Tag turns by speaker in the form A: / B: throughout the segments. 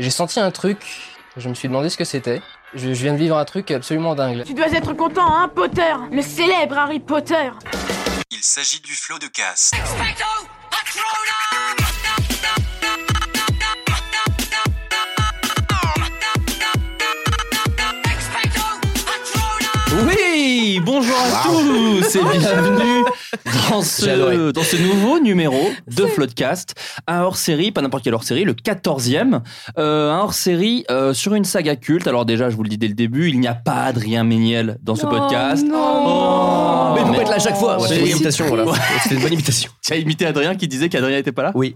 A: J'ai senti un truc, je me suis demandé ce que c'était. Je, je viens de vivre un truc absolument dingue.
B: Tu dois être content, hein, Potter Le célèbre Harry Potter
C: Il s'agit du flot de casse.
D: Oui, bonjour à tous et bienvenue dans
A: J'ai
D: ce,
A: adoré.
D: dans ce nouveau numéro de Floodcast. Un hors-série, pas n'importe quel hors-série, le 14e. euh, un hors-série euh, sur une saga culte. Alors déjà, je vous le dis dès le début, il n'y a pas Adrien Méniel dans ce podcast. Oh,
A: Mais il faut
D: mais-
A: pas être là à chaque fois.
D: C'est
A: C'est une bonne
D: si
A: imitation, voilà. C'est une bonne imitation.
D: Tu as imité Adrien qui disait qu'Adrien n'était pas là
A: Oui.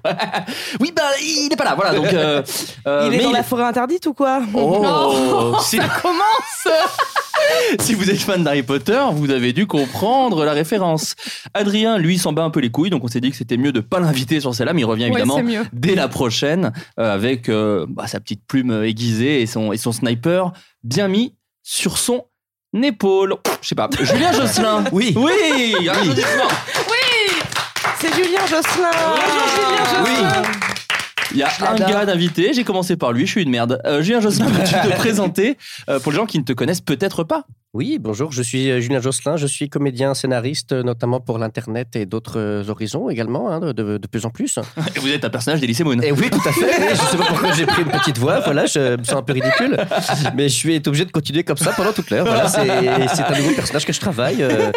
D: Oui, bah il n'est pas là, voilà. Donc, euh, euh,
E: il est
D: mais
E: dans
D: il-
E: la forêt interdite ou quoi
D: Oh, si,
E: Commence
D: si vous êtes fan d'Harry Potter, vous avez dû comprendre la référence. Adrien, lui, s'en bat un peu les couilles, donc on s'est dit que c'était mieux de pas l'inviter sur celle-là, mais il revient évidemment
E: c'est mieux.
D: dès la prochaine euh, avec euh, bah, sa petite plume aiguisée et son, et son sniper bien mis sur son épaule. Je sais pas. Julien Josselin.
A: Oui.
D: Oui. un applaudissement.
E: C'est Julien Josselin
D: Bonjour, Julien Josselin. Il y a un
E: l'adore.
D: gars d'invité. J'ai commencé par lui. Je suis une merde. Euh, Julien Josselin, peux-tu te présenter euh, pour les gens qui ne te connaissent peut-être pas
A: Oui, bonjour, je suis euh, Julien Josselin, je suis comédien, scénariste, euh, notamment pour l'Internet et d'autres euh, horizons également, hein, de, de- de plus en plus.
D: Et Vous êtes un personnage des lycées Moon.
A: Et Eh oui, tout à fait, oui, je sais pas pourquoi j'ai pris une petite voix, voilà, je me sens un peu ridicule, mais je suis obligé de continuer comme ça pendant toute l'heure, voilà, c'est c'est un nouveau personnage que je travaille. euh,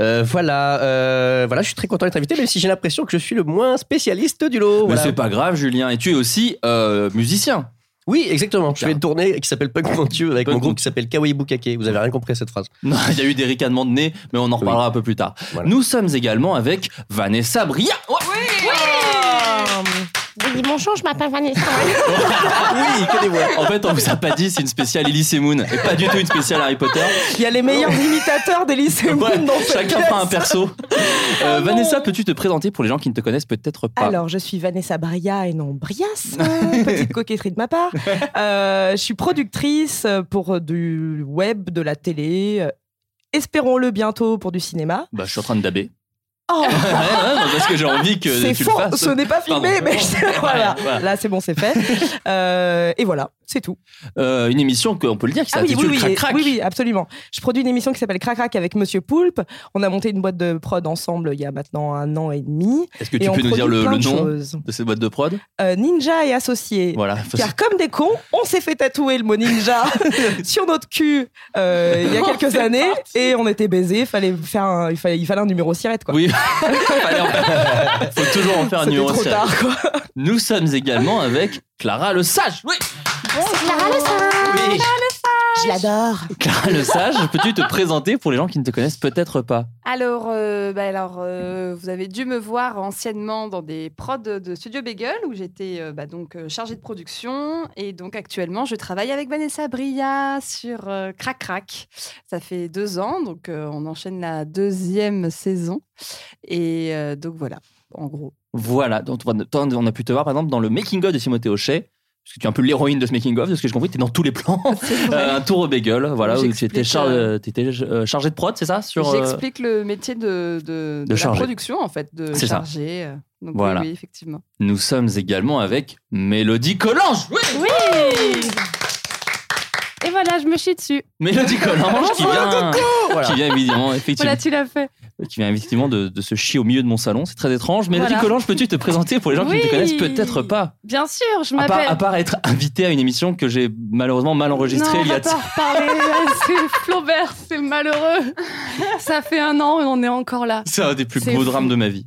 A: euh, voilà, euh, voilà, je suis très content d'être invité, même si j'ai l'impression que je suis le moins spécialiste du lot.
D: Mais
A: voilà.
D: c'est pas grave, Julien. Et tu es aussi euh, musicien.
A: Oui, exactement, je fais une tournée qui s'appelle Punk Mon Dieu avec
D: Punk
A: mon
D: Mon-
A: groupe qui s'appelle Kawaii Bukake, vous avez rien compris à cette phrase.
D: Non, il y a eu des ricanements de nez, mais on en reparlera un peu plus tard.
A: Voilà.
D: Nous sommes également avec Vanessa Bria. Ouais.
F: Oui, bonjour, je m'appelle Vanessa.
D: Oui, que des voix. En fait, on vous a pas dit, c'est une spéciale Elise et Moon et pas du tout une spéciale Harry Potter.
E: Il y a les meilleurs imitateurs des lycées
D: Ouais,
E: Moon dans cette
D: chacun
E: pièce. Ah
D: prend un perso. Euh, Vanessa, peux-tu te présenter pour les gens qui ne te connaissent peut-être pas
E: Alors, je suis Vanessa Bria et non Brias, euh, petite coquetterie de ma part. Euh, je suis productrice pour du web, de la télé, euh, espérons-le bientôt pour du cinéma.
D: Bah, je suis en train de daber.
E: Oh,
D: Ouais, ouais, non, parce que j'ai envie que
E: c'est
D: tu
E: faux,
D: le fasses.
E: ce n'est pas filmé,
D: Ah, Pardon.
E: mais voilà.
D: Ouais, voilà.
E: Là, c'est bon, c'est fait. Euh, et voilà, c'est tout.
D: Euh, une émission qu'on peut le dire qui
E: Ah oui,
D: s'intitule
E: oui, oui,
D: Crac Crac.
E: oui, oui, absolument. Je produis une émission qui s'appelle Crac Crac avec Monsieur Poulpe. On a monté une boîte de prod ensemble il y a maintenant un an et demi.
D: Est-ce que
E: et
D: tu
E: on
D: peux nous dire
E: produit
D: le,
E: plein
D: le
E: de
D: nom
E: choses.
D: de cette boîte de prod
E: Euh, Ninja et associés.
D: Voilà.
E: Car comme des cons, on s'est fait tatouer le mot ninja sur notre cul euh, il y a quelques années et on était baisés. Fallait faire un, il fallait, il fallait un numéro sirette quoi.
D: Oui. Fallait en faire- Faut toujours en faire un
E: C'était
D: numéro
E: trop
D: serré.
E: tard quoi.
D: Nous sommes également avec Clara Le Sage. Oui.
F: Clara Le Sage.
D: Oui.
E: Je l'adore.
D: Clara Le Sage, peux-tu te présenter pour les gens qui ne te connaissent peut-être pas
G: Alors, euh, bah alors euh, vous avez dû me voir anciennement dans des prods de Studio Bagel où j'étais euh, bah, donc euh, chargée de production et donc actuellement je travaille avec Vanessa Bria sur euh, Crac Crac. Ça fait deux ans donc euh, on enchaîne la deuxième saison et euh, donc voilà en gros.
D: Voilà. Donc on toi, on a pu te voir par exemple dans le making of de Timothée Hochet. Parce que tu es un peu l'héroïne de ce making of, de ce que j'ai compris, tu es dans tous les plans. Euh, un tour au bagel, voilà, où tu étais,
G: J'explique,
D: char-
G: euh,
D: euh, t'étais, euh, chargé de prod, c'est ça sur, euh,
G: J'explique le métier de, de,
D: de
G: de la
D: chargé.
G: production en fait de
D: C'est ça.
G: chargé. euh, Donc oui,
D: Voilà.
G: oui, effectivement.
D: Nous sommes également avec Mélodie Collange. Oui.
F: Et
B: voilà, je me chie dessus.
D: Mélodie Collange qui vient, qui vient évidemment, effectivement,
B: Voilà, tu l'as fait.
D: qui vient effectivement de, de se chier au milieu de mon salon. C'est très étrange. Mélodie
B: Voilà.
D: Collange, peux-tu te présenter pour les gens qui ne te
B: Oui.
D: connaissent peut-être pas
B: Bien sûr, je
D: à part,
B: m'appelle.
D: à part être invité à une émission que j'ai malheureusement mal enregistrée
B: non,
D: il y a
B: on va pas reparler, là, c'est Flaubert, c'est malheureux. Ça fait un an et on est encore là.
D: C'est un des plus
B: C'est
D: beaux
B: fou.
D: drames de ma vie.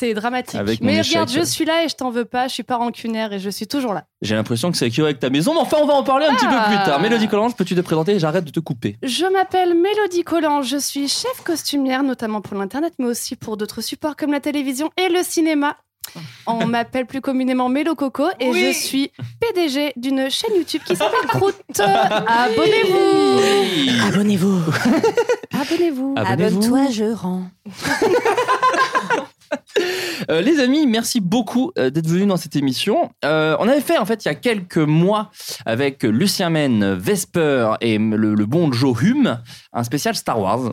B: C'est dramatique.
D: Avec mon
B: mais
D: échec,
B: regarde,
D: euh.
B: je suis là et je t'en veux pas, je suis pas rancunière et je suis toujours là.
D: J'ai l'impression que c'est équilibré avec ta maison, mais enfin, on va en parler un petit peu
B: Ah.
D: plus tard. Mélodie Collange, peux-tu te présenter J'arrête de te couper.
B: Je m'appelle Mélodie Collange, je suis chef costumière, notamment pour l'Internet, mais aussi pour d'autres supports comme la télévision et le cinéma. On m'appelle plus communément Mélo Coco et
G: Oui.
B: je suis PDG d'une chaîne YouTube qui s'appelle Croûte. Abonnez-vous
E: Abonnez-vous.
B: Abonnez-vous
D: Abonnez-vous.
H: Abonne-toi, je rends.
D: Euh, les amis, merci beaucoup euh, d'être venus dans cette émission. Euh, on avait fait en fait il y a quelques mois avec Lucien Men, Vesper et m- le, le bon Joe Hume un spécial Star Wars.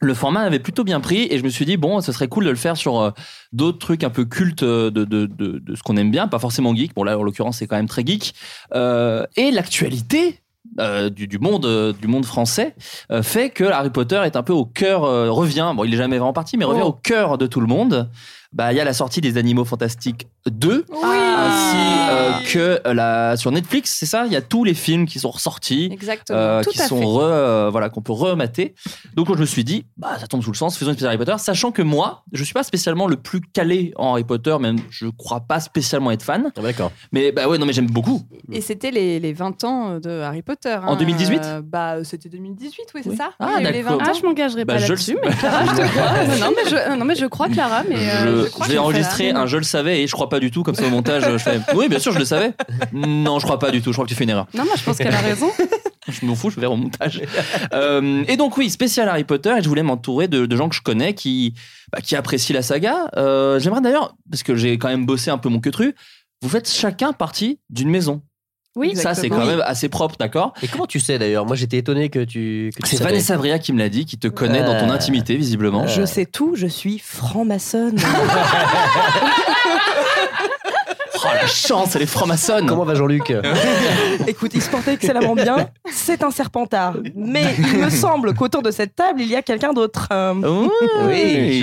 D: Le format avait plutôt bien pris et je me suis dit bon, ce serait cool de le faire sur euh, d'autres trucs un peu cultes euh, de, de- de- de ce qu'on aime bien, pas forcément geek. Bon là, en l'occurrence, c'est quand même très geek Euh, et l'actualité. euh, du, du monde euh, du monde français euh, fait que Harry Potter est un peu au cœur euh, revient bon il est jamais vraiment parti mais revient
G: Oh.
D: au cœur de tout le monde bah il y a la sortie des Animaux Fantastiques 2
G: Ah.
D: ainsi euh, que la sur Netflix c'est ça il y a tous les films qui sont ressortis
G: Exactement.
D: euh,
G: Tout
D: qui
G: à
D: sont
G: fait.
D: re- euh, voilà qu'on peut remater donc je me suis dit bah ça tombe sous le sens faisons une spéciale Harry Potter sachant que moi je suis pas spécialement le plus calé en Harry Potter même je crois pas spécialement être fan
A: d'accord
D: mais bah ouais non mais j'aime beaucoup
G: Et c'était les, les 20 ans de Harry Potter.
D: En 2018
G: Euh, Bah, c'était 2018, oui, c'est ça.
D: Ah,
G: Il y a eu les
D: d'accord.
G: 20 ans.
B: Ah, je m'engagerai
D: Bah,
B: pas
D: je le-
B: là-dessus, mais Clara, je te crois. Non, non, mais je, euh, non, mais je crois Clara, mais euh,
D: je, je
B: je crois
D: vais
B: qu'on fait
D: enregistrer
B: la-
D: un je le savais et je crois pas du tout comme ça au montage je fais oui bien sûr je le savais non je crois pas du tout je crois que tu fais une erreur
B: Non, moi je pense qu'elle a raison.
D: je m'en fous, je vais au montage. Euh, et donc oui, spécial Harry Potter, et je voulais m'entourer de, de gens que je connais qui, bah, qui apprécient la saga. Euh, J'aimerais d'ailleurs, parce que j'ai quand même bossé un peu mon queutru, vous faites chacun partie d'une maison.
B: Oui,
D: Ça, c'est quand même assez propre, d'accord
A: Et comment tu sais d'ailleurs Moi, j'étais étonné que tu. que tu
D: C'est
A: savais.
D: Vanessa Bria qui me l'a dit, qui te connaît dans ton
A: Euh.
D: intimité, visiblement.
E: Je sais tout, je suis franc-maçonne.
D: Oh la chance, elle est franc-maçonne
A: Comment va Jean-Luc
E: Écoute, il se portait excellemment bien. C'est un serpentard. Mais il me semble qu'autour de cette table, il y a quelqu'un d'autre. Euh,
A: Oui,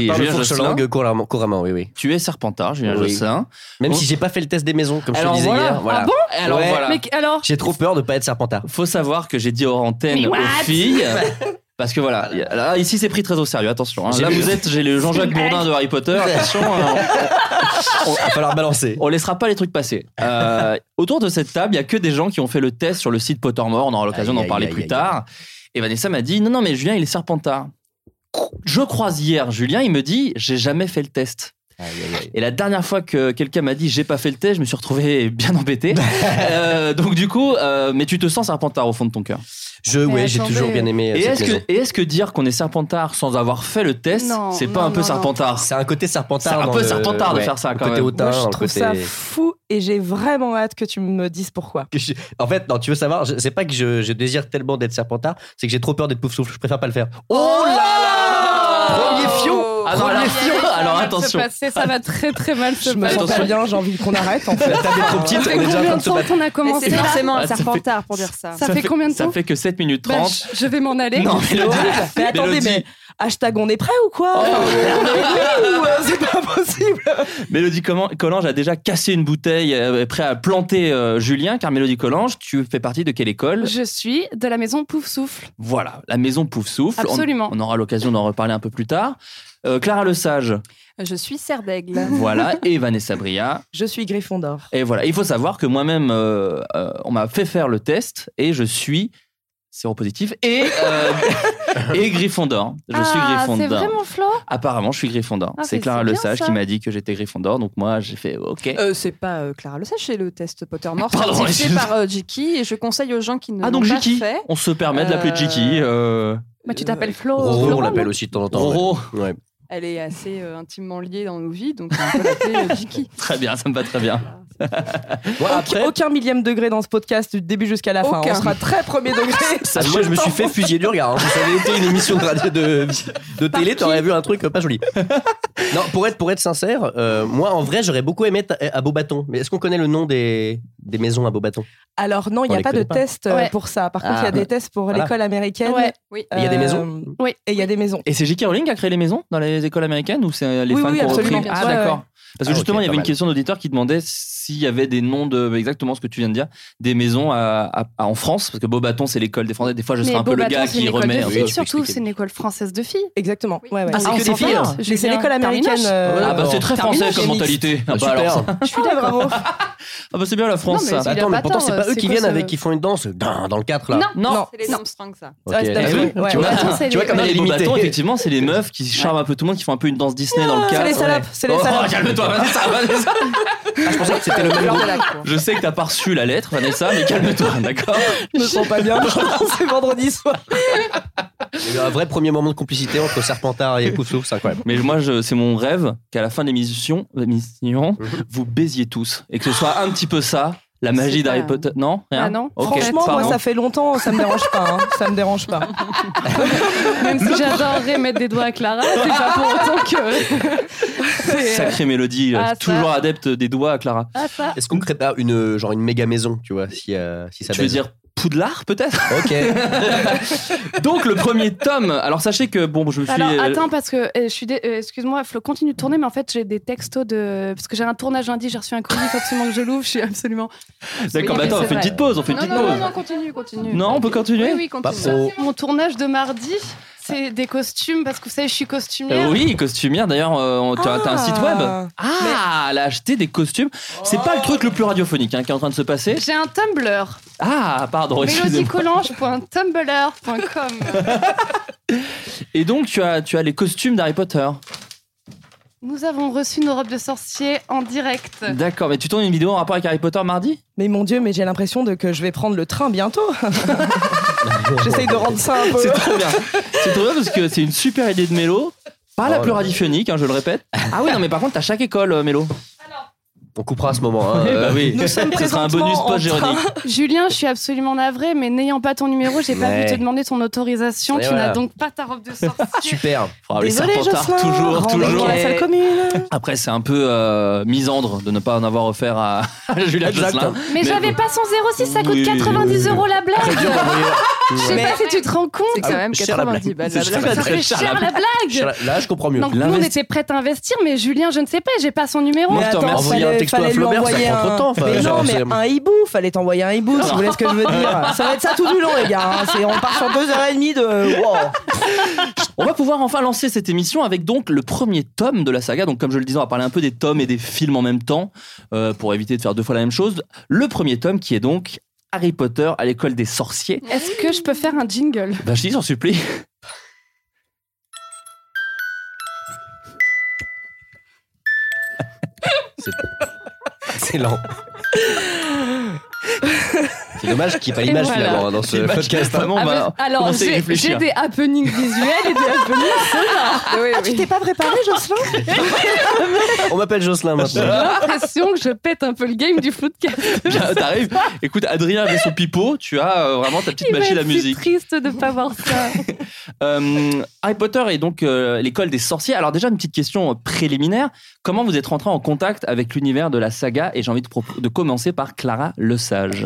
A: je parle
D: Julien
A: fourche
D: Josselin.
A: langue couramment, couramment, oui, oui.
D: Tu es Serpentard, Julien
A: Oui.
D: Josselin.
A: Même
D: Oh.
A: si j'ai pas fait le test des maisons, comme je
D: Alors
A: te disais
D: voilà.
A: hier. Voilà.
B: Ah bon
D: Et Alors
A: Ouais.
D: voilà.
B: Mais qu- alors,
A: J'ai trop peur de pas être serpentard.
D: faut savoir que j'ai dit hors antenne
B: Mais
D: aux
B: what
D: filles. Parce que voilà, y a- là, ici c'est pris très au sérieux, attention. hein. Là vous êtes, j'ai le Jean-Jacques Bourdin de Harry Potter, attention, hein,
A: Il va falloir balancer.
D: on, on laissera pas les trucs passer. Euh, autour de cette table, il y a que des gens qui ont fait le test sur le site Pottermore, on aura l'occasion
A: Aïe,
D: d'en
A: aïe,
D: parler
A: aïe,
D: plus
A: aïe,
D: tard. Et Vanessa m'a dit, non, non, mais Julien il est serpentard. Je croise hier Julien, il me dit, j'ai jamais fait le test.
A: Aïe, aïe, aïe.
D: Et la dernière fois que quelqu'un m'a dit j'ai pas fait le test, je me suis retrouvé bien embêté. Euh, donc du coup, euh, mais tu te sens serpentard au fond de ton cœur.
A: Je, ouais, j'ai
B: attendez.
A: toujours bien aimé. euh,
D: Et
A: cette
D: est-ce que,
A: maison.
D: et est-ce que dire qu'on est serpentard sans avoir fait le test,
B: Non,
D: c'est pas
B: non,
D: un peu
B: non, non.
D: serpentard
A: C'est un côté serpentard.
D: C'est un
A: dans
D: peu
A: le-
D: serpentard de faire ça,
A: le
D: quand
A: côté
D: même.
A: hautain,
E: Moi, je
A: le
E: trouve
A: côté-
E: ça fou et j'ai vraiment hâte que tu me dises pourquoi.
A: que je- En fait, non, tu veux savoir, je- c'est pas que je, je désire tellement d'être serpentard, c'est que j'ai trop peur d'être pouf souffle. Je préfère pas le faire.
D: Oh là là
A: Premier
B: Oh.
A: fion
D: Ah non, alors, alors attention.
B: ça va très très mal se
E: Je me
B: passer.
E: sens pas
D: Attention.
E: bien, j'ai envie qu'on arrête en fait.
A: La table est trop petite, on est déjà en train
B: Combien
A: de
B: de
A: se
B: temps
A: battre.
B: qu'on a
G: Mais
B: commencé
G: C'est
B: là
G: forcément un
D: Ah, ça fait-
G: serpentard pour dire ça.
B: Ça fait combien de
D: Ça
B: temps
D: fait que 7 minutes
B: Bah,
D: 30.
B: je, je vais m'en aller.
D: Non, Mélodie.
E: Mais attendez,
D: Mélodie.
E: mais hashtag on est prêt ou quoi
A: Oh,
E: Enfin, on est prêt ou, euh, C'est pas possible
D: Mélodie Coman- Collange a déjà cassé une bouteille, euh, prêt à planter euh, Julien, car Mélodie Collange, tu fais partie de quelle école
B: Je suis de la maison Pouf Souffle.
D: Voilà, la maison Pouf Souffle. On-
B: Absolument.
D: On, aura l'occasion d'en reparler un peu plus tard. Euh, Clara Lesage,
G: Je suis serre d'aigle.
D: voilà, et Vanessa Bria.
E: Je suis Gryffondor.
D: Et voilà, il faut savoir que moi-même, euh, euh, on m'a fait faire le test et je suis séropositif et, euh, et Gryffondor. Je suis Ah,
B: ah, c'est
D: Gryffondor.
B: vraiment Flo
D: Apparemment, je suis Gryffondor.
B: Ah,
D: c'est
B: mais
D: Clara
B: c'est bien,
D: Lesage
B: ça.
D: qui m'a dit que j'étais Gryffondor, donc moi j'ai fait OK.
G: Euh, c'est pas euh, Clara Le Sage, c'est le test Pottermore
D: Pardon,
G: certifié
D: excuse-
G: par euh, J.K. et je conseille aux gens qui ne
D: ah, donc
G: l'ont pas
D: Jiki
G: fait.
D: On se permet de l'appeler
G: Euh, Oh,
D: Jiki. euh,
B: Bah, Tu t'appelles Flo.
A: Roro,
B: Florent,
A: on l'appelle
B: non
A: aussi de temps en temps. ouais.
D: Roro.
A: Ouais.
G: Elle est assez euh, intimement liée dans nos vies, donc on peut l'appeler euh, Jiki.
D: Très bien, ça me va très bien.
G: Voilà, c'est
E: Aucun- Aucun millième degré dans ce podcast du début jusqu'à la fin.
A: Aucun.
E: On sera très premier degré.
A: Ça, Ah, moi, je me suis fait fusiller du regard. hein. Si ça avait été une émission de, radio- de, de télé, t'aurais vu un truc pas joli. Non, pour être, pour être sincère, euh, moi, en vrai, j'aurais beaucoup aimé ta- à Beaubaton. Mais est-ce qu'on connaît le nom des, des maisons à Beaubaton
E: Alors non,
A: On
E: il n'y a
A: les
E: pas de
A: connaît pas.
E: test euh,
A: Ouais.
E: pour ça. Par contre, il y
A: Ah.
E: a des tests pour
A: Voilà.
E: l'école américaine. Euh,
B: Ouais.
G: Oui.
A: Et il y a des maisons
B: Oui.
E: Et il y a des maisons.
D: Et c'est J.K. Rowling qui a créé les maisons dans les écoles américaines ou c'est les
E: Oui,
D: fans
E: oui,
D: qui ont
E: absolument.
D: repris Ah
E: Bien sûr.
D: d'accord.
E: Ouais,
D: Parce
A: Ah,
D: que
A: ok,
D: justement, il y
A: pas
D: avait une
A: mal.
D: question d'auditeur qui demandait s'il y avait des noms de exactement ce que tu viens de dire, des maisons à, à- à- en France, parce que Beaubaton c'est l'école des Français. Des fois, je serai un peu le
B: Beaubaton,
D: gars
B: bah, c'est
D: qui
B: une école
D: remet.
B: de
D: un
B: filles,
D: peu-
B: surtout, c'est une école française de filles.
E: Exactement. Ouais, ouais.
D: Ah, c'est Ah, que on des s'entend. filles, alors.
E: Mais c'est
B: hein. Julien
E: l'école américaine.
B: Terminus.
E: euh,
D: Ah bah c'est très
E: Terminus.
D: français comme
E: Mix.
D: mentalité. Ah, bah,
A: Super.
D: alors ça-
E: Je suis là, bravo.
D: Ah bah c'est bien la France.
B: Non, mais
D: ça.
B: il a
A: Attends, mais
B: pas
A: pourtant,
B: tort,
A: c'est pas
B: euh,
A: eux
B: c'est
A: qui
B: quoi
A: viennent
B: ce-
A: avec, qui font une danse dans, dans le 4 là.
B: Non.
D: Non.
G: C'est les Armstrongs, ça.
A: Ok,
E: Ouais, c'est
D: Ah
A: t'as
E: la
A: vu
E: vraie, ouais.
A: Tu vois,
B: Attends, c'est
A: tu vois
B: les-
A: comme
D: Non,
A: elle est
D: les
A: limitée.
D: Beaubaton, effectivement, c'est les meufs qui charment un peu tout le monde, qui font un peu une danse Disney dans le
E: C'est
D: cadre.
E: les salopes, c'est les
D: Oh,
E: salopes.
D: calme-toi, Vanessa, Vanessa.
A: Ah, je pensais que c'était le même groupe.
D: Je sais que t'as pas reçu la lettre, Vanessa, mais calme-toi, d'accord
E: Je me sens pas bien. c'est vendredi soir.
A: Il y a eu un vrai premier moment de complicité entre Serpentard et Koussouf, c'est incroyable.
D: Mais moi, je- c'est mon rêve qu'à la fin de l'émission, l'émission,
A: Mhm.
D: vous baisiez tous. Et que ce soit un petit peu ça, la magie
G: C'est
D: d'Harry
G: pas-
D: Potter. Non Rien
B: Ah non.
D: Ok,
E: Franchement,
D: pardon.
E: moi, ça fait longtemps, ça me dérange pas. hein. Ça me dérange pas.
B: Même si j'adorerais mettre des doigts à Clara, c'est pas pour autant que. C'est-
D: Sacrée mélodie, euh,
B: Ah, ça.
D: toujours adepte des doigts à Clara.
B: Ah, ça.
A: Est-ce qu'on crée pas une, genre une méga maison, tu vois, si, euh, si ça
D: Tu veux
A: baise
D: dire Poudlard, peut-être
A: Ok.
D: Donc, le premier tome. Alors, sachez que, bon, je me suis.
B: Alors
D: euh,
B: attends parce que euh, je suis dé- euh, excuse-moi Flo continue de tourner mais en fait j'ai des textos de parce que j'ai un tournage lundi j'ai reçu un colis faut absolument que je l'ouvre je suis absolument
D: D'accord, bah
B: Oui, mais
D: attends, on
B: c'est
D: fait une
B: vrai.
D: petite pause, on fait une
G: Non,
D: petite
G: non, non,
D: pause.
G: non, continue, continue.
D: Non, on peut continuer Bah.
G: Oui, oui,
A: Pas
G: continue.
A: pro.
B: mon tournage de mardi c'est des costumes parce que vous savez je suis
D: Euh,
B: costumière
D: oui, costumière. D'ailleurs, euh, on- t'as t'as un site web. Ah, elle a acheté des costumes. C'est pas le truc le plus radiophonique hein, qui est en train de se passer.
B: j'ai un Tumblr
D: Ah, pardon. excusez-moi.
B: mélodiecollange.tumblr.com
D: Et donc, tu as, tu as les costumes d'Harry Potter.
B: Nous avons reçu nos robes de sorcier en direct.
D: D'accord, mais tu tournes une vidéo en rapport avec Harry Potter mardi
E: Mais mon Dieu, mais j'ai l'impression de que je vais prendre le train bientôt. J'essaye de rendre ça un peu.
D: C'est trop bien. C'est trop bien parce que c'est une super idée de mélo. Pas la
A: Oh
D: plus
A: là là.
D: radiophonique, hein, je le répète. Ah oui, non, mais par contre, t'as chaque école, euh, mélo.
A: On coupera à ce moment. hein.
D: Eh bah oui.
E: Nous sommes
D: Ce sera un bonus
E: présentement en train.
D: post-ironique.
B: Julien, je suis absolument navrée, mais n'ayant pas ton numéro, j'ai pas
A: Ouais.
B: vu te demander ton autorisation.
A: Et
B: tu
A: voilà.
B: n'as donc pas ta robe de sorcier.
A: Super.
D: Ah, les
E: Désolée,
D: Serpentards,
E: Jocelyn.
D: toujours,
E: Rendez-vous
D: toujours.
E: dans la salle commune.
D: Après, c'est un peu euh, misandre de ne pas en avoir offert à, à Julia
A: Exact.
D: Josselin.
B: mais
D: Mais
B: j'avais
D: bon.
B: pas son 06, ça coûte
D: Oui.
B: 90 euros la blague. Je sais
E: Mais-
B: pas si tu te rends compte.
G: C'est quand même
A: cher, la
G: 90
A: blague.
G: balles.
A: C'est
G: la blague.
B: Ça fait cher la blague.
A: Là, je comprends mieux.
B: Donc nous, on était prêts à investir, mais Julien, je ne sais pas, j'ai pas son numéro.
E: Mais
D: te
E: attends,
D: remercie.
E: fallait,
A: Envoyer un texto à
E: fallait lui
A: Flaubert, ça
E: envoyer
A: prend trop
E: un...
A: de temps, enfin,
E: mais
A: je-
E: non, mais
A: c'est-
E: un hibou, fallait envoyer un hibou, si vous voulez ce que je veux dire. Ah, Ça va être ça tout du long, les gars. hein. C'est- On part sur deux heures et demie de. Wow.
D: On va pouvoir enfin lancer cette émission avec donc le premier tome de la saga. Donc comme je le disais, on va parler un peu des tomes et des films en même temps euh, pour éviter de faire deux fois la même chose. Le premier tome qui est donc Harry Potter à l'école des sorciers.
B: Est-ce que je peux faire un jingle
D: Bah je dis, j'en supplie.
A: C'est lent. C'est dommage qu'il n'y ait pas
B: Et
A: l'image
B: voilà.
A: finalement hein, dans ce
D: L'image,
A: podcast. hein.
D: vraiment,
B: Ah,
D: on va
B: bah, Alors,
D: commencer à y
B: j'ai j'ai
D: réfléchir.
B: des happenings visuels et des happenings sonores.
G: Oui,
E: Ah,
G: oui.
E: tu t'es pas préparé, Jocelyn
A: On m'appelle Jocelyn maintenant.
B: J'ai l'impression que je pète un peu le game du footcast.
D: Bien, T'arrives. Écoute, Adrien avait son pipeau. Tu as euh, vraiment ta petite
B: Il va
D: machine à
B: être si
D: musique.
B: Eh ben, triste de pas voir ça.
D: Euh, Harry Potter est donc euh, l'école des sorciers. Alors déjà une petite question euh, préliminaire. Comment vous êtes rentré en contact avec l'univers de la saga Et j'ai envie de, propo- de commencer par Clara le Sage.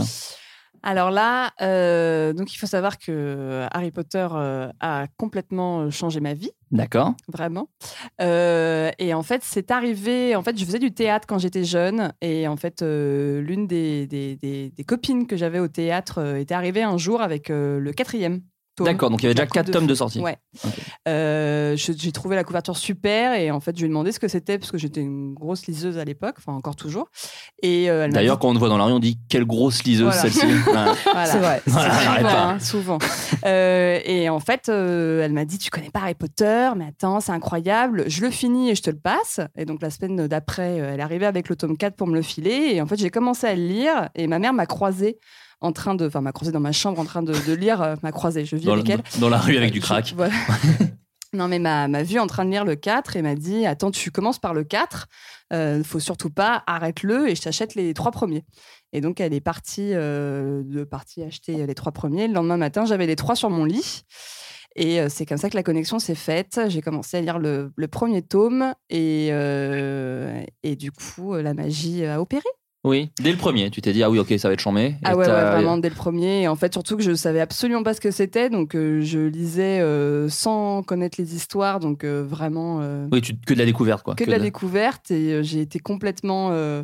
G: Alors là, euh, donc il faut savoir que Harry Potter euh, a complètement euh, changé ma vie,
D: D'accord.
G: vraiment. Euh, et en fait, c'est arrivé. En fait, je faisais du théâtre quand j'étais jeune, et en fait, euh, l'une des, des- des- des copines que j'avais au théâtre euh, était arrivée un jour avec euh, le quatrième. tome.
D: D'accord, donc il y avait
G: La
D: déjà
G: coupe
D: 4
G: de
D: tomes
G: fou.
D: de sortie.
G: Ouais.
D: Ok.
G: Euh, je- j'ai trouvé la couverture super et en fait, je lui ai demandé ce que c'était parce que j'étais une grosse liseuse à l'époque, enfin encore toujours. Et euh, elle m'a
D: D'ailleurs, quand on te voit dans la rue, on dit quelle grosse liseuse
G: Voilà.
D: celle-ci. Ouais.
G: Voilà.
E: C'est vrai.
D: Voilà, j'arrête
G: souvent,
D: pas.
G: hein, souvent. Euh, et en fait, euh, elle m'a dit Tu connais pas Harry Potter Mais attends, c'est incroyable. Je le finis et je te le passe. Et donc, la semaine d'après, euh, elle est arrivée avec le tome 4 pour me le filer. Et en fait, j'ai commencé à le lire. Et ma mère m'a croisée en train de. Enfin, m'a croisée dans ma chambre en train de, de lire. euh, m'a croisée. Je vis
D: Dans,
G: avec elle.
D: dans la rue avec du crack.
G: Voilà. Non, mais m'a, m'a vu en train de lire le 4 et m'a dit Attends, tu commences par le 4, euh, faut surtout pas, arrête-le et je t'achète les trois premiers. Et donc, elle est partie, euh, de partie acheter les trois premiers. Le lendemain matin, j'avais les trois sur mon lit. Et euh, c'est comme ça que la connexion s'est faite. J'ai commencé à lire le, le premier tome et, euh, et du coup, euh, la magie a opéré.
I: Oui, dès le premier, tu t'es dit, ah oui, ok, ça va être chambé. Et
G: Ah ouais, ouais,
I: t'as-
G: vraiment dès le premier. Et en fait, surtout que je savais absolument pas ce que c'était, donc euh, je lisais euh, sans connaître les histoires, donc euh, vraiment euh,
I: Oui, tu- que de la découverte, quoi.
G: que de la découverte. Et euh, j'ai été complètement, euh,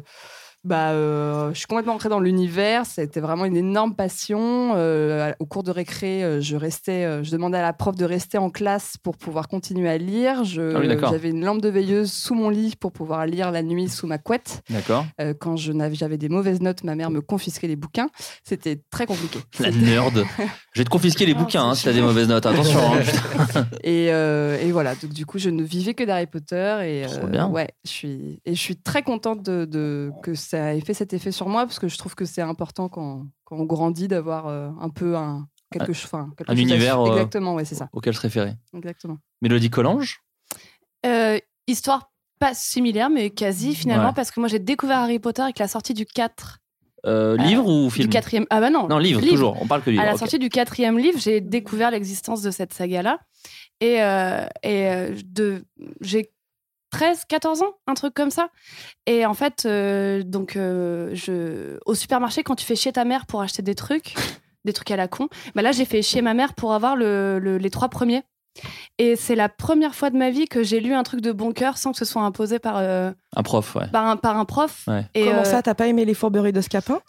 G: bah, euh, je suis complètement entrée dans l'univers. C'était vraiment une énorme passion. Euh, à- au cours de récré, euh, je restais, euh, je demandais à la prof de rester en classe pour pouvoir continuer à lire. Je-
I: Ah oui, d'accord.
G: J'avais une lampe de veilleuse sous mon lit pour pouvoir lire la nuit sous ma couette.
I: D'accord.
G: Euh, quand je n'avais- j'avais des mauvaises notes, ma mère me confisquait les bouquins. C'était très compliqué.
I: La nerd. Je vais te confisquer
G: Ah,
I: les bouquins hein, si t'as des mauvaises notes. Attention. hein, putain.
G: Et, euh, et voilà, donc du coup, je ne vivais que d'Harry Potter. Et, euh,
I: bien.
G: ouais, je suis, et je suis très contente de, de- que ça ait fait cet effet sur moi, parce que je trouve que c'est important quand, quand on grandit d'avoir euh, un peu un. Quelque,
I: Un-
G: chose- enfin, quelque
I: un
G: chose à-
I: univers, euh,
G: Exactement, ouais, c'est ça.
I: Auquel je référais.
G: Exactement.
I: Mélodie Collange
B: Euh, histoire pas similaire, mais quasi finalement,
I: Ouais.
B: parce que moi j'ai découvert Harry Potter avec la sortie du 4.
I: Euh, Livre ou film
B: Du quatrième. Ah bah non.
I: Non, livre, toujours. On parle que livre.
B: À la
I: ok.
B: sortie du quatrième livre, j'ai découvert l'existence de cette saga-là. Et, euh, et euh, de, j'ai 13, 14 ans, un truc comme ça. Et en fait, euh, donc, euh, je, au supermarché, quand tu fais chez ta mère pour acheter des trucs, des trucs à la con, bah là, j'ai fait chez ma mère pour avoir le- le- les trois premiers. Et c'est la première fois de ma vie que j'ai lu un truc de bon cœur sans que ce soit imposé par, euh,
I: Un prof, ouais.
B: par, un, par un prof.
I: Ouais.
B: Et,
E: Comment
B: euh,
E: ça, t'as pas aimé les fourberies de Scapin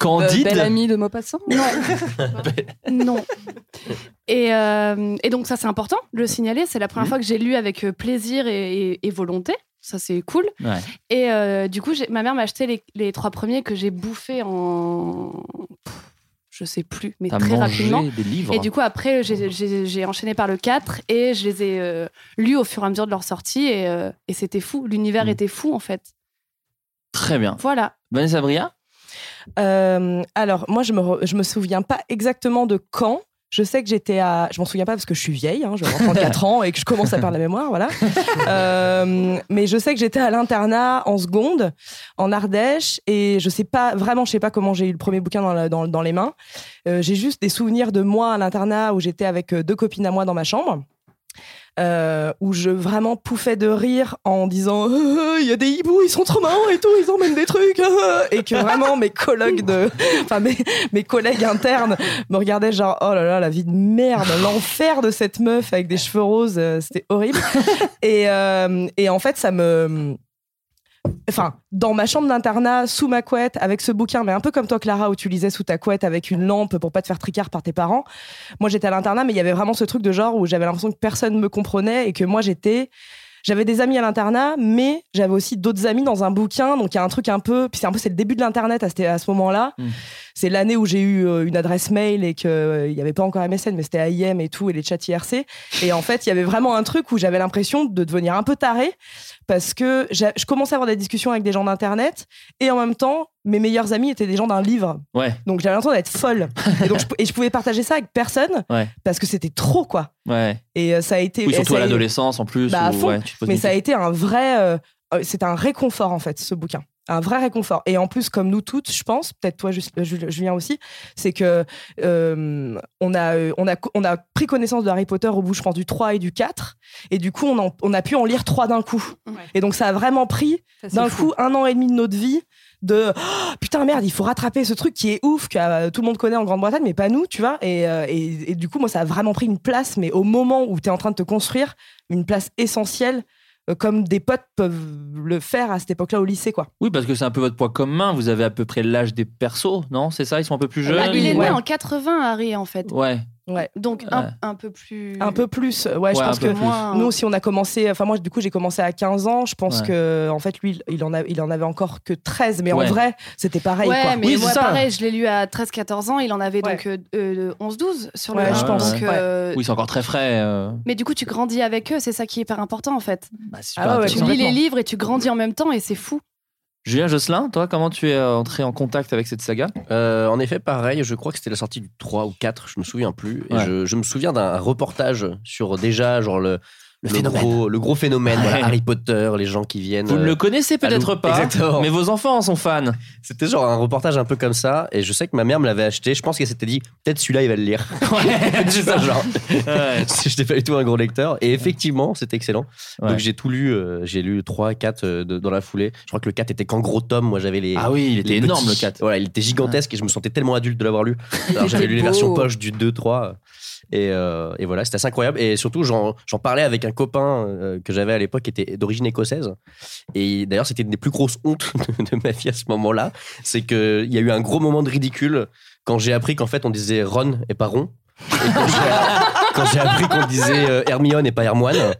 I: Candide.
G: belle amie Euh, de Maupassant
B: Non. non. Et, euh, et donc ça, c'est important de le signaler. C'est la
G: Mhm.
B: première fois que j'ai lu avec euh, plaisir et, et- et volonté. Ça, c'est cool.
I: Ouais.
B: Et euh, du coup, j'ai- ma mère m'a acheté les, les trois premiers que j'ai bouffés en... Pff, Je sais plus, mais
I: T'as
B: très
I: mangé
B: rapidement.
I: des livres.
B: Et du coup, après, j'ai- j'ai j'ai enchaîné par le 4 et je les ai euh, lus au fur et à mesure de leur sortie. Et, euh, et c'était fou.
I: Mhm.
B: L'univers était fou, en fait.
I: Très bien.
B: Voilà.
I: Vanessa Bria
E: Euh, alors, moi, je me, re- je me souviens pas exactement de quand. Je sais que j'étais à. Je m'en souviens pas parce que je suis vieille, hein, j'ai 34 ans et que je commence à perdre la mémoire, voilà. Euh, mais je sais que j'étais à l'internat en seconde, en Ardèche, et je sais pas, vraiment, je sais pas comment j'ai eu le premier bouquin dans, la- dans- dans les mains. Euh, j'ai juste des souvenirs de moi à l'internat où j'étais avec euh, deux copines à moi dans ma chambre. euh, où je vraiment pouffais de rire en disant Euh, il y a des hiboux ils sont trop marrants et tout ils emmènent des trucs euh, euh. et que vraiment mes collègues de enfin mes, mes collègues internes me regardaient genre oh là là la vie de merde l'enfer de cette meuf avec des cheveux roses euh, c'était horrible et, euh, et en fait ça me Enfin, dans ma chambre d'internat, sous ma couette, avec ce bouquin, mais un peu comme toi, Clara, où tu lisais sous ta couette avec une lampe pour pas te faire tricard par tes parents. Moi, j'étais à l'internat, mais il y avait vraiment ce truc de genre où j'avais l'impression que personne me comprenait et que moi, j'étais. J'avais des amis à l'internat, mais j'avais aussi d'autres amis dans un bouquin. Donc, il y a un truc un peu. Puis, c'est un peu, c'est le début de l'Internet à, ce- à ce moment-là.
I: Hmm.
E: C'est l'année où j'ai eu euh, une adresse mail et qu'il n'y avait pas encore MSN, mais c'était AIM et tout, et les chats IRC. Et en fait, il y avait vraiment un truc où j'avais l'impression de devenir un peu taré parce que j'a- je commençais à avoir des discussions avec des gens d'Internet et en même temps, mes meilleurs amis étaient des gens d'un livre.
I: Ouais.
E: Donc, j'avais l'impression d'être folle. Et, donc, je, pou- et je pouvais partager ça avec personne
I: Ouais.
E: parce que c'était trop, quoi.
I: Ouais.
E: Et euh, ça a été.
I: Oui,
E: et
I: surtout
E: ça
I: à
E: a-
I: l'adolescence en plus.
E: Bah, à
I: où,
E: fond.
I: ouais, tu te poses
E: mais
I: des
E: ça a
I: questions.
E: été un vrai. euh, euh, c'est un réconfort, en fait, ce bouquin. Un vrai réconfort. Et en plus, comme nous toutes, je pense, peut-être toi, Jus- euh, Jul- Julien aussi, c'est que euh, on, a, euh, on, a, co- on a pris connaissance de Harry Potter au bout, je pense, du 3 et du 4. Et du coup, on, en- on a pu en lire 3 d'un coup. Et donc, ça a vraiment pris,
G: Ça, c'est
E: d'un
G: fou.
E: coup, un an et demi de notre vie de Oh, putain merde il faut rattraper ce truc qui est ouf que euh, tout le monde connaît en Grande-Bretagne mais pas nous tu vois et, euh, et- et du coup moi ça a vraiment pris une place mais au moment où tu es en train de te construire une place essentielle euh, comme des potes peuvent le faire à cette époque-là au lycée quoi
I: Oui, parce que c'est un peu votre poids commun. Vous avez à peu près l'âge des persos, non C'est ça Ils sont un peu plus jeunes
B: Bah, il est né
E: ouais.
B: en 80, Harry, en fait.
I: Ouais.
B: Donc, un,
I: Ouais.
B: un peu plus...
E: un peu plus euh, ouais, je
I: Ouais,
E: pense
I: un peu
E: que
I: plus.
B: moins-
E: nous si on a commencé enfin moi du coup j'ai commencé à 15 ans je pense
I: Ouais.
E: que en fait lui il- il en a il en avait encore que 13 mais
I: Ouais.
E: en vrai c'était pareil
B: ouais,
E: quoi
B: mais
I: Oui,
B: moi,
I: c'est ça.
B: pareil, je l'ai lu à 13-14 ans, il en avait
E: Ouais.
B: donc euh, euh, 11-12 sur le
E: Ouais,
B: un,
I: je pense,
B: donc,
E: ouais.
B: euh,
I: Oui, c'est encore très frais. euh,
B: Mais du coup, tu grandis avec eux, c'est ça qui est hyper important en fait.
I: bah, c'est
E: Ah
I: super
E: ouais, ouais,
B: tu
I: intéressant.
B: lis les
E: complètement.
B: livres et tu grandis en même temps et c'est fou.
D: Julien Josselin, toi, comment tu es euh, entré en contact avec cette saga
A: Euh, en effet, pareil, je crois que c'était la sortie du 3 ou 4, je me souviens plus. Et
D: Ouais.
A: je, je me souviens d'un reportage sur déjà genre le,
D: Le phénomène.
A: Gros, le gros phénomène, voilà,
D: Ouais.
A: Harry Potter, les gens qui viennent.
D: Vous ne
A: euh,
D: le connaissez peut-être
A: Allô
D: pas,
A: Exactement.
D: mais vos enfants en sont fans.
A: C'était genre un reportage un peu comme ça, et je sais que ma mère me l'avait acheté. Je pense qu'elle s'était dit, peut-être celui-là, il va le lire.
D: Ouais,
A: Tu vois, genre. Je n'étais pas du tout un gros lecteur. Et effectivement, c'était excellent.
D: Ouais.
A: Donc j'ai tout lu. euh, j'ai lu 3, 4 euh, de- dans la foulée. Je crois que le 4 était qu'en gros tome. Moi, j'avais les.
D: Ah oui, il était
A: les
D: énorme,
A: petits.
D: le 4.
A: Voilà, il était gigantesque et je me sentais tellement adulte de l'avoir lu. Alors j'avais
D: était
A: lu les
D: beau.
A: versions poche du 2, 3. Et, euh, et voilà, c'était assez incroyable. Et surtout, j'en j'en parlais avec un copain euh, que j'avais à l'époque qui était d'origine écossaise. Et d'ailleurs, c'était une des plus grosses hontes de, de ma vie à ce moment-là. C'est qu'il y a eu un gros moment de ridicule quand j'ai appris qu'en fait, on disait Ron et pas Ron. Et quand j'ai- quand j'ai appris qu'on disait euh, Hermione et pas Hermoine. Euh,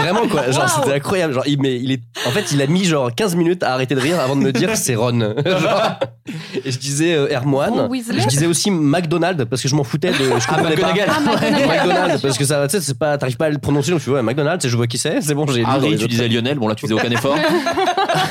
A: Vraiment, quoi. Genre, c'était incroyable. Genre, il, mais il est, en fait, il a mis genre 15 minutes à arrêter de rire avant de me dire c'est Ron. Genre, et je disais euh, Hermoine.
B: Ron Weasley.
A: Je disais aussi McDonald parce que je m'en foutais de. Je comprenais pas.
D: McGonagall.
B: Ah, McGonagall.
A: McDonald, parce que ça, tu sais, c'est pas, t'arrives pas à le prononcer, donc tu vois, McDonald's, je vois qui c'est, c'est bon, j'ai lu dans les
D: Harry,
A: autres.
D: tu disais Lionel, bon là tu faisais aucun effort.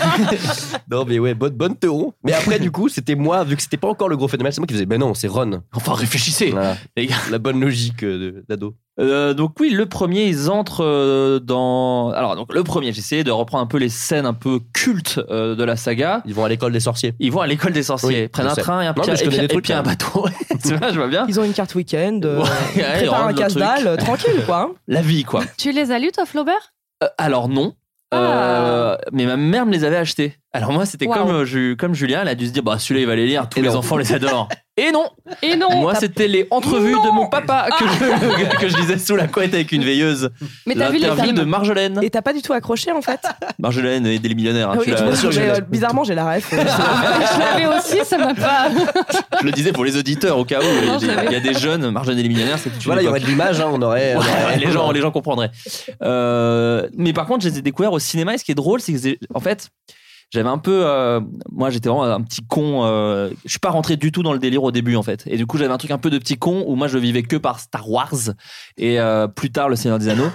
A: Non, mais ouais, bonne, bonne taureau. Mais après, du coup, c'était moi, vu que c'était pas encore le gros phénomène, c'est moi qui faisais, ben non, c'est Ron.
D: Enfin réfléchissez
A: Voilà,
D: les gars.
A: la bonne logique euh, de- d'ado.
D: Euh, donc oui, le premier, ils entrent euh, dans... Alors donc le premier, j'ai essayé de reprendre un peu les scènes un peu cultes euh, de la saga.
A: Ils vont à l'école des sorciers.
D: Ils vont à l'école des sorciers,
A: Oui,
D: prennent
A: je
D: un
A: sais.
D: train et un,
A: Non,
D: pia-
A: mais je
D: et
A: connais
D: puis-
A: des
D: et
A: trucs,
D: puis un
A: hein.
D: bateau. tu vois, je vois bien.
E: Ils ont une carte week-end, euh,
D: Ouais,
E: ils
D: ouais, ils
E: préparent
D: rendent
E: un
D: le
E: casse-dalle, euh, tranquille quoi.
D: La vie, quoi.
B: Tu les as lus, toi, Flaubert
D: Euh, alors non.
B: Ah.
D: Euh, mais ma mère me les avait achetés. Alors moi, c'était
B: Waouh.
D: comme, euh, Ju- comme Julien, elle a dû se dire, bah celui-là, il va les lire, tous
A: Et
D: les
A: non.
D: enfants les adorent. Et non
B: Et non
D: Moi,
B: Eh, t'as- Ah.
D: c'était les entrevues de mon papa que je, que je lisais sous la couette avec une veilleuse.
B: Mais t'as vu les
D: L'interview
B: films
D: de Marjolaine.
E: Et t'as pas du tout accroché en fait.
D: Marjolaine et des millionnaires, hein,
E: Ah oui,
D: tu l'as-
E: je me
A: sûr,
E: souviens,
A: je l'ai.
E: euh, bizarrement, j'ai la ref.
B: Je l'avais aussi, ça m'a pas.
D: je le disais pour les auditeurs au cas où. Il y a des- il y a des jeunes, Marjolaine et les millionnaires, c'est toute une
A: Voilà, il y
D: époque.
A: aurait de l'image, hein, on aurait. on
D: Ouais,
A: aurait-
D: les, gens, les gens comprendraient. Euh, mais par contre, je les ai découverts au cinéma et ce qui est drôle, c'est que j'ai- en fait, j'avais un peu. euh, moi, j'étais vraiment un petit con. euh, je suis pas rentré du tout dans le délire au début, en fait. Et du coup, j'avais un truc un peu de petit con où moi, je vivais que par Star Wars et euh, plus tard, Le Seigneur des Anneaux.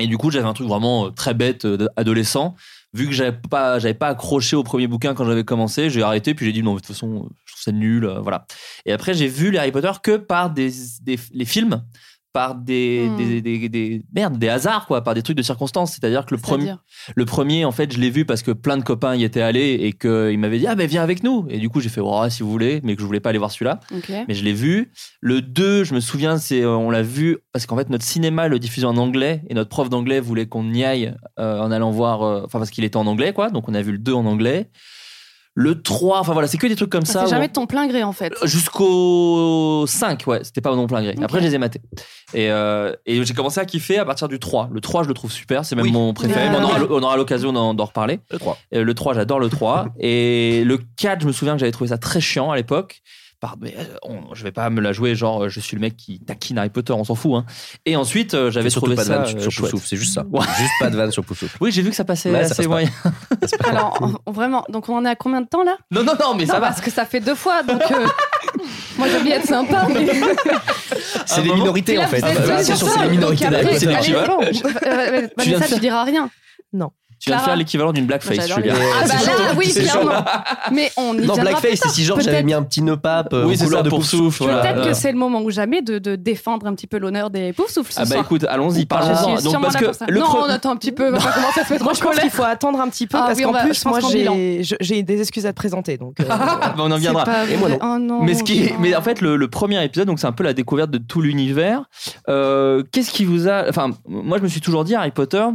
D: Et du coup, j'avais un truc vraiment euh, très bête euh, adolescent. Vu que j'avais pas, j'avais pas accroché au premier bouquin quand j'avais commencé, j'ai arrêté, puis j'ai dit non, mais de toute façon, je trouve ça nul, euh, voilà. Et après, j'ai vu les Harry Potter que par des, des- les films, par des,
B: Hmm.
D: des, des, des- des- merde, des hasards, quoi, par des trucs de circonstances. C'est-à-dire que le premier,
B: C'est-à-dire
D: le premier, en fait, je l'ai vu parce que plein de copains y étaient allés et qu'ils m'avaient dit, ah ben viens avec nous. Et du coup, j'ai fait, ouais, si vous voulez, mais que je voulais pas aller voir celui-là.
B: Ok.
D: Mais je l'ai vu. Le 2, je me souviens, c'est euh, on l'a vu parce qu'en fait, notre cinéma le diffusait en anglais et notre prof d'anglais voulait qu'on y aille euh, en allant voir. euh, Enfin, parce qu'il était en anglais, quoi. Donc, on a vu le 2 en anglais. Le 3, enfin voilà, c'est que des trucs comme
B: Ah,
D: ça. Euh,
B: C'est
D: où
B: jamais
D: on-
B: de ton plein gré, en fait.
D: Jusqu'au 5, ouais, c'était pas non plein gré. Après,
B: Ok.
D: je les ai matés. Et, euh, et j'ai commencé à kiffer à partir du 3. Le 3, je le trouve super, c'est même
A: Oui.
D: mon préféré.
B: Ouais.
D: mais on aura, on aura l'occasion d'en d'en reparler.
A: Le 3.
D: Euh, Le 3, j'adore le 3. Et le 4, je me souviens que j'avais trouvé ça très chiant à l'époque. Par- mais, euh, on- je vais pas me la jouer, genre, euh, je suis le mec qui taquine Harry Potter, on s'en fout. hein. Et ensuite, euh, j'avais
A: J'avais surtout
D: trouvé
A: pas de
D: ça.
A: vanne
D: euh,
A: sur
D: chouette.
A: Poussouf, c'est juste ça.
D: Ouais.
A: Juste pas de vanne sur Poussouf.
D: Oui, j'ai vu que ça passait
A: Ouais, ça
D: assez
A: passe pas.
D: moyen.
B: Alors, on- vraiment, donc on en est à combien de temps, là
D: Non, non, non, mais
B: Non,
D: ça va.
B: parce que ça fait deux fois, donc. euh, Moi, j'ai oublié d'être sympa. Mais...
D: un
A: C'est les
D: moment-
A: minorités,
B: Et là,
A: en fait.
B: vous êtes
A: Voilà, C'est
B: deux sur
A: sûr,
B: ça,
A: c'est les
B: donc
A: minorités
B: après,
A: d'Harry Potter.
B: allez,
D: Tu vas-
B: bon, je- euh, euh,
D: viens de
B: Vanessa,
D: faire-
B: tu diras rien.
D: Tu viens de
B: Clara.
D: faire l'équivalent d'une blackface,
B: J'adore les-
D: Julien.
B: Ah bah
A: C'est
B: là,
A: chaud,
B: oui,
A: c'est
B: clairement. Mais on y
A: Non,
B: viendra plus
A: Blackface, c'est
B: tard.
A: si genre j'avais
B: Peut-être-
A: mis un petit nœud pape euh,
D: Oui,
A: aux
D: c'est
A: couleurs
D: ça,
A: de
D: pour
A: Poussouf.
D: souffle. voilà.
B: Peut-être
D: Euh,
B: que c'est le moment ou jamais de, de défendre un petit peu l'honneur des poufsouffles ce
D: Ah bah
B: soir.
D: écoute, allons-y,
B: Je
D: parlons-en.
B: suis
D: Donc
B: sûrement
D: parce
B: là
D: que
B: pour ça.
D: le
B: non,
D: pre-
B: on attend un petit peu, on va pas commencer à se mettre
E: Moi,
B: en
E: je pense qu'il
B: colère.
E: faut attendre un petit peu
B: Ah
E: parce
B: oui, on
E: qu'en
B: va- je
E: plus,
B: pense
E: moi,
B: qu'en bilan.
E: j'ai je- j'ai des excuses à te présenter. Donc, euh,
D: Bah, on en
B: C'est
D: viendra.
B: pas
A: Et moi,
B: vrai. Oh non,
D: Mais, ce qui est-
B: non.
D: mais en fait, le, le premier épisode, donc c'est un peu la découverte de tout l'univers. Euh, Qu'est-ce qui vous a. Enfin, moi, je me suis toujours dit, Harry Potter,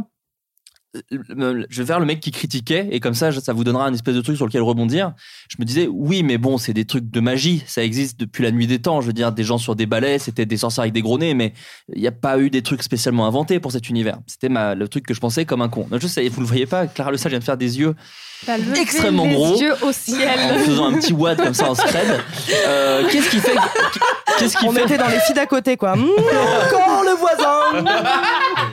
D: euh, je vais faire le mec qui critiquait, et comme ça, ça vous donnera un espèce de truc sur lequel rebondir. Je me disais, oui, mais bon, c'est des trucs de magie, ça existe depuis la nuit des temps. Je veux dire, des gens sur des balais, c'était des sorciers avec des gros nez, mais il n'y a pas eu des trucs spécialement inventés pour cet univers. C'était ma- le truc que je pensais comme un con. Je sais, vous le voyez pas, Clara Le Sage vient de faire des yeux
B: T'as levé
D: extrêmement
B: les
D: gros.
B: yeux au
D: en
B: ciel.
D: faisant un petit wad comme ça en scred. Euh, qu'est-ce qui fait que- qu'est-ce qui
E: on
D: fait
E: était dans les filles d'à côté, quoi. Mmh, quand le voisin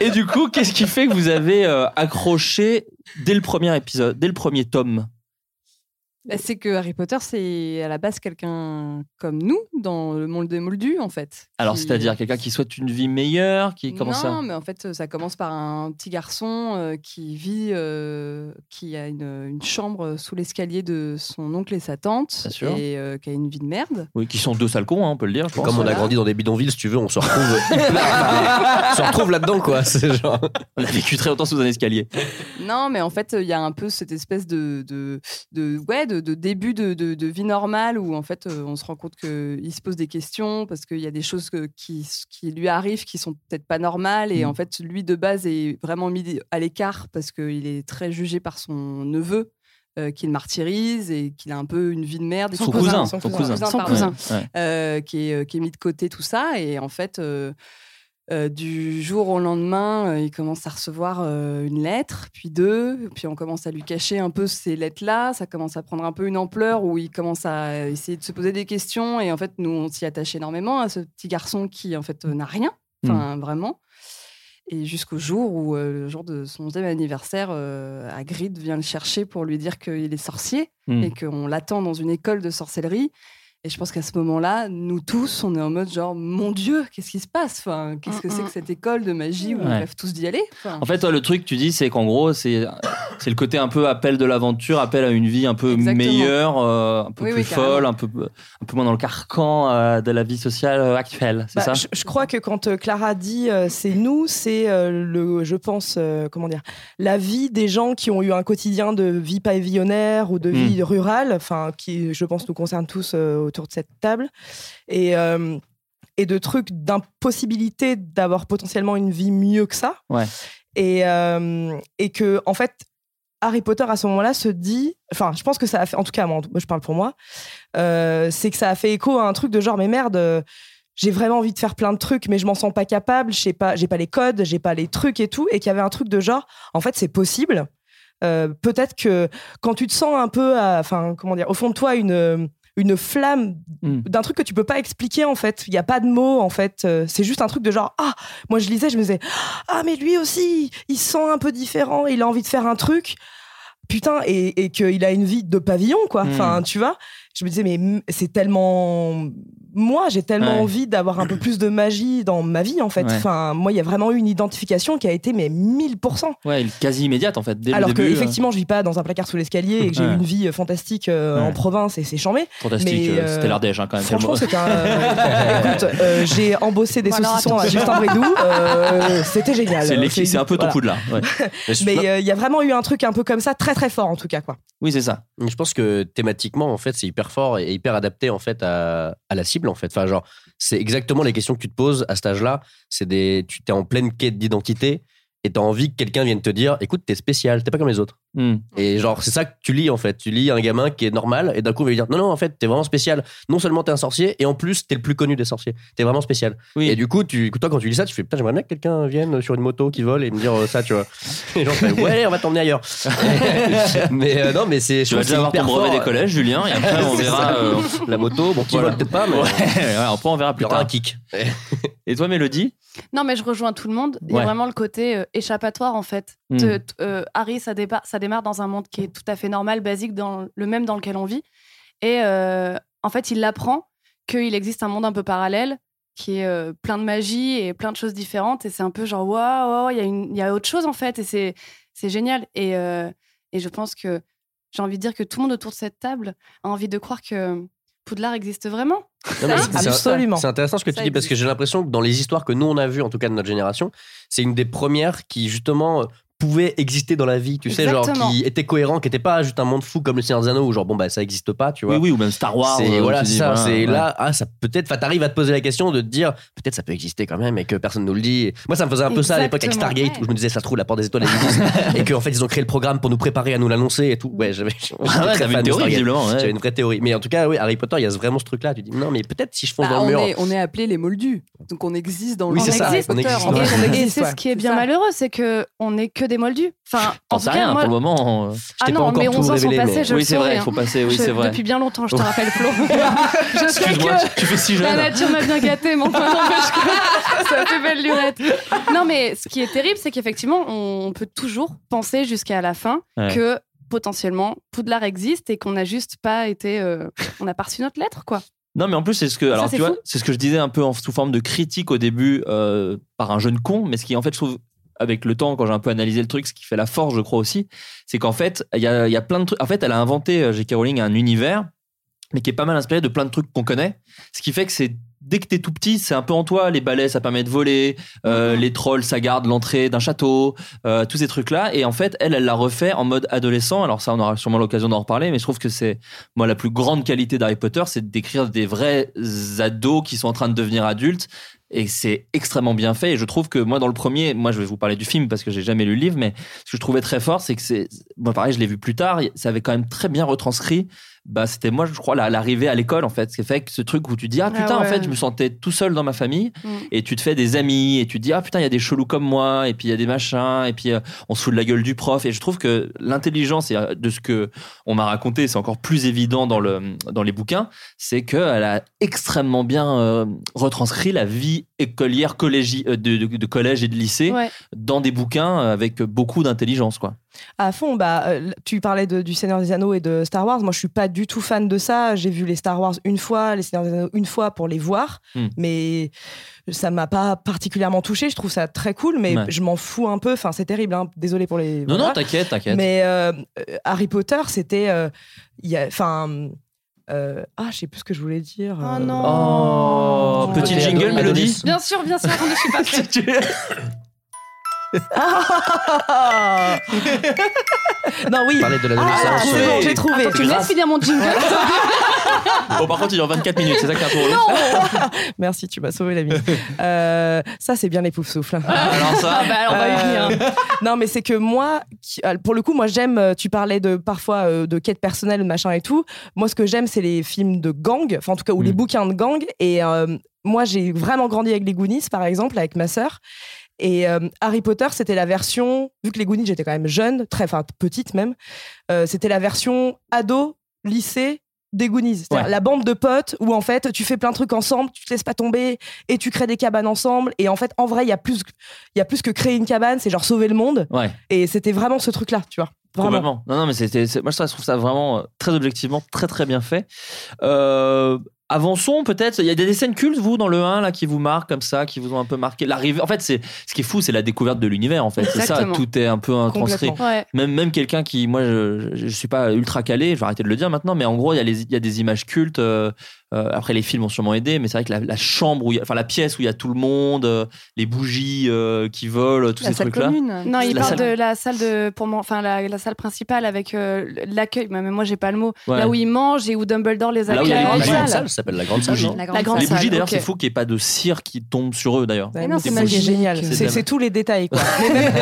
D: et du coup qu'est-ce qui fait que vous avez euh, accroché dès le premier épisode, dès le premier tome
G: Bah, c'est que Harry Potter, c'est à la base quelqu'un comme nous dans le monde des Moldus, en fait.
I: Alors,
G: qui-
I: c'est-à-dire quelqu'un qui souhaite une vie meilleure, qui comment
G: non,
I: ça
G: mais en fait, ça commence par un petit garçon euh, qui vit, euh, qui a une, une chambre sous l'escalier de son oncle et sa tante,
I: Bien sûr.
G: et euh, qui a une vie de merde.
I: Oui, qui sont deux sales cons, hein, on peut le dire. Je pense.
A: Comme on a grandi dans des bidonvilles, si tu veux, on se retrouve, on se retrouve là-dedans, quoi. C'est genre.
I: On a vécu très longtemps sous un escalier.
G: Non, mais en fait, il y a un peu cette espèce de, de, de- ouais, de, de début de, de- de vie normale où en fait, euh, on se rend compte qu'il se pose des questions parce qu'il y a des choses que- qui, s- qui lui arrivent qui sont peut-être pas normales. Et
I: Mm.
G: en fait, lui, de base, est vraiment mis à l'écart parce qu'il est très jugé par son neveu. euh, qu'il martyrise et qu'il a un peu une vie de merde. et
I: Son
G: tout.
I: cousin, son cousin.
B: Son
G: pardon
B: cousin.
I: Ouais.
G: euh, qui, est, euh, qui est mis de côté tout ça. Et en fait, euh, euh, du jour au lendemain, euh, il commence à recevoir euh, une lettre, puis deux, puis on commence à lui cacher un peu ces lettres-là. Ça commence à prendre un peu une ampleur où il commence à essayer de se poser des questions. Et en fait, nous, on s'y attache énormément à ce petit garçon qui, en fait, euh, n'a rien.
I: Hmm.
G: Enfin, vraiment. Et jusqu'au jour où, euh, le jour de son 11e anniversaire, euh, Hagrid vient le chercher pour lui dire qu'il est sorcier
D: Hmm.
I: Mm.
G: et qu'on l'attend dans une école de sorcellerie. Et je pense qu'à ce moment-là, nous tous, on est en mode genre, mon Dieu, qu'est-ce qui se passe enfin, Qu'est-ce que c'est que cette école de magie où on
I: Ouais.
G: rêve tous d'y aller Enfin,
I: En fait, toi, le truc, tu dis, c'est qu'en gros, c'est c'est le côté un peu appel de l'aventure, appel à une vie un peu
G: Exactement.
I: meilleure, euh, un peu
G: Oui,
I: plus
G: oui, carrément.
I: folle, un peu, un peu moins dans le carcan euh, de la vie sociale euh, actuelle, c'est ça
E: Bah, je, je crois que quand euh, Clara dit euh, c'est nous, c'est euh, le, je pense, euh, comment dire, la vie des gens qui ont eu un quotidien de vie pavillonnaire ou de
I: Mm.
E: vie rurale, enfin, qui, je pense, nous concerne tous euh, autour de cette table. Et. euh, et de trucs d'impossibilité d'avoir potentiellement une vie mieux que ça.
I: Ouais.
E: Et, euh, et que, en fait, Harry Potter, à ce moment-là, se dit. Enfin, je pense que ça a fait. En tout cas, moi, je parle pour moi. euh, c'est que ça a fait écho à un truc de genre, mais merde. euh, j'ai vraiment envie de faire plein de trucs, mais je m'en sens pas capable. Je sais pas, j'ai pas les codes, j'ai pas les trucs et tout. Et qu'il y avait un truc de genre, en fait, c'est possible. Euh, Peut-être que quand tu te sens un peu, à- enfin, comment dire, au fond de toi, une une flamme
I: Mm.
E: d'un truc que tu peux pas expliquer en fait. Il y a pas de mots en fait. Euh, C'est juste un truc de genre ah. Moi, je lisais, je me disais ah mais lui aussi, il se sent un peu différent. Il a envie de faire un truc. Putain, et, et qu'il a une vie de pavillon, quoi.
I: Mm.
E: Enfin, tu vois, je me disais, mais mm, c'est tellement moi, j'ai tellement
I: Ouais.
E: envie d'avoir un peu plus de magie dans ma vie, en fait.
I: Ouais.
E: Enfin, moi, il y a vraiment eu une identifiquation qui a été, mais 1000%.
I: Ouais, il est quasi immédiate, en fait, dès
E: Alors
I: le
E: que,
I: début. euh, hein.
E: effectivement, je vis pas dans un placard sous l'escalier et que j'ai eu
I: Ouais.
E: une vie fantastique euh,
I: Ouais.
E: en province et c'est chambé.
I: euh, Fantastique,
E: mais,
I: euh,
E: euh,
I: c'était l'Ardèche, hein, quand même.
E: Franchement,
I: quel
E: c'était un. euh, écoute, euh, j'ai embossé des
B: Bon, alors,
E: saucissons à
B: attention.
E: Justin Brédoux. euh, c'était
I: mot.
E: génial.
I: C'est l'équipe- c'est un peu ton
E: voilà.
I: coup de là. ouais.
E: Mais euh, il y a vraiment eu un truc un peu comme ça, très très fort en tout cas, quoi.
I: Oui, c'est ça.
A: Je pense que thématiquement, en fait, c'est hyper fort et hyper adapté en fait à, à la cible, en fait. Enfin, genre, c'est exactement les questions que tu te poses à cet âge-là. C'est des, tu t'es en pleine quête d'identité et t'as envie que quelqu'un vienne te dire, écoute, t'es spécial, t'es pas comme les autres.
I: Hmm.
A: Et genre, c'est ça que tu lis en fait. Tu lis un gamin qui est normal et d'un coup, il va lui dire, non, non, en fait, t'es vraiment spécial. Non seulement t'es un sorcier et en plus, t'es le plus connu des sorciers. T'es vraiment spécial.
I: Oui.
A: Et du coup, tu, toi, quand tu lis ça, tu fais, putain, j'aimerais bien que quelqu'un vienne sur une moto qui vole et me dire euh, ça, tu vois. Et genre, t'es, ouais, on va t'emmener ailleurs. mais euh, non, mais c'est. je
I: Tu vas déjà
A: trouve que
I: avoir ton
A: c'est hyper
I: brevet
A: fort.
I: des collèges, Julien, et après, on
A: C'est
I: verra.
A: ça.
I: euh,
A: La moto, bon, qui
I: Voilà.
A: vole peut-être pas, mais
I: Ouais, ouais, après, on verra
A: il y
I: plus
A: aura un
I: tard.
A: kick.
I: Et toi, Mélodie
B: Non, mais je rejoins tout le monde. Il y
I: Ouais.
B: a vraiment le côté euh, échappatoire, en fait.
A: Hmm.
I: Mm.
B: Te- t- euh, Harry, ça, dépa- ça démarre dans un monde qui est tout à fait normal, basique, dans le même dans lequel on vit. Et euh, en fait, il apprend qu'il existe un monde un peu parallèle qui est euh, plein de magie et plein de choses différentes. Et c'est un peu genre, waouh, waouh, il y, a une- il y a autre chose, en fait. Et c'est c'est génial. Et, euh, et je pense que j'ai envie de dire que tout le monde autour de cette table a envie de croire que Poudlard existe vraiment. Hein
A: Non, Ah, mais c'est- c'est-
E: Absolument.
A: C'est intéressant ce que tu
G: Ça
A: dis parce
G: existe.
A: que j'ai l'impression que dans les histoires que nous on a vues, en tout cas de notre génération, c'est une des premières qui justement euh, pouvait exister dans la vie, tu sais, genre
B: Exactement.
A: qui était cohérent, qui était pas juste un monde fou comme le Seigneur des Anneaux où genre bon bah ça existe pas, tu vois.
I: Oui, oui, ou même Star Wars.
A: C'est
I: euh,
A: voilà,
I: tu dis,
A: ça,
I: voilà, ouais.
A: c'est là, ah, ça peut-être, enfin, t'arrives à te poser la question de te dire, peut-être ça peut exister quand même et que personne nous le dit. Moi, ça me faisait un peu ça à l'époque avec
B: Exactement,
A: Stargate
B: ouais.
A: où je me disais, ça se trouve, la porte des étoiles existe et qu'en fait, ils ont créé le programme pour nous préparer à nous l'annoncer et tout. Ouais, j'avais j'étais
I: Ah ouais, t'avais
A: très fan
I: une
A: de
I: théorie,
A: Stargate.
I: visiblement. ouais.
A: J'avais une vraie théorie. Mais en tout cas, oui, Harry Potter, il y a vraiment ce truc-là. Tu dis, non, mais peut-être si je fonce
G: bah,
A: dans le mur.
G: on, est, on est appelés les moldus. Donc on existe dans le
A: Oui,
G: monde.
A: c'est ça, on
G: Potter,
A: existe
G: en
A: dans
G: fait.
A: le monde.
B: Et, et
E: existe,
B: c'est
E: ouais.
B: ce qui est
G: C'est
B: bien
G: ça.
B: malheureux, c'est que on n'est que des moldus.
A: Ah,
B: Enfin, en
I: T'en
B: tout
I: sais
B: cas,
I: rien,
B: moi,
I: pour le moment. euh,
A: t'ai
B: ah
A: pas
B: non,
A: encore
B: mes
A: tout
B: 11 ans sont
A: révélé, mais-
B: passés, je
I: Oui,
B: le
I: c'est
B: saurai,
I: vrai, il
B: hein.
I: faut passer, oui,
B: Je-
I: c'est vrai.
B: Depuis bien longtemps,
D: Oh.
B: je te rappelle, Flo. je sais
I: Excuse-moi,
B: que
I: tu fais si
B: la
I: jeune.
B: nature m'a bien gâtée, mais enfin, n'empêche que ça fait belle lurette. Non, mais ce qui est terrible, c'est qu'effectivement, on peut toujours penser jusqu'à la fin
I: Ouais.
B: que potentiellement Poudlard existe et qu'on n'a juste pas été. euh, on n'a pas reçu notre lettre, quoi.
D: Non, mais en plus, c'est ce que, alors,
B: c'est
D: tu vois,
B: fou.
D: c'est ce que je disais un peu en, sous forme de critique au début euh, par un jeune con, mais ce qui, en fait, je trouve, avec le temps, quand j'ai un peu analysé le truc, ce qui fait la force, je crois aussi, c'est qu'en fait, il y a, il y a plein de trucs. En fait, elle a inventé, euh, J.K. Rowling, un univers, mais qui est pas mal inspiré de plein de trucs qu'on connaît. Ce qui fait que c'est. Dès que t'es tout petit, c'est un peu en toi. Les balais, ça permet de voler. euh, Les trolls, ça garde l'entrée d'un château. euh, tous ces trucs-là. Et en fait, elle, elle l'a refait en mode adolescent. Alors ça, on aura sûrement l'occasion d'en reparler. Mais je trouve que c'est moi la plus grande qualité d'Harry Potter, c'est de décrire des vrais ados qui sont en train de devenir adultes. Et c'est extrêmement bien fait. Et je trouve que moi, dans le premier, moi, je vais vous parler du film parce que j'ai jamais lu le livre, mais ce que je trouvais très fort, c'est que c'est, moi, pareil, je l'ai vu plus tard, ça avait quand même très bien retranscrit. Bah, c'était moi, je crois, la- l'arrivée à l'école, en fait. Ce qui fait que ce truc où tu dis, ah
B: Ah
D: putain, en
B: ouais.
D: fait, je me sentais tout seul dans ma famille
B: Mm.
D: et tu te fais des amis et tu te dis, ah putain, il y a des chelous comme moi, et puis il y a des machins, et puis euh, on se fout de la gueule du prof. Et je trouve que l'intelligence et, euh, de ce que on m'a raconté, c'est encore plus évident dans, le, dans les bouquins, c'est qu'elle a extrêmement bien euh, retranscrit la vie écolière collégie, euh, de, de- de collège et de lycée
B: Ouais.
D: dans des bouquins euh, avec beaucoup d'intelligence. quoi.
E: À fond, bah, euh, tu parlais de- du Seigneur des Anneaux et de Star Wars. Moi, je suis pas du tout fan de ça. J'ai vu les Star Wars une fois, les Seigneurs des Anneaux une fois pour les voir,
D: Hmm.
E: mais ça m'a pas particulièrement touché. Je trouve ça très cool, mais
D: Ouais.
E: je m'en fous un peu. Enfin, c'est terrible. hein. Désolé pour les.
D: Non,
E: voilà.
D: non, t'inquiète, t'inquiète.
E: Mais euh, euh, Harry Potter, c'était, euh, il y a- enfin, euh, ah, je sais plus ce que je voulais dire.
B: Oh
E: euh.
B: non.
D: Oh, petit jingle,
A: Adonis.
D: Mélodie.
B: Bien sûr, bien sûr, attendez, je suis pas prête.
E: Ah non, oui.
A: Parler de
E: Ah,
A: l'adolescence.
E: c'est bon, j'ai trouvé.
B: Attends, tu me laisses
D: Grâce.
B: finir mon jingle
D: Bon, par contre, il dure 24 minutes, c'est ça que t'as pour Non
E: Merci, tu m'as sauvé la vie. Euh, ça, c'est bien les poufs souffles. hein.
D: Alors ça,
B: Ah bah, on va y
E: Euh,
B: venir.
E: non, mais c'est que moi, qui- euh, pour le coup, moi j'aime. euh, Tu parlais de parfois euh, de quête personnelle, de machin et tout. Moi, ce que j'aime, c'est les films de gang, enfin en tout cas ou les
D: Mm.
E: bouquins de gang. Et euh, moi, j'ai vraiment grandi avec les Goonies, par exemple, avec ma sœur. Et euh, Harry Potter, c'était la version. Vu que les Goonies, j'étais quand même jeune, très, enfin petite même. euh, c'était la version ado, lycée. Des Goonies, C'est-à-dire
D: Ouais.
E: la bande de potes où en fait tu fais plein de trucs ensemble, tu te laisses pas tomber et tu crées des cabanes ensemble et en fait en vrai il y a plus il y a plus que créer une cabane, c'est genre sauver le monde.
D: ouais.
E: Et c'était vraiment ce truc-là, tu vois. Vraiment.
D: Complètement. Non, non, mais c'était, c'est- moi je trouve ça vraiment euh, très objectivement très très bien fait. Euh, avançons peut-être. Il y a des, des scènes cultes vous dans le 1 là qui vous marquent comme ça, qui vous ont un peu marqué. L'arrivée. En fait, c'est ce qui est fou, c'est la découverte de l'univers. En fait, c'est ça.
B: Exactement.
D: Tout est un peu un transcrit.
E: Complètement.
B: Ouais.
D: Même, même quelqu'un qui, moi, je, je, je suis pas ultra calé, je vais arrêter de le dire maintenant, mais en gros, il y a, les- il y a des images cultes. euh, euh, après, les films ont sûrement aidé, mais c'est vrai que la, la chambre, où il y a- enfin la pièce où il y a tout le monde, euh, les bougies euh, qui volent, tous
G: La
D: ces
G: salle
D: trucs-là.
G: commune.
B: Non, il
D: La
B: parle
D: salle-
B: de la salle de pour moi, enfin la, la salle principale avec euh, l'accueil. Mais moi, j'ai pas le mot.
D: Ouais.
B: Là où ils mangent et où Dumbledore les
D: Là où
B: accueille.
D: il y a
A: La
D: les grandes
A: grande
D: salles.
A: salle, ça s'appelle la grande salle, non
G: La grande
B: La grande
D: Les
B: salle,
D: bougies, d'ailleurs,
B: ok.
D: c'est fou qu'il n'y ait pas de cire qui tombe sur eux, d'ailleurs.
E: Ouais,
G: non,
E: mais
G: c'est
E: c'est
G: magique.
E: génial.
D: C'est
E: C'est
D: dingue.
E: c'est tous les détails. Quoi. Mais même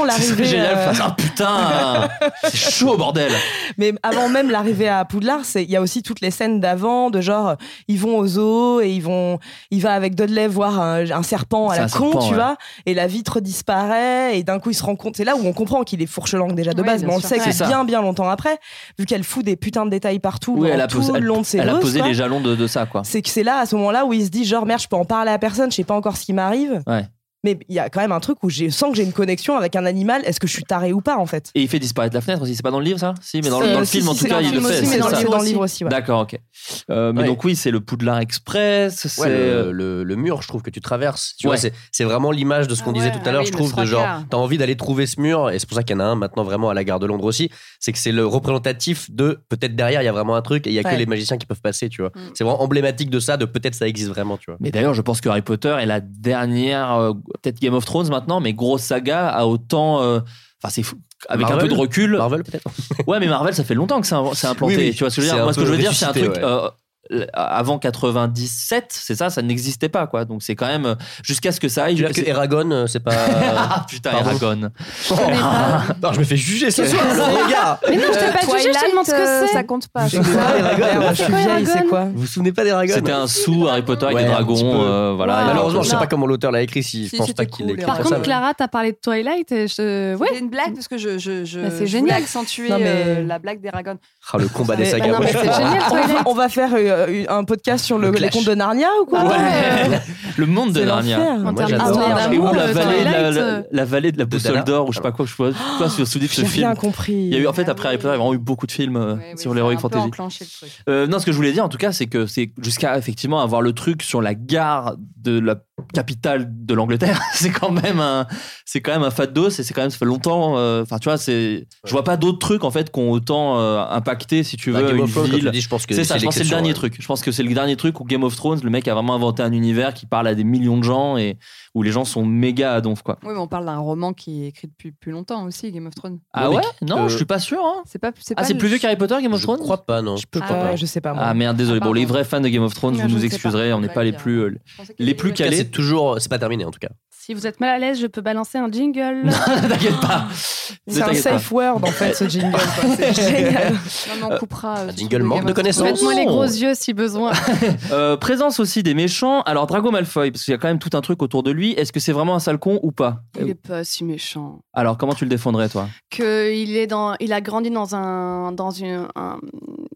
D: C'est
E: l'arrivée,
D: génial.
E: euh,
D: face. Ah putain, c'est chaud bordel.
E: mais avant même l'arrivée à Poudlard, c'est- il y a aussi toutes les scènes d'avant, de genre euh, ils vont au zoo et ils vont, il va avec Dudley voir un, un serpent à
D: C'est
E: la
D: un
E: con,
D: serpent,
E: tu
D: ouais.
E: vois, et la vitre disparaît et d'un coup il se rend compte. C'est là où on comprend qu'il est fourche-langue déjà de
B: Oui,
E: base,
B: bien
E: mais on le
B: sûr.
E: sait
B: Ouais.
E: que
D: C'est ça.
E: c'est bien bien longtemps après, vu qu'elle fout des putains de détails partout
D: Oui,
E: dans
D: elle a
E: tout
D: posé-
E: le long de ses
D: Elle a
E: bosses,
D: posé
E: quoi.
D: les jalons de, de ça, quoi.
E: c'est que c'est là à ce moment-là où il se dit genre merde je peux en parler à personne je sais pas encore ce qui m'arrive
D: Ouais.
E: mais il y a quand même un truc où je sens que j'ai une connexion avec un animal est-ce que je suis taré ou pas en fait
D: Et il fait disparaître la fenêtre aussi. C'est pas dans le livre, ça Si, mais dans, le-
E: Euh,
D: dans le
E: si,
D: film,
E: si,
D: en
E: si,
D: tout
E: c'est
D: cas,
E: dans
D: il
E: le
D: le
E: film
D: fait.
E: aussi,
B: mais
D: c'est
B: dans le
D: ça.
B: livre
E: c'est dans le livre aussi ouais.
D: D'accord, ok. Euh, mais
A: Ouais.
D: donc, oui, c'est le Poudlard Express.
A: Ouais,
D: c'est euh,
A: le, le- le mur, je trouve que tu traverses. Tu
D: Ouais.
A: vois, c'est- c'est vraiment l'image de ce qu'on
G: Ah
A: disait
G: ouais,
A: tout
G: ah
A: à l'heure.
G: oui,
A: je
G: le
A: trouve de genre,
G: trois-quarts.
A: t'as envie d'aller trouver ce mur, et c'est pour ça qu'il y en a un maintenant vraiment à la gare de Londres aussi. C'est que c'est le représentatif de peut-être derrière il y a vraiment un truc et il y a
E: Ouais.
A: que les magiciens qui peuvent passer. Tu vois,
G: Mm.
A: c'est vraiment emblématique de ça, de peut-être ça existe vraiment. Tu vois.
D: Mais d'ailleurs, je pense que Harry Potter est la dernière, euh, peut-être Game of Thrones maintenant, mais grosse saga à autant. euh, Enfin, c'est fou. Avec un peu
A: Marvel
D: de recul,
A: Marvel peut-être.
D: Ouais, mais Marvel, ça fait longtemps que c'est un- c'est implanté.
A: Oui, oui.
D: Tu vois ce que je veux
A: C'est
D: dire
A: un
D: Moi, ce que
A: peu
D: je veux dire, c'est un truc.
A: ressuscité,
D: euh, l- avant 97, c'est ça, ça n'existait pas, quoi. Donc, c'est quand même. euh, Jusqu'à ce que ça aille.
A: Tu vois que
D: c'est-
A: Eragon, euh, c'est pas.
D: Ah putain,
A: Pardon.
D: Eragon.
A: non, je me fais juger ce soir. le regard.
B: Mais non, je t'ai pas jugé, je te demande ce que
G: euh,
B: c'est.
G: Ça compte pas.
A: Vous vous souvenez pas d'Eragon
E: Ouais, Euh, je suis
B: C'est quoi,
E: vieille c'est
B: Eragon
E: quoi
A: Vous vous souvenez pas d'Eragon
D: C'était un sous Harry Potter avec
A: Ouais,
D: des
A: un petit
D: dragons.
A: peu.
D: euh, voilà.
G: Wow.
A: Malheureusement, je sais
B: Non.
A: pas comment l'auteur l'a écrit. Si, je
G: Si,
A: pense
G: c'était
A: pas qu'il
G: cool,
A: l'ait écrit.
G: Eragon.
B: Par
A: comme ça,
B: contre,
A: mais-
B: Clara, t'as parlé de Twilight et je. Ouais.
G: C'est une blague parce que je, je, je,
B: Mais c'est
G: je
B: génial.
G: voulais accentuer
E: Non, mais-
G: euh, la blague d'Eragon.
A: Ah, le combat des
E: Mais-
A: sagas.
B: non, mais
A: moi, je
B: c'est
A: suis-
B: génial,
E: on va,
B: Twilight.
E: on va faire euh, euh, un podcast sur le, les contes de Narnia ou quoi
D: Le monde de
E: C'est
D: Narnia.
E: l'enfer. En
D: Moi,
E: termes
D: j'adore.
E: d'histoire
D: Et où
E: d'amour,
D: Ah, la
E: euh,
D: vallée,
E: Twilight,
D: la, la-
E: euh,
D: la vallée de la
A: Dana. Ah
D: boussole d'or, ou je sais pas quoi, je sais pas, je sais pas si vous vous souvenez de ce
E: J'ai
D: film.
E: rien compris.
D: Il y a eu, en fait, après Harry Potter, il y a vraiment eu beaucoup de films euh, sur l'heroic fantasy. Euh, non, ce que je voulais dire, en tout cas, c'est que c'est jusqu'à effectivement avoir le truc sur la gare de la capitale de l'Angleterre. c'est quand même un, c'est quand même un fat dos et c'est quand même ça fait longtemps. euh, Enfin, tu vois, c'est, je vois pas d'autres trucs en fait qui ont autant euh, impacté, si tu
A: Bah,
D: veux,
A: Game
D: une
A: of Thrones, comme
D: ville.
A: tu dis, je pense que
D: c'est ça.
A: c'est
D: Je pense que c'est le
A: l'exception,
D: dernier
A: ouais.
D: truc. Je pense que c'est le dernier truc où Game of Thrones, le mec a vraiment inventé un univers qui parle à des millions de gens et où les gens sont méga à donf quoi.
G: Oui, mais on parle d'un roman qui est écrit depuis plus longtemps aussi, Game of Thrones.
D: Ah ouais Non, je suis pas sûr. Hein.
G: C'est pas, c'est
D: Ah,
G: pas
D: c'est
G: le-
D: plus vieux qu'Harry Potter, Game of Thrones
A: euh, Je crois pas, non. Je peux
G: Ah ouais.
E: Je sais pas. moi.
D: Ah merde, désolé. Bon, les vrais fans de Game of Thrones,
B: Non,
D: vous
B: je
D: nous
B: ne sais pas.
D: excuserez, on n'est pas les plus, euh, les plus calés.
A: C'est toujours, c'est pas terminé en tout cas.
B: Si vous êtes mal à l'aise, je peux balancer un jingle.
D: T'inquiète pas. Ne
E: C'est un
D: t'inquiète pas.
E: safe word en fait ce jingle. quoi. C'est génial.
G: Non, mais on coupera. euh,
A: Euh, Un
G: si
A: jingle
G: tu veux,
A: manque
G: Game
A: de
G: of Thrones.
A: connaissances.
B: Faites-moi les gros yeux si besoin.
D: Euh, présence aussi des méchants. Alors Drago Malfoy, parce qu'il y a quand même tout un truc autour de lui. Est-ce que c'est vraiment un sale con ou pas Euh,
B: Il est pas si méchant.
D: Alors comment tu le défendrais toi
B: Que il est dans, il a grandi dans un, dans une, un-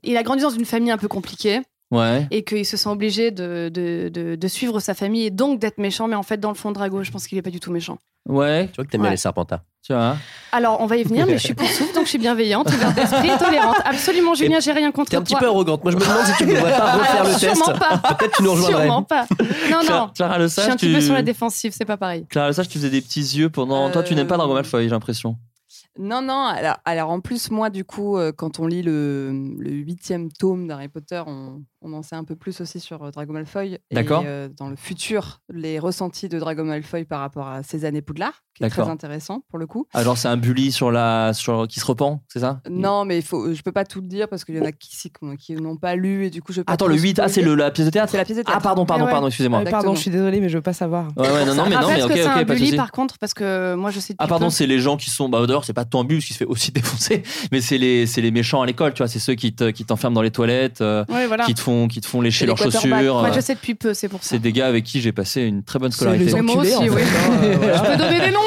B: il a grandi dans une famille un peu compliquée
D: Ouais.
B: et qu'il se sent obligé de, de, de- de suivre sa famille et donc d'être méchant. Mais en fait, dans le fond, Drago, je pense qu'il est pas du tout méchant.
D: Ouais.
A: Tu vois que t'aimes bien
B: Ouais.
A: les Serpentins.
D: Tu vois. hein.
B: Alors, on va y venir, mais je suis souffle, donc je suis bienveillante, ouverte d'esprit et tolérante. Absolument, Julien, j'ai rien contre
A: T'es
B: toi.
A: un petit peu arrogante. Moi, je me demande si tu ne devrais pas refaire
B: Alors,
A: le test.
B: sûrement pas.
A: Peut-être tu nous rejoindrais.
B: Sûrement pas. Non, non.
D: Cla- Clara Le
B: Je suis un
D: Sage,
B: petit peu
D: tu...
B: sur la défensive, c'est pas pareil.
D: Clara Le Sage, tu faisais des petits yeux pendant. Toi, tu n'aimes pas
G: Euh,
D: Drago Malfoy, j'ai l'impression.
G: Non, non. Alors, alors, en plus, moi, du coup, euh, quand on lit le le huitième tome d'Harry Potter, on, on en sait un peu plus aussi sur euh, Drago Malfoy. Et,
D: D'accord.
G: euh, dans le futur, les ressentis de Drago Malfoy par rapport à ses années Poudlard, qui est très
D: D'accord.
G: intéressant pour le coup.
D: Ah, genre, c'est un bully sur la... sur... qui se repent, c'est ça
G: Non, mais il faut, euh, je peux pas tout le dire parce qu'il y en a qui, si- qui n'ont pas lu et du coup, je. peux pas
D: Attends,
G: trop
D: le 8, ah, c'est le...
G: spoiler.
D: la pièce de théâtre
G: C'est la pièce de
D: Ah,
G: théâtre.
D: pardon, pardon,
B: Ah ouais.
D: pardon, excusez-moi.
E: Ah, Pardon,
G: Exactement.
E: je suis désolée mais je veux pas savoir.
D: Ouais, ouais, non, non, mais non,
B: Rappelle
D: mais
B: ce
D: ok,
B: que c'est
D: ok,
B: un
D: pas de
B: bully,
D: souci.
B: par contre, parce que moi, je sais.
D: Ah
B: depuis
D: pardon,
B: plein-
D: c'est les gens qui sont bah d'ailleurs c'est pas tant un bully parce qu'il se fait aussi défoncer, mais c'est les c'est les méchants à l'école, tu vois, c'est ceux qui te- qui t'enferment dans les toilettes, euh,
B: Ouais, voilà.
D: qui te font qui te font lécher
G: les
D: leurs
G: quarterbacks.
D: chaussures.
B: Moi,
D: euh,
B: je sais depuis peu, c'est pour ça.
D: c'est des gars avec qui j'ai passé une très bonne
E: C'est les
D: scolarité.
B: Mais moi
E: enculés,
B: aussi,
E: en
B: oui.
E: fait, hein, voilà.
B: Je peux donner des noms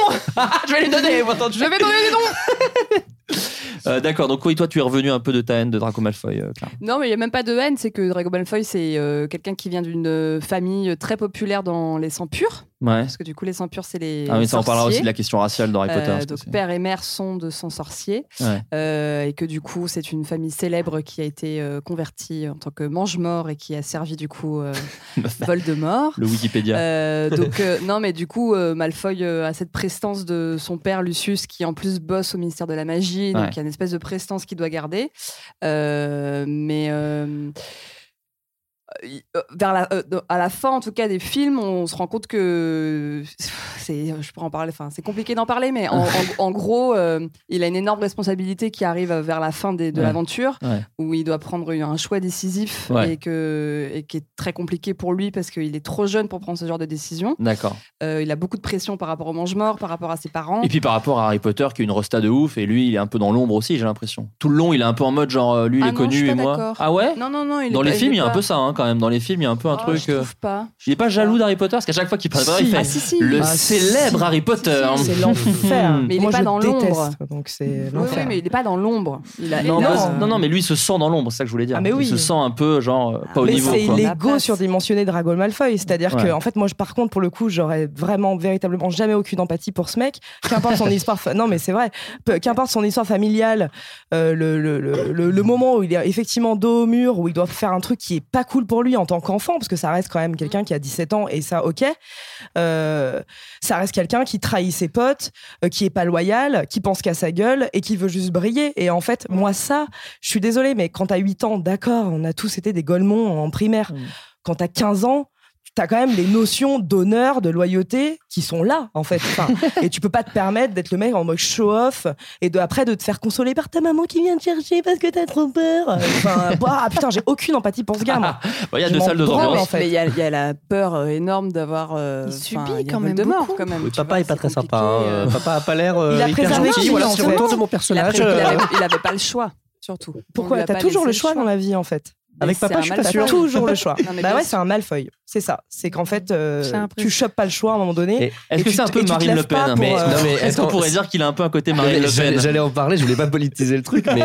B: Je vais les donner Je vais donner des noms
D: Euh, D'accord, donc oui, toi tu es revenu un peu de ta haine de Draco Malfoy, euh, Clara.
G: Non, mais il n'y a même pas de haine. C'est que Drago Malfoy, c'est euh, quelqu'un qui vient d'une euh, famille très populaire dans les sangs purs.
D: Ouais.
G: Parce que du coup, les sangs purs, c'est les.
D: Ah mais ça on parlera aussi
G: sorciers.
D: de la question raciale dans Harry Potter.
G: Euh,
D: parce que
G: donc
D: c'est-
G: père et mère sont de sang sorcier
D: Ouais.
G: Euh, et que du coup c'est une famille célèbre qui a été euh, convertie en tant que mange-mort et qui a servi du coup euh, Voldemort.
D: Le Wikipédia.
G: Euh, donc euh, non mais du coup euh, Malfoy euh, a cette prestance de son père Lucius qui en plus bosse au ministère de la magie
D: Ouais.
G: donc il y a une espèce de prestance qu'il doit garder Euh, mais euh, il- euh, vers la, euh, à la fin en tout cas des films on se rend compte que c'est je pourrais en parler enfin c'est compliqué d'en parler mais en, en- en gros euh, il a une énorme responsabilité qui arrive vers la fin des- de
D: Ouais.
G: l'aventure
D: Ouais.
G: où il doit prendre un choix décisif
D: Ouais.
G: et que et qui est très compliqué pour lui parce qu'il est trop jeune pour prendre ce genre de décision
D: D'accord.
G: euh, il a beaucoup de pression par rapport au mange-mort, par rapport à ses parents.
D: Et puis par rapport à Harry Potter qui est une rosta de ouf et lui il est un peu dans l'ombre aussi, j'ai l'impression. Tout le long, il est un peu en mode genre euh, lui il
G: Ah
D: est
G: non,
D: connu
G: je suis
D: et
G: pas
D: moi.
G: d'accord.
D: Ah ouais
G: Non, non, non. Il est
D: Dans
G: pas-
D: les
G: il
D: films, il y a
G: est
D: un
G: pas-
D: peu ça hein, quand même. Dans les films, il y a un peu un
G: Oh,
D: truc
G: Je
D: euh,
G: trouve pas.
E: Hmm.
D: Il n'est pas jaloux d'Harry Potter Parce qu'à chaque fois qu'il parle, il
G: Ah,
D: fait
G: si, si.
D: le
E: Ah,
D: célèbre
G: si.
D: Harry Potter.
G: Si, si,
E: C'est l'enfer.
G: Mais il est
E: Moi,
G: pas
E: je
G: dans
E: déteste,
G: l'ombre.
E: Donc c'est
G: Oui, oui,
E: l'enfer.
G: mais il n'est pas dans l'ombre. Il a
D: Non,
E: Non.
D: parce- non, non, mais lui il se sent dans l'ombre, c'est ça que je voulais dire.
E: Ah, mais oui. Ah,
D: Il se sent un peu, genre, pas au
E: Mais
D: niveau.
E: c'est
D: quoi.
G: illé- La
E: l'ego
G: place.
E: surdimensionné de Drago Malfoy. C'est-à-dire
D: Ouais.
E: que, en fait, moi, je, par contre, pour le coup, j'aurais vraiment, véritablement jamais aucune empathie pour ce mec. Qu'importe son histoire, fa- non, mais c'est vrai. Peu- Qu'importe son histoire familiale, euh, le, le- le- le- le moment où il est effectivement dos au mur, où il doit faire un truc qui est pas cool pour lui en tant qu'enfant, parce que ça reste quand même quelqu'un qui a 17 ans et ça, ok. Euh, ça reste quelqu'un qui trahit ses potes, euh, qui est pas loyal, qui pense qu'à sa gueule et qui veut juste briller. Et en fait, moi, ça, je suis désolée, mais quand t'as 8 ans, d'accord, on a tous été des golemons en primaire.
D: Mm.
E: Quand t'as 15 ans, t'as quand même les notions d'honneur, de loyauté qui sont là, en fait. Enfin, et tu peux pas te permettre d'être le mec en mode show-off et de, après de te faire consoler par ta maman qui vient te chercher parce que t'as trop peur. Enfin, ouah, putain, j'ai aucune empathie pour ce gars, moi.
D: Bah, Il y a
E: je
D: deux
E: m'en
D: salles, deux
E: branle,
D: ambiances.
E: en fait.
G: Mais il y, a- il y a la peur euh, énorme d'avoir. euh,
B: Il
G: enfin,
B: subit
G: il y a
B: quand même
G: Voldemort,
B: beaucoup.
G: quand même.
A: Oui,
G: tu
A: papa
G: vois,
A: est pas
G: c'est
A: très sympa. hein.
G: compliqué, euh,
A: Papa a pas l'air euh,
E: Il a
A: hyper
E: préservé
A: gentil.
E: un
A: Voilà, c'est
E: silence,
A: retour de mon
G: Il
A: personnage.
G: n'avait
A: euh,
G: il avait pas le choix, surtout. On lui
E: Pourquoi
G: a
E: T'as
G: pas
E: toujours le
G: laissé
E: choix dans la vie, en fait. Avec
G: papa, je suis pas sûre.
E: Toujours le choix.
G: Non, mais
E: bah
G: bien
E: ouais,
G: sûr.
E: c'est un Malfoy. C'est ça. C'est qu'en fait, euh,
G: J'ai l'impression.
E: tu chopes pas le choix à un moment donné.
D: Est-ce
E: Et
D: que
E: tu
D: c'est un
E: te-
D: peu
E: et tu te
D: Marine
E: lèves
D: Le Pen
E: pas
D: hein
E: pour, euh,
A: Non, mais
D: Est-ce qu'on
A: attends,
D: pourrait
A: c'est-
D: dire qu'il a un peu un côté Marine Le
A: J'allais
D: Pen
A: j'allais en parler, je voulais pas politiser le truc, mais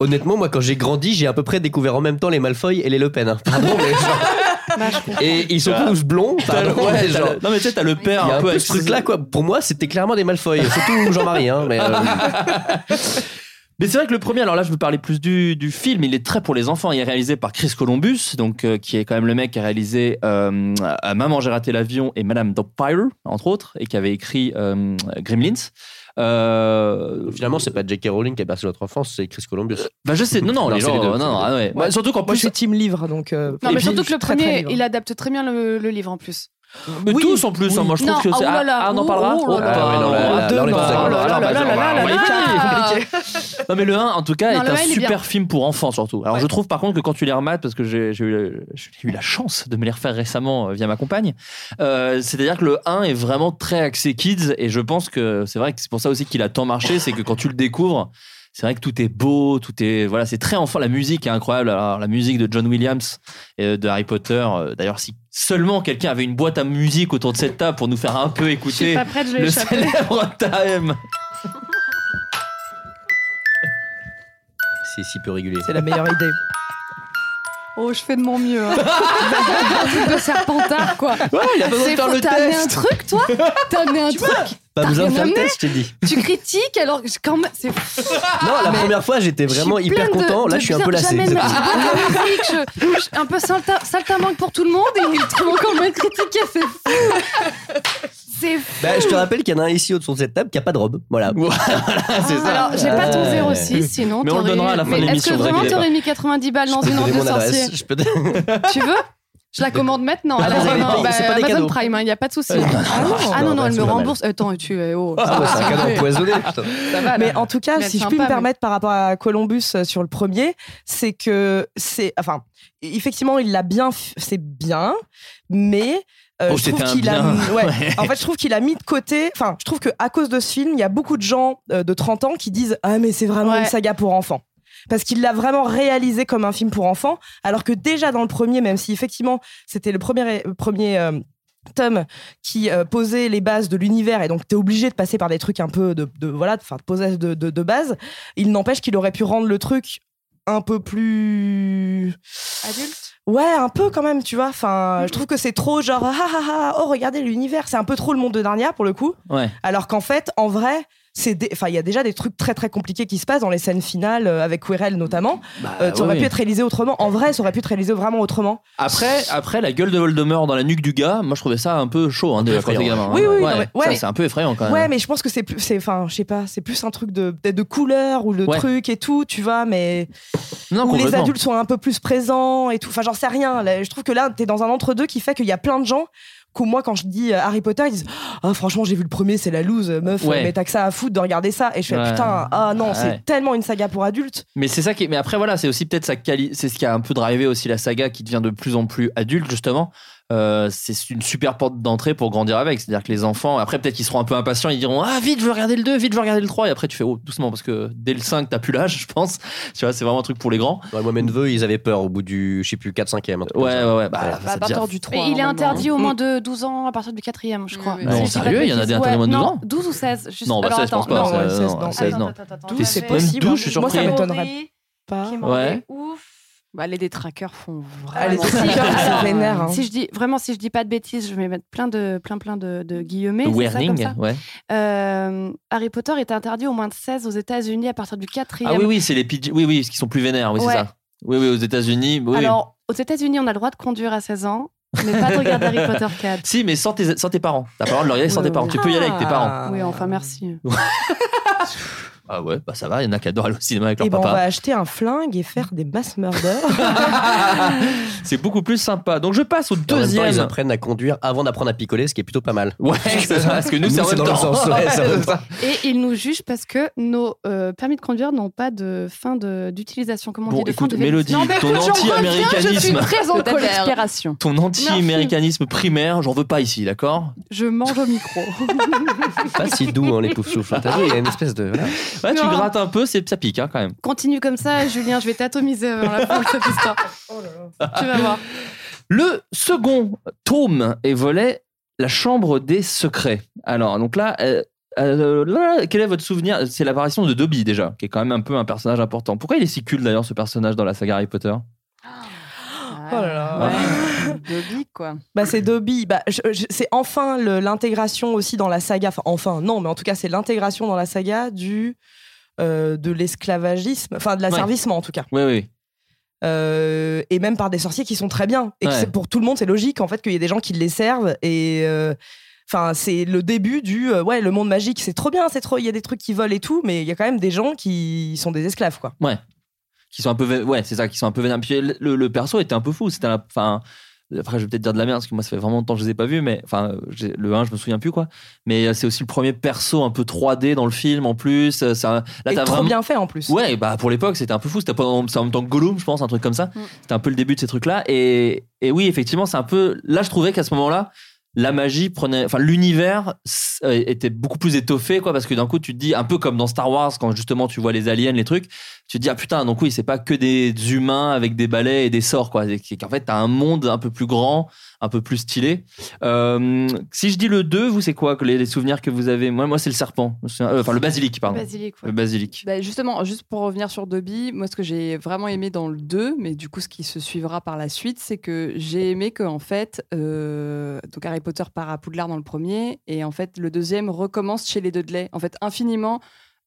A: honnêtement, moi, quand j'ai grandi, j'ai à peu près découvert en même temps les Malfoy et les Le Pen. hein. Pardon, mais genre- Et ils sont
D: Ah.
A: tous blonds.
D: T'as le-
A: pardon,
D: ouais,
A: mais
D: t'as
A: genre-
D: le- Non mais tu sais, t'as le
A: Il y
D: père
A: a
D: un peu
A: peu
D: avec
A: ce truc-là, quoi. Pour moi, c'était clairement des Malfoy, surtout Jean-Marie. Hein, mais, euh,
D: Mais c'est vrai que le premier, alors là je veux parler plus du, du film, il est très pour les enfants, il est réalisé par Chris Columbus, donc euh, qui est quand même le mec qui a réalisé euh, euh, Maman j'ai raté l'avion et Madame Doubtfire, entre autres, et qui avait écrit euh, Gremlins. Euh,
A: Finalement, c'est pas J.K. Rowling qui a bercé notre enfance, c'est Chris Columbus.
D: bah je sais, non, non,
A: Non,
D: les
A: c'est
D: gens,
A: les deux,
D: non,
A: c'est
D: non,
A: les
D: ah ouais. Bah, surtout qu'en
E: Moi,
D: plus,
E: je suis team livre, donc. euh,
B: Non,
E: et
B: mais
E: puis,
B: surtout
E: je
B: que
E: suis
B: le
E: très,
B: premier,
E: très livre.
B: il adapte très bien le, le livre en plus.
D: mais
E: Oui,
D: tous en plus, hein, moi je
B: oui.
D: trouve que
B: Non,
D: c'est.
B: oh là là,
D: ah, on en
B: oh,
D: parlera
B: oh là
D: Ah
A: là.
D: ouais, non,
A: Ah,
D: là,
A: deux,
D: là, on est tous
A: non.
D: d'accord.
A: Oh là
D: Ah,
A: là
D: bah,
A: là là
D: on va-
A: là
D: on va-
B: là là.
D: Non mais le 1 en tout cas
B: Non,
D: est
B: le
D: un
B: 1, il est
D: super
B: bien.
D: film pour enfants surtout. Alors
B: Ouais.
D: je trouve par contre que quand tu les remates parce que j'ai j'ai eu, j'ai eu la chance de me les refaire récemment euh, via ma compagne, euh, c'est-à-dire que le 1 est vraiment très axé kids et je pense que c'est vrai que c'est pour ça aussi qu'il a tant marché, c'est que quand tu le découvres, c'est vrai que tout est beau, tout est voilà, c'est très enfant. La musique est incroyable. Alors la musique de John Williams et euh, de Harry Potter. euh, D'ailleurs si seulement quelqu'un avait une boîte à musique autour de cette table pour nous faire un peu
B: Je suis
D: écouter
B: pas prête, je l'ai
D: le
B: échappé.
D: célèbre Time.
A: C'est si peu régulé.
E: C'est la meilleure idée.
B: Oh, je fais de mon mieux. Hein. un truc de serpentard, quoi.
D: Ouais, il a besoin
B: C'est
D: de faire
B: faux,
D: le
B: T'as amené un
D: test.
B: truc, toi T'as amené un truc
A: Pas
B: T'as
A: besoin de
B: rien
A: faire le
B: amené
A: test, je t'ai dit.
B: Tu critiques alors que je- quand même. C'est
A: Non, la première fois, j'étais vraiment
B: Je suis
A: hyper
B: pleine de-
A: content. Là,
B: de
A: je suis un
B: bien-
A: peu lassé.
B: J'amène
A: C'est
B: ma
A: tout.
B: petite bonne musique, je- je suis un peu salta- saltimbanque pour tout le monde et ils trouvent encore me critiquer, c'est fou. C'est fou.
A: Bah, je te rappelle qu'il y en a un ici autour de cette table qui a pas de robe. Voilà.
D: c'est ça.
B: Ah,
D: Euh,
B: Alors, j'ai pas
A: Ouais.
B: ton 06, sinon.
D: Mais on le
B: t'aurais
D: donnera à la
B: eu-
D: fin de
B: Mais
D: l'émission,
B: Est-ce que
D: vous
B: vraiment
D: inquiétez
B: t'aurais mis 90 balles dans
A: Je peux
B: une
A: te
B: robe
A: donner
B: de
A: mon
B: sorcier
A: adresse. Je peux te-
B: Tu veux Je la commande maintenant.
A: Non,
B: Elle
A: vous avez
B: est
A: dit, c'est pas des
B: Amazon
A: cadeaux.
B: Prime, il n'y a pas de souci.
A: Euh, non,
B: Ah non, ah non,
A: non,
B: non, elle
A: c'est
B: me
A: pas mal.
B: rembourse. Attends, tu es. Oh,
A: Ah, ouais, c'est un cadeau empoisonné. putain.
B: Ça va, là.
E: Mais en tout cas,
B: Mais elle
E: si je
B: sent
E: puis
B: pas,
E: me
B: mais-
E: permettre par rapport à Columbus euh, sur le premier, c'est que c'est. Enfin, effectivement, il l'a bien. f- C'est bien, mais. euh,
D: Oh,
E: je trouve
D: c'était un
E: qu'il a,
D: bien.
E: ouais.
D: Ouais.
E: En fait, je trouve qu'il a mis de côté. Enfin, je trouve que à cause de ce film, il y a beaucoup de gens euh, de 30 ans qui disent Ah, mais c'est vraiment
B: Ouais.
E: une saga pour enfants. Parce qu'il l'a vraiment réalisé comme un film pour enfants, alors que déjà dans le premier, même si effectivement c'était le premier, euh, premier euh, tome qui euh, posait les bases de l'univers et donc t'es obligé de passer par des trucs un peu de, de- voilà de, enfin, de poser de, de, de base il n'empêche qu'il aurait pu rendre le truc un peu plus
B: Adulte
E: ouais un peu quand même tu vois enfin je trouve que c'est trop genre ah ah ah oh regardez l'univers c'est un peu trop le monde de Narnia pour le coup
D: Ouais.
E: alors qu'en fait en vrai c'est des- enfin il y a déjà des trucs très très compliqués qui se passent dans les scènes finales euh, avec Quirrell notamment Euh, ça aurait pu être réalisé autrement en vrai ça aurait pu être réalisé vraiment autrement
D: Après, après, la gueule de Voldemort dans la nuque du gars, moi je trouvais ça un peu chaud hein, déjà quand
A: effrayant,
D: t'es gamin. hein.
E: ouais. Oui, oui,
D: Ouais,
E: non, mais- ouais,
D: ça,
E: mais-
D: c'est un peu effrayant quand même.
E: Ouais, mais je pense que c'est plus, c'est, enfin, je sais pas, c'est plus un truc de, peut-être de couleur ou de
D: Ouais.
E: truc et tout, tu vois, mais
D: non,
E: où les
D: complètement.
E: adultes sont un peu plus présents et tout. Enfin, j'en sais rien. Là, je trouve que là, t'es dans un entre-deux qui fait qu'il y a plein de gens qu'au moi, quand je dis euh, Harry Potter, ils disent Ah, franchement, j'ai vu le premier, c'est la loose, meuf,
D: Ouais.
E: mais t'as que ça à foutre de regarder ça. Et je fais
D: Ouais.
E: Putain, ah non,
D: Ouais.
E: c'est tellement une saga pour adultes.
D: Mais c'est ça qui. est- Mais après voilà, c'est aussi peut-être sa quali- C'est ce qui a un peu drivé aussi la saga qui devient de plus en plus adulte justement. Euh, c'est une super porte d'entrée pour grandir avec. C'est-à-dire que les enfants, après peut-être qu'ils seront un peu impatients, ils diront ah vite je veux regarder le 2, vite je veux regarder le 3 et après tu fais oh doucement parce que dès le 5 t'as plus l'âge, je pense. Tu vois, c'est vraiment un truc pour les grands.
A: Ouais, Moi, mes neveux, ils avaient peur au bout du, je sais plus, 4-5e. un truc comme
D: Ouais
A: ça.
D: ouais ouais. Bah,
A: Ouais.
D: ça
G: Bah, à
D: devient-
G: partir du 3.
B: Et il est
G: normalement.
B: interdit au moins de 12 ans à partir du 4ème, je crois.
G: Oui, oui.
B: Si
D: Non,
B: je dis pas
D: sérieux,
B: de
D: il y en a des
B: bêtises.
D: interdits au moins de
B: Ouais,
D: 12
B: non,
D: ans
B: 12 ou 16. Juste...
D: Non, bah
B: Alors,
D: ça, je pense
B: attends,
D: pas.
B: non.
D: ça,
E: ouais,
D: non,
E: 16, non.
D: non, 16, non.
B: Attends, attends, attends,
D: C'est-
B: attends.
D: c'est même
E: possible,
D: 12,
E: hein.
D: je suis
E: Moi, ça
D: surpris.
E: m'étonnerait
B: Théorie
E: pas.
B: qui m'en
D: Ouais.
B: est Ouf.
G: Bah, les détraqueurs font
E: Ah, les
G: vraiment.
B: Si,
E: trackers,
B: alors,
E: c'est vénère. hein.
B: Si je dis vraiment, si je dis pas de bêtises, je vais mettre plein de plein plein de, de guillemets. c'est ça, comme
D: Warning,
B: ça
D: ouais.
B: Euh, Harry Potter est interdit au moins de 16 aux États-Unis à partir du 4e.
D: Ah oui, oui, c'est les PG. Oui, oui, ce qui sont plus vénères, oui,
B: Ouais.
D: c'est ça. Oui, oui, aux États-Unis. oui, oui.
B: Alors, aux États-Unis, on a le droit de conduire à 16 ans, mais pas de regarder Harry Potter 4.
D: Si, mais sans tes, sans tes parents. T'as pas le droit de le regarder sans
B: Ouais,
D: tes parents.
B: ouais.
D: Tu peux y aller avec tes parents.
E: Ah.
B: Oui, enfin, merci.
D: Ah ouais, bah ça va, il y en a qui adorent aller au cinéma avec leur
E: Et ben, on va
D: papa.
E: acheter un flingue et faire des mass murders.
D: c'est beaucoup plus sympa. Donc je passe au
A: Et en même temps,
D: deuxième.
A: ils apprennent à conduire avant d'apprendre à picoler, ce qui est plutôt pas mal.
D: Ouais, c'est ça, parce que nous, c'est en
A: c'est
D: même
A: dans le
D: temps.
A: sens, ouais, c'est en même temps.
B: Et ils nous jugent parce que nos euh, permis de conduire n'ont pas de fin de- d'utilisation. Comment on
D: Bon,
B: dit de
D: écoute,
B: fin de
D: Mélodie,
B: validité.
D: ton anti-américanisme,
B: très en colère.
G: L'expiration.
D: ton anti-américanisme primaire, j'en veux pas ici, d'accord
B: Je mange au micro.
D: hein,
A: Pas si doux, hein, les poufs souffles. T'as vu, il y a une espèce de. voilà.
D: Ouais, tu
B: Non.
D: grattes un peu, c'est- ça pique hein, quand même.
B: Continue comme ça, Julien, je vais t'atomiser avant la fin de cette histoire. Tu vas voir.
D: Le second tome et volet, La Chambre des Secrets. Alors, donc là, euh, euh, là, quel est votre souvenir C'est l'apparition de Dobby déjà, qui est quand même un peu un personnage important. Pourquoi il est si cool d'ailleurs ce personnage dans la saga Harry Potter
B: Ah.
E: Oh là là.
G: Ouais. Dobby, quoi.
E: Bah, c'est Dobby. Bah, je- je- c'est enfin le- l'intégration aussi dans la saga. Enfin, enfin, non, mais en tout cas, c'est l'intégration dans la saga du euh, de l'esclavagisme, enfin de l'asservissement en tout cas.
D: Oui, oui.
E: Euh, et même par des sorciers qui sont très bien. Et que
D: Ouais.
E: c'est- pour tout le monde, c'est logique en fait qu'il y ait des gens qui les servent. Et euh, enfin, c'est le début du euh, ouais, le monde magique, c'est trop bien, c'est trop. Il y a des trucs qui volent et tout, mais il y a quand même des gens qui sont des esclaves quoi.
D: Ouais. Qui sont un peu, vé- ouais, c'est ça, qui sont un peu vénères. Puis le, le- le perso était un peu fou. C'était, un- enfin, après je vais peut-être dire de la merde parce que moi ça fait vraiment longtemps que je les ai pas vus, mais enfin j'ai- le 1 je me souviens plus quoi. Mais euh, c'est aussi le premier perso un peu 3D dans le film en plus. euh, Ça, là
E: Et
D: t'as
E: trop
D: vraiment-
E: bien fait en plus.
D: Ouais, bah pour l'époque, c'était un peu fou. C'était pas- c'est en même temps que Gollum, je pense, un truc comme ça. C'était un peu le début de ces trucs-là. Et, et oui, effectivement, c'est un peu. Là, je trouvais qu'à ce moment-là, la magie prenait. Enfin, l'univers s- euh, était beaucoup plus étoffé, quoi, parce que d'un coup, tu te dis, un peu comme dans Star Wars, quand justement tu vois les aliens, les trucs, tu te dis, ah putain, donc oui, c'est pas que des humains avec des balais et des sorts, quoi. C'est qu'en fait, t'as un monde un peu plus grand, un peu plus stylé. Euh, si je dis le 2, vous, c'est quoi que les, les souvenirs que vous avez Moi, moi c'est le serpent. Je me souviens- euh, Enfin, le basilic, pardon.
B: basilic,
D: Le basilic.
G: Bah, justement, juste pour revenir sur Dobby, moi ce que j'ai vraiment aimé dans le 2, mais du coup ce qui se suivra par la suite, c'est que j'ai aimé que en fait, euh, donc Harry Potter part à Poudlard dans le premier, et en fait le deuxième recommence chez les Dudley. En fait, infiniment,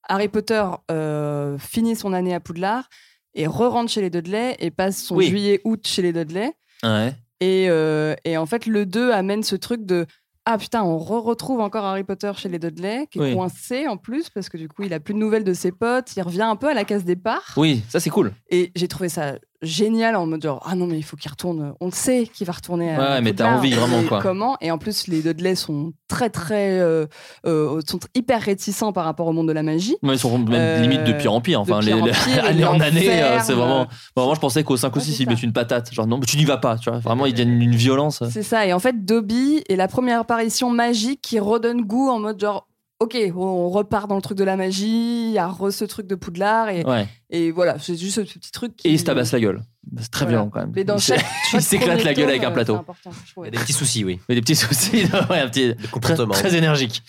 G: Harry Potter euh, finit son année à Poudlard et re-rentre chez les Dudley et passe son
D: Oui.
G: juillet-août chez les Dudley.
D: Ouais.
G: Et, euh, et en fait, le 2 amène ce truc de Ah putain, on re- retrouve encore Harry Potter chez les Dudley, qui est
D: Oui.
G: coincé en plus, parce que du coup, il a plus de nouvelles de ses potes, il revient un peu à la case départ.
D: Oui, ça c'est cool.
G: Et j'ai trouvé ça génial en mode genre, Ah non, mais il faut qu'il retourne, on le sait qu'il va retourner à.
D: Ouais, mais
G: Poudlard.
D: t'as envie, vraiment,
G: Et
D: quoi.
G: Comment Et en plus, les Dudley sont très, très. euh, euh, sont hyper réticents par rapport au monde de la magie.
D: Ouais, ils sont même
G: Euh,
D: limite de pire en pire.
G: de
D: Enfin,
G: pire
D: les-
G: en
D: les-
G: pire,
D: année
G: ils
D: en année, euh,
G: l'enferment.
D: c'est vraiment. Bon, moi, je pensais qu'au 5 ou 6, ils mettaient une patate. Genre, non, mais tu n'y vas pas. Tu vois, vraiment, ils deviennent une violence.
G: C'est ça. Et en fait, Dobby est la première apparition magique qui redonne goût en mode genre, ok, on repart dans le truc de la magie, il y a re ce truc de Poudlard et,
D: Ouais.
G: et voilà, c'est juste ce petit truc. Qui...
D: Et ils se tabassent la gueule. C'est très
G: Voilà.
D: violent quand même.
G: Mais dans
D: Ils se-
G: chaque-
D: ils
G: chaque
D: s'éclatent
G: premier
D: la gueule
G: tome,
D: avec un
G: euh,
D: plateau.
G: c'est important, je trouve.
A: Des petits soucis, oui.
D: Mais des petits soucis, ouais, un petit, très,
A: comportements.
D: très énergique.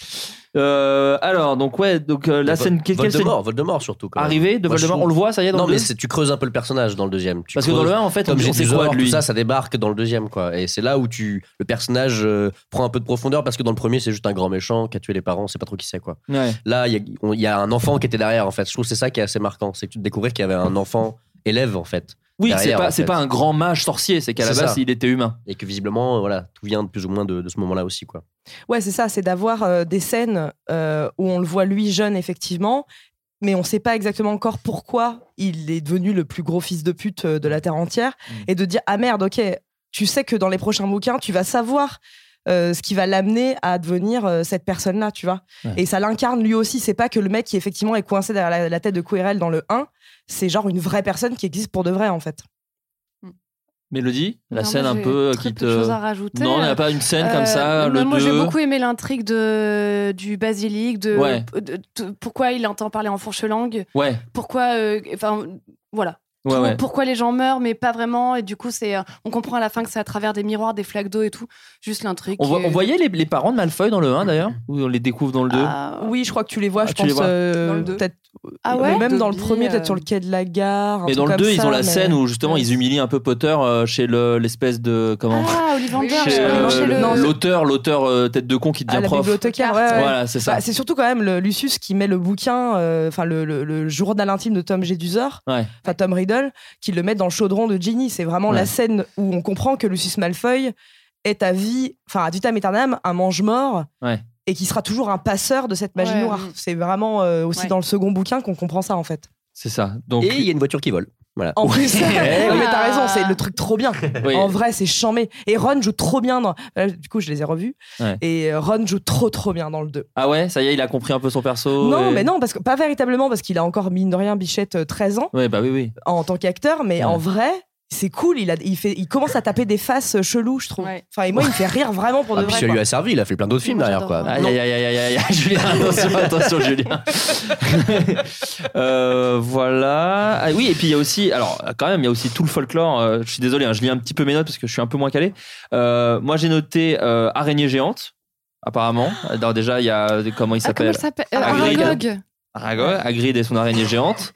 D: Euh, alors, donc, ouais, donc euh, la
A: Vo-
D: scène. quelle- quelle scène-
A: Voldemort, Voldemort surtout. quand même.
D: Arrivée de
A: Moi, je
D: Voldemort,
A: trouve-
D: on le voit, ça y est, dans
A: Non,
D: le
A: mais
D: deux
A: c'est- tu creuses un peu le personnage dans le deuxième. Tu
D: Parce que dans
A: creuses-
D: le un, en fait,
A: comme
D: on-
A: j'ai
D: on sait
A: du
D: quoi
A: Zor,
D: de lui.
A: Tout ça, ça débarque dans le deuxième, quoi. Et c'est là où tu, le personnage euh, prend un peu de profondeur parce que dans le premier, c'est juste un grand méchant qui a tué les parents, c'est pas trop qui c'est, quoi.
D: Ouais.
A: Là, il y a- on- il y, a un enfant qui était derrière, en fait. Je trouve que c'est ça qui est assez marquant, c'est que tu découvres qu'il y avait un enfant élève, en fait.
D: Oui, c'est
A: derrière,
D: pas,
A: en
D: c'est
A: fait.
D: pas un grand mage sorcier, c'est qu'à la
A: C'est
D: base,
A: ça.
D: il était humain.
A: Et que visiblement, euh, voilà, tout vient de plus ou moins de, de ce moment-là aussi, quoi.
E: Ouais, c'est ça, c'est d'avoir euh, des scènes euh, où on le voit lui jeune, effectivement, mais on ne sait pas exactement encore pourquoi il est devenu le plus gros fils de pute euh, de la Terre entière,
D: Mm.
E: et de dire, ah merde, ok, tu sais que dans les prochains bouquins, tu vas savoir euh, ce qui va l'amener à devenir euh, cette personne-là, tu vois.
D: Ouais.
E: Et ça l'incarne lui aussi, c'est pas que le mec qui, effectivement, est coincé derrière la, la tête de Quirrell dans le 1, c'est genre une vraie personne qui existe pour de vrai, en fait.
D: Mélodie, la
B: Non,
D: scène
B: moi,
D: un
B: j'ai
D: peu euh,
B: très
D: qui
B: peu
D: te.
B: de choses à rajouter.
D: Non, il n'y a pas une scène comme ça.
B: Euh,
D: le
B: moi, j'ai
D: deux.
B: beaucoup aimé l'intrigue de, du basilic, de,
D: Ouais.
B: de- de- pourquoi il entend parler en fourche langue,
D: Ouais.
B: pourquoi. euh, Enfin, voilà.
D: Ouais,
B: Trop-
D: ouais.
B: Pourquoi les gens meurent, mais pas vraiment. Et du coup, c'est, euh, on comprend à la fin que c'est à travers des miroirs, des flaques d'eau et tout. Juste l'intrigue.
D: On, voit-
B: qui est-
D: on voyait les, les parents de Malfoy dans le 1 d'ailleurs, ou on les découvre dans le 2
E: Oui, je crois que tu les vois,
D: Ah,
E: je
D: tu les
E: pense,
D: vois.
E: euh,
G: Dans le deux.
E: peut-être.
B: Ah ouais
E: mais même dans le
G: Dobby,
E: premier,
G: euh,
E: peut-être sur le quai de la gare. un
D: Mais dans
E: truc
D: le 2,
E: comme
D: ils
E: ça,
D: ont la
E: mais-
D: scène où justement ils humilient un peu Potter euh, chez le- l'espèce de. Comment
B: Ah, Ollivander, je-
G: Chez,
D: Chez, euh,
B: non, chez le-
E: non,
D: L'auteur, l'auteur euh, tête de con qui
E: à
D: devient
E: Ah, la
D: prof.
E: bibliothécaire. ouais, ouais.
D: Voilà, c'est ça.
E: Bah, c'est surtout quand même le, Lucius qui met le bouquin, euh, enfin le, le, le journal intime de Tom Jedusor,
D: Ouais.
E: enfin Tom Riddle, qui le met dans le chaudron de Ginny. C'est vraiment
D: Ouais.
E: la scène où on comprend que Lucius Malfoy est à vie, enfin à vitam aeternam, un mange-mort
D: Ouais.
E: et qui sera toujours un passeur de cette magie
B: Ouais.
E: noire. C'est vraiment euh, aussi
B: Ouais.
E: dans le second bouquin qu'on comprend ça en fait.
D: C'est ça. Donc,
A: Et il y a une voiture qui vole. Voilà.
E: En plus, non, mais Eh t'as
B: Ah.
E: raison, c'est le truc trop bien.
D: Eh oui.
E: En vrai, c'est chamé. Et Ron joue trop bien dans. là, du coup, je les ai revus.
D: Ouais.
E: Et euh, Ron joue trop trop bien dans le 2.
D: Ah ouais, ça y est, il a compris un peu son perso.
E: Non,
D: et-
E: mais non, parce que pas véritablement, parce qu'il a encore mine de rien Bichette euh, 13 ans
D: Ouais, bah oui, oui.
E: en tant qu'acteur, mais
D: Ouais.
E: en vrai, c'est cool. Il, a, il, fait, il commence à taper des faces euh, cheloues, je trouve. Enfin, et moi, il me fait rire vraiment pour
A: Ah,
E: de
A: puis
E: vrai.
A: ça lui
E: quoi.
A: a servi, il a fait plein d'autres films derrière quoi.
D: Aïe, aïe, aïe, aïe, aïe, aïe, Julien, attention, attention, Julien. Euh, voilà. Ah oui, et puis il y a aussi, alors quand même, il y a aussi tout le folklore. euh, je suis désolé, hein, je lis un petit peu mes notes parce que je suis un peu moins calé. Euh, moi, j'ai noté euh, araignée géante, apparemment. Alors, déjà, il y a comment il
B: Ah,
D: s'appelle
B: comment elle s'appelle Euh,
D: Hagrid.
B: Aragog.
D: Aragog, Hagrid et son araignée géante.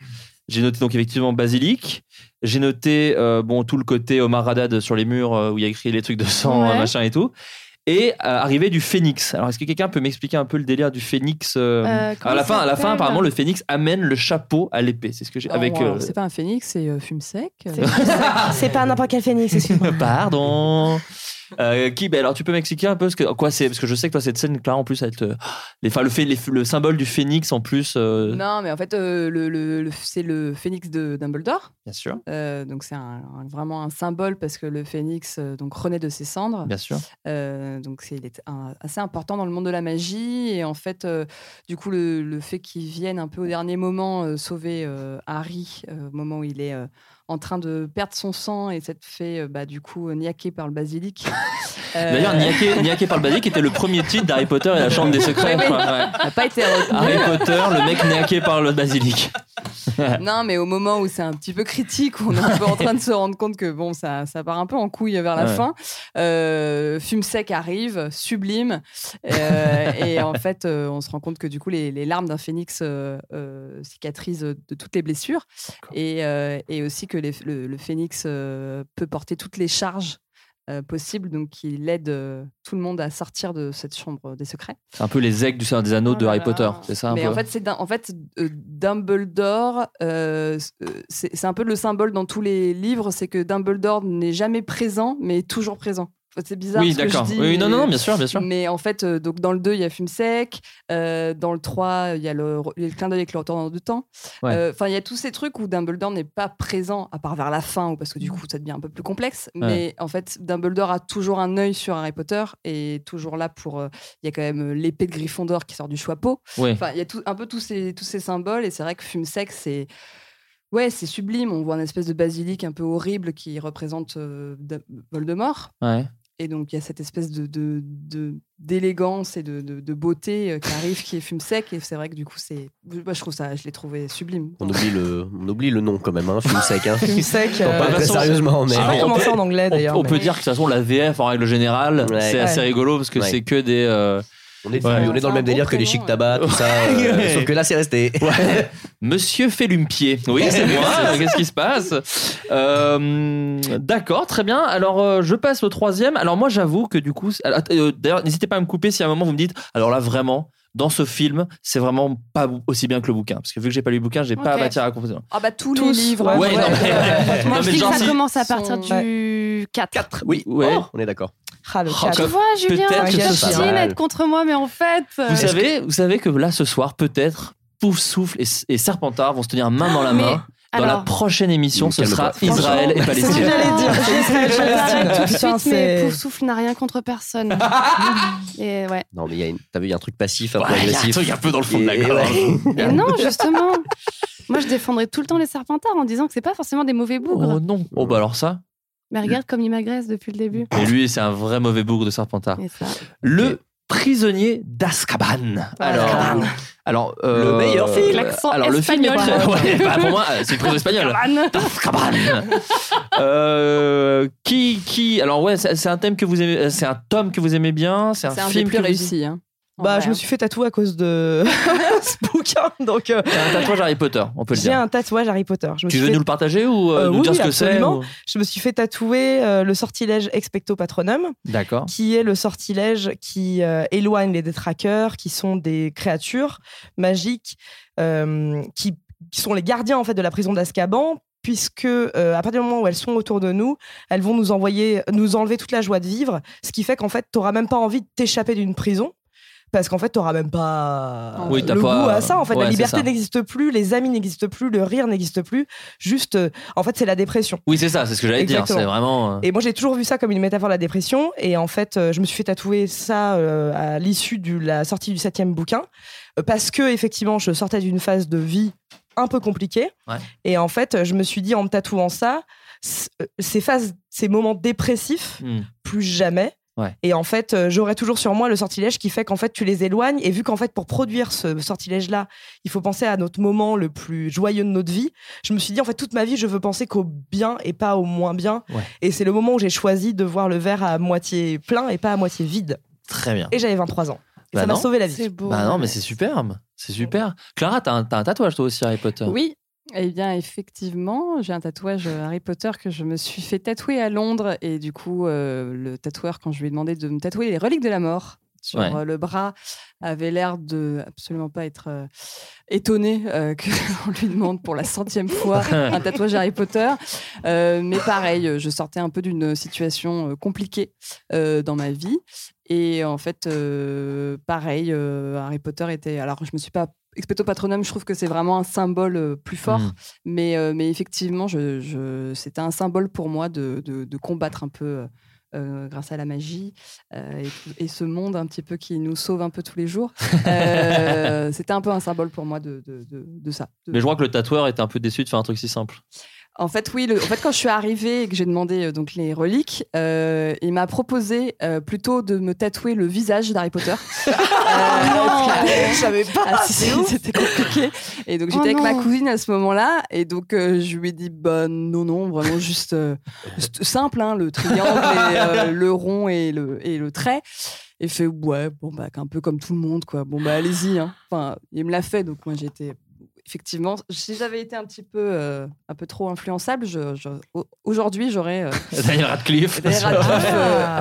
D: J'ai noté donc effectivement Basilic. J'ai noté euh, bon tout le côté Omaradad sur les murs euh, où il y a écrit les trucs de sang,
B: Ouais.
D: euh, machin et tout. Et euh, arrivée du phénix. Alors est-ce que quelqu'un peut m'expliquer un peu le délire du phénix euh,
G: Euh, comment
D: À la
G: il
D: fin, à la fin,
G: s'appelle Oh,
D: apparemment, le phénix amène le chapeau à l'épée. C'est ce que j'ai avec. euh,
G: C'est pas un phénix, c'est euh, fume sec.
E: C'est pas n'importe quel
D: Euh.
E: phénix, excuse-moi.
D: Pardon. Euh, qui, ben alors tu peux m'expliquer un peu ce que quoi c'est parce que je sais que toi cette scène là en plus elle te les, enfin, le, phé- les- le symbole du phénix en plus euh,
G: Non, mais en fait, euh, le, le- le- c'est le phénix de Dumbledore.
D: bien sûr
G: Euh, donc c'est un- un- vraiment un symbole parce que le phénix euh, donc renaît de ses cendres.
D: Bien sûr.
G: Euh, donc c'est il est un- assez important dans le monde de la magie et en fait euh, du coup le, le fait qu'il vienne un peu au dernier moment euh, sauver euh, Harry euh, au moment où il est euh, en train de perdre son sang et cette fée euh, bah, du coup niaquée par le basilic. Euh,
D: D'ailleurs, Niaqué, Niaqué par le basique était le premier titre d'Harry Potter et la chambre des secrets.
G: Oui, oui.
D: quoi, ouais. Ah
G: n'a pas été retenu.
D: Harry Potter, le mec niaqué par le basilic.
G: Non, mais au moment où c'est un petit peu critique, on est un peu en train de se rendre compte que bon, ça, ça part un peu en couille vers la
D: Ouais.
G: fin. Euh, Fume sec arrive, sublime. Euh, et en fait, euh, on se rend compte que du coup, les, les larmes d'un phénix euh, euh, cicatrisent de toutes les blessures. Et, euh, et aussi que les- le, le phénix euh, peut porter toutes les charges. euh, possibles, donc il aide euh, tout le monde à sortir de cette chambre des secrets.
D: C'est un peu les aigles du Seigneur des Anneaux de Harry Potter, c'est ça un
G: Oh Mais
D: peu hein.
G: en fait, c'est d'un- en fait euh, Dumbledore, euh, s- euh, c'est c'est un peu le symbole dans tous les livres, c'est que Dumbledore n'est jamais présent, mais est toujours présent. Enfin, C'est bizarre.
D: Oui,
G: ce que je
D: d'accord.
G: dis,
D: Oui, non, non,
G: mais-
D: non, bien sûr, bien sûr.
G: Mais en fait, euh, donc dans le 2, il y a Fume sec. euh, dans le 3, il y a le, il y a le clin d'œil avec le retour de temps.
D: Ouais.
G: Euh, Enfin, il y a tous ces trucs où Dumbledore n'est pas présent, à part vers la fin, ou parce
D: Mm.
G: que du coup, ça devient un peu plus complexe.
D: Ouais.
G: Mais en fait, Dumbledore a toujours un œil sur Harry Potter et est toujours là pour. euh, Il y a quand même euh, l'épée de Gryffondor qui sort du chapeau.
D: Ouais.
G: Enfin, il y a tout- un peu tous ces, tous ces symboles. Et c'est vrai que Fume Sec, c'est. Ouais, c'est sublime. On voit une espèce de basilic un peu horrible qui représente euh, Dum- Voldemort.
D: Ouais.
G: Et donc, il y a cette espèce de- de de- d'élégance et de, de- de beauté euh, qui arrive, qui est fume sec. Et c'est vrai que du coup, c'est. Moi, je trouve ça, je l'ai trouvé sublime.
A: On oublie le, on oublie le nom quand même, hein, film sec. Hein.
E: Fume sec,
A: On
E: euh,
A: parle très sérieusement, mais.
E: Je sais pas comment c'est en anglais d'ailleurs.
D: On peut
E: mais-
D: dire que de toute façon, la VF en règle générale,
A: Ouais.
D: c'est assez
E: Ouais.
D: rigolo parce que
A: Ouais.
D: c'est que des. euh,
A: On est,
D: Ouais.
A: on est dans le même délire que les chic tabac, tout ça. euh,
D: Ouais.
A: sauf que là, c'est resté.
D: Ouais. Monsieur Félumpier. Oui, c'est moi. Qu'est-ce qui se passe Euh, D'accord, très bien. Alors, euh, je passe au troisième. Alors, moi, j'avoue que du coup. c'est- alors, att- euh, D'ailleurs, n'hésitez pas à me couper si à un moment vous me dites alors là, vraiment. Dans ce film, c'est vraiment pas aussi bien que le bouquin. Parce que vu que j'ai pas lu le bouquin, j'ai pas
B: Ok.
D: matière à comprendre.
G: Ah, bah, tous,
E: Tous,
G: les livres.
E: ouais,
G: hein,
D: Ouais, non, mais-
G: Franchement,
D: Non,
B: Je
D: mais
B: dis que
D: genre,
B: ça
D: si-
B: commence à partir
G: sont-
B: du 4.
A: Oui,
D: Ouais.
A: oh, on est d'accord.
E: Ah, le
D: Oh,
E: chat.
B: Tu
D: Comme-
B: vois, Julien,
D: peut-être
E: que
B: tu
E: ce
A: soit
B: estimes
A: mal.
B: être contre moi, mais en fait. euh,
D: Vous savez, vous savez que là, ce soir, peut-être, Pouf Souffle et, et Serpentard vont se tenir main dans la
B: Ah, Mais-
D: main. Dans la
B: alors-
D: prochaine émission,
A: Mais
D: ce sera
A: calme-toi.
D: Israël et
E: Franchement,
B: C'est ce
D: Palestine.
B: que j'allais dire. Je t'arrête tout de
E: Putain,
B: suite, mais
E: c'est-
B: Pouf Souffle n'a rien contre personne. Et ouais.
A: Non, mais il y a une- t'as vu, il y a un truc passif, un peu
D: Ouais, Il y a un
A: agressif.
D: truc un peu dans le fond de la
A: Et- et
D: gorge.
B: Et non, justement. Moi, je défendrai tout le temps les serpentards en disant que c'est pas forcément des mauvais bougres.
D: Oh non. Oh bah alors ça.
B: Mais regarde comme il m'agresse depuis le début.
D: Et lui, c'est un vrai mauvais bougre de Serpentard.
B: Et ça.
D: Le prisonnier d'Azkaban. Alors, alors euh,
A: Le meilleur film.
B: L'accent
D: Alors le film est très.
B: espagnol.
D: Ouais, bah, pour moi, euh, c'est le prisonnier espagnol.
B: Ah,
D: Azkaban. Euh, qui qui Alors ouais, c'est c'est un thème que vous aimez. euh, C'est un tome que vous aimez bien. C'est un
G: C'est un
D: film
G: film plus
D: que vous-
G: réussi. hein. En
E: Bah,
G: vrai,
E: je me
G: hein.
E: suis fait tatouer à cause de ce bouquin. Donc, euh,
D: T'as un tatouage Harry Potter. On peut le
E: j'ai
D: dire.
E: un tatouage Harry Potter. Je me,
D: Tu
E: suis
D: veux
E: fait,
D: nous le partager ou euh,
E: Euh,
D: nous
E: oui,
D: dire ce
E: oui,
D: que c'est
E: absolument.
D: ou-
E: je me suis fait tatouer euh, le sortilège Expecto Patronum,
D: D'accord.
E: qui est le sortilège qui euh, éloigne les détraqueurs, qui sont des créatures magiques, euh, qui, qui sont les gardiens en fait de la prison d'Azkaban. Puisque euh, à partir du moment où elles sont autour de nous, elles vont nous envoyer, nous enlever toute la joie de vivre, ce qui fait qu'en fait, t'auras même pas envie de t'échapper d'une prison, parce qu'en fait, t'auras même pas
D: Oui, t'as
E: le
D: pas-
E: goût à ça. En fait,
D: Ouais,
E: la
D: c'est ça.
E: liberté n'existe plus, les amis n'existent plus, le rire n'existe plus. Juste, euh, en fait, c'est la dépression.
D: Oui, c'est ça. C'est ce que j'allais dire.
E: Exactement.
D: C'est vraiment. euh,
E: Et moi, j'ai toujours vu ça comme une métaphore de la dépression. Et en fait, euh, je me suis fait tatouer ça euh, à l'issue de la sortie du septième bouquin, euh, parce que effectivement, je sortais d'une phase de vie un peu compliqué.
D: Ouais.
E: Et en fait, je me suis dit en me tatouant ça, c- euh, ces phases, ces moments dépressifs,
D: Hmm.
E: plus jamais.
D: Ouais.
E: Et en fait, euh, j'aurai toujours sur moi le sortilège qui fait qu'en fait, tu les éloignes. Et vu qu'en fait, pour produire ce sortilège-là, il faut penser à notre moment le plus joyeux de notre vie, je me suis dit, en fait, toute ma vie, je veux penser qu'au bien et pas au moins bien.
D: Ouais.
E: Et c'est le moment où j'ai choisi de voir le verre à moitié plein et pas à moitié vide.
D: Très bien.
E: Et j'avais 23 ans. Et
D: Bah
E: ça m'a
D: non.
E: sauvé la vie.
D: Bah non, mais c'est superbe. C'est super. Clara, t'as un, t'as un tatouage toi aussi, Harry Potter.
G: Oui. Eh bien, effectivement, j'ai un tatouage euh, Harry Potter que je me suis fait tatouer à Londres. Et du coup, euh, le tatoueur, quand je lui ai demandé de me tatouer les reliques de la mort sur
D: Ouais.
G: euh, le bras, avait l'air de absolument pas être euh, étonné euh, qu'on lui demande pour la centième fois un tatouage Harry Potter. Euh, mais pareil, euh, je sortais un peu d'une situation euh, compliquée euh, dans ma vie. Et en fait, euh, pareil, euh, Harry Potter était. Alors, je me suis pas. Expecto Patronum, je trouve que c'est vraiment un symbole euh, plus fort.
D: Mm.
G: Mais, euh, mais effectivement, je, je- c'était un symbole pour moi de, de- de combattre un peu. euh, euh, grâce à la magie euh, et, tout- et ce monde un petit peu qui nous sauve un peu tous les jours. Euh, c'était un peu un symbole pour moi de, de- de- de ça. de-
D: Mais je crois que le tatoueur était un peu déçu de faire un truc si simple.
G: en fait, oui. le- en fait, quand je suis arrivée et que j'ai demandé euh, donc les reliques, euh, il m'a proposé euh, plutôt de me tatouer le visage d'Harry Potter. Euh,
E: Ah, je savais pas,
G: Ah, si,
E: c'est
G: si,
E: ouf.
G: C'était compliqué. Et donc
E: Oh
G: j'étais avec ma
E: non.
G: cousine à ce moment-là, et donc euh, je lui ai dit bah non non vraiment juste euh, juste simple hein, le triangle, et, euh, le rond et le et le trait. Et il fait ouais bon bah un peu comme tout le monde quoi. Bon bah allez-y. hein. Enfin il me l'a fait donc moi j'étais effectivement, si j'avais été un petit peu, euh, un peu trop influençable, je- je- au- aujourd'hui j'aurais euh,
D: Daniel Radcliffe.
G: Daniel Radcliffe, euh,
D: Ah.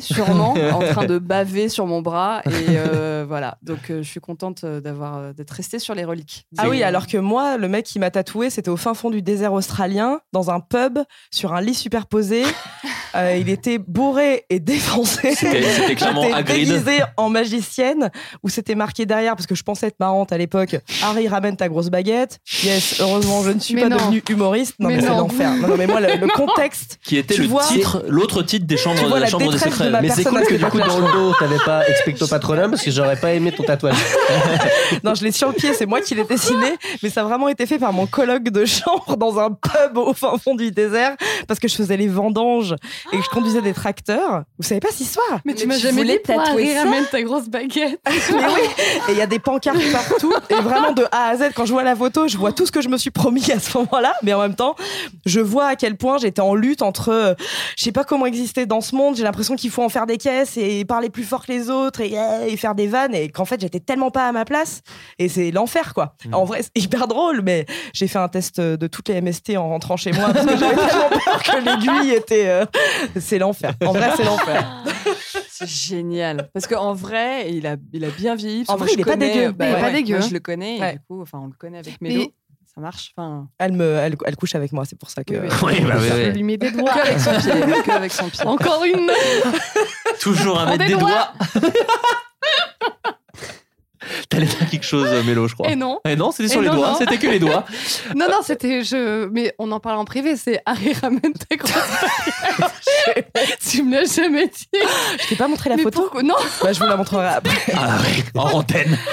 G: sûrement, en train de baver sur mon bras. Et euh, voilà, donc euh, je suis contente euh, d'avoir euh, d'être restée sur les reliques.
E: Ah oui, alors que moi, le mec qui m'a tatoué, c'était au fin fond du désert australien, dans un pub, sur un lit superposé. Euh, il était bourré et défoncé.
D: C'était- c'était clairement
E: J'étais
D: Hagrid.
E: déguisée en magicienne, où c'était marqué derrière, parce que je pensais être marrante à l'époque. Harry ramène ta grosse baguette. Yes, heureusement, je ne suis
D: Mais
E: pas
D: non.
E: devenue humoriste. Non, mais,
D: Mais
E: c'est
D: non.
E: l'enfer. Non, non, mais moi, le, le contexte.
D: Qui était
E: tu
D: le
E: vois-
D: titre, l'autre titre des chambres,
E: Tu vois
D: de la
E: la
D: chambre des
E: détresse de
D: secrets.
E: ma
A: Mais c'est
E: personne
A: cool
E: à
A: que
E: cette
A: du coup, dans le dos, t'avais pas Expecto Patronum parce que j'aurais pas aimé ton tatouage.
E: Non, je l'ai sur le pied, c'est moi qui l'ai dessiné, mais ça a vraiment été fait par mon colloque de chambre dans un pub au fin fond du désert parce que je faisais les vendanges et que je conduisais des tracteurs. Vous savez pas cette histoire
B: Mais tu m'as jamais
E: voulais
B: dit tatouer
E: ça
B: ramène ta grosse baguette.
E: mais oui, et il y a des pancartes partout. Et vraiment, de A à Z, quand je vois la photo, je vois tout ce que je me suis promis à ce moment-là. Mais en même temps, je vois à quel point j'étais en lutte entre euh, je sais pas comment exister dans ce monde, j'ai l'impression qu'il faut en faire des caisses et parler plus fort que les autres et, euh, et faire des vannes. Et qu'en fait, j'étais tellement pas à ma place. Et c'est l'enfer, quoi. En vrai, c'est hyper drôle, mais j'ai fait un test de toutes les MST en rentrant chez moi parce que j'avais tellement peur que l'aiguille était. euh, C'est l'enfer. En vrai, c'est l'enfer.
G: C'est génial. Parce qu'en vrai, il a, il a bien vieilli. parce
E: En
G: que moi,
E: vrai,
G: je
E: il est pas
G: connais-
E: dégueu.
G: bah
E: Il est pas
G: ouais,
E: dégueu,
G: moi,
E: hein.
G: je le connais, et
E: Ouais.
G: du coup, enfin, on le connaît avec
E: Mais-
G: Mélo. Ça marche. Enfin,
E: Elle, me, elle, elle couche avec moi, c'est pour ça que. euh,
D: Oui, bah oui, oui.
B: mets des doigts.
G: Que avec son pied. que avec son pied.
B: Encore une.
D: Toujours à
B: Prends
D: mettre
B: des
D: des doigts.
B: doigts.
D: T'allais faire quelque chose, euh, Mélo, je crois.
B: Et non.
D: Et non, c'était
B: Et
D: sur les
B: non,
D: doigts.
B: non.
D: C'était que les doigts.
B: Non, non, c'était. Je... Mais on en parle en privé, c'est Harry ramène ta grosse baguette. tu me l'as jamais dit.
E: Je t'ai pas montré la photo
B: Non
E: Bah, je vous la montrerai après.
D: Ah ouais, en antenne.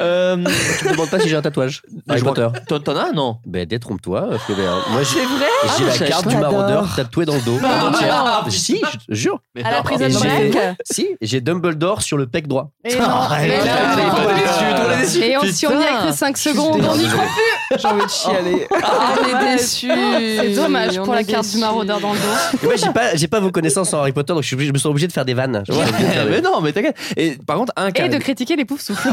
D: Euh,
A: tu me demandes pas si j'ai un tatouage. Harry
D: Bah, je vois-
A: Potter.
D: T'en t'en as un, non
A: Ben détrompe-toi, euh, Flaubert. Moi, j'ai
E: C'est vrai
A: j'ai
D: Ah,
A: la
D: je savais
A: carte
D: pas.
A: du maraudeur
D: J'adore.
A: tatouée dans le dos.
D: Bah,
A: En entière.
D: ah, ah,
A: Si, je te jure.
D: Mais
G: À la
D: non.
G: prison
A: Et
G: de
A: j'ai-
G: Black.
A: Si, j'ai Dumbledore sur le pec droit. Ah,
B: Et non.
D: Arrête,
B: Mais non.
D: arrête,
B: Mais
D: on
B: non.
D: est déçus, on est déçus.
B: Et on- si on y est que 5 secondes, on y croit plus.
E: J'ai envie de chialer.
G: Ah, on est déçus.
B: C'est dommage
G: On
B: pour la
G: est
B: carte du
G: déçus.
B: maraudeur dans le dos.
A: Et moi, j'ai pas, j'ai pas vos connaissances en Harry Potter, donc je, suis obligé- je me sens obligé de faire des vannes. Je
D: Ouais,
A: suis obligé de faire des-
D: mais non, mais t'inquiète. Et par contre, un cas.
B: Et de critiquer les poufs souffles.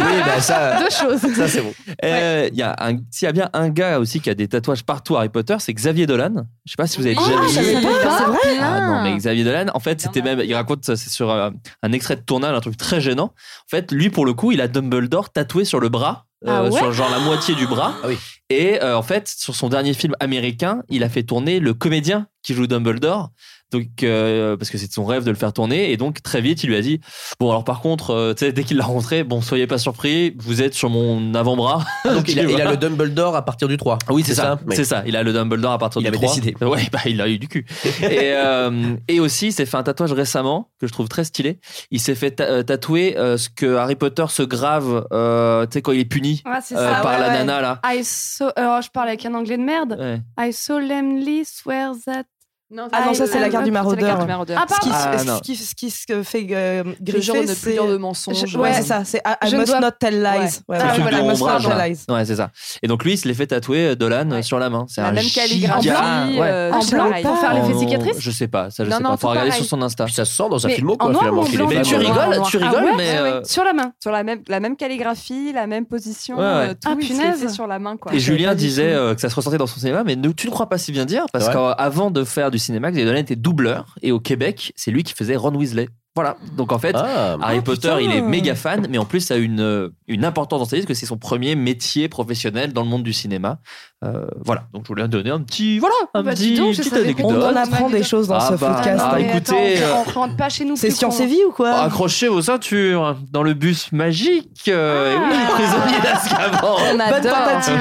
A: Oui, bah ça,
B: Ah, Deux choses.
A: ça c'est bon.
D: Euh, il y a un- S'il y a bien un gars aussi qui a des tatouages partout Harry Potter, c'est Xavier Dolan. Je sais pas si vous avez
B: Ah,
D: déjà vu.
B: j'avais pas
E: C'est vrai
D: Ah non, mais Xavier Dolan, en fait, c'était même, il raconte, ça, c'est sur euh, un extrait de tournage, un truc très gênant. En fait, lui, pour le coup, il a Dumbledore tatoué sur le bras. euh,
B: Ah ouais
D: sur genre la moitié du bras
A: Ah oui.
D: et euh, en fait sur son dernier film américain il a fait tourner le comédien qui joue Dumbledore. Donc, euh, parce que c'est son rêve de le faire tourner. Et donc, très vite, il lui a dit Bon, alors par contre, euh, tu sais, dès qu'il l'a rencontré, bon, soyez pas surpris, vous êtes sur mon avant-bras.
A: Ah, Donc, il a,
D: Tu
A: il a
D: vois.
A: le Dumbledore à partir du 3.
D: bah, Oui, c'est ça.
A: mais-
D: C'est ça. Il a le Dumbledore à partir
A: Il
D: du
A: avait
D: 3.
A: décidé.
D: Ouais, bah, il a eu du cul. et, euh, et aussi, il s'est fait un tatouage récemment que je trouve très stylé. Il s'est fait ta- euh, tatouer euh, ce que Harry Potter se grave, euh, tu sais, quand il est puni
B: Ah, c'est
D: euh,
B: ça.
D: par
B: ouais,
D: la
B: ouais.
D: nana là.
B: I so- euh, je parle avec un anglais de merde.
D: Ouais.
B: I solemnly swear that.
G: Non,
E: Ah non, ça, c'est la carte
B: carte
E: du maraudeur.
B: Ah,
E: Ce qui,
B: pardon.
D: Ah,
E: ce
D: non.
E: qui- ce qui se fait euh, griffer,
G: genre ne plus
E: c'est-
G: dire de mensonges.
E: Je- ouais,
G: Ouais.
E: c'est ça. C'est I, I
G: Je ne
E: must
G: dois-
E: not tell
G: Ouais.
E: lies. Ouais,
D: C'est
E: ouais.
D: Ah, le truc
E: Voilà,
D: de
E: I must not
D: Ombrage,
E: tell
D: là.
E: lies.
D: Ouais, c'est ça. Et donc lui, il se l'est fait tatouer euh, Dolan euh, sur la main. C'est
G: La
D: un
G: même
D: giga-
G: calligraphie,
D: Ouais.
G: euh,
B: En
G: c'est
B: blanc,
G: pareil.
B: pour faire l'effet
D: Non,
B: cicatrice
D: Je sais pas, ça je
G: Non,
D: sais
G: non,
D: pas. Faut
G: tout
D: regarder
G: pareil.
D: sur son Insta.
A: Puis ça se sent dans un
B: Mais
A: film quoi,
B: en noir
A: finalement.
B: ou en
A: chez les
B: blanc,
A: femmes.
D: Mais tu
B: en noir,
D: rigoles,
B: en
D: tu
B: noir. Ah
D: rigoles,
B: ouais,
D: mais.
B: ouais, ouais.
D: euh,
B: Sur la main.
G: sur la même la même calligraphie, la même position,
D: Ouais, ouais.
G: euh, tout
B: Ah,
G: il se
B: punaise.
G: laissait sur la main quoi.
D: Et Julien
B: pas du
D: disait
B: tout.
D: euh, que ça se ressentait dans son cinéma, mais nous, tu ne crois pas si bien dire, parce
A: Ouais.
D: qu'avant de faire du cinéma, Xavier Dolan était doubleur, et au Québec, c'est lui qui faisait Ron Weasley. Voilà. Donc en fait,
A: Ah,
D: Harry
E: Ah,
D: Potter,
E: putain.
D: il est méga fan, mais en plus, ça a une, euh, une importance dans sa vie, parce que c'est son premier métier professionnel dans le monde du cinéma. Euh, voilà. Donc je voulais donner un petit. Voilà, un
B: Bah, dis
D: petit,
B: donc, je
D: petite
B: savais pas.
D: anecdote.
E: On en
B: Anecdote.
E: apprend des choses dans
D: Ah
E: ce
D: bah,
E: podcast.
D: ah,
E: hein.
B: mais
D: écoutez, Oh,
B: attends, on rentre pas chez nous.
E: C'est
B: plus
E: science
B: qu'on-
E: et vie ou quoi
D: Accrochez vos ceintures dans le bus magique. euh,
B: Ah.
D: et oui, prisonnier d'Azkaban.
G: On adore.
E: tentative.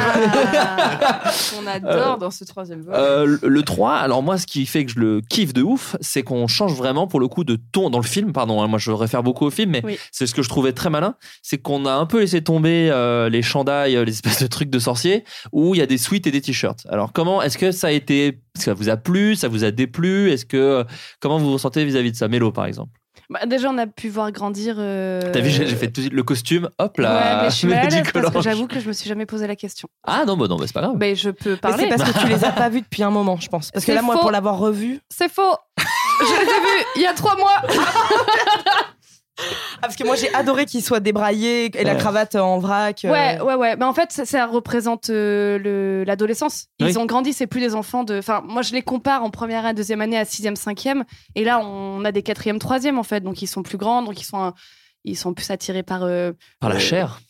G: On adore dans ce troisième volet.
D: Euh, le 3, alors moi, ce qui fait que je le kiffe de ouf, c'est qu'on change vraiment pour le coup de ton dans le film. Pardon, hein, moi je réfère beaucoup au film, mais
B: Oui.
D: c'est ce que je trouvais très malin. C'est qu'on a un peu laissé tomber euh, les chandails, euh, les espèces de trucs de sorciers, où il y a des suites et des t-shirts. Alors comment est-ce que ça a été. Ça vous a plu Ça vous a déplu Est-ce que. euh, Comment vous vous sentez vis-à-vis de ça Mélo, par exemple.
B: Bah, déjà, on a pu voir grandir. euh,
D: T'as vu, j'ai j'ai fait tout de suite le costume, hop
B: Ouais,
D: là
B: mais je suis mal à
D: du
B: l'aise parce que
D: collange.
B: j'avoue que je me suis jamais posé la question.
D: Ah non, bah non, bah, c'est pas grave.
B: Mais je peux
E: Mais
B: parler.
E: C'est parce que tu les as pas vus depuis un moment, je pense. Parce que
B: C'est
E: là, moi,
B: faux.
E: pour l'avoir revu.
B: C'est faux. je les ai vus il y a trois mois.
E: Ah, parce que moi, j'ai adoré qu'il soit débraillé et la cravate en vrac. euh,
B: Ouais, ouais, ouais. Mais en fait, ça, ça représente euh, le- l'adolescence. Ils
D: Oui.
B: ont grandi, c'est plus des enfants de. Enfin, moi, je les compare en première année, deuxième année à sixième, cinquième. Et là, on a des quatrième, troisième, en fait. Donc, ils sont plus grands, donc ils sont, un- ils sont plus attirés par. euh,
D: Par la
B: euh,
D: chair.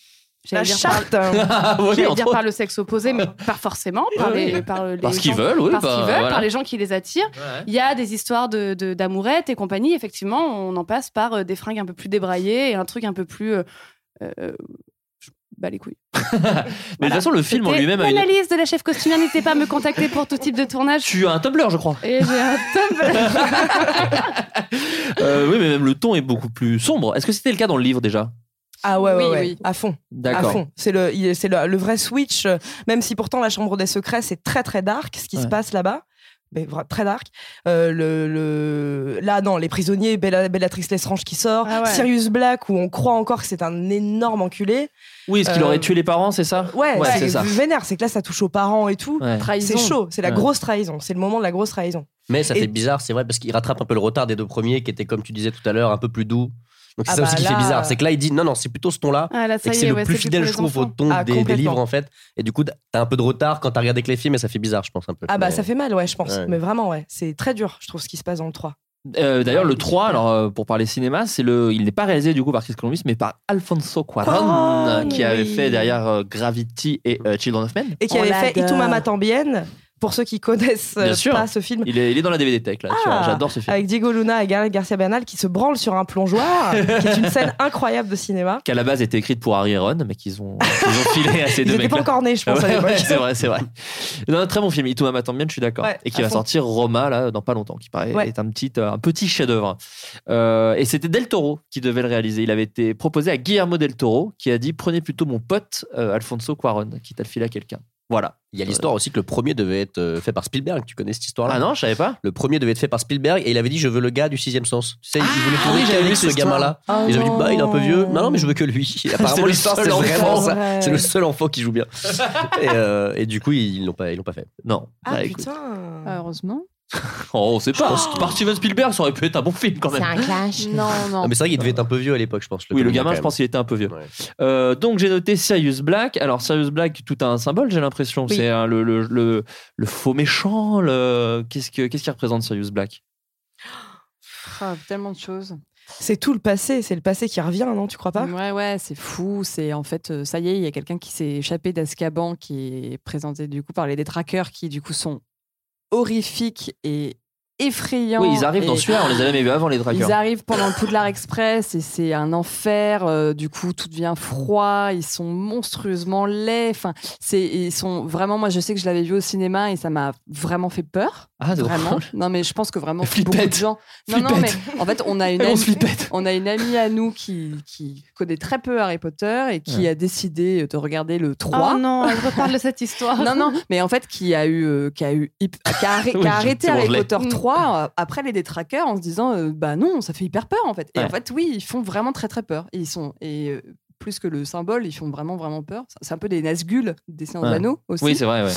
B: j'allais
E: La
B: dire par-
E: charte. hein.
D: Ah, oui,
B: J'allais
D: entre
B: dire
D: autres. Ah.
B: par le sexe opposé, mais pas forcément. Par
D: Oui,
B: les, par les
D: Parce
B: gens-
D: qu'ils veulent, oui.
B: Parce
D: bah,
B: qu'ils veulent,
D: voilà.
B: par les gens qui les attirent.
D: Ouais.
B: Il y a des histoires de de- d'amourettes et compagnie. Effectivement, on en passe par euh, des fringues un peu plus débraillées et un truc un peu plus. euh, euh, je- bah les couilles.
D: Mais de toute façon, le film en
B: C'était
D: lui-même a une.
B: L'analyse de la chef costumière, n'hésitez pas à me contacter pour tout type de tournage.
D: Tu as un Tumblr, je crois.
B: Et j'ai un Tumblr.
D: Euh, oui, mais même le ton est beaucoup plus sombre. Est-ce que c'était le cas dans le livre déjà
E: Ah ouais, ouais,
G: Oui,
E: ouais.
G: oui.
E: À fond. À
D: D'accord.
E: fond. C'est le, il- c'est le, le vrai switch. euh, Même si pourtant la chambre des secrets, c'est très très dark ce qui se
D: Ouais.
E: passe là-bas. Mais vra- très dark. Euh, le, le- Là, non, les prisonniers, Bella- Bellatrix Lestrange qui sort,
B: Ah ouais.
E: Sirius Black, où on croit encore que c'est un énorme enculé.
D: Oui, est-ce qu'il
E: Euh,
D: aurait tué les parents, c'est ça
E: Ouais,
D: c'est ça.
E: c'est vénère. C'est que là, ça touche aux parents et tout.
D: Ouais.
E: C'est
G: Trahison.
E: chaud. C'est la
D: Ouais.
E: grosse trahison. C'est le moment de la grosse trahison.
A: Mais ça
E: Et-
A: fait bizarre, c'est vrai, parce qu'il rattrape un peu le retard des deux premiers qui étaient, comme tu disais tout à l'heure, un peu plus doux. Donc c'est
E: Ah
A: ça aussi
E: bah
A: qui fait
E: là-
A: bizarre. C'est que là, il dit non, non, c'est plutôt ce ton-là.
B: Ah là,
A: Et
B: ça
A: que
B: y
A: c'est
B: est,
A: le
B: ouais,
A: plus
B: c'est
A: fidèle,
B: pour
A: je
B: les
A: trouve, au
B: enfants.
A: ton
E: Ah,
A: des- des,
E: complètement.
A: livres, en fait. Et du coup, t'as un peu de retard quand t'as regardé que les films, et ça fait bizarre, je pense, un peu.
E: Ah bah,
A: Mais-
E: ça fait mal, ouais, je pense.
A: Ouais.
E: Mais vraiment, ouais. C'est très dur, je trouve, ce qui se passe dans le 3.
D: Euh, D'ailleurs, le 3, alors euh, pour parler cinéma, c'est le, il n'est pas réalisé du coup par Chris Columbus, mais par Alfonso Cuarón,
E: Cuarón,
D: euh, qui avait
E: oui.
D: fait derrière euh, Gravity et euh, Children of Men.
E: Et qui
B: On
E: avait fait
B: l'adore.
E: Itu Mama Tambien, pour ceux qui connaissent euh,
D: Bien sûr.
E: pas ce film.
D: Il est, il est dans la DVD tech là. tu vois,
E: Ah.
D: J'adore ce film.
E: avec Diego Luna et Gael Garcia Bernal qui se branlent sur un plongeoir, qui est une scène incroyable de cinéma.
D: Qui à la base était écrite pour Harry et Ron, mais qu'ils ont, qu'ils ont filé à ces
E: Ils
D: deux
E: n'étaient
D: mecs.
E: pas encore nés, je pense, à
D: Ouais, ouais,
E: l'époque.
D: c'est vrai, c'est vrai. Non, un très bon film. Ituma m'attend bien, je suis d'accord.
E: Ouais,
D: et qui
E: à
D: va
E: fond.
D: sortir Roma là dans pas longtemps, qui paraît
E: Ouais.
D: est un petit, euh, un petit chef-d'œuvre. Euh, et c'était Del Toro qui devait le réaliser. Il avait été proposé à Guillermo Del Toro, qui a dit prenez plutôt mon pote euh, Alfonso Cuarón, qui t'a le filé à quelqu'un. Voilà.
A: Il y a l'histoire aussi que le premier devait être euh, fait par Spielberg. Tu connais cette histoire-là
D: Ah non, je savais pas.
A: Le premier devait être fait par Spielberg et il avait dit je veux le gars du sixième sens. Tu sais,
E: Ah,
A: il voulait tourner
D: oui, j'avais
A: qu'avec
D: vu
A: ce
D: cette
A: gamin-là. Ils avaient dit bah il est un peu vieux. Non non mais je veux que lui. Et
D: C'est
A: apparemment
D: le
A: l'histoire
D: seul
A: c'est vraiment
D: enfant.
A: ça.
E: Oh. Ouais.
A: C'est le seul enfant qui joue bien. et, euh, et du coup ils l'ont pas ils l'ont pas fait.
D: Non.
E: Ah
D: Bah, écoute.
E: putain
G: Ah, Heureusement.
D: Oh, c'est pas. Par Steven Spielberg, ça aurait pu être un bon film quand
F: C'est
D: même.
F: un clash.
G: Non, non.
A: Non, Ah, mais c'est vrai qu'il devait être un peu vieux à l'époque je pense.
D: Oui, le
A: gamin,
D: gamin,
A: quand
D: je
A: même.
D: pense qu'il était un peu vieux.
A: Ouais.
D: Euh, donc j'ai noté Sirius Black. Alors Sirius Black, tout un symbole, j'ai l'impression.
E: Oui.
D: C'est hein, le, le, le, le faux méchant. Le... Qu'est-ce que qu'est-ce qui représente Sirius Black
G: Ah, tellement de choses.
E: C'est tout le passé, c'est le passé qui revient, non Tu crois pas
G: Ouais, ouais, c'est fou. C'est en fait, euh, ça y est, il y a quelqu'un qui s'est échappé d'Azkaban, qui est présenté du coup par les détraqueurs, qui du coup sont horrifique et effrayant.
I: Oui, ils arrivent
G: et-
I: dans celui-là, on les avait même vus avant les
G: Ils
I: trackers.
G: arrivent pendant le Poudlard Express et c'est un enfer. euh, du coup, tout devient froid. Ils sont monstrueusement laids. Enfin, c'est ils sont vraiment. Moi, je sais que je l'avais vu au cinéma et ça m'a vraiment fait peur.
I: Ah, c'est
G: vraiment.
I: drôle.
G: Non, mais je pense que vraiment beaucoup de gens. Non, non, mais
I: Flippette.
G: en fait, on a une
I: Grosse
G: amie, on a une amie à nous qui qui connaît très peu Harry Potter et qui
B: Ouais.
G: a décidé de regarder le 3
B: Oh non, elle reparle de cette histoire.
G: non, non, mais en fait, qui a eu, euh, qui a eu, hip- qui a, arrê-
B: Oui,
G: qui a
B: je-
G: arrêté
B: c'est bon,
G: Harry
B: je l'ai.
G: Potter
B: Mm.
G: 3 euh, après les détraqueurs en se disant, euh, bah non, ça fait hyper peur en fait. Et
B: Ouais.
G: en fait, oui, ils font vraiment très très peur. Et ils sont et euh, plus que le symbole, ils font vraiment vraiment peur. C'est un peu des Nazgûl des Seigneurs
I: Ouais.
G: de l'Anneau aussi.
I: Oui, c'est vrai, ouais.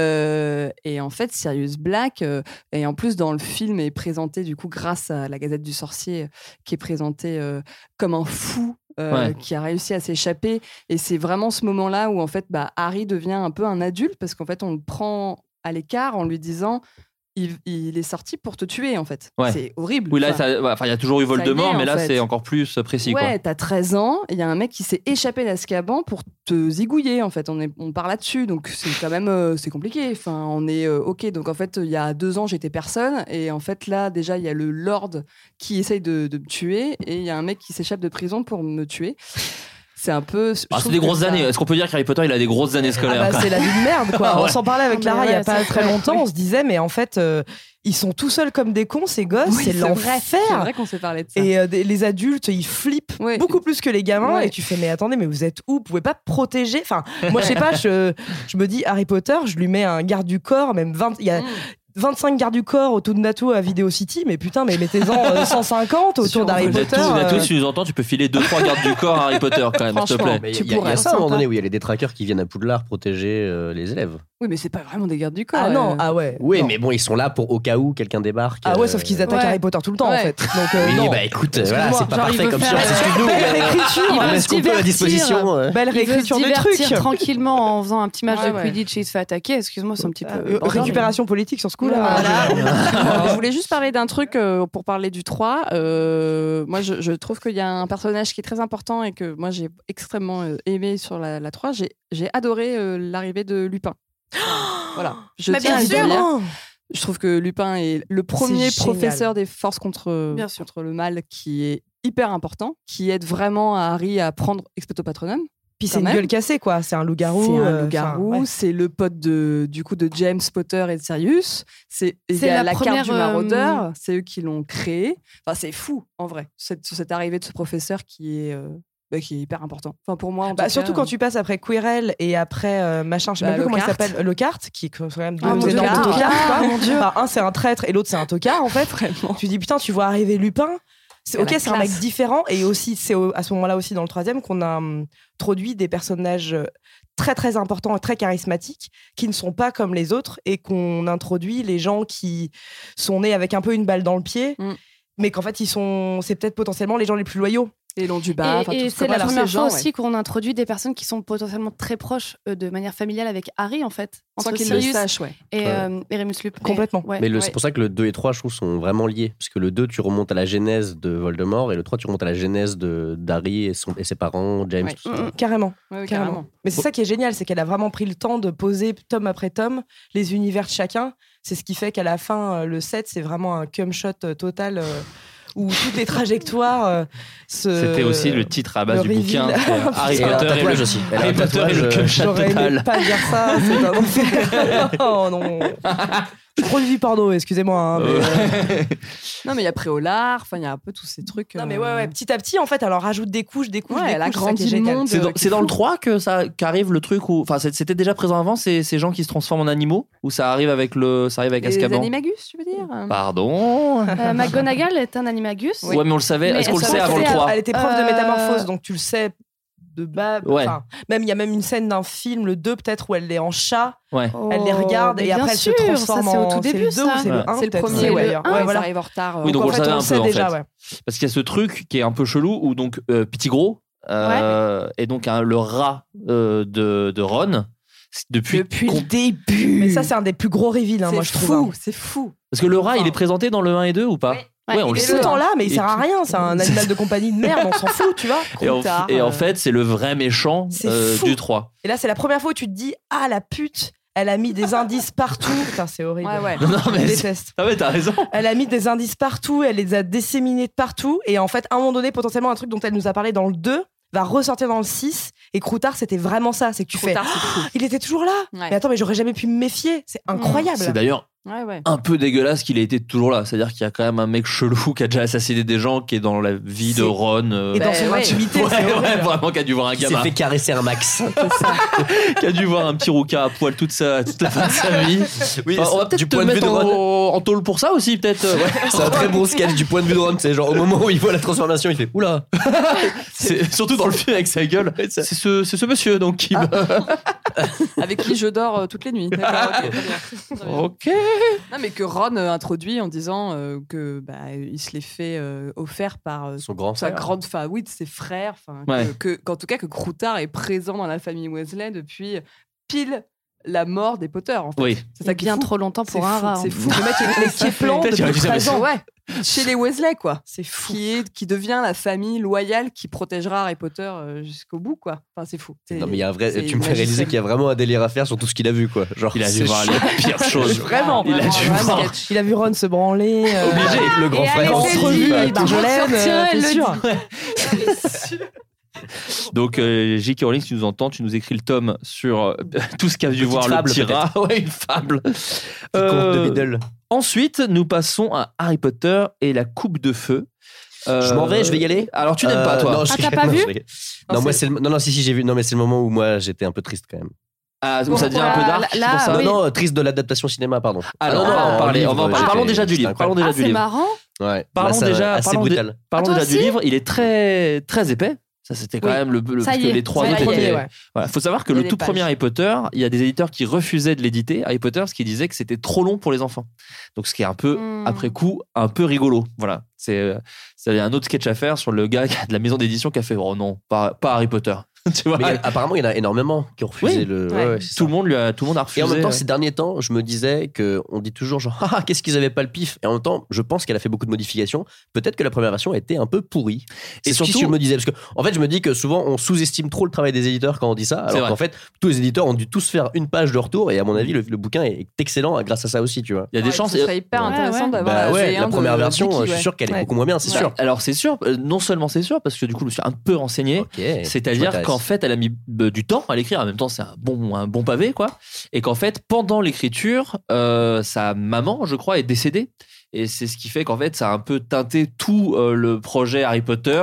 G: Euh, et en fait, Sirius Black, euh, et en plus dans le film est présenté du coup grâce à la Gazette du Sorcier, euh, qui est présenté euh, comme un fou. euh,
I: Ouais.
G: qui a réussi à s'échapper et c'est vraiment ce moment-là où en fait bah, Harry devient un peu un adulte parce qu'en fait on le prend à l'écart en lui disant il, il est sorti pour te tuer en fait
I: Ouais.
G: c'est horrible
I: Oui, là,
G: Enfin,
I: ça- ouais, enfin, il y a toujours eu
G: ça y est,
I: Voldemort, mais
G: en
I: là,
G: fait.
I: c'est encore plus euh, précis. quoi.
G: Ouais, t'as 13 ans, il y a un mec qui s'est échappé d'Azkaban pour te zigouiller, en fait. On, est, on part là-dessus, donc c'est quand même euh, c'est compliqué. Enfin, on est euh, OK. Donc, en fait, il y a deux ans, j'étais personne. Et en fait, là, déjà, il y a le Lord qui essaye de, de me tuer. Et il y a un mec qui s'échappe de prison pour me tuer. C'est un peu. je
I: Ah, c'est
G: trouve
I: des
G: que
I: grosses
G: ça-
I: années. Est-ce qu'on peut dire qu'Harry Potter, il a des grosses années scolaires
E: Ah bah,
I: quoi.
E: c'est la vie de merde, quoi.
I: Ah
E: On
I: ouais.
E: s'en parlait avec
I: Mais
E: Lara il y
I: ouais,
E: a pas
I: c'est
E: très
I: vrai,
E: longtemps. On se disait, mais en fait, euh, ils sont tout seuls comme des cons, ces gosses.
G: Oui,
E: c'est
G: c'est vrai.
E: l'enfer.
G: C'est vrai qu'on s'est parlé de ça.
E: Et euh, des- les adultes, ils flippent beaucoup plus que les gamins.
G: Ouais.
E: Et tu fais, mais attendez, mais vous êtes où Vous pouvez pas protéger Enfin, moi, je sais pas, je, je me dis, Harry Potter, je lui mets un garde du corps, même 20. Il y
G: Mm.
E: a 25 gardes du corps autour de Nato à Video City, mais putain, mais mettez-en euh, 150 autour d'Harry
I: Vous êtes
E: Potter.
I: tous- vous êtes tous,
E: euh.
I: si tu nous entends, tu peux filer 2-3 gardes du corps à Harry Potter quand même, s'il te plaît.
A: Il y, a- il y a ça à un moment donné où il y a les détraqueurs qui viennent à Poudlard protéger euh, les élèves.
G: Oui, mais c'est pas vraiment des gardes du corps.
E: Ah non,
G: euh.
E: ah ouais.
A: Oui, mais bon, ils sont là pour au cas où quelqu'un débarque.
E: Ah ouais,
A: euh,
E: sauf qu'ils attaquent
G: Ouais.
E: Harry Potter tout le temps en
G: Ouais.
E: fait. Donc, euh,
A: Oui,
E: non.
A: bah écoute, euh, voilà,
E: Excuse-moi.
A: c'est pas
E: Genre, il
A: parfait
E: veut
A: comme
E: faire-
A: science, excuse-nous.
E: Belle
A: mais, euh,
E: réécriture.
A: on
E: Il veut
A: met
E: se
A: ce qu'on peut à la
E: divertir.
A: disposition. euh.
E: Belle
B: Il veut se
E: réécriture du truc.
B: divertir tranquillement en faisant un petit match
G: Ouais,
B: de
G: ouais.
B: Quidditch et il se fait attaquer. Excuse-moi, c'est un petit peu.
E: Euh, récupération politique sur ce coup-là.
G: Voilà. je voulais juste parler d'un truc euh, pour parler du 3. Euh, moi, je, je trouve qu'il y a un personnage qui est très important et que moi, j'ai extrêmement euh, aimé sur la, la 3. J'ai- J'ai adoré euh, l'arrivée de Lupin. voilà. Je
B: Mais
G: tiens
B: bien
G: à le
B: sûr.
G: dire. Je trouve que Lupin est le premier
B: C'est génial.
G: professeur des forces contre,
B: Bien sûr.
G: contre le mal qui est hyper important, qui aide vraiment à Harry à prendre Expecto Patronum.
E: Puis
G: quand
E: c'est une
G: même.
E: gueule cassée quoi. C'est un loup-garou.
G: C'est
E: euh,
G: un
E: enfin,
G: loup-garou,
E: ouais.
G: c'est le pote de, du coup de James Potter et de Sirius. C'est il y
B: C'est
G: a
B: la
G: la,
B: première,
G: carte du maraudeur,
B: euh,
G: c'est eux qui l'ont créé. Enfin, c'est fou en vrai, cette, cette arrivée de ce professeur qui est, euh, bah, qui est hyper important. Enfin, pour moi, en
E: Bah,
G: tout
E: surtout
G: cas,
E: quand tu passes après Quirrell et après euh, machin, je sais
G: Bah,
E: même plus comment il
G: Lockhart.
E: s'appelle, Lockhart, qui est quand même deux
G: Ah, mon Dieu,
E: énormes
G: Lockhart.
E: tocards, quoi.
G: Ah, mon Dieu.
E: Enfin, un c'est un traître et l'autre c'est un tocard en fait. Tu dis putain, tu vois arriver Lupin. C'est
G: Il a
E: ok,
G: Ah, la
E: c'est un mec
G: classe.
E: différent et aussi c'est au- à ce moment-là aussi dans le troisième qu'on a hum, introduit des personnages euh, très très importants et très charismatiques qui ne sont pas comme les autres et qu'on introduit les gens qui sont nés avec un peu une balle dans le pied.
G: Mm.
E: Mais qu'en fait, ils sont, c'est peut-être potentiellement les gens les plus loyaux.
G: Et l'on du bas, bah, enfin,
B: et
G: tout
B: et
G: ce
B: c'est
G: qu'on a,
B: la
G: tous ces
B: première
G: gens,
B: fois
G: ouais.
B: aussi qu'on introduit des personnes qui sont potentiellement très proches euh, de manière familiale avec Harry en fait.
G: Sans
B: Entre
G: qu'il le
B: Sirius
G: sache, ouais.
B: et,
A: Ouais.
B: euh, et Remus Lupin.
E: Complètement.
B: Ouais.
A: Mais le-
B: Ouais.
A: c'est pour ça que le 2 et 3, je trouve, sont vraiment liés. Parce que le 2, tu remontes à la genèse de Voldemort, et le 3, tu remontes à la genèse de d'Harry et, son- et ses parents, James.
E: Ouais. Mm,
A: tout
I: hein.
A: ça.
E: Carrément.
G: Ouais, ouais,
E: carrément.
G: carrément.
E: Mais c'est ça qui est génial, c'est qu'elle a vraiment pris le temps de poser tome après tome les univers de chacun. C'est ce qui fait qu'à la fin, euh, le 7, c'est vraiment un cum shot euh, total euh, où toutes les trajectoires euh, se.
I: C'était aussi le titre à base
E: le
I: du bouquin.
E: reveal.
I: c'est, euh, Harry
A: Et elle a un
I: Potter et
A: tatouage
I: le,
A: aussi. Elle a
I: Harry
A: un
I: Potter et le
A: tatouage,
I: cumshot
E: J'aurais aimé
I: total.
E: pas dire ça, c'est un enfer. oh non. Je produis du porno, excusez-moi. hein, mais,
I: Euh.
E: euh,
G: Non, mais il y a Préolard, enfin, il y a un peu tous ces trucs.
E: Non mais
G: euh,
E: ouais, ouais, petit à petit en fait, alors rajoute des couches, des couches,
G: Ouais,
E: des
G: elle a
E: couches, Ah, c'est ça qui est
G: grandi le
E: génial.
G: monde. euh,
I: C'est dans,
G: qui est
I: c'est dans
G: fou.
I: le 3 que ça qu'arrive le truc où enfin c'est- c'était déjà présent avant ces, ces gens qui se transforment en animaux ou ça arrive avec le ça arrive avec
G: les
I: Azkaban.
G: Animagus, tu veux dire
D: Bah,
I: Pardon.
B: hein. Euh, McGonagall est un animagus.
I: Ouais mais on le savait,
B: Mais
I: est-ce qu'on le
B: elle
I: sait
B: savait
I: avant le
B: faire.
I: 3
E: Elle était prof de
B: Euh,
E: métamorphose, donc tu le sais de bas.
I: Ouais.
E: Enfin, même il y a même une scène d'un film, le 2 peut-être, où elle est en chat.
I: Ouais.
E: elle les
B: Oh,
E: regarde
B: mais
E: et
B: bien
E: après
B: sûr,
E: elle se transforme
B: ça, c'est au
E: en
B: tout
E: c'est le
B: début,
E: deux ou
B: ça.
E: c'est le
I: Ouais.
E: un,
G: C'est le
E: peut-être,
G: premier,
E: ouais,
G: le
E: ouais,
G: 1,
E: voilà.
G: ils arrivent en retard. euh,
I: Oui, donc
E: en
I: on le
E: fait,
I: savait
E: on
I: un
E: sait
I: peu en
E: déjà,
I: fait.
E: ouais.
I: Parce qu'il y a ce truc qui est un peu chelou où donc euh, Petit Gros, euh, et donc hein, le rat euh, de, de Ron, c'est depuis, qu'on-
G: début.
E: Mais ça, c'est un des plus gros reveals, hein, moi je
G: C'est
E: trouve.
G: fou,
E: hein.
G: c'est fou.
I: Parce que le rat, il est présenté dans le 1 et 2 ou pas
B: Ouais,
I: on le
B: il
E: Tout le
B: est
I: sait. hein.
E: temps là, mais il
I: Et
E: sert à
I: tout-
E: rien, c'est un animal de compagnie de merde, on s'en fout, tu vois.
I: Et en,
E: Croutard,
I: et en
E: euh.
I: fait, c'est le vrai méchant
E: C'est
I: euh,
E: fou.
I: du 3.
E: Et là, c'est la première fois où tu te dis Ah la pute, Elle a mis des indices partout. Putain, c'est horrible.
G: Ouais, ouais.
E: Je
D: Non, mais
E: déteste.
D: Ah ouais, t'as raison.
E: Elle a mis des indices partout, elle les a disséminés de partout. Et en fait, à un moment donné, potentiellement, un truc dont elle nous a parlé dans le 2 va ressortir dans le 6. Et Croutard, c'était vraiment ça. C'est que tu
G: Croutard,
E: fais.
G: c'est fou. Mm.
E: Oh, il était toujours là. Mais attends, mais j'aurais jamais pu me méfier. C'est incroyable.
D: C'est d'ailleurs
G: Ouais, ouais.
D: un peu dégueulasse qu'il ait été toujours là. C'est-à-dire qu'il y a quand même un mec chelou qui a déjà assassiné des gens, qui est dans la vie de Ron. euh,
E: Et dans son intimité,
D: ouais,
E: c'est
D: ouais,
E: horrible.
D: vraiment, qui a dû voir un
A: Bah, Qui s'est
D: gamin.
A: fait caresser un max.
D: qui a dû voir un petit rouquin à poil toute, sa, toute la fin de sa vie.
A: Oui,
D: Enfin, on va
A: c'est- du
D: peut-être te
A: point de vue
D: mettre
A: de
D: en, en tôle pour ça aussi, peut-être. euh, ouais.
A: C'est un très bon sketch du point de vue de Ron. C'est genre au moment où il voit la transformation, il fait Oula
D: C'est- surtout dans le film avec sa gueule. C'est ce, c'est ce monsieur, donc, qui
A: Ah.
D: me-
G: Avec qui je dors euh, toutes les nuits. D'accord, ok, très bien. Très bien.
D: Ok.
G: Non, mais que Ron euh, introduit en disant euh, que bah, il se les fait euh, offert par euh,
A: Son grand
G: sa
A: frère.
G: grande femme, oui, de ses frères. enfin,
D: Ouais.
G: Que, que- qu'en tout cas, que Croutard est présent dans la famille Wesley depuis pile la mort des Potter. En fait.
D: Oui.
G: C'est ça qui est
B: bien
G: fou.
B: trop longtemps pour
G: C'est
B: un
G: fou,
B: rat. hein.
G: C'est fou. Le mec est- est qui est plan
D: Peut-être qu'il aurait
G: depuis
D: dû dire, mais
G: 13 ans.
D: c'est-
G: Ouais. Chez les Wesley, quoi.
E: C'est fou.
G: Qui, est, qui devient la famille loyale qui protégera Harry Potter euh, jusqu'au bout, quoi. Enfin, c'est fou. C'est-
A: Non, mais il y a un vrai.
G: c'est
A: Tu me fais réaliser
G: magistral.
A: qu'il y a vraiment un délire à faire sur tout ce qu'il a vu, quoi. Genre,
D: Il a
A: c'est
D: dû voir
A: chaud.
D: les pires choses.
E: Vraiment.
D: Il a dû
G: Vraiment,
D: voir.
G: sketch.
E: Il a vu Ron se branler. euh,
D: Obligé.
A: Le grand
B: Et
A: frère.
B: allez,
A: en
B: c'est
A: slip,
B: lui,
G: bah,
A: euh,
B: il va
A: tout-
B: Jordan, euh,
E: c'est
B: elle le
E: sûr.
D: Donc, euh, J.K. Rowling, si tu nous entends, tu nous écris le tome sur euh, tout ce qu'a vu
A: Petite
D: voir
A: fable,
D: le petit
A: peut-être.
D: rat. Ouais, une fable.
A: Petit conte de
D: Euh,
A: Middle.
D: Ensuite, nous passons à Harry Potter et la coupe de feu.
A: Je
D: Euh,
A: m'en vais, je vais y aller.
D: Alors, tu n'aimes pas,
A: Euh,
D: toi
A: non, je
B: Ah, t'as
A: rigole,
B: pas
A: non,
B: vu
A: je rigole. Non, moi, c'est le- non, non, si, si, j'ai vu. Non, mais c'est le moment où moi, j'étais un peu triste quand même.
D: Ah, où ça devient un peu
B: Voilà,
D: dark.
B: là,
D: c'est pour ça.
A: Non,
B: oui.
A: non, euh, triste de l'adaptation cinéma, pardon.
D: Ah, non, non,
A: en
D: on parlait-
A: livre,
D: on va en parler.
A: j'étais-
D: Parlons déjà du
A: j'étais
D: livre. Parlons
A: incroyable.
D: déjà
B: Ah,
D: du
B: c'est
D: livre.
B: marrant.
A: Ouais.
D: Parlons
A: Là, ça-
D: déjà,
A: assez
D: parlons, dé-
A: brutal.
D: parlons
B: Ah, toi
D: déjà du
B: aussi
D: livre. Il est très, très épais. Ça, c'était quand
B: Oui.
D: même le, le
B: Ça
D: parce
B: y
D: que
B: est,
D: les trois
B: ça
D: autres
B: y est,
D: étaient-
E: ouais.
D: Voilà. faut savoir que
G: Il y a
D: le
G: des
D: tout
G: pages.
D: premier Harry Potter, il y a des éditeurs qui refusaient de l'éditer Harry Potter parce qu'ils disaient que c'était trop long pour les enfants. Donc ce qui est un peu
B: Hmm.
D: après coup un peu rigolo. Voilà, c'est euh, ça, il y a un autre sketch à faire sur le gars qui a- de la maison d'édition qui a fait oh non pas, pas Harry Potter. tu vois,
A: Mais il y a- apparemment, il y en a énormément qui ont refusé
D: Oui.
A: le.
G: Ouais.
A: c'est ça.
D: tout le monde lui a euh, tout le monde a refusé.
A: Et en même temps, ces derniers temps, je me disais que on dit toujours genre ah, qu'est-ce qu'ils avaient pas le pif. Et en même temps, je pense qu'elle a fait beaucoup de modifications. Peut-être que la première version a été un peu pourrie.
D: Et
A: Et surtout,
D: surtout-
A: je me disais parce que en fait, je me dis que souvent on sous-estime trop le travail des éditeurs quand on dit ça,
D: C'est
A: alors
D: vrai. Mm.
A: qu'en fait, tous les éditeurs ont dû tous faire une page de retour. Et à mon avis, le, le bouquin est excellent hein, grâce à ça aussi, tu vois.
D: il y a des
G: Ouais,
D: chances.
G: Ce serait hyper
B: Ouais,
G: intéressant
B: ouais.
G: d'avoir
A: Bah
G: la
A: ouais,
G: G1
A: la
G: de-
A: première
G: de
A: version,
G: Vicky,
A: je
G: ouais.
A: suis sûr qu'elle est
E: Ouais.
A: beaucoup moins bien, c'est
G: Ouais.
A: sûr.
D: Bah, Alors c'est sûr, euh, non seulement c'est sûr parce que du coup je me suis un peu renseigné.
A: Ok.
D: C'est-à-dire
A: Je
D: qu'en
A: m'intéresse.
D: fait, elle a mis euh, du temps à l'écrire. En même temps, c'est un bon, un bon pavé, quoi. Et qu'en fait, pendant l'écriture, euh, sa maman, je crois, est décédée. Et c'est ce qui fait qu'en fait, ça a un peu teinté tout euh, le projet Harry Potter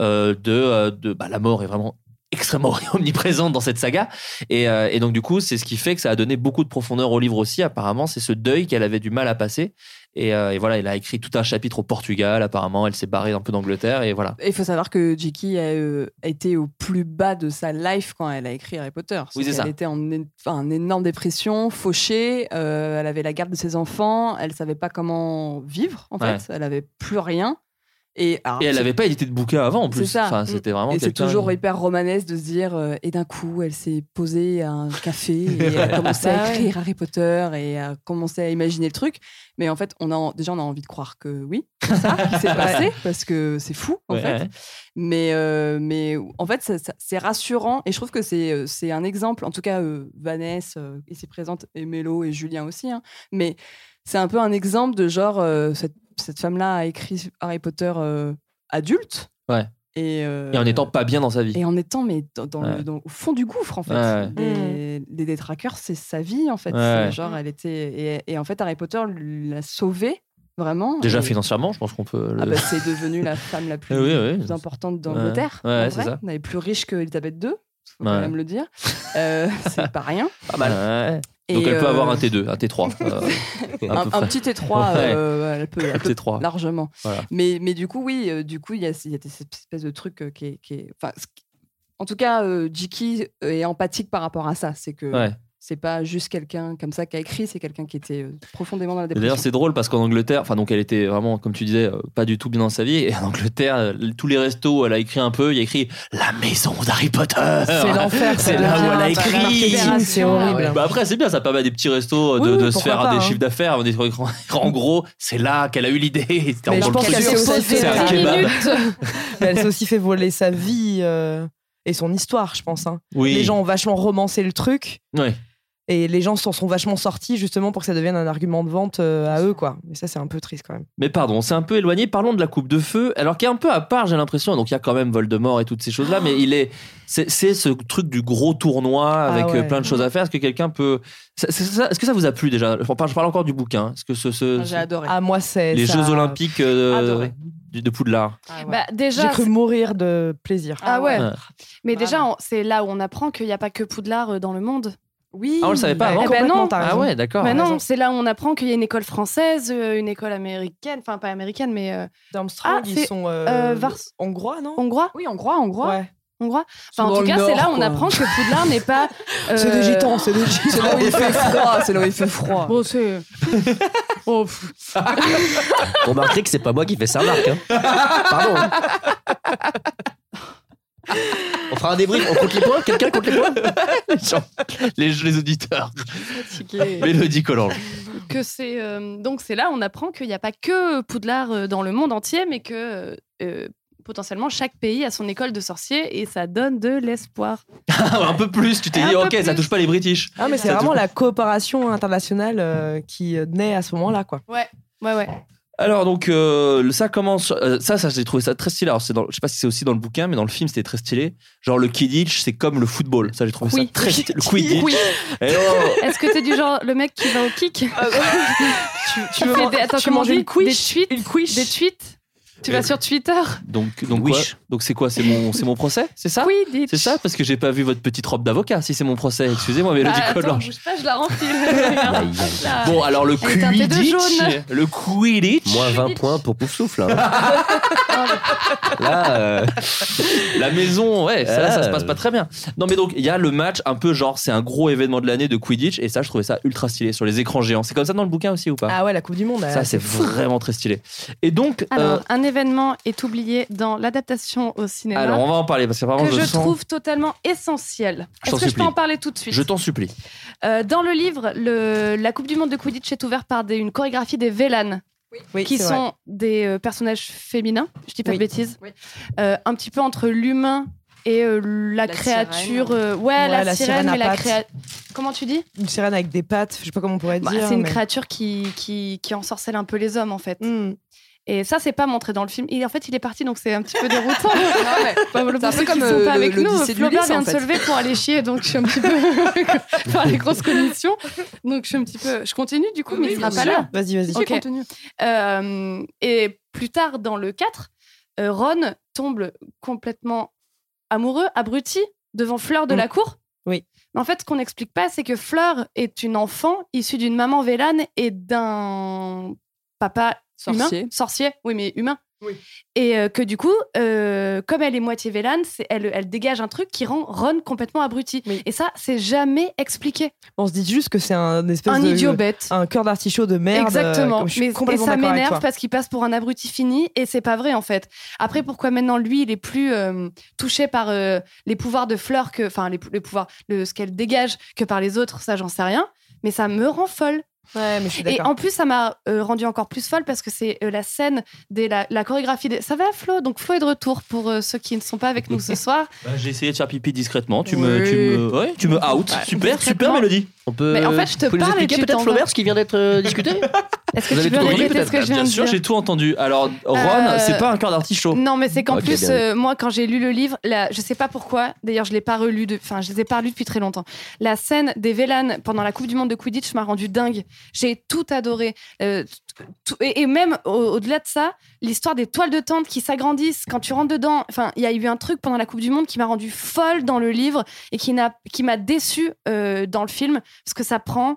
D: euh, de, euh, de bah, la mort est vraiment extrêmement omniprésente dans cette saga. Et, euh, et donc, du coup, c'est ce qui fait que ça a donné beaucoup de profondeur au livre aussi. Apparemment, c'est ce deuil qu'elle avait du mal à passer. Et, euh, et voilà, elle a écrit tout un chapitre au Portugal. Apparemment, elle s'est barrée un peu d'Angleterre. Et voilà.
G: Et Il faut savoir que J.K. a euh, été au plus bas de sa life quand elle a écrit Harry Potter.
D: Oui, c'est
G: qu'elle
D: ça.
G: était en é- enfin, en énorme dépression, fauchée. euh, elle avait la garde de ses enfants. Elle savait pas comment vivre, en
D: Ouais.
G: fait. Elle avait plus rien. Et, alors,
D: Et elle
G: c'est-
D: n'avait pas édité de bouquin avant en plus.
G: C'est ça.
D: Enfin,
G: Mm.
D: c'était vraiment
G: et c'est
D: quelqu'un-
G: toujours hyper romanesque de se dire. euh, et d'un coup, elle s'est posée à un café et elle a commencé
B: Bah
G: à
B: ouais.
G: écrire Harry Potter et a commencé à imaginer le truc. Mais en fait, on a en- déjà on a envie de croire que oui, c'est ça qui s'est passé parce que c'est fou en
D: Ouais,
G: fait.
D: ouais.
G: Mais, euh, mais en fait, ça- ça- c'est rassurant et je trouve que c'est euh, c'est un exemple. En tout cas, euh, Vanessa euh, ici présente et Mélo et Julien aussi. hein. mais c'est un peu un exemple de genre, euh, cette, cette femme-là a écrit Harry Potter euh, adulte.
D: Ouais.
G: Et, euh,
D: Et en étant pas bien dans sa vie.
G: Et en étant, mais dans, dans le-
D: Ouais.
G: dans- au fond du gouffre, en fait.
D: Ouais.
G: Les, les détraqueurs, c'est sa vie, en fait.
D: Ouais.
G: C'est Genre, elle était. Et, et en fait, Harry Potter l'a sauvée, vraiment.
D: Déjà
G: Et-
D: financièrement, je pense qu'on peut. le-
G: ah bah, c'est devenu la femme la plus,
D: Eh oui, oui.
G: plus importante d'Angleterre.
D: Ouais, ouais,
G: en
D: c'est
G: vrai.
D: ça.
G: On est plus riche qu'Elisabeth II, faut
D: Ouais.
G: quand même le dire. Euh, c'est pas rien.
D: Pas mal. Donc
G: Et,
D: elle peut
G: euh,
D: avoir un T2, un T3. euh,
G: un,
D: à peu
G: un
D: près.
G: petit T3,
D: Ouais.
G: euh, elle peut, elle
D: Un
G: peut
D: T3.
G: largement.
D: Voilà.
G: Mais, mais du coup, oui, euh, du coup, il y a, il y a cette espèce de truc euh, qui est. qui est- enfin, ce qui- en tout cas, euh, Jiki est empathique par rapport à ça. C'est que
D: Ouais.
G: c'est pas juste quelqu'un comme ça qui a écrit, c'est quelqu'un qui était euh, profondément dans la
D: Et D'ailleurs,
G: dépression.
D: c'est drôle parce qu'en Angleterre, enfin donc elle était vraiment, comme tu disais, euh, pas du tout bien dans sa vie. Et en Angleterre, euh, tous les restos, où elle a écrit un peu. Il y a écrit la maison d'Harry Potter.
E: C'est l'enfer.
D: C'est
E: ça.
D: là où elle a
E: Ah,
D: écrit.
E: bah, marketing, C'est horrible.
D: Bah après, c'est bien, ça permet à des petits restos de,
E: Ah Oui, oui,
D: de se
E: pourquoi
D: faire
E: pas,
D: des
E: hein.
D: chiffres d'affaires. des trucs- En gros, c'est là qu'elle a eu l'idée. C'était
E: Mais
D: en
E: je
D: gros
E: pense
D: le
E: qu'elle
D: truc.
E: s'est aussi fait
D: C'est un
E: faire-
D: kebab.
E: Mais elle s'est aussi fait voler sa vie euh, et son histoire, je pense. hein.
D: Oui.
E: Les gens ont vachement romancé le truc.
D: Ouais.
E: Et les gens s'en sont vachement sortis justement pour que ça devienne un argument de vente euh, à eux, quoi. Et ça, c'est un peu triste quand même.
G: Ah,
D: Mais pardon, c'est un peu éloigné. Parlons de la coupe de feu, alors qui est un peu à part, j'ai l'impression. Donc il y a quand même Voldemort et toutes ces choses-là, mais il est, c'est, c'est ce truc du gros tournoi avec
E: Ah ouais.
D: euh, plein de choses à faire. Est-ce que quelqu'un peut, ça- c'est ça- est-ce que ça vous a plu déjà je parle, je parle encore du bouquin. Est-ce que ce, ce- ce-
G: adoré.
E: Ah, moi, c'est.
D: Euh, les
E: ça-
D: Jeux Olympiques euh,
E: Adoré.
D: du- de Poudlard
B: Bah, déjà,
E: J'ai cru
B: c'est-
E: mourir de plaisir.
B: Ah ouais.
D: Ouais.
B: Mais déjà, on- c'est là où on apprend qu'il n'y a pas que Poudlard euh, dans le monde.
E: Oui.
D: Ah, on le savait pas
E: Ouais,
D: avant.
B: Eh ben
E: complètement,
B: non.
E: t'as raison.
D: Ah ouais, d'accord.
B: Mais
D: T'as
B: non,
D: raison.
B: c'est là où on apprend qu'il y a une école française, euh, une école américaine, enfin pas américaine, mais euh,
E: D'Armstrong,
B: Ah,
E: ils
B: c'est-
E: sont euh,
B: euh, Vars-
E: hongrois, non
B: hongrois.
G: Oui, hongrois, hongrois.
E: Ouais.
B: hongrois.
E: sont
B: Enfin, en
E: dans
B: tout
E: le
B: cas, c'est là
E: Nord,
B: où on
E: quoi.
B: apprend que Poudlard n'est pas.
E: C'est des
B: euh,
E: gitans, c'est des gitans.
G: C'est là où il fait froid. C'est là où il fait froid.
B: Bon, c'est. Oh, pff.
A: Remarquez que c'est pas moi qui fais ça, Marc. hein. Pardon. hein. On fera un débrief, on compte les points Quelqu'un compte les points
D: les, gens- les, les auditeurs.
B: Fatigué.
D: Mélodie Collange.
B: que c'est euh, donc c'est là on apprend qu'il n'y a pas que Poudlard euh, dans le monde entier, mais que euh, euh, potentiellement chaque pays a son école de sorciers et ça donne de l'espoir.
D: un peu plus, tu t'es
B: Un
D: dit,
B: peu
D: ok, ça
B: plus.
D: touche pas les British.
E: Ah, mais c'est
D: Ça te-
E: vraiment la coopération internationale euh, qui euh, naît à ce moment-là, quoi.
B: Ouais ouais.
D: Alors donc euh, ça commence euh, ça ça j'ai trouvé ça très stylé alors c'est dans je sais pas si c'est aussi dans le bouquin mais dans le film c'était très stylé genre le kidditch c'est comme le football Oh, ça j'ai trouvé
B: Oui.
D: ça très stylé le quidditch
B: Oui.
D: Eh oh.
B: Est-ce que t'es du genre le mec qui va au kick
E: Ah, Tu,
B: Tu fais des, attends,
E: tu
B: comment on
E: manges
B: dit
E: une quiche
B: Des tweets
E: Une quiche
B: Des tweets Tu
D: Euh,
B: vas sur Twitter
D: donc donc quoi
A: Wish.
D: donc c'est quoi c'est mon c'est mon procès c'est ça
B: Oui, dites.
D: c'est ça parce que j'ai pas vu votre petite robe d'avocat si c'est mon procès excusez-moi Mélodie
B: Ah, attends,
D: Collange
B: bouge pas, je la renfile. Là.
D: bon alors le
B: Ah, Elle est teintée de
D: quidditch
B: jaune.
D: le quidditch
A: Moins 20 points pour Pouf Souffle. hein. Là, euh,
D: La maison, ouais, ça,
A: Ah.
D: ça se passe pas très bien. Non, mais donc, il y a le match un peu genre, c'est un gros événement de l'année de Quidditch, et ça, je trouvais ça ultra stylé sur les écrans géants. C'est comme ça dans le bouquin aussi ou pas
E: Ah ouais, la Coupe du Monde.
D: Ça,
E: elle-
D: c'est vraiment très stylé. Et donc, euh,
B: Alors, un événement est oublié dans l'adaptation au cinéma
D: alors, on va en parler parce que vraiment,
B: que
D: je,
B: je,
D: sens-
B: trouve totalement essentiel.
D: Je t'en
B: Est-ce que je peux
D: supplie.
B: en parler tout de suite
D: Je t'en supplie.
B: Euh, Dans le livre, le- la Coupe du Monde de Quidditch est ouverte par des- une chorégraphie des Vélanes,
E: Oui,
B: qui
E: c'est vrai.
B: sont des euh, personnages féminins, je dis pas
E: Oui.
B: de bêtises,
G: Oui.
B: Euh, un petit peu entre l'humain et euh, la,
G: La
B: créature.
G: sirène.
B: euh, ouais,
E: Ouais,
B: la,
E: la
B: sirène,
E: sirène à
B: mais la
E: pattes.
B: créa- Comment tu dis
E: Une sirène avec des pattes, je sais pas comment on pourrait
B: Bah,
E: dire.
B: C'est une
E: mais-
B: créature qui, qui, qui ensorcelle un peu les hommes, en fait.
E: Hmm.
B: Et ça, c'est pas montré dans le film. Et en fait, il est parti, donc c'est un petit peu déroutant. Enfin,
G: C'est un
B: pour
G: peu
B: ceux qui
G: comme
B: ne sont
G: euh,
B: pas
G: le-
B: avec nous,
G: l'Odyssée
B: Flaubert
G: d'Ulysse,
B: vient
G: en
B: de se
G: fait.
B: lever pour aller chier, donc je suis un petit peu par les grosses commissions. Donc je suis un petit peu. Je continue du coup, mais il sera pas là.
E: Vas-y, vas-y.
B: Ok. Euh, et plus tard dans le 4, euh, Ron tombe complètement amoureux, abruti, devant Fleur de
E: Mm.
B: la cour.
E: Oui.
B: Mais en fait, ce qu'on n'explique pas, c'est que Fleur est une enfant issue d'une maman vélane et d'un papa
G: Sorcier.
B: humain. Sorcier, oui, mais humain.
G: Oui.
B: Et euh, que du coup, euh, comme elle est moitié vélane, c'est- elle, elle dégage un truc qui rend Ron complètement abruti.
E: Oui.
B: Et ça, c'est jamais expliqué.
E: On se dit juste que c'est un espèce
B: Un
E: de.
B: idiot bête.
E: Un cœur d'artichaut de merde. euh,
B: Exactement.
E: comme je suis
B: Mais, et
E: complètement
B: ça
E: d'accord avec
B: m'énerve
E: toi.
B: parce qu'il passe pour un abruti fini et c'est pas vrai en fait. Après, pourquoi maintenant lui il est plus euh, touché par euh, les pouvoirs de Fleur que, enfin les, pou- les pouvoirs, le, ce qu'elle dégage que par les autres, ça j'en sais rien. Mais ça me rend folle.
E: Ouais, mais je suis
B: Et
E: d'accord.
B: en plus, ça m'a euh, rendu encore plus folle parce que c'est euh, la scène, des, la, la chorégraphie. Des... Ça va, Flo Donc, Flo est de retour pour euh, ceux qui ne sont pas avec nous ce soir.
D: Bah, j'ai essayé de faire pipi discrètement. Tu
B: tu me-
D: me,
B: Oui.
D: tu
B: tu
D: me,
B: me-
D: tu me out.
B: Ouais,
D: super, super,
B: discrètement.
D: Mélodie.
A: on peut.
B: Mais en fait, je te
A: vous pouvez nous
B: parle et
A: expliquer
B: tu
A: peut-être
B: t'en
A: Flaubert ce qui vient d'être euh, discuté
B: Est-ce que
A: Vous avez
B: tu peux
A: tout compris,
B: répéter ce que
A: peut-être Bah,
B: je viens
D: Bien
B: de
D: sûr,
B: dire
D: j'ai tout entendu. Alors, Ron,
B: Euh,
D: c'est pas un cœur d'artichaut.
B: Non, mais c'est qu'en
A: Ok,
B: plus,
A: bien vu.
B: euh, moi, quand j'ai lu le livre, la, je sais pas pourquoi. D'ailleurs, je l'ai pas relu. de- Enfin, je les ai pas relus depuis très longtemps. La scène des Vélanes pendant la Coupe du Monde de Quidditch m'a rendu dingue. J'ai tout adoré. Euh, tout- et, et même au- au-delà de ça, l'histoire des toiles de tente qui s'agrandissent quand tu rentres dedans. Enfin, il y a eu un truc pendant la Coupe du Monde qui m'a rendu folle dans le livre et qui n'a- qui m'a déçue euh, dans le film parce que ça prend.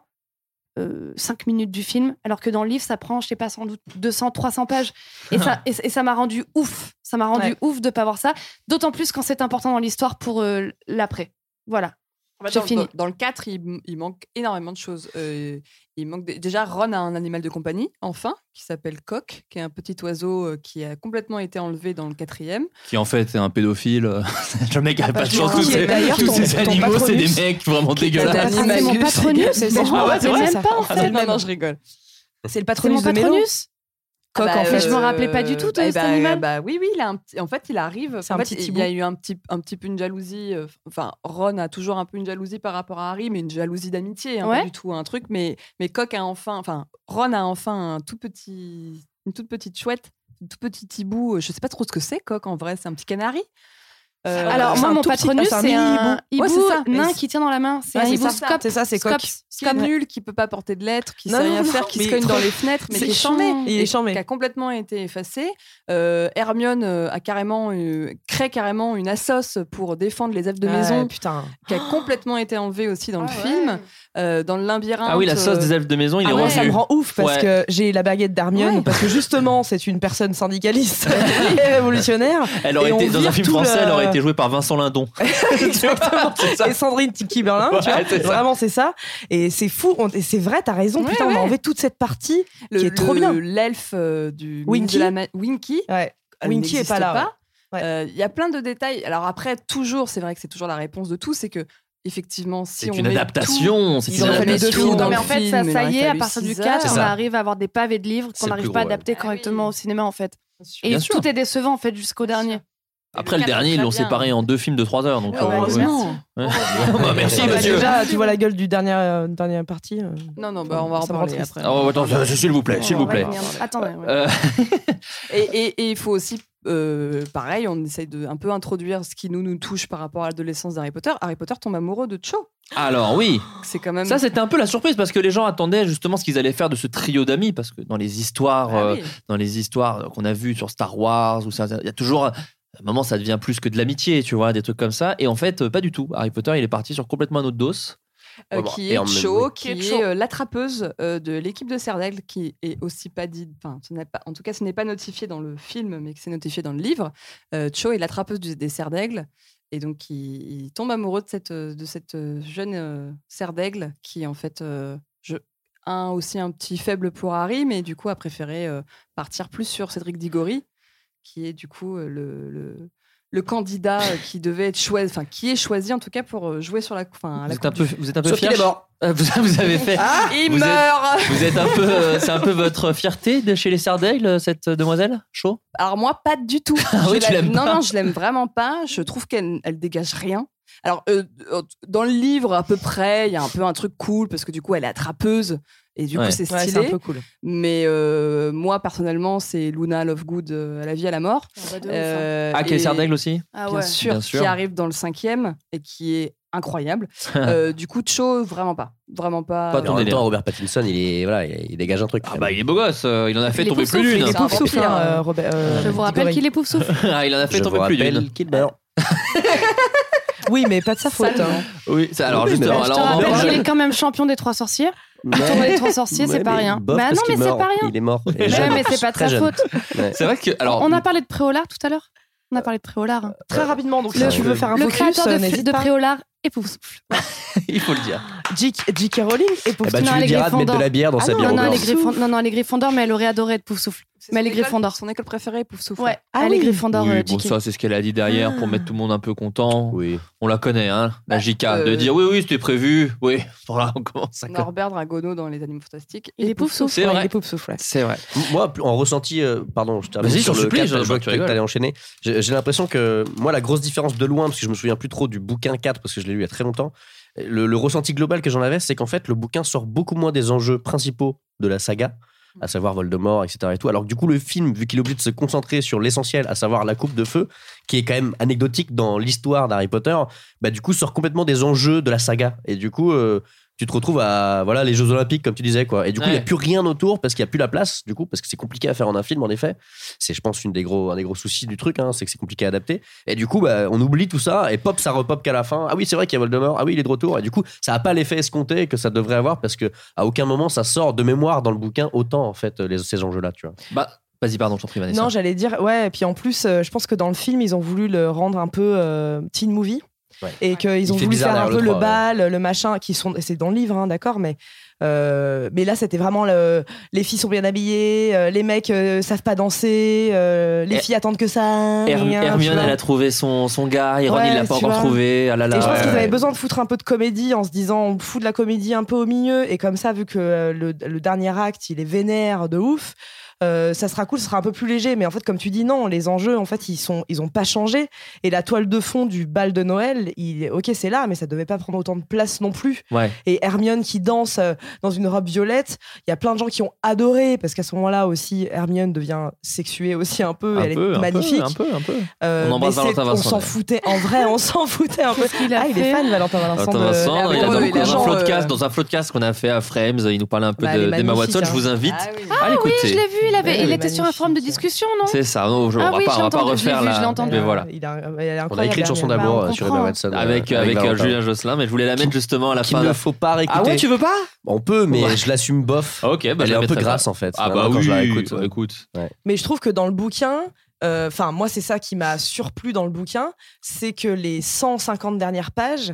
B: 5 euh, minutes du film, alors que dans le livre, ça prend, je sais pas, sans doute 200, 300 pages. Et ça, et, et ça m'a rendu ouf. Ça m'a rendu
E: Ouais.
B: ouf de pas voir ça. D'autant plus quand c'est important dans l'histoire pour euh, l'après. Voilà. J'ai
G: Ah bah dans,
B: fini.
G: dans- dans le 4, il, il manque énormément de choses. Euh, il manque des- Déjà, Ron a un animal de compagnie, enfin, qui s'appelle Coq, qui est un petit oiseau euh, qui a complètement été enlevé dans le quatrième.
D: Qui en fait est un pédophile. le mec
B: Bah,
D: a pas de
E: je
D: chance.
E: crois
D: Tous
E: qu'il est
D: ces,
E: d'ailleurs
D: tous
E: ton-
D: ces
E: ton
D: animaux, c'est des
E: patronus.
D: mecs vraiment
E: Ah,
D: dégueulasses.
B: Ah,
E: c'est
B: c'est mon
E: Animagus,
B: patronus,
E: c'est-
B: c'est-
E: Ah ouais,
B: je
E: c'est
B: m'en
E: vrai,
B: rappelle
E: ça.
B: même pas en
E: C'est
B: fait.
E: le même.
G: non, non, je rigole.
E: C'est le
B: C'est
E: patronus
B: mon
E: de Mélo.
B: patronus coq
G: Bah,
B: en fait.
G: euh,
B: Je me rappelais pas du tout de
G: eh
B: cet
G: ben,
B: animal.
G: bah oui, oui, il a un petit- en fait, il arrive.
B: C'est
G: en
B: un
G: fait,
B: petit
G: il
B: Thibaut.
G: y a eu un petit, un petit peu une jalousie. euh, Enfin, Ron a toujours un peu une jalousie par rapport à Harry, mais une jalousie d'amitié, hein,
B: Ouais.
G: pas du tout un truc. Mais, mais Coq a enfin, enfin, Ron a enfin un tout petit, une toute petite chouette, un tout petit hibou. euh, Je sais pas trop ce que c'est, Coq. En vrai, c'est un petit canari. Euh,
B: Alors
G: c'est
B: moi
G: un
B: mon
G: tout petit-
B: patronus
G: ah,
B: c'est un
G: mini-hibou.
B: hibou
G: Ouais, c'est ça.
B: nain
G: Et
B: qui tient dans la main. Ah, C'est
G: Ouais,
B: un
G: Ah, c'est
B: hibou
G: ça.
B: scope.
G: C'est ça, c'est
B: Scope.
G: Coq. Qui est
B: Scope.
G: nul, qui peut pas porter de lettres, qui
B: Non,
G: sait
B: non,
G: rien
B: non,
G: faire, qui
B: mais
G: se cogne
B: trop-
G: dans les fenêtres, mais
B: C'est
G: qui est chambé,
B: chiant.
E: Il est
G: et
E: chambé.
G: qui a complètement été effacé. Euh, Hermione euh, a carrément euh, crée carrément une assos pour défendre les elfes de
E: Ouais,
G: maison,
E: putain.
G: qui a complètement été enlevée aussi dans le film, Euh, dans le labyrinthe.
D: Ah oui, la sauce
G: euh,
D: des elfes de maison, il est
E: Ah ouais,
D: revenu.
E: ça me rend ouf parce
D: Ouais.
E: que j'ai la baguette d'Hermione parce que justement c'est une personne syndicaliste et révolutionnaire.
D: Elle aurait
E: Et on
D: été, dans un
E: vire
D: film
E: tout
D: français,
E: le-
D: elle aurait été jouée par Vincent Lindon.
E: Exactement. Et Sandrine Kiberlin, tu vois.
D: Ouais, c'est ça.
E: Vraiment, c'est ça. Et c'est fou. on- et c'est vrai, t'as raison.
G: Ouais,
E: Putain, on
G: ouais.
E: a enlevé toute cette partie
G: le-
E: qui est trop
G: le-
E: bien.
G: L'elfe euh, du
E: Winky.
G: Winky. De la ma- Winky. Elle
E: Winky est
G: n'existe
E: pas là, ouais.
G: pas. Euh, Il y a plein de détails. Alors après, toujours, c'est vrai que c'est toujours la réponse de tout, c'est que effectivement, si
D: C'est
G: on
D: une
G: met
D: adaptation,
G: tout-
D: c'est une
G: Ils ont fallu deux
D: adaptation.
G: films
D: Non,
G: dans
B: mais
G: le
B: en fait,
G: film,
B: ça,
G: il
B: ça
G: aurait
B: y est, à
G: fallu
B: partir du
G: six
B: 4,
G: heures.
B: on arrive à avoir des pavés de livres
D: C'est
B: qu'on
D: le
B: n'arrive
D: plus
B: pas à
D: gros, ouais.
G: Ah
B: adapter correctement au cinéma, en fait. Et
D: Bien
B: tout
D: sûr.
B: est décevant, en fait, jusqu'au dernier.
D: Après, le
B: quatre,
D: dernier, ils
B: très
D: l'ont
B: bien.
D: séparé en deux films de trois heures. Donc, euh,
G: Heureusement.
D: ouais. Bah, Merci,
E: Bah,
D: monsieur.
E: déjà, tu vois la gueule du dernier euh, dernière partie. euh,
G: Non, non, bah, on va en
E: ça me rend
G: parler
E: triste.
G: après.
D: Oh, attends, euh, s'il vous plaît, s'il vous plaît.
B: Attendez.
D: Euh,
G: Et- Et et il faut aussi, euh, pareil, on essaye de un peu introduire ce qui nous, nous touche par rapport à l'adolescence d'Harry Potter. Harry Potter tombe amoureux de Cho.
D: Alors, oui.
G: C'est quand même.
D: Ça, c'était un peu la surprise parce que les gens attendaient justement ce qu'ils allaient faire de ce trio d'amis parce que dans les histoires,
G: Ah
D: euh,
G: oui.
D: dans les histoires qu'on a vues sur Star Wars ou ça, il y a toujours à un moment ça devient plus que de l'amitié, tu vois, des trucs comme ça. Et en fait, euh, pas du tout. Harry Potter, il est parti sur complètement un autre dos.
G: Euh,
D: Bon, bon,
G: qui
D: et
G: est
D: en même-
G: Cho,
D: oui.
G: qui est euh, l'attrapeuse euh, de l'équipe de Cerdaigle, qui est aussi pas dit, enfin, ce n'est pas, en tout cas, ce n'est pas notifié dans le film, mais que c'est notifié dans le livre. Euh, Cho est l'attrapeuse du- des Cerdaigle, et donc il, il tombe amoureux de cette, euh, de cette euh, jeune euh, Cerdaigle, qui en fait, euh, je, un aussi un petit faible pour Harry, mais du coup a préféré euh, partir plus sur Cédric Diggory, qui est du coup euh, le. le- le candidat euh, qui devait être choisi, enfin qui est choisi en tout cas pour euh, jouer sur la, enfin, à
D: Vous
G: la
D: êtes un peu, vous êtes un peu
G: Sauf qu'il
D: fiers.
G: est mort.
D: Euh, Vous, vous avez fait.
G: Ah, il
D: vous
G: meurt.
D: Êtes, vous êtes un peu, euh, c'est un peu votre fierté de chez les Sardaigle, euh, cette demoiselle, Cho.
G: Alors moi, pas du tout. Je
D: Ah oui, tu
G: la-
D: l'aimes
G: Non,
D: pas.
G: non, je l'aime vraiment pas. Je trouve qu'elle elle dégage rien. Alors, euh, euh, dans le livre, à peu près, il y a un peu un truc cool parce que du coup, elle est attrapeuse et du
D: Ouais.
G: coup, c'est
E: Ouais,
G: stylé.
E: c'est un peu cool.
G: Mais euh, moi, personnellement, c'est Luna Lovegood euh, à la vie, à la mort. Euh,
D: Ah, qui est
G: et-
D: Sardaigle aussi.
B: Ah
G: bien,
B: ouais.
G: sûr,
D: Bien sûr.
G: qui arrive dans le cinquième et qui est incroyable. Euh, du coup, Cho, vraiment pas. Vraiment pas. euh,
D: Pas
A: Mais en même
D: délire.
A: temps, Robert Pattinson, il, est, voilà, il, il dégage un truc.
D: Ah bah il est beau gosse, euh, il en a fait tomber plus d'une.
E: Il est
G: C'est un
E: pouf
G: vampire,
E: souffle, hein,
G: euh,
E: euh, Robert. euh,
B: Je vous rappelle
E: Diggory.
B: qu'il est pouf souffle.
D: Ah, il en a fait
A: Je vous
D: tomber plus
A: rappelle
D: d'une.
A: qu'il meurt.
E: Oui, mais pas de sa faute. hein.
D: Oui, c'est- alors
A: Oui, mais
D: justement,
A: bah,
B: Je
D: alors
B: te
D: on en
B: rappelle
D: parle.
B: qu'il est quand même champion des trois sorciers.
A: Ouais.
B: Tourner les trois sorciers,
A: Ouais,
B: c'est pas
A: mais
B: rien.
A: bof,
B: Bah
A: parce
B: non, mais
A: qu'il
B: c'est
A: meurt.
B: pas rien.
A: Il est mort. Et
B: Mais
A: jeune,
B: ouais, mais c'est pas de
A: très
B: sa
A: jeune.
B: faute.
A: Ouais.
D: C'est vrai que alors
B: On a parlé de Préolard tout à l'heure. On a parlé de Préolard. hein.
E: Très rapidement, donc si
B: Le-
E: tu veux faire un
B: Le
E: focus,
B: créateur de,
E: euh,
B: Fr-
E: n'hésite
B: de
E: pas.
B: Préolard est pouf souffle.
D: il faut le dire.
E: J.K. J.K. Rowling et pouf
A: Eh bah,
B: Non,
A: tu lui
B: les
A: diras de mettre de
B: Gryffondors.
A: la bière dans
E: Ah
A: sa
E: non,
A: bière.
B: Non, non,
E: Pouf
B: elle est
E: souffle.
B: Gryffondor. Non, non, elle est Gryffondor, mais elle aurait adoré être pouf souffle.
G: C'est
B: Mais
G: son
B: elle est
G: école-
B: Gryffondor.
G: Son école préférée, Pouf Souffle.
B: Ouais,
E: Ah
B: elle
E: oui.
B: est Gryffondor.
D: Oui,
B: euh,
D: bon
B: J.K.
D: ça c'est ce qu'elle a dit derrière
E: Ah.
D: pour mettre tout le monde un peu content.
A: Oui.
D: On la connaît hein, la
G: Bah,
D: JK de
G: euh,
D: dire oui oui, c'était prévu. Oui, voilà, on commence à connaître.
G: Norbert Dragono dans Les Animaux Fantastiques.
B: Il est pouf souffle.
D: C'est
E: Ouais,
D: vrai.
E: Il est pouf souffle. ouais.
D: C'est vrai.
A: Moi, en ressenti, euh, pardon, je termine
D: Vas-y,
A: sur
D: je t'en
A: le
D: supplie,
A: 4,
D: je-
A: je vois que
D: tu
A: tu
D: rigoles.
A: allais enchaîner. J'ai j'ai l'impression que, moi, la grosse différence de loin, parce que je me souviens plus trop du bouquin 4, parce que je l'ai lu il y a très longtemps, le, le ressenti global que j'en avais, c'est qu'en fait, le bouquin sort beaucoup moins des enjeux principaux de la saga,
E: Mm.
A: à savoir Voldemort, etc. Et tout. Alors que du coup, le film, vu qu'il est obligé de se concentrer sur l'essentiel, à savoir la coupe de feu, qui est quand même anecdotique dans l'histoire d'Harry Potter, bah du coup, sort complètement des enjeux de la saga. Et du coup... euh, tu te retrouves à voilà les Jeux Olympiques comme tu disais quoi et du coup il n'y a
D: Ouais.
A: plus rien autour parce qu'il n'y a plus la place du coup parce que c'est compliqué à faire en un film en effet c'est je pense une des gros un des gros soucis du truc hein, c'est que c'est compliqué à adapter et du coup bah, on oublie tout ça et pop ça repop qu'à la fin ah oui c'est vrai qu'il y a Voldemort ah oui il est de retour et du coup ça a pas l'effet escompté que ça devrait avoir parce que à aucun moment ça sort de mémoire dans le bouquin autant en fait les, ces enjeux là tu vois
D: Bah vas-y pardon, je t'en prie Vanessa.
E: Non, j'allais dire, ouais, et puis en plus, euh, je pense que dans le film, ils ont voulu le rendre un peu euh, teen movie.
A: Ouais.
E: Et qu'ils
A: Il
E: ont
A: fait
E: voulu
A: bizarre
E: faire un
A: derrière
E: peu
A: le
E: le
A: trois,
E: bal, le machin, qui sont. C'est dans le livre, hein, d'accord, mais. euh, mais là, c'était vraiment le- les filles sont bien habillées, euh, les mecs euh, savent pas danser, euh, les
A: Eh.
D: Her-
E: filles attendent que ça.
D: Herm-
E: rien, tu
D: Hermione
E: vois.
D: elle a trouvé son son gars, Iron
E: Ouais,
D: il l'a pas
E: tu
D: encore
E: vois.
D: trouvé. Ah là là.
E: Et je pense
D: ouais,
E: qu'ils
D: ouais.
E: avaient besoin de foutre un peu de comédie en se disant on fout de la comédie un peu au milieu. Et comme ça, vu que euh, le, le dernier acte, il est vénère de ouf, euh, ça sera cool, ce sera un peu plus léger. Mais en fait, comme tu dis, non, les enjeux, en fait, ils sont, ils ont pas changé. Et la toile de fond du bal de Noël, il, ok, c'est là, mais ça devait pas prendre autant de place non plus.
D: Ouais.
E: Et Hermione qui danse euh, dans une robe violette, il y a plein de gens qui ont adoré parce qu'à ce moment-là aussi, Hermione devient sexuée aussi un peu.
D: Un
E: elle
D: peu,
E: est
D: un
E: magnifique.
D: peu, un peu, un peu.
E: Euh,
D: On embrasse
E: mais c'est-
D: Valentin Vincent,
E: On s'en
D: d'ailleurs.
E: foutait. En vrai, on s'en foutait un peu. ah, il est fan, Valentin Vincent.
D: Attends,
E: de-
D: Vincent,
E: Ah,
D: il
E: bon,
D: a dans,
E: les
D: dans
E: gens,
D: un
E: euh,
D: podcast, dans un podcast qu'on a fait à Frames, il nous parlait un peu
E: Bah, elle est
D: de- d'Emma
E: magnifique,
D: Watson. Je
E: hein.
D: vous invite à
B: Ah oui,
D: l'écouter.
B: je l'ai vu, il, avait,
D: Ouais,
B: il
D: ouais.
B: était sur un forum de discussion, non
D: C'est ça, non, je- on
B: Ah
D: va
B: oui,
D: pas,
B: j'ai
D: on va pas
B: entendu, je l'ai
D: refaire
B: vu, je l'ai
D: la.
B: entendu.
D: Mais voilà.
E: Il a, elle est
D: On a écrit une
E: incroyable,
D: chanson
E: Hermione.
D: d'amour
E: Bah, on
D: euh, sur
E: comprend.
D: Emma Watson.
A: euh,
D: Avec,
A: avec
D: avec, euh,
A: Valentin.
D: Julien Josselin, mais je voulais la mettre justement à la
A: Qu'il
D: fin.
A: ne
D: là.
A: faut pas réécouter.
D: Ah ouais, tu veux pas
A: On peut, mais
D: Ouais.
A: je l'assume bof.
D: Ok, bah
A: Elle
D: je
A: est un
D: la
A: peu
D: mettrai pas.
A: grasse en fait.
D: Ah bah
A: vraiment, quand
D: oui,
A: je la réécoute.
D: bah, écoute.
A: Ouais.
E: Mais je trouve que dans le bouquin, euh, enfin, moi, c'est ça qui m'a surplu dans le bouquin, c'est que les 150 dernières pages,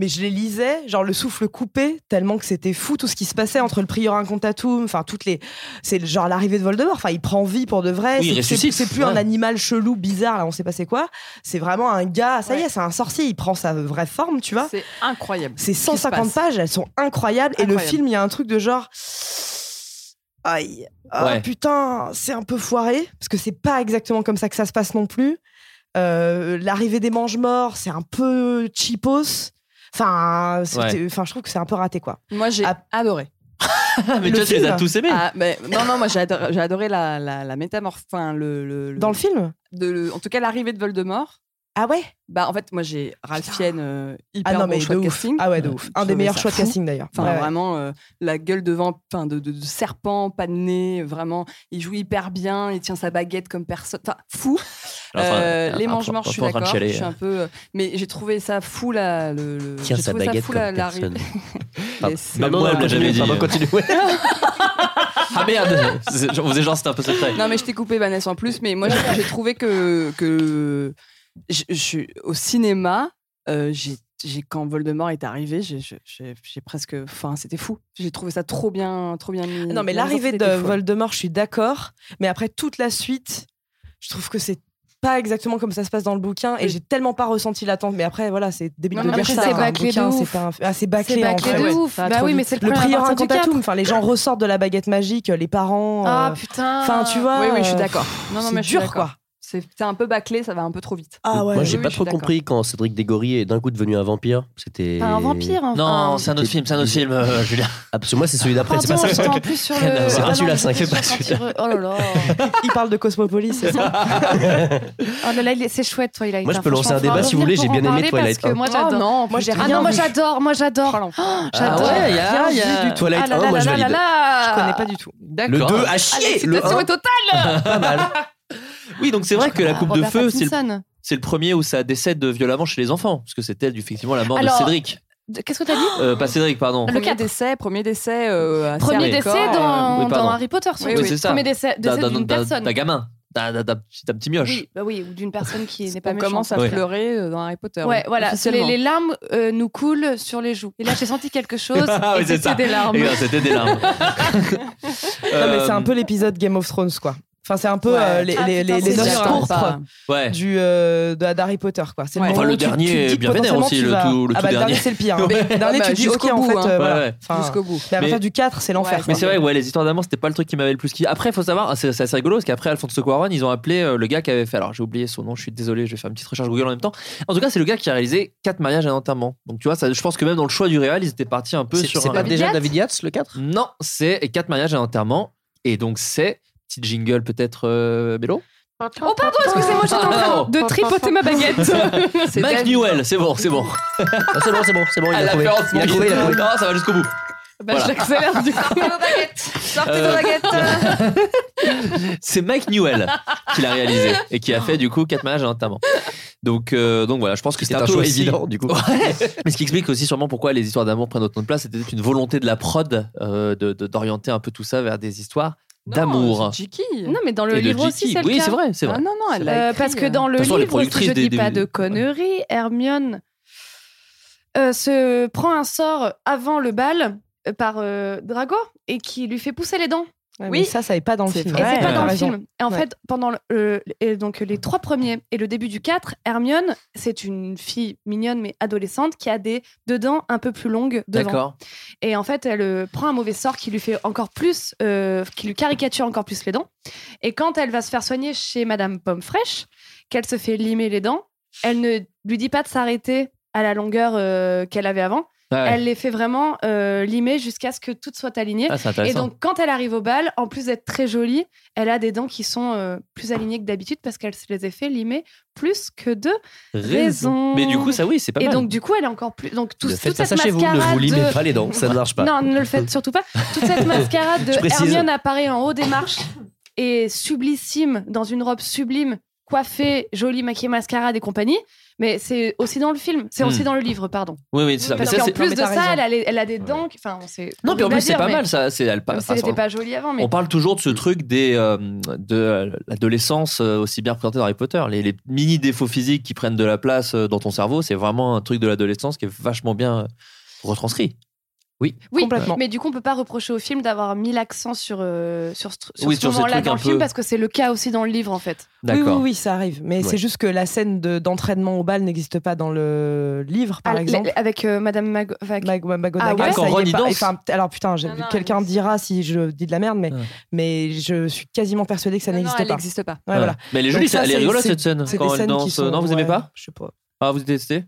E: mais je les lisais, genre le souffle coupé, tellement que c'était fou tout ce qui se passait entre le prior incontatum, enfin, toutes les. C'est le- genre l'arrivée de Voldemort, enfin, il prend vie pour de vrai.
D: Oui, il
E: c'est- c'est-
D: ressuscite,
E: C'est plus un
D: ouais.
E: animal chelou, bizarre, là, on sait pas c'est quoi. C'est vraiment un gars, ça y est, c'est un sorcier, il prend sa vraie forme, tu vois.
G: C'est incroyable.
E: Ces
G: ce qui se
E: 150
G: passe.
E: pages, elles sont incroyables. Et le
G: Incroyable.
E: film, il y a un truc de genre. Aïe. Ah,
D: Ouais.
E: putain, c'est un peu foiré. Parce que c'est pas exactement comme ça que ça se passe non plus. Euh, L'arrivée des mange morts, c'est un peu cheapos. Enfin, c'était-
D: Ouais.
E: enfin, je trouve que c'est un peu raté, quoi. Ah.
G: Moi, j'ai adoré.
D: Mais toi, tu les as tous aimés.
G: Ah, mais- non, non, moi j'ai adoré, j'ai adoré la, la, la métamorphose. Enfin, le, le- le-
E: Dans le film
G: de, le- en tout cas, l'arrivée de Voldemort.
E: Ah ouais
G: Bah, en fait, moi j'ai Ralph Fiennes, euh, hyper
E: Ah non,
G: bon
E: mais
G: choix
E: de
G: de
E: ouf.
G: casting.
E: Ah ouais, de ouf. Un
G: Je
E: des
G: trouvais
E: meilleurs
G: ça
E: choix de
G: fou.
E: casting, d'ailleurs.
G: Enfin,
E: Ouais, ouais.
G: vraiment, euh, la gueule de, vamp- enfin, de, de- de serpent, pas de nez, vraiment. Il joue hyper bien, il tient sa baguette comme personne. Enfin, fou.
D: Ah, Enfin,
G: Euh,
D: un-
G: les
D: un-
G: mange-morts,
D: un-
G: je suis
D: un- un- un- un- un- un- un- un- un- un- un- un-
G: d'accord.
D: un-
G: Je suis un peu. euh, Mais j'ai trouvé ça fou, la. Le, le-
A: Tiens,
G: j'ai
A: sa
G: trouvé ça
A: baguette
G: fou,
A: comme
G: la, la-
A: personne.
G: Les-
D: Même moi, elle me l'a jamais dit.
A: Pardon, continue. Ouais.
D: Ah merde C'est- On faisait genre, c'était un peu secret.
G: Non, mais je t'ai coupé, Vanessa, en plus. Mais moi, j'ai- j'ai trouvé que, que je, je suis au cinéma, euh, j'ai- j'ai- quand Voldemort est arrivé, j'ai- j'ai j'ai- j'ai presque. Enfin, c'était fou. J'ai trouvé ça trop bien, trop bien
E: Non,
G: mis.
E: mais
G: dans les
E: l'arrivée
G: autres,
E: de
G: c'était folle.
E: Voldemort, je suis d'accord. Mais après, toute la suite, je trouve que c'est pas exactement comme ça se passe dans le bouquin et j'ai tellement pas ressenti l'attente mais après voilà c'est débile
B: Non,
E: de
B: non, mais
E: dire
B: c'est
E: ça un
B: bâclé de
E: bouquin,
B: ouf.
E: c'est pas un- ah, c'est bâclé,
B: C'est
E: en
B: baclé
E: vrai,
B: de
E: ouais.
B: ouf.
E: Ça a
B: Bah
E: trop
B: oui,
E: dû-
B: mais c'est le
E: le
B: problème à
E: prior
B: partir du
E: incantatum
B: quatre.
E: enfin les gens ressortent de la baguette magique les parents
B: Ah
E: euh,
B: putain.
E: enfin tu vois
G: Oui, oui, je suis
E: euh,
G: d'accord. Non, non,
E: c'est
G: mais je suis
E: dur, quoi.
G: d'accord. C'est c'est un peu bâclé, ça va un peu trop vite.
E: ah ouais
A: Moi, j'ai
G: Oui,
A: pas
G: je suis
A: trop
G: d'accord.
A: compris quand Cédric Dégory est d'un coup devenu un vampire. C'était.
B: Pas un vampire, enfin.
D: Non, c'est un autre film, c'est un autre film, euh, Julien.
A: Ah, parce que moi, c'est celui d'après. C'est
B: Pardon,
A: pas ça.
B: j'étais en plus sur le.
D: Non, c'est
B: Ah non,
A: celui-là,
B: j'étais
A: ça,
B: sur
A: c'est pas
B: quand
A: celui-là.
B: il re- Oh là là.
E: il parle de Cosmopolis c'est ça
B: Oh là là, il est- c'est chouette, Twilight.
A: Moi, je
B: hein,
A: peux lancer
B: franchement,
A: un débat,
B: faudra
A: si vous voulez,
B: revenir
A: j'ai
B: pour
A: bien
B: en
A: aimé
B: parler
A: Twilight, hein. Ah
B: Parce que moi,
G: Oh
B: j'adore.
G: non,
E: moi j'ai
B: Ah
E: rien
B: non, moi
E: vu.
B: j'adore, moi
G: Oh,
B: j'adore.
G: l'enfer.
B: J'adore.
D: ouais, y a-
B: Rien
D: y a-
B: vu du tout.
A: Twilight
B: Ah là
A: un,
B: là
A: moi, je
B: là
A: valide.
B: là.
E: je connais pas du tout
A: Le 2 a
B: Ah,
A: chié. Le
B: L'excitation
A: 1,
B: est totale.
A: pas mal.
D: Oui, donc c'est vrai que la coupe de
B: Robert
D: feu, c'est le-
B: Pattinson.
D: c'est le premier où ça décède violemment chez les enfants, parce que c'était effectivement la mort de
B: Alors-
D: Cédric.
B: De- Qu'est-ce que t'as dit
D: Euh, pas Cédric, pardon.
G: Premier
B: quatre.
G: décès, premier décès. euh, assez
B: Premier
G: hardcore,
B: décès
D: euh,
B: dans
D: oui, pardon.
B: dans Harry Potter, surtout.
G: Oui, oui.
D: c'est ça.
B: Premier décès
D: D'un-
B: décès
D: d'un-
B: d'une
D: d'un-
B: personne.
D: D'un gamin. D'un d'un- d'un petit d'un petit mioche.
B: Oui, bah oui, ou d'une personne qui n'est pas
G: On
B: méchante.
G: commence à
D: Ouais.
G: pleurer euh, dans Harry Potter.
B: Ouais,
G: oui,
B: voilà. Les,
G: officiellement.
B: les larmes euh, nous coulent sur les joues. Et là, j'ai senti quelque chose.
D: Ah oui,
B: et
D: c'est ça.
B: c'était des larmes.
D: Et là, C'était des larmes.
E: non mais
D: Euh,
E: c'est un peu l'épisode Game of Thrones quoi enfin c'est un peu
G: Ouais.
E: euh, les
B: Ah,
E: les
B: putain,
E: les-
B: c'est
E: les os
B: dur, hein.
E: pourpres
D: Ouais.
E: du euh, de- d'Harry Potter quoi c'est
G: Ouais.
E: le
G: Enfin,
E: moment
D: le
E: où tu- tu
D: dernier
E: te dis
D: est bien vénère
E: potentiellement
D: aussi,
E: tu
D: le
E: vas-
D: tout- le
E: ah
D: tout
E: bah,
D: dernier.
E: c'est le pire hein.
G: Mais-
E: le dernier
G: bah,
E: tu te dis ok
G: jusqu'au
E: en
G: bout,
E: fait
G: hein.
E: euh, voilà
D: Ouais, ouais.
E: Enfin,
G: Jusqu'au bout.
E: la
D: Mais-
E: fin du 4 c'est l'enfer
G: Ouais.
E: quoi.
D: Mais c'est vrai, ouais, les histoires d'amour, c'était pas le truc qui m'avait le plus kiffé. Après, faut savoir, ah, c'est c'est assez rigolo, parce qu'après Alfonso Cuarón, ils ont appelé euh, le gars qui avait fait, alors j'ai oublié son nom, je suis désolé, je vais faire une petite recherche Google en même temps. En tout cas, c'est le gars qui a réalisé 4 mariages à un enterrement. Donc tu vois, ça, je pense que même dans le choix du réal, ils étaient partis un peu
A: C'est
D: sur.
A: c'est
D: un-
A: pas
B: David
A: déjà
B: Yates
A: David Yates, le 4
D: Non, c'est 4 mariages à un enterrement. Et donc c'est, petit jingle peut-être, euh, Bello
B: Oh, pardon, excusez-moi, j'étais en train
E: Oh.
D: Pardon.
B: de tripoter ma baguette. Bah,
G: C'est
D: Mike
G: Dave-
D: Newell, c'est bon, c'est bon.
A: Ah, C'est bon, c'est bon, c'est bon, il
D: Ah,
A: a
D: la
A: trouvé.
D: référence,
A: Il a
D: mon
A: trouvé, il a
D: Dieu.
A: trouvé.
D: Non, ça va jusqu'au bout.
B: Bah,
D: Voilà.
B: J'accélère du coup.
G: Sortez vos baguettes Sortez
D: Euh.
G: vos baguettes
D: C'est Mike Newell qui l'a réalisé et qui a fait du coup 4 mariages à un enterrement. Donc, euh, donc voilà, je pense que
A: C'est
D: un,
A: un
D: peu
A: choix
D: aussi-
A: évident, du coup.
D: Ouais. Mais ce qui explique aussi sûrement pourquoi les histoires d'amour prennent autant de place, c'était peut-être une volonté de la prod euh, de- de- d'orienter un peu tout ça vers des histoires d'amour.
B: Oh,
G: Non, c'est J.K.
B: Non, mais dans le
D: Et de
B: livre aussi,
D: J.K.
B: c'est le
D: Oui,
B: cas.
D: c'est vrai, c'est vrai.
G: Ah non, non, elle
B: Euh,
G: l'a écrit,
B: parce que dans le
D: toute façon, les
B: livre, si je
D: productrices des-
B: dis pas
D: des-
B: de conneries, Hermione euh, se prend un sort avant le bal euh, par euh, Drago et qui lui fait pousser les dents.
E: Ouais, mais ça, ça n'est pas dans le
B: Et
E: film.
B: c'est pas dans le
E: Raison.
B: film. Et en
E: Ouais.
B: fait, pendant le- le- et donc les trois premiers et le début du 4, Hermione, c'est une fille mignonne mais adolescente qui a des deux dents un peu plus longues devant.
D: D'accord.
B: Et en fait, elle euh, prend un mauvais sort qui lui fait encore plus, euh, qui lui caricature encore plus les dents. Et quand elle va se faire soigner chez Madame Pomme Fraîche, qu'elle se fait limer les dents, elle ne lui dit pas de s'arrêter à la longueur euh, qu'elle avait avant.
D: Ah Ouais.
B: Elle les fait vraiment euh, limer jusqu'à ce que tout soit aligné.
D: Ah, c'est
B: et
D: intéressant.
B: donc, quand elle arrive au bal, en plus d'être très jolie, elle a des dents qui sont euh, plus alignées que d'habitude parce qu'elle se les a fait limer plus que de
D: Raison.
B: raison.
D: Mais du coup, ça, oui, c'est pas
B: Et
D: mal.
B: donc, du coup, elle est encore plus. Donc, tout,
D: Ne
B: toute
D: faites pas
B: cette
D: ça chez vous, ne
B: mascarade.
D: vous limez
B: de-
D: pas les dents, ça ne marche pas.
B: Non, ne le faites surtout pas. Toute cette mascarade
D: Je
B: de
D: précise.
B: Hermione apparaît en haut des marches et sublissime, dans une robe sublime, coiffée, jolie, maquillée, mascarade et compagnie. Mais c'est aussi dans le film, c'est
D: Hmm.
B: aussi dans le livre, pardon.
D: Oui, oui, c'est ça.
B: Parce
D: Mais ça,
B: qu'en
D: c'est-
B: plus
D: Non, mais
B: de
D: t'as raison.
B: ça, elle a, les- elle a des dents. qui- Enfin, c'est.
D: Non, puis en
B: horrible à
D: plus, c'est
B: dire,
D: pas
B: mais-
D: mal, ça. C'est, elle,
B: Même si elle
D: enfin,
B: n'était pas jolie avant, mais.
D: On parle toujours de ce
E: Mm.
D: truc des, euh, de euh, l'adolescence euh, aussi bien représentée dans Harry Potter. Les, les mini défauts physiques qui prennent de la place euh, dans ton cerveau, c'est vraiment un truc de l'adolescence qui est vachement bien euh, retranscrit. Oui,
B: Oui, mais du coup, on peut pas reprocher au film d'avoir mis l'accent sur, euh, sur, ce tr- sur
D: Oui,
B: ce
D: sur ces
B: moment-là
D: trucs
B: dans
D: un
B: le film
D: peu-
B: parce que c'est le cas aussi dans le livre, en fait.
E: Oui, oui,
D: D'accord.
E: oui, ça arrive. Mais
D: Ouais.
E: c'est juste que la scène de- d'entraînement au bal n'existe pas dans le livre, par
B: Ah,
E: exemple.
B: l- Avec euh, Madame Mago. enfin,
E: Godaga,
B: Ah ouais
E: ça y est
D: Ron, il
E: pas.
D: danse.
E: Enfin, alors putain, j'ai- quelqu'un dira si je dis de la merde, mais, mais je suis quasiment persuadée que ça n'existe pas.
G: elle n'existe pas.
E: Ouais,
D: Ouais.
E: voilà.
D: Mais elle est
E: Donc
D: jolie,
E: ça,
D: elle est
E: c'est-
D: rigolote
E: c'est-
D: cette scène
E: c'est des
D: quand elle
E: scènes qui
D: danse.
E: sont-
D: non, vous aimez
E: ouais,
D: pas
E: Je sais pas.
D: Ah, vous détestez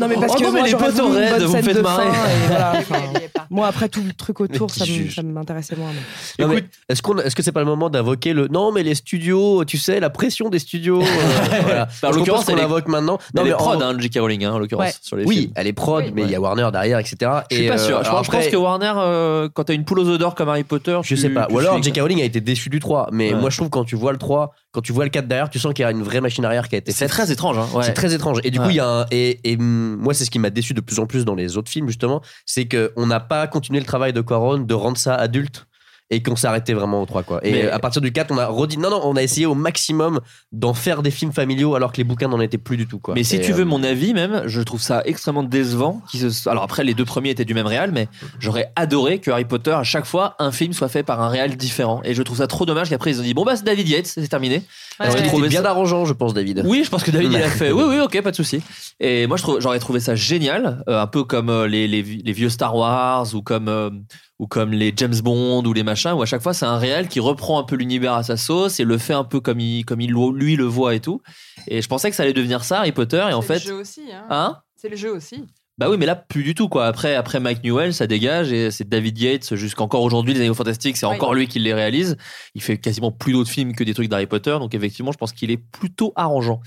E: Non, mais parce
D: Oh
E: que
D: non, mais
E: moi,
D: les
E: j'aurais
D: potes
E: voulu une
D: raides,
E: bonne
D: vous
E: scène
D: faites
E: de
D: marrer.
E: fin, et
D: Bah,
E: voilà, enfin, moi, après tout le truc autour,
A: Petit
E: ça me-
A: juge.
E: ça m'intéressait moins. mais-
A: Non, mais Est-ce qu'on, est-ce que c'est pas le moment d'invoquer le non mais les studios, tu sais la pression des studios. euh, voilà.
D: Bah, en
A: Je
D: l'occurrence,
A: propose qu'on
D: elle est-
A: l'invoque maintenant.
D: Non, mais
A: en-
D: prod, hein, J.K. Rowling, hein, en l'occurrence,
A: Ouais.
D: sur les
A: oui,
D: films.
A: elle est prod, mais il y a Warner derrière, etc.
D: Je suis
A: Et,
D: pas sûr.
A: euh,
D: je,
A: alors
D: pense, je pense
A: après-
D: que Warner, euh, quand t'as une poule aux œufs d'or comme Harry Potter,
A: Je sais pas. Ou alors J.K. Rowling a été déçu du 3, mais moi je trouve quand tu vois le 3, quand tu vois le 4 derrière, tu sens qu'il y a une vraie machine arrière qui a été
D: C'est
A: faite.
D: très étrange, hein, ouais.
A: C'est très étrange. Et du coup,
D: Ouais.
A: il y a un. Et, et, hum, moi, c'est ce qui m'a déçu de plus en plus dans les autres films, justement, c'est qu'on n'a pas continué le travail de Quaron de rendre ça adulte. Et qu'on s'est arrêté vraiment au 3 quoi. Et
D: Mais-
A: à partir du 4, on a redit. Non, non, on a essayé au maximum d'en faire des films familiaux alors que les bouquins n'en étaient plus du tout quoi.
D: Mais si
A: Et,
D: tu
A: euh,
D: veux mon avis, même, je trouve ça extrêmement décevant. qu'ils se- Alors après, les deux premiers étaient du même réal, mais j'aurais adoré que Harry Potter, à chaque fois, un film soit fait par un réal différent. Et je trouve ça trop dommage qu'après ils ont dit bon bah c'est David Yates, c'est terminé.
A: Parce
D: que
A: qu'il
D: je
A: était
D: trouvais
A: bien
D: ça-
A: arrangeant, je pense, David.
D: Oui, je pense que David il a fait. Oui, oui, ok, pas de souci. Et moi, je trouve- j'aurais trouvé ça génial, euh, un peu comme euh, les, les vi- les vieux Star Wars ou comme euh, ou comme les James Bond ou les machins, où à chaque fois c'est un réel qui reprend un peu l'univers à sa sauce et le fait un peu comme il comme il lo- lui le voit et tout. Et je pensais que ça allait devenir ça, Harry Potter, et en
G: C'est le
D: fait,
G: jeu aussi. hein.
D: hein
G: C'est le jeu aussi.
D: bah oui, mais là, plus du tout, quoi. Après, après Mike Newell, ça dégage et c'est David Yates jusqu'encore aujourd'hui, les Animaux Fantastiques, c'est
G: Oui.
D: encore lui qui les réalise. Il fait quasiment plus d'autres films que des trucs d'Harry Potter, donc effectivement, je pense qu'il est plutôt arrangeant.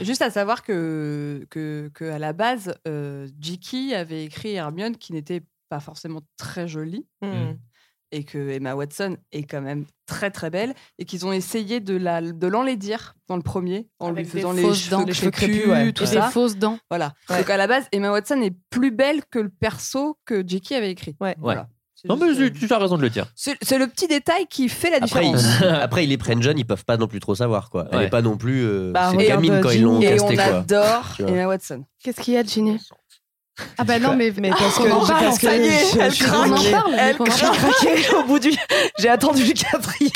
G: Juste à savoir que, que, que à la base, euh, J.K. avait écrit Hermione qui n'était pas forcément très jolie.
B: Hmm.
E: Mm.
G: Et que Emma Watson est quand même très très belle et qu'ils ont essayé de la de l'enlaidir dans le premier en
B: Avec
G: lui
B: des
G: faisant les
B: fausses
G: cheveux,
B: dents.
G: les cheveux
B: Les cheveux crépus, ouais.
G: tout
B: Et des
G: ça.
B: fausses dents.
G: Voilà.
B: Ouais.
G: Donc à la base, Emma Watson est plus belle que le perso que J.K. avait écrit.
D: Ouais.
G: Voilà.
D: Non, mais tu- tu as raison de le dire.
G: C'est c'est le petit détail qui fait la
A: Après,
G: différence.
A: ils, après, ils les prennent jeunes, ils peuvent pas non plus trop savoir quoi. Elle
D: Ouais.
A: est pas non plus. euh,
G: Bah,
A: c'est
G: regarde,
A: gamine quand ils l'ont
G: Ginny, et
A: casté
G: on
A: quoi.
G: adore
A: Tu vois.
G: Emma Watson.
B: Qu'est-ce qu'il y a de génial Ah bah non, mais.
E: Mais parce que,
B: On en parle,
E: parce que
B: ça y est,
E: je- je
B: elle
E: suis
B: craque.
E: désolée.
B: On en parle,
E: Elle
B: on en parle.
E: craque. J'ai craqué au bout du. J'ai attendu le quatrième.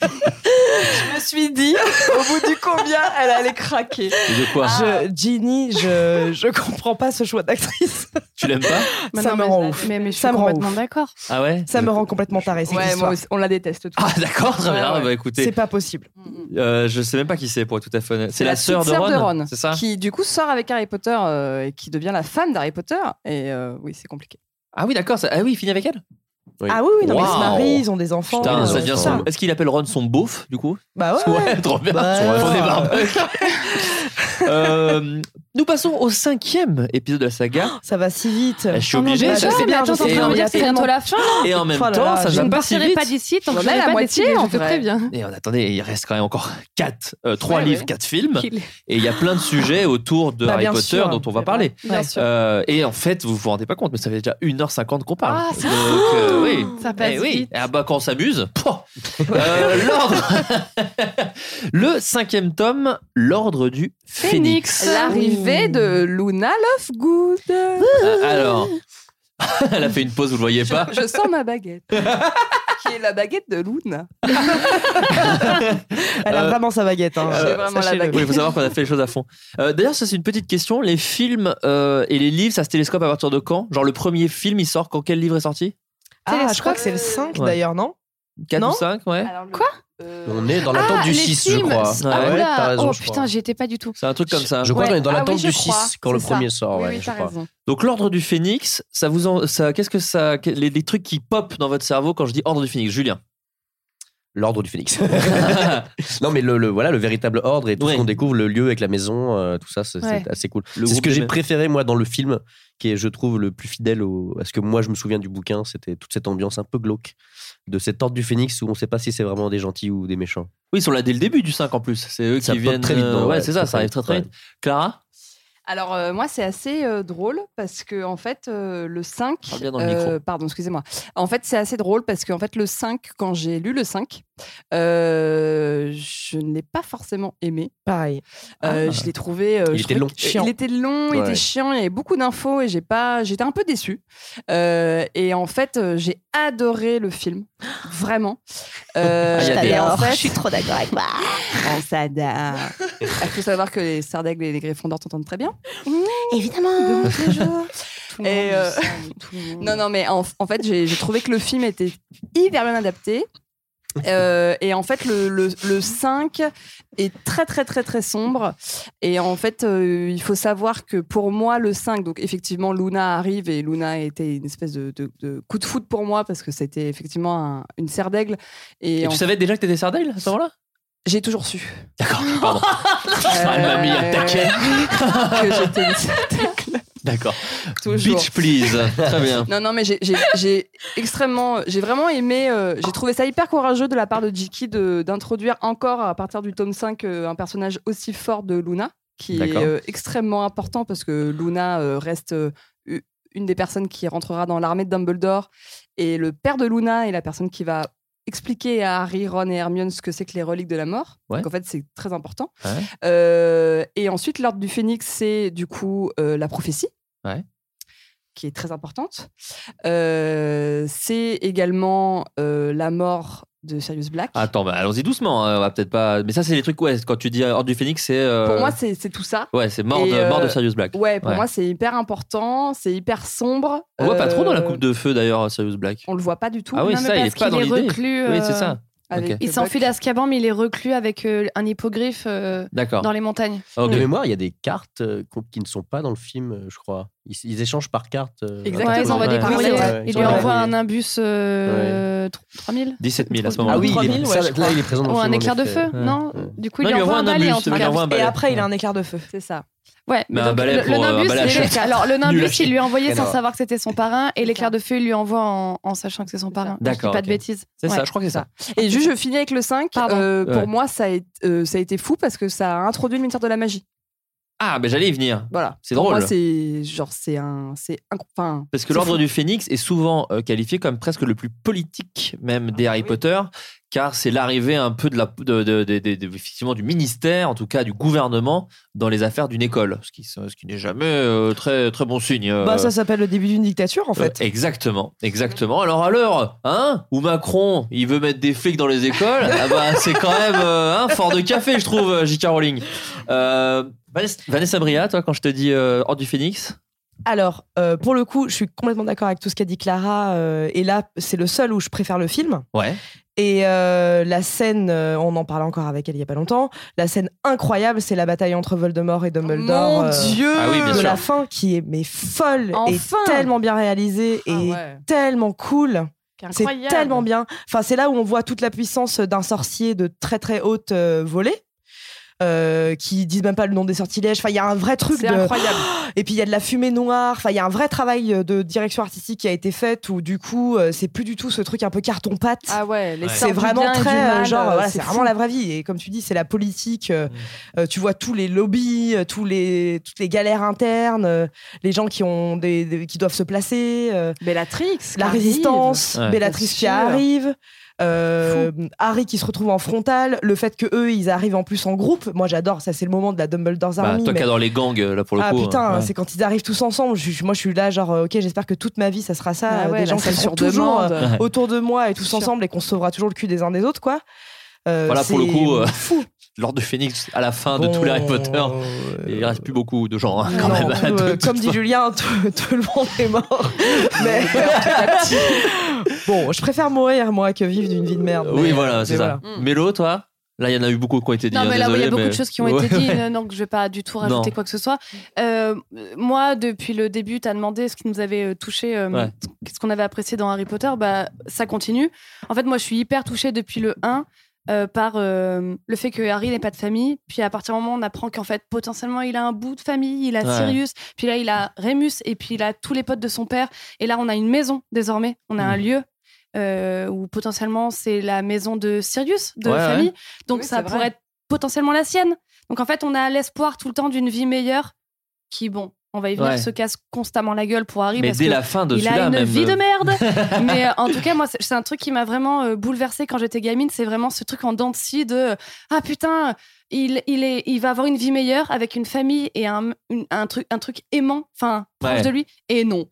E: je me suis dit,
G: au bout du combien elle allait craquer.
D: de quoi
E: je, Ginny, je, je comprends pas ce choix d'actrice.
D: Tu l'aimes pas
B: Mais
E: ça
B: non,
E: me
B: mais-
E: rend ouf.
B: Mais, mais je suis
E: Ça me rend
B: complètement
E: ouf.
B: d'accord.
D: Ah ouais
E: Ça me rend complètement taré cette
G: Ouais, moi
E: histoire.
G: aussi, on la déteste. tous.
D: Ah, d'accord, très bien.
G: Ouais, ouais.
D: Bah
E: C'est
D: écoutez,
E: pas possible.
D: euh, je sais même pas qui c'est pour être tout à fait honnête. C'est la,
G: petite
D: sœur de Ron,
G: Ron,
D: C'est ça
G: qui du coup sort avec Harry Potter euh, et qui devient la femme d'Harry Potter. Et euh, oui, c'est compliqué.
D: Ah oui, d'accord. ça- Ah oui, il finit avec elle
E: Ah oui, oui, non, mais ils se
D: Waouh.
E: marient, ils ont des enfants.
D: Putain,
E: euh,
D: ça devient
E: tout
D: son- Est-ce qu'il appelle Ron son beauf, du coup
E: Bah ouais.
D: Ouais, trop bien.
E: Bah,
D: Son
E: ouais.
D: vrai barbec. Euh, nous passons au cinquième épisode de la saga. Eh,
E: Ça va si vite. Ah
D: Je suis
B: Oh non,
D: obligé.
B: mais
D: ça-
B: attends,
E: c'est
B: mais
E: bien,
B: attends,
E: je
B: t'es en
D: sais,
B: train de
D: mais
B: me dire
E: il
B: que
E: y
B: c'est
E: a
B: bientôt la fin.
D: Et en même
E: Oh là
D: temps,
E: là,
D: ça
E: je
D: va
E: ne
D: pas si
B: partirai
D: vite.
B: pas d'ici, tant
G: On
B: que
G: en
B: je
G: a
B: n'ai
G: la
B: pas
G: moitié,
B: décidé,
G: en
B: je te
G: vrai.
B: préviens.
D: Et on attendait, il reste quand même encore 4, 3
G: Ouais,
D: livres,
G: ouais.
D: 4 films. Et il y a plein de sujets autour de
E: Bah,
D: Harry
E: bien
D: Potter
E: sûr.
D: dont on va
E: C'est
D: parler.
B: Bien
E: Ouais.
B: sûr.
D: Euh, et en fait, vous vous rendez pas compte, mais ça fait déjà 1h50 qu'on parle.
B: Ah, c'est
D: Donc, euh, oui.
B: Ça passe
D: Eh oui.
B: vite.
D: Ah bah, quand on s'amuse. pouah. Euh, l'ordre. Le cinquième tome, l'ordre du phénix.
G: L'arrivée de Luna Lovegood.
D: Ah,
G: Ah.
D: Euh, Alors. Elle a fait une pause, vous le voyez pas.
G: Je sens ma baguette. qui est la baguette de Luna.
E: Elle a vraiment sa baguette. Hein.
G: J'ai vraiment la
E: Sachez-le.
G: baguette.
D: Euh, Oui, il faut savoir qu'on a fait les choses à fond. Euh, D'ailleurs, ça c'est une petite question. Les films euh, et les livres, ça se télescope à partir de quand Genre le premier film, il sort quand quel livre est sorti
E: Ah, je crois que c'est le 5
D: Ouais.
E: d'ailleurs, non
D: 4
E: Non
D: ou 5 Ouais.
B: Quoi
A: On est dans l'attente
B: Ah,
A: du
B: les
A: 6, je
B: films.
A: crois.
B: Ah,
A: Ouais,
B: oula.
A: t'as raison,
B: oh
A: je crois.
B: putain, j'y étais pas du tout.
D: C'est un truc comme ça.
A: Je crois qu'on est dans
B: Ah oui,
A: l'attente
B: je
A: du
B: crois.
A: 6 quand le
B: C'est ça.
A: premier sort.
B: Oui,
A: ouais,
B: oui,
A: je
B: t'as
A: crois.
B: raison.
D: Donc l'ordre du phénix, ça vous en- ça qu'est-ce que ça que- les, les trucs qui pop dans votre cerveau quand je dis ordre du phénix, Julien
A: L'ordre du phénix. non, mais le, le- voilà, le véritable ordre et tout
D: Ouais.
A: ce qu'on découvre, le lieu avec la maison, euh, tout ça, c'est c'est
D: Ouais.
A: assez cool.
D: Le
A: C'est ce
D: groupe
A: que
D: des
A: j'ai
D: mêmes.
A: préféré, moi, dans le film, qui est, je trouve, le plus fidèle au- à ce que moi, je me souviens du bouquin. C'était toute cette ambiance un peu glauque de cet ordre du phénix où on ne sait pas si c'est vraiment des gentils ou des méchants.
D: Oui, ils sont là dès le début du 5 en plus. C'est eux
A: Ça
D: qui
A: pop
D: viennent
A: très vite,
D: euh,
A: non,
D: ouais,
A: ouais,
D: c'est ça,
A: très,
D: ça
A: très
D: arrive
A: vite,
D: très très
A: ouais.
D: vite. Clara
G: Alors euh, moi c'est assez euh, drôle parce que en fait euh, le 5
D: Parle bien dans le micro.
G: pardon, excusez-moi. En fait, c'est assez drôle parce que en fait le 5 quand j'ai lu le 5 euh, je ne l'ai pas forcément aimé.
E: Pareil.
G: Euh,
E: Ah.
G: Je l'ai trouvé. euh,
E: Il
G: je
E: était
G: trouvais
E: long.
G: que-
E: Chiant.
G: Il était long, il
E: Ouais.
G: était chiant. Il y avait beaucoup d'infos et j'ai pas. J'étais un peu déçue. Euh, et en fait, euh, j'ai adoré le film, vraiment. Euh,
F: Je
G: et
F: t'adore,
G: en fait-
F: je suis trop d'accord avec toi.
G: on s'adore. Il faut savoir que les Sardègles et les Gryffondors t'entendent très bien.
F: Évidemment.
G: Et euh, non, non, mais en, en fait, j'ai j'ai trouvé que le film était hyper bien adapté. Euh, et en fait, le, le, le 5 est très, très, très, très sombre. Et en fait, euh, il faut savoir que pour moi, le 5, donc effectivement, Luna arrive et Luna était une espèce de, de- de coup de foudre pour moi parce que c'était effectivement un- une serre d'aigle. Et,
D: Et
G: en-
D: tu savais déjà que t'étais Sardaigle à ce moment-là
G: J'ai toujours su.
D: Pardon. Elle m'a mis à taquet.
G: Euh, que j'étais une serre d'aigle.
D: D'accord.
G: Toujours.
D: Beach please. Très bien.
G: Non, non, mais j'ai- j'ai j'ai extrêmement, j'ai vraiment aimé, euh, j'ai trouvé ça hyper courageux de la part de Jiki de- d'introduire encore à partir du tome 5 euh, un personnage aussi fort de Luna, qui est
J: D'accord.
G: euh, extrêmement important parce que Luna euh, reste euh, u- une des personnes qui rentrera dans l'armée de Dumbledore. Et le père de Luna est la personne qui va expliquer à Harry, Ron et Hermione ce que c'est que les reliques de la mort.
D: Ouais.
G: Donc en fait, c'est très important.
D: Ouais.
G: Euh, et ensuite, l'ordre du phénix, c'est du coup euh, la prophétie
D: Ouais.
G: qui est très importante. Euh, c'est également euh, la mort de Sirius Black.
D: Attends, bah, allons-y doucement, hein, on va peut-être pas mais ça c'est les trucs ouais, quand tu dis euh, ordre du phénix, c'est euh,
G: Pour moi, c'est c'est tout ça.
D: Ouais, c'est mort
G: Et,
D: de- mort de
G: euh,
D: Sirius Black.
G: Ouais, pour
D: Ouais.
G: moi, c'est hyper important, c'est hyper sombre.
D: On voit pas trop dans la
G: Euh,
D: coupe de feu d'ailleurs Sirius Black.
G: On le voit pas du tout.
D: Ah oui,
B: Non, mais
D: ça il
B: parce
D: est pas
B: qu'il
D: dans
B: est
D: l'idée.
B: reclus,
D: Oui,
B: euh,
D: c'est ça.
G: avec-
D: Ok.
B: Il s'enfuit d'Azkaban, mais il est reclus avec euh, un hippogriffe euh,
A: D'accord.
B: dans les montagnes.
D: Ah,
A: De mémoire, il y a des cartes euh, qu'on- qui ne sont pas dans le film, euh, je crois. Ils, ils échangent par carte. euh,
B: Exactement. Ouais, ils envoient des
A: Ouais,
B: courriers.
A: ouais,
B: ouais.
A: ils
B: Il
A: sont
B: lui
A: là.
B: envoie un imbus euh, tr- 3000
D: 17 000 à ce
B: Ou
D: moment-là.
A: Ah oui, il est-
B: 3000,
A: ça,
B: ouais, je
A: là,
B: crois.
A: il est présent dans le
B: Ou un
A: film, en
B: éclair de
A: effet.
B: feu,
A: Ouais.
B: non Du coup,
D: Non,
B: il lui envoie un balai
D: imbus,
B: en
D: il
B: tout
D: lui
B: cas.
D: envoie un balai.
E: Et après, il a un éclair de feu.
G: C'est ça.
B: Ouais,
D: Mais
B: mais
D: un
B: donc,
D: balai
B: le, le
D: pour, euh,
B: nimbus,
D: balai à
B: il est-
D: chiottes.
B: alors le
D: Nul à
B: nimbus, il lui
D: chier.
B: envoyait sans
D: Alors.
B: savoir que c'était son parrain, et l'éclair de feu, il lui envoie en, en sachant que c'est son parrain. Je dis
D: D'accord,
B: pas de
D: ok.
B: bêtises.
D: C'est ça,
B: Ouais.
D: je crois que c'est ça.
G: Et juste, je finis avec le 5. Euh,
D: Ouais.
G: Pour moi, ça a, été- euh, ça a été fou parce que ça a introduit le ministère de la magie.
D: Ah, ben j'allais y venir.
G: Voilà.
D: C'est
G: Pour
D: drôle.
G: moi, c'est genre, c'est un. C'est un enfin,
D: Parce que
G: c'est
D: l'ordre
G: fou.
D: du phénix est souvent euh, qualifié comme presque le plus politique même
G: Ah
D: des Harry Potter, car c'est l'arrivée un peu de la, de, de- de- de- de- effectivement, du ministère, en tout cas du gouvernement, dans les affaires d'une école, ce qui, ce qui n'est jamais euh, très, très bon signe. euh,
E: Bah, ça s'appelle le début d'une dictature en fait.
D: euh, exactement, exactement. Alors à l'heure, hein, où Macron, il veut mettre des flics dans les écoles, ah bah, c'est quand même euh, hein, fort de café, je trouve, euh, J.K. Rowling. Euh, Vanessa- Vanessa Bria, toi, quand je te dis euh, Ordre du Phénix,
E: Alors, euh, pour le coup, je suis complètement d'accord avec tout ce qu'a dit Clara. euh, et là, c'est le seul où je préfère le film.
D: ouais.
E: Et euh, la scène, euh, on en parlait encore avec elle il y a pas longtemps, la scène incroyable, c'est la bataille entre Voldemort et Dumbledore. euh,
G: Mon Dieu Ah oui, bien
E: de
G: sûr.
E: la fin qui est mais folle
G: Enfin Ah
E: et tellement bien réalisée et tellement cool. C'est
G: incroyable.
E: tellement bien. Enfin, c'est là où on voit toute la puissance d'un sorcier de très très haute euh, volée. euh, qui disent même pas le nom des sortilèges. Enfin, il y a un vrai truc.
G: C'est
E: de-
G: incroyable.
E: et puis il y a de la fumée noire. Enfin, il y a un vrai travail euh, de direction artistique qui a été fait où du coup, euh, c'est plus du tout ce truc un peu carton pâte.
G: Ah ouais, les sorts
E: c'est
G: du
E: vraiment
G: bien et du
E: très euh,
G: mal,
E: genre.
G: euh,
E: voilà,
G: c'est
E: c'est
G: fou.
E: vraiment la vraie vie. Et comme tu dis, c'est la politique. euh,
G: Mmh.
E: euh, tu vois tous les lobbies, euh, tous les toutes les galères internes, euh, les gens qui ont des, des- qui doivent se placer. euh,
G: Bellatrix. qui
E: la
G: arrive.
E: résistance,
G: Ouais.
E: Bellatrix
G: Bien
E: qui
G: sûr.
E: arrive. euh, Harry qui se retrouve en frontal, le fait que eux ils arrivent en plus en groupe. Moi j'adore, ça c'est le moment de la Dumbledore's
D: Bah,
E: Army.
D: toi qui
E: mais-
D: adore les gangs, là, pour le
E: ah
D: coup.
E: putain,
D: hein.
E: c'est quand ils arrivent tous ensemble. Je- je- moi, je suis là, genre, euh, ok, j'espère que toute ma vie, ça sera ça.
G: Ah
E: euh,
G: ouais,
E: des
G: la
E: gens qui
G: salle
E: seront
G: sur
E: toujours
G: demande.
E: euh,
D: Ouais.
E: autour de moi et tous ensemble et qu'on se sauvera toujours le cul des uns des autres, quoi. Euh,
D: Voilà, pour le
E: c'est
D: coup, euh,
E: fou.
D: L'ordre du Phénix, à la fin de
E: Bon, euh,
D: tout les Harry Potter, il reste plus beaucoup de gens, hein, quand même.
E: Non, tout, euh,
D: De-
E: comme dit Julien, tout, tout le monde est mort. Mais bon, je préfère mourir moi que vivre d'une vie de merde.
D: Oui,
E: mais-
D: voilà,
E: mais
D: c'est ça. Mélo, toi Là, il y en a eu beaucoup qui ont été dit.
B: Non,
D: hein,
B: mais là, il y a
D: désolé,
B: beaucoup
D: mais-
B: de choses qui ont
D: Ouais.
B: été dites, euh, donc je vais pas du tout rajouter
D: Non.
B: quoi que ce soit. Euh, moi, depuis le début, tu as demandé ce qui nous avait euh, touché, euh,
D: Ouais.
B: ce qu'on avait apprécié dans Harry Potter. Bah, ça continue. En fait, moi, je suis hyper touchée depuis le 1 euh, par euh, le fait que Harry n'ait pas de famille. Puis à partir du moment où on apprend qu'en fait, potentiellement, il a un bout de famille, il a
K: Ouais.
B: Sirius, puis là, il a Remus, et puis il a tous les potes de son père. Et là, on a une maison désormais, on
D: Mmh.
B: a un lieu. euh, où potentiellement c'est la maison de Sirius de
K: Ouais, ouais.
B: famille donc
K: Oui,
B: ça
K: c'est vrai.
B: pourrait être potentiellement la sienne. Donc en fait, on a l'espoir tout le temps d'une vie meilleure qui, bon, on va y venir,
D: Ouais.
B: se casse constamment la gueule pour Harry.
D: Mais
B: parce
D: dès
B: que
D: la fin de
B: Il a
D: celui-là,
B: une
D: même euh.
B: vie
D: de-
B: de merde. Mais euh, en tout cas, moi, c'est- c'est un truc qui m'a vraiment euh, bouleversée quand j'étais gamine. C'est vraiment ce truc en dents de scie de euh, Ah putain, il, il, est, il va avoir une vie meilleure avec une famille et un, une- un, truc, un truc aimant, enfin, proche
D: Ouais.
B: de lui. Et non.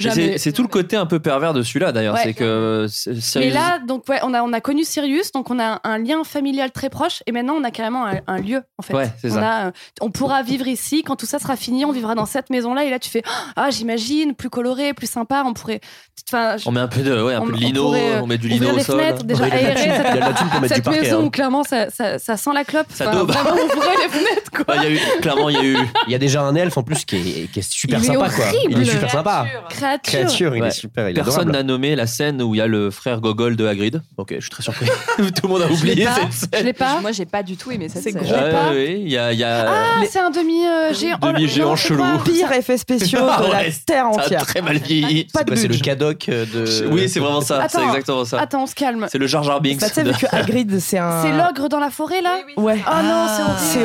D: Mais
B: Jamais.
D: C'est c'est tout le côté un peu pervers de celui-là, d'ailleurs.
B: Ouais.
D: C'est que. c'est-
B: Mais
D: Sirius-
B: là, donc ouais, on a on a connu Sirius, donc on a un, un lien familial très proche, et maintenant on a carrément un, un lieu en fait.
D: Ouais, c'est
B: on
D: ça.
B: a, euh, on pourra vivre ici quand tout ça sera fini, on vivra dans cette maison là, et là tu fais ah j'imagine plus coloré, plus sympa, on pourrait. Enfin, je-
D: On met un peu de, ouais, un
B: on-
D: peu de
B: on
D: lino, on,
B: pourrait, euh,
D: met du
B: ouvrir
D: lino au
B: les
D: sol.
B: fenêtres, déjà
D: Ouais, il y a de la
B: aérer
D: thune- il
B: cette-
D: y a de la thune pour mettre du
B: cette
D: parquet,
B: maison
D: hein.
B: où clairement ça, ça, ça sent la clope.
D: Ça
B: Enfin,
D: daube.
B: vraiment, ouvrez les fenêtres quoi.
A: ah,
D: Bah, il y a eu- clairement, il y a eu.
A: Il y a déjà un elfe en plus qui est, qui est super
B: Il est
A: sympa, quoi.
B: horrible.
A: Il est super sympa.
B: Créature.
A: Créature, il est
D: Ouais.
A: super. Il est
D: Personne
A: adorable.
D: n'a nommé la scène où il y a le frère Gogol de Hagrid. Ok, je suis très surpris. Tout le monde a oublié cette scène.
G: Ah,
D: Ah
G: Je l'ai pas. Moi, j'ai pas du tout aimé cette scène.
D: Ouais, ouais, ouais, il y a. il y a-
B: Ah, c'est un demi euh, géant. Oh là-
D: Demi-géant
B: non, c'est
D: chelou.
B: quoi
E: Pire effet spéciaux de la
D: Ah Ouais,
E: terre
D: ça a
E: entière.
D: très mal vieilli.
E: Pas de
A: Bah, C'est le
E: budge.
A: cadoc euh, de.
D: Oui, c'est vraiment ça. C'est
B: Attends,
D: exactement ça.
B: Attends, on se calme.
D: C'est le Jar Jar Binks.
E: Bah, tu sais, vu
D: de-
E: que Hagrid, c'est un.
B: C'est l'ogre dans la forêt là.
E: Ouais.
B: Oh non, Euh, c'est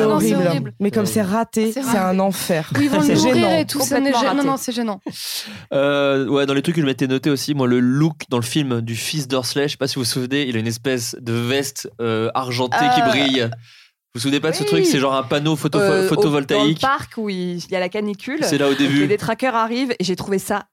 E: c'est
B: horrible. Non, c'est
E: horrible.
B: horrible.
E: Mais comme c'est raté,
B: C'est
E: c'est
B: raté.
E: un enfer.
B: Ils vont le
E: C'est
B: nourrir
E: gênant.
B: et tout. c'est
G: Complètement
B: gênant. Non,
G: raté.
B: non, c'est gênant.
D: Euh, ouais, dans les trucs que je m'étais noté aussi, moi, le look dans le film du fils d'Orsley, je sais pas si vous vous souvenez, il a une espèce de veste euh, argentée qui
B: Ah.
G: Euh,
D: brille. Vous vous souvenez pas de ce truc C'est genre un panneau photo-
G: Euh, au- Dans le
D: photovoltaïque.
G: parc où il il y a la canicule.
D: C'est là au
G: Donc,
D: début.
G: Les trackers arrivent et j'ai trouvé ça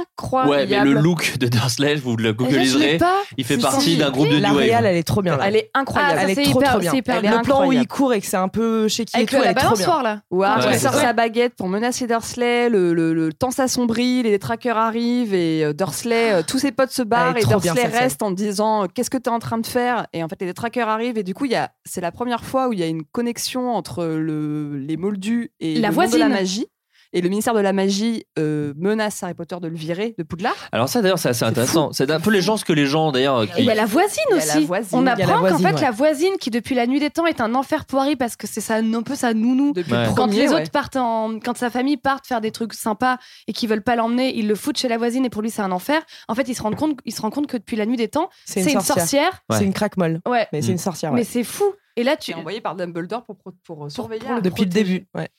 G: incroyable.
D: Ouais, mais le look de Dursley, vous
B: Ah,
D: le
G: je l'ai
D: googliserez,
G: pas.
D: il fait
G: C'est
D: partie
G: sans-
D: d'un groupe de
E: La
D: New
E: réal,
D: Wave.
E: elle est trop bien. là.
G: Elle est incroyable.
B: Ah, ça,
E: elle est,
B: c'est
E: trop
B: hyper-
E: trop bien.
B: c'est hyper
E: le
B: bien.
E: plan où
B: Incroyable.
E: il court et que c'est un peu shaky
B: Avec
E: et tout,
B: la
E: elle est trop
B: balançoire,
E: bien.
B: là.
G: Wow,
D: Ouais,
G: il
D: c'est
G: sort
D: ça.
G: sa baguette pour menacer Dursley, le, le- le temps s'assombrit, les trackers arrivent et euh, Dursley, euh, tous ses potes se barrent
E: Elle est
G: et
E: trop bien,
G: Dursley
E: cette scène.
G: reste en disant euh, qu'est-ce que t'es en train de faire et en fait les trackers arrivent et du coup il y a c'est la première fois où il y a une connexion entre le, les Moldus et
B: La
G: le monde de
B: voisine.
G: la magie et le ministère de la magie euh, menace Harry Potter de le virer de Poudlard.
D: Alors, ça, d'ailleurs, c'est assez intéressant. C'est un peu les gens, ce que les gens, d'ailleurs.
B: Et il
D: Qui...
B: y a la voisine
G: Il y a la
B: aussi.
G: voisine.
B: On
G: Il y a la
B: apprend qu'en
D: voisine,
B: fait,
D: ouais.
B: la voisine qui, depuis la nuit des temps, est un enfer pour Harry parce que c'est ça, un peu sa nounou.
G: Depuis
D: Ouais.
G: le
B: Quand
G: premier,
B: les
G: ouais.
B: autres partent en- quand sa famille part faire des trucs sympas et qu'ils veulent pas l'emmener, ils le foutent chez la voisine et pour lui c'est un enfer. En fait, il se rend compte, il se rend compte que depuis la nuit des temps, c'est une, sorcière.
E: C'est une craque molle.
B: Ouais.
E: Mais c'est une sorcière.
B: Mais
E: ouais.
B: c'est fou. Et là, tu.
G: Qui est envoyé par Dumbledore pour, pro- pour, euh, surveiller Harry
E: Depuis le
G: Potter.
E: début. ouais.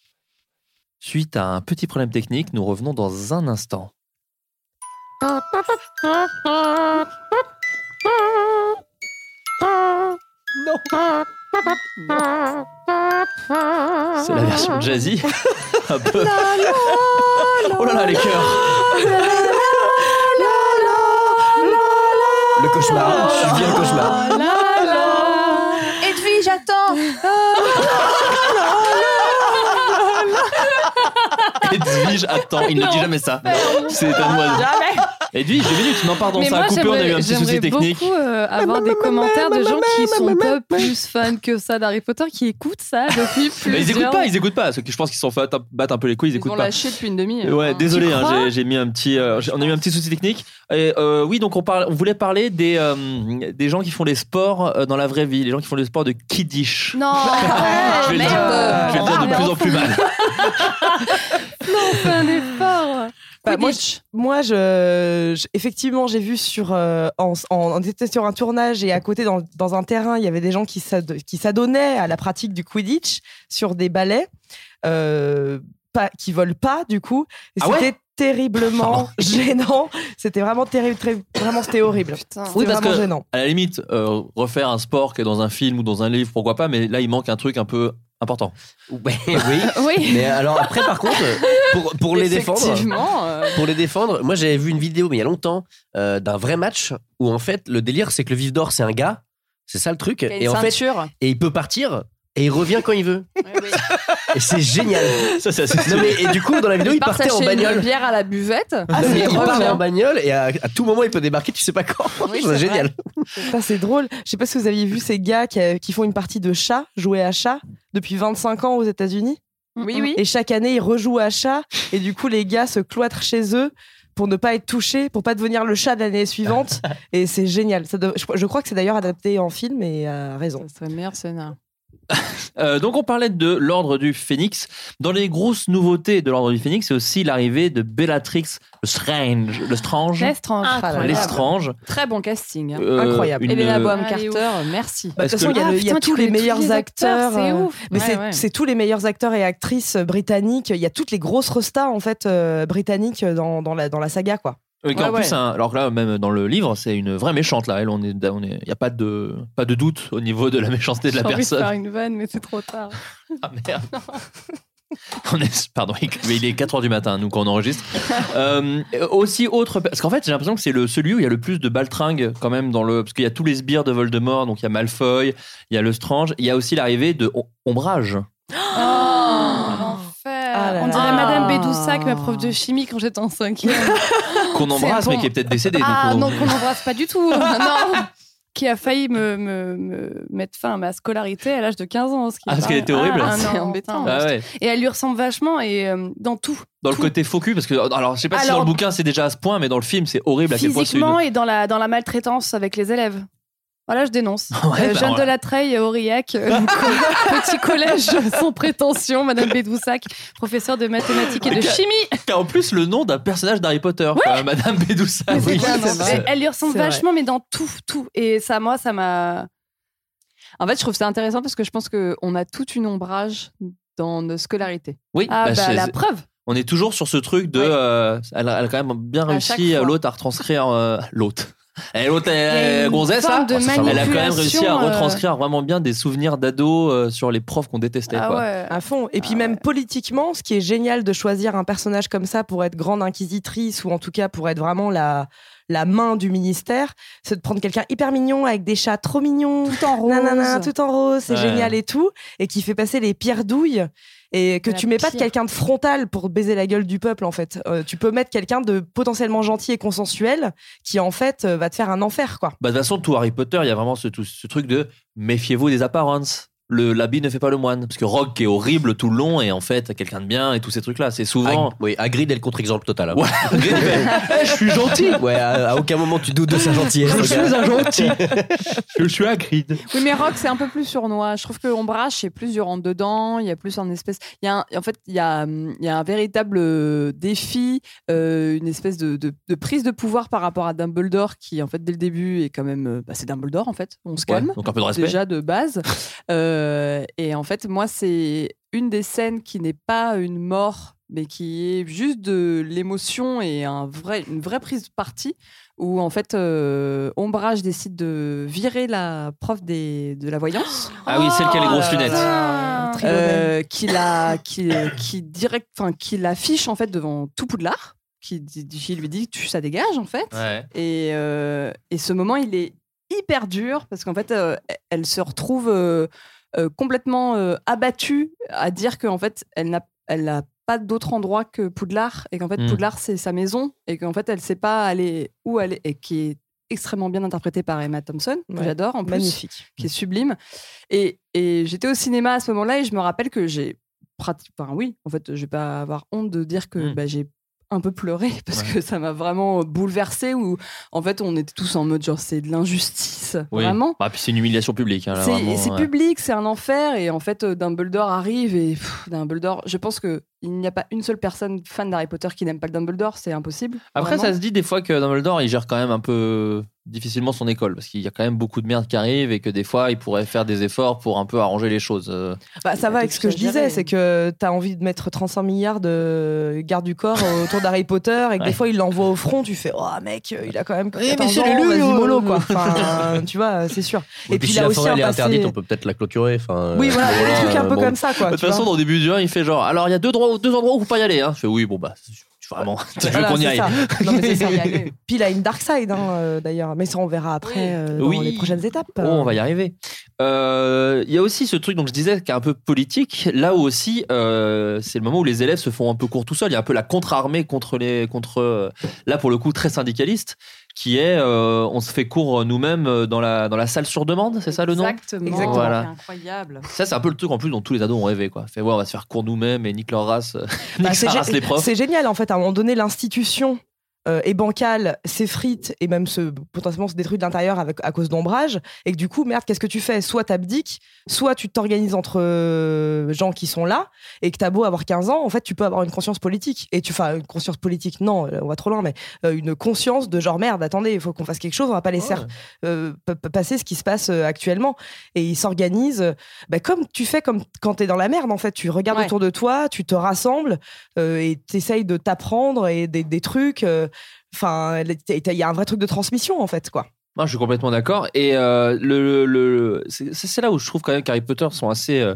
D: Suite à un petit problème technique, nous revenons dans un instant. C'est la version jazzy. un peu. Oh là là, les cœurs.
B: Oh
A: Le cauchemar. Je suis bien le cauchemar.
K: Et puis j'attends.
D: Edwige, attends, il ne dit jamais ça. C'est un oiseau. Edwige, deux minutes. Non, pardon,
B: Mais
D: ça a
B: moi,
D: coupé, on a eu
B: j'aimerais-
D: un petit souci
B: j'aimerais
D: technique.
B: beaucoup euh, avoir des commentaires de gens qui sont pas plus fans que ça d'Harry Potter, qui écoutent ça depuis plusieurs...
D: Mais ils écoutent pas, ils écoutent pas. Ceux qui, je pense qu'ils se sont fait atta- battre un peu les couilles, ils
G: Ils ont
D: écoutent pas.
G: lâché depuis une demi.
A: Ah,
D: Ouais, désolé, hein,
G: crois
D: j'ai- j'ai mis un petit, euh, j'ai- on a eu un petit souci technique. Et, euh, oui, donc on parle, on voulait parler des euh, des gens qui font les sports euh, dans la vraie vie, les gens qui font les sports de kiddish.
B: Non
D: je vais le dire, je vais le dire de plus en plus mal.
B: Non, fais un effort
E: Bah, moi, je- moi, je, je- effectivement, j'ai vu sur euh, en, en- on était sur un tournage et à côté dans, dans un terrain, il y avait des gens qui s'ad- qui s'adonnaient à la pratique du Quidditch sur des balais euh, pas, qui volent pas du coup. Et
D: Ah ouais Ah
E: c'était terriblement gênant. C'était vraiment terrible, très- vraiment c'était horrible.
D: Oui,
E: C'était
D: parce
E: vraiment
D: que,
E: gênant.
D: à la limite, euh, refaire un sport qui est dans un film ou dans un livre, pourquoi pas, mais là, il manque un truc un peu important.
A: oui.
D: Oui.
A: Mais alors après, par contre, pour, pour les défendre,
G: Effectivement, euh.
A: pour les défendre, moi j'avais vu une vidéo mais il y a longtemps euh, d'un vrai match où en fait le délire c'est que le vif d'or c'est un gars, c'est ça le truc,
G: Qui a une
A: et en
G: ceinture.
A: fait et il peut partir. Et il revient quand il veut. Et c'est génial.
D: Ça, c'est assez
A: Non, mais- et du coup, dans la vidéo, il, partait en
G: s'acheter
A: bagnole.
G: une Ah, bière à la buvette.
E: Ah,
A: Non, mais
G: Et
A: il
G: revient.
A: part en bagnole et à, à tout moment, il peut débarquer, tu sais pas quand.
E: Oui,
A: c'est
E: c'est
A: génial.
E: Putain, c'est drôle. Je sais pas si vous aviez vu ces gars qui, euh, qui font une partie de chat, jouer à chat, depuis 25 ans aux États-Unis.
G: Oui, oui.
E: Et chaque année, ils rejouent à chat. Et du coup, les gars se cloîtrent chez eux pour ne pas être touchés, pour pas devenir le chat de l'année suivante. et c'est génial. Ça doit- je, je crois que c'est d'ailleurs adapté en film et à raison.
G: C'est le meilleur scénario.
D: Euh, donc on parlait de l'ordre du Phénix. Dans les grosses nouveautés de l'ordre du Phénix, c'est aussi l'arrivée de Bellatrix Strange, le Strange,
B: L'Estrange.
G: Incroyable.
D: l'Estrange.
G: Très bon casting. hein.
D: Euh, Incroyable. une-
G: Helena Bonham
B: Allez,
G: Carter, merci.
E: Bah, De toute façon, il y a, le- il y a tous les meilleurs acteurs. euh, Mais c'est c'est tous les meilleurs acteurs et actrices euh, britanniques. Il y a toutes les grosses restas en fait euh, britanniques dans, dans la, dans la saga quoi.
D: Oui, qu'en plus, un- alors que là, même dans le livre, c'est une vraie méchante. Là, elle, on est, on est, y a pas de, pas de doute au niveau de la méchanceté de la
B: J'ai envie
D: personne.
B: faire une vanne, mais c'est trop tard.
D: Ah merde. On est- pardon, il- mais il est 4h du matin, nous, quand on enregistre. Euh, aussi, autre. Parce qu'en fait, j'ai l'impression que c'est le, celui où il y a le plus de baltringues, quand même, dans le. Parce qu'il y a tous les sbires de Voldemort, donc il y a Malfoy, il y a Lestrange, il y a aussi l'arrivée de Om- Ombrage.
B: Oh, On dirait Madame Bédoussac, ma prof de chimie quand j'étais en cinquième.
D: Qu'on
B: C'est
D: embrasse,
B: bon.
D: mais qui est peut-être décédée.
B: Ah
D: donc on-
B: non, qu'on n'embrasse pas du tout. non. Qui a failli me, me- me mettre fin à ma scolarité à l'âge de 15 ans. Ce qui
D: Ah, parce
B: est
D: qu'elle
B: pas-
D: était horrible.
B: Ah, non,
D: C'est
G: embêtant.
B: putain.
D: Ah ouais.
B: Et elle lui ressemble vachement et euh, dans tout.
D: Dans le côté faux cul, parce que. Alors, je sais pas si dans
B: Alors-
D: le bouquin c'est déjà à ce point, mais dans le film, c'est horrible à quel point c'est une-
B: Physiquement et dans la, dans la maltraitance avec les élèves. Voilà, je dénonce. Euh,
D: Ouais, bah,
B: Jeanne
D: voilà.
B: de la Treille, Aurillac, euh, petit collège sans prétention, Madame Bédoussac, professeure de mathématiques et de
D: Mais t'as-
B: chimie.
D: T'as en plus le nom d'un personnage d'Harry Potter, quand même, Madame Bédoussa.
B: Mais c'est pas un enfant. Elle- Elle lui ressemble
G: C'est vrai.
B: vachement, mais dans tout, tout. Et ça, moi, ça m'a.
G: En fait, je trouve ça intéressant parce que je pense qu'on a toute une ombrage dans nos scolarités.
D: Oui,
G: Ah bah,
D: c'est-
G: la
D: c'est-
G: preuve.
D: On est toujours sur ce truc de. euh, elle, a- elle a quand même bien réussi,
G: chaque fois.
D: euh, l'autre, à retranscrire. euh, l'autre. Eh, l'autre, elle
B: y a
D: est
B: une
D: gonzesse, hein. Oh,
B: forme
D: là
B: de
D: Elle a quand même réussi à
B: manipulation, euh,
D: retranscrire vraiment bien des souvenirs d'ados euh, sur les profs qu'on détestait.
B: Ah
E: Ah
D: quoi.
E: À fond. Et puis même politiquement, ce qui est génial de choisir un personnage comme ça pour être grande inquisitrice ou en tout cas pour être vraiment la la main du ministère, c'est de prendre quelqu'un hyper mignon avec des chats trop mignons, tout en rose, tout en rose, c'est
B: Ouais.
E: génial et tout, et qui fait passer les pires douilles. Et que
B: La
E: tu mets pas de
B: pire.
E: quelqu'un de frontal pour baiser la gueule du peuple en fait. Euh, tu peux mettre quelqu'un de potentiellement gentil et consensuel qui en fait euh, va te faire un enfer quoi.
D: Bah, de toute façon, tout Harry Potter, il y a vraiment ce, tout ce truc de méfiez-vous des apparences. Le l'habit ne fait pas le moine. Parce que Rogue qui est horrible tout le long et en fait quelqu'un de bien et tous ces trucs-là. C'est souvent.
A: oui, Hagrid est le contre-exemple total.
D: Ouais, Hagrid, il fait, Eh, je suis gentil.
A: Ouais, à, à aucun moment tu doutes de sa gentillesse.
D: Je
A: le
D: suis
A: gars.
D: un gentil. Je suis Hagrid.
G: Oui, mais Rock, c'est un peu plus sournois. Je trouve que Ombrage, c'est plus du rentre dedans. Il y a plus un espèce. Il y a un- En fait, il y a, hum, il y a un véritable euh, défi, euh, une espèce de, de- de prise de pouvoir par rapport à Dumbledore, qui, en fait, dès le début, est quand même. euh, bah, c'est Dumbledore, en fait. On se
D: Ouais,
G: calme.
D: donc un peu de respect.
G: Déjà de base. Euh, et en fait, moi, c'est une des scènes qui n'est pas une mort, mais qui est juste de l'émotion et un vrai, une vraie prise de parti où en fait euh, Ombrage décide de virer la prof des, de la voyance. Oh
D: Ah oui, celle qui a les grosses lunettes.
B: Ah.
G: Euh, qui la qui qui direct enfin qui l'affiche en fait devant tout Poudlard qui, dit- qui lui dit tu ça dégage en fait
D: Ouais.
G: et, euh, et ce moment il est hyper dur parce qu'en fait euh, elle se retrouve euh, euh, complètement euh, abattue à dire qu'en fait elle n'a elle n'a pas d'autre endroit que Poudlard et qu'en fait
B: Mm.
G: Poudlard c'est sa maison et qu'en fait elle sait pas aller où aller et qui est extrêmement bien interprétée par Emma Thompson que
E: Ouais.
G: j'adore en plus
E: Magnifique.
G: qui est
D: Mmh.
G: sublime et, et j'étais au cinéma à ce moment-là et je me rappelle que j'ai pratiquement enfin, oui en fait je vais pas avoir honte de dire que
D: Mmh.
G: bah, j'ai un peu pleuré parce que ça m'a vraiment bouleversée où en fait on était tous en mode genre c'est de l'injustice
D: Oui.
G: vraiment
D: Ah, puis c'est une humiliation publique. hein, là,
G: c'est
D: vraiment,
G: c'est
D: ouais.
G: public, c'est un enfer. Et en fait, euh, Dumbledore arrive et pff, Dumbledore, je pense que il n'y a pas une seule personne fan d'Harry Potter qui n'aime pas le Dumbledore, c'est impossible.
D: Après,
G: vraiment.
D: ça se dit des fois que Dumbledore, il gère quand même un peu difficilement son école parce qu'il y a quand même beaucoup de merde qui arrive et que des fois, il pourrait faire des efforts pour un peu arranger les choses. euh.
E: Bah, ça va avec ce que je disais, c'est que t'as envie de mettre 35 milliards de garde du corps autour d'Harry Potter et que des
D: Ouais.
E: fois il l'envoie au front, tu fais Oh mec, il a quand même.
D: Oui, mais
E: 14
D: c'est
E: ans,
D: l'élu,
E: vas-y,
D: euh.
E: mollo, quoi. Enfin, tu vois, euh, c'est sûr.
A: Et, puis,
E: il
A: si
E: a
A: la
E: aussi
A: forêt
E: un
A: elle est
E: passé-
A: interdite, on peut peut-être la clôturer. Enfin,
E: Oui, voilà,
A: euh,
E: des trucs un peu comme ça, quoi,
D: De toute
E: tu
D: façon,
E: vois.
D: dans le début du 1, il fait genre Alors, il y a deux, droits, deux endroits où faut pas y aller. Hein. Je fais Oui, bon, bah, tu- vraiment, tu veux
E: Voilà,
D: qu'on y
E: c'est
D: aille.
E: ça. Non, mais c'est ça, y aller. Puis il a une dark side, hein, euh, d'ailleurs. Mais ça, on verra après euh, dans
D: Oui.
E: les prochaines étapes.
D: Oh, on va y arriver. Euh, Il y a aussi ce truc, donc je disais, qui est un peu politique. Là où aussi, euh, c'est le moment où les élèves se font un peu court tout seuls. Il y a un peu la contre-armée contre les, contre euh, là pour le coup très syndicaliste, qui est, euh, on se fait court nous-mêmes euh, dans la dans la salle sur demande. C'est ça le nom
G: Exactement.
D: Voilà.
G: C'est incroyable.
D: Ça, c'est un peu le truc en plus dont tous les ados ont rêvé. Quoi. Fait, ouais, on va se faire court nous-mêmes et nique leur race, euh, nique sa
E: Bah, c'est, gé-
D: race les profs.
E: c'est génial en fait. À un moment donné, l'institution euh, est bancale, s'effrite et même se, potentiellement se détruit de l'intérieur avec, à cause d'ombrage. Et que du coup, merde, qu'est-ce que tu fais Soit t'abdiques, soit tu t'organises entre euh, gens qui sont là et que t'as beau avoir 15 ans, en fait, tu peux avoir une conscience politique. Et tu, enfin, une conscience politique, non, euh, on va trop loin, mais euh, une conscience de genre merde, attendez, il faut qu'on fasse quelque chose, on va pas laisser euh, pa- pa- passer ce qui se passe euh, actuellement. Et ils s'organisent euh, bah, comme tu fais comme quand t'es dans la merde, en fait. Tu regardes
G: Ouais.
E: autour de toi, tu te rassembles euh, et t'essayes de t'apprendre et des, des trucs. euh, Enfin, il y a un vrai truc de transmission, en fait, quoi.
D: Non, je suis complètement d'accord. Et euh, le, le- le- c'est c'est là où je trouve quand même qu'Harry Potter sont assez euh,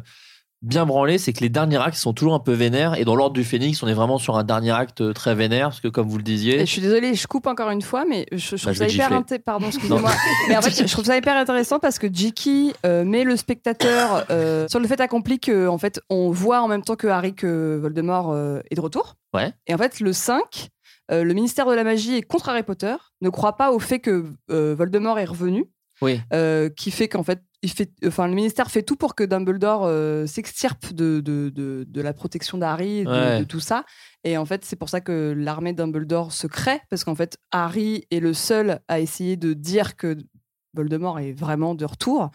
D: bien branlés, c'est que les derniers actes sont toujours un peu vénères. Et dans l'ordre du Phénix, on est vraiment sur un dernier acte euh, très vénère, parce que comme vous le disiez,
G: Et je suis désolée, je coupe encore une fois, mais je, je
D: Bah,
G: trouve
D: je
G: ça
D: vais te
G: hyper
D: gifler.
G: inté- Pardon, excusez-moi. mais en fait, je trouve ça hyper intéressant parce que J.K. euh, met le spectateur euh, sur le fait accompli que, en fait, on voit en même temps que Harry que Voldemort euh, est de retour.
D: ouais.
G: Et en fait, le 5, euh, le ministère de la magie est contre Harry Potter, ne croit pas au fait que euh, Voldemort est revenu,
D: Oui.
G: euh, qui fait qu'en fait, il fait, enfin, le ministère fait tout pour que Dumbledore euh, s'extirpe de, de, de, de la protection d'Harry, de,
D: Ouais.
G: de tout ça. Et en fait, c'est pour ça que l'armée Dumbledore se crée, parce qu'en fait, Harry est le seul à essayer de dire que Voldemort est vraiment de retour.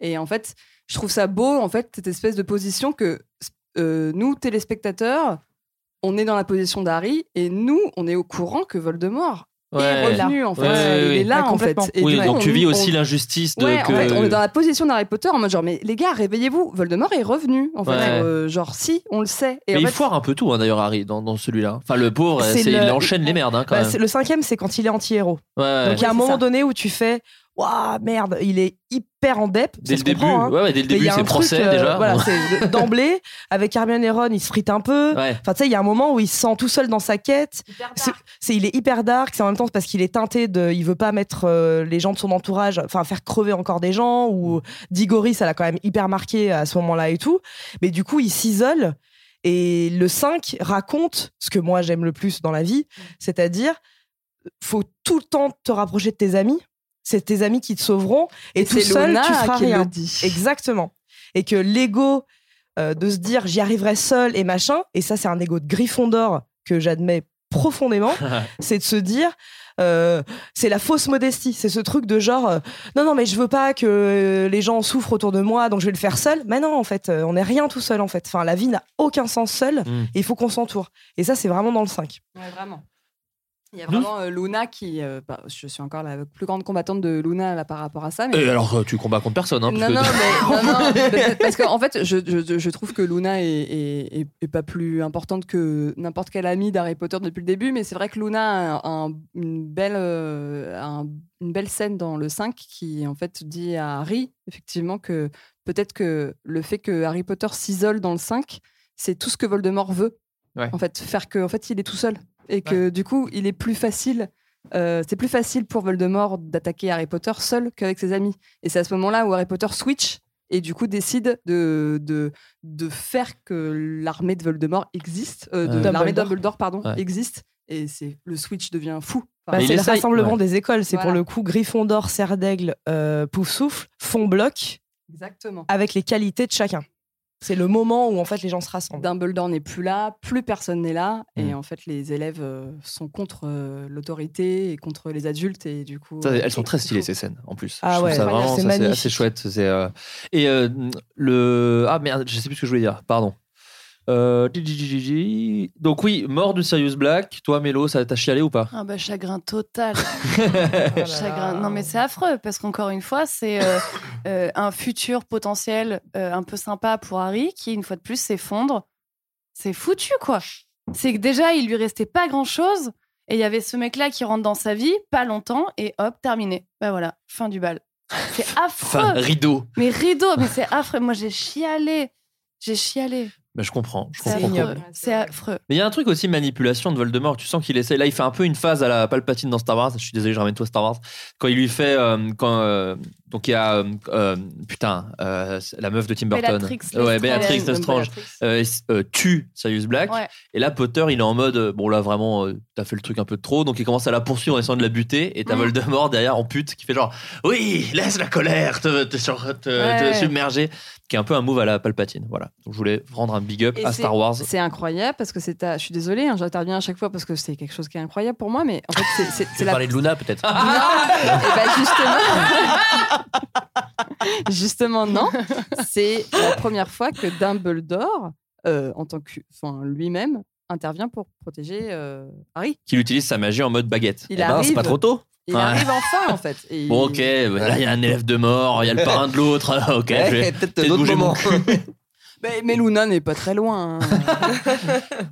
G: Et en fait, je trouve ça beau, en fait, cette espèce de position que euh, nous, téléspectateurs, on est dans la position d'Harry et nous, on est au courant que Voldemort est
D: Ouais.
G: revenu en fait.
D: Ouais, ouais,
G: il
D: ouais.
G: est là
D: Ouais,
G: en fait.
D: complètement.
G: Et
D: Oui,
G: du
D: donc
G: coup,
D: tu
G: on-
D: vis aussi
G: on-
D: l'injustice de
G: Ouais, en
D: que-
G: fait, on est dans la position d'Harry Potter en mode genre mais les gars réveillez-vous, Voldemort est revenu en fait.
D: Ouais.
G: Euh, genre si on le sait. Et
D: Mais
G: en
D: il
G: fait,
D: foire un peu tout, hein, d'ailleurs, Harry, dans, dans celui-là. Enfin, le pauvre,
E: C'est
D: c'est-
E: le-
D: il enchaîne les merdes, hein, quand
E: Bah,
D: même.
E: c'est- le cinquième, c'est quand il est anti-héros.
D: Ouais, ouais.
E: Donc, il y a un
D: Ouais, c'est
E: moment
D: ça.
E: donné où tu fais Waouh, merde, il est hyper en dep.
D: Dès
E: ça
D: le
E: se comprend,
D: début.
E: hein.
D: Ouais, ouais, dès le
E: Mais il y
D: début,
E: a un
D: c'est
E: truc,
D: procès,
E: euh,
D: déjà.
E: voilà, c'est d'emblée. Avec Hermione et Ron, il se frite un peu.
D: Ouais.
E: Enfin, tu sais, il y a un moment où il se sent tout seul dans sa quête. C'est- C'est, il est hyper dark. C'est en même temps parce qu'il est teinté de. Il veut pas mettre euh, les gens de son entourage, enfin, faire crever encore des gens.
D: Mm.
E: Ou Digory, ça l'a quand même hyper marqué à ce moment-là et tout. Mais du coup, il s'isole. Et le 5 raconte ce que moi j'aime le plus dans la vie, c'est-à-dire faut tout le temps te rapprocher de tes amis. C'est tes amis qui te sauveront. Et,
G: Et
E: tout
G: c'est
E: seul,
G: Luna
E: tu feras
G: qui le
E: rien.
G: dit.
E: Exactement. Et que l'ego euh, de se dire j'y arriverai seul et machin, et ça, c'est un ego de griffon d'or que j'admets profondément, c'est de se dire. euh, c'est la fausse modestie, c'est ce truc de genre euh, non non mais je veux pas que euh, les gens souffrent autour de moi donc je vais le faire seul. Mais non en fait euh, on n'est rien tout seul en fait. Enfin la vie n'a aucun sens seul
G: Mm.
E: et il faut qu'on s'entoure. Et ça c'est vraiment dans le 5.
G: Ouais, vraiment. Il y a vraiment euh, Luna qui, euh, bah, je suis encore la plus grande combattante de Luna là, par rapport à ça. Mais...
D: Et alors, euh, tu combats contre personne. Hein, parce
G: non,
D: que-
G: non, mais, non, non, peut-être, parce qu'en fait, je, je- je trouve que Luna est, est- est- est pas plus importante que n'importe quel ami d'Harry Potter depuis le début, mais c'est vrai que Luna a un- une, belle, euh, un- une belle scène dans le 5 qui, en fait, dit à Harry, effectivement, que peut-être que le fait que Harry Potter s'isole dans le 5, c'est tout ce que Voldemort veut.
D: Ouais.
G: En fait, faire que, en fait, il est tout seul. Et que, du coup, il est plus facile euh, c'est plus facile pour Voldemort d'attaquer Harry Potter seul qu'avec ses amis. Et c'est à ce moment-là où Harry Potter switch et du coup décide de, de, de faire que l'armée de Voldemort existe, euh, de
E: Ouais.
G: l'armée
E: Dumbledore.
G: Dumbledore pardon,
E: Ouais.
G: existe. Et c'est le switch devient fou.
E: Bah, c'est le
G: essaye-
E: rassemblement
G: Ouais.
E: des écoles. C'est pour
G: Voilà.
E: le coup Gryffondor, Serdaigle, euh, Poufsouffle font bloc
G: Exactement.
E: avec les qualités de chacun. C'est le moment où en fait les gens se rassemblent.
G: Dumbledore n'est plus là, Ah, plus personne n'est là, et
E: Mm.
G: en fait les élèves euh, sont contre euh, l'autorité et contre les adultes et du coup. euh,
D: Ça, elles sont très stylées ces scènes en plus.
G: Ah
D: Je trouve
G: ouais,
D: ça
G: incroyable,
D: vraiment,
G: c'est
D: ça, c'est
G: magnifique.
D: assez chouette. c'est, euh, Et euh, le ah merde, je sais plus ce que je voulais dire. Pardon. Euh, gigigigi. Donc oui, mort de Sirius Black. Toi, Mélo, ça t'a chialé ou pas
B: Ah bah chagrin total. Ah,
G: Oh
B: chagrin. Non mais c'est affreux parce qu'encore une fois, c'est euh, euh, un futur potentiel euh, un peu sympa pour Harry qui une fois de plus s'effondre. C'est foutu quoi. C'est que déjà il lui restait pas grand chose et il y avait ce mec là qui rentre dans sa vie pas longtemps et hop terminé. Bah voilà, fin du bal. C'est affreux.
D: Enfin, rideau.
B: Mais rideau, mais c'est affreux. Moi j'ai chialé. J'ai chialé.
D: Bah, je comprends. Je
B: C'est
D: comprends.
B: affreux. C'est affreux.
D: Mais il y a un truc aussi manipulation de Voldemort. Tu sens qu'il essaie. Là, il fait un peu une phase à la Palpatine dans Star Wars. Je suis désolé, je ramène toi Star Wars. Quand il lui fait, euh, quand euh, donc il y a euh, euh, putain euh, la meuf de Tim Burton.
L: Bellatrix
D: ouais,
L: Lestrange.
D: Bellatrix Lestrange euh, euh, tue Sirius Black.
L: Ouais.
D: Et là, Potter, il est en mode euh, bon là vraiment, euh, t'as fait le truc un peu trop. Donc il commence à la poursuivre en essayant de la buter. Et t'as
L: Mm.
D: Voldemort derrière en pute qui fait genre oui, laisse la colère te, te, sur- te-
G: Ouais.
D: te submerger, qui est un peu un move à la Palpatine. Voilà. Donc, je voulais rendre un big up
G: Et
D: à
G: c'est-
D: Star Wars.
G: C'est incroyable parce que c'est ta. Je suis désolée, hein, j'interviens à chaque fois parce que c'est quelque chose qui est incroyable pour moi, mais en fait, c'est- c'est-
A: Tu
G: c'est la. Ah,
A: parlais de Luna peut-être.
G: Et bah justement. justement, non. C'est la première fois que Dumbledore, euh, en tant que. Enfin, lui-même, intervient pour protéger euh, Harry.
D: qu'il utilise sa magie en mode baguette.
G: Il Eh ben, arrive. c'est pas trop tôt. Il
D: Ouais.
G: arrive enfin, en fait. Et
D: Bon, ok, là, il y a un élève de mort, il y a le parrain de l'autre. Ok,
G: Ouais,
D: je vais
G: peut-être
D: peut-être bouger mon cul.
G: Mais, mais Luna n'est pas très loin. hein.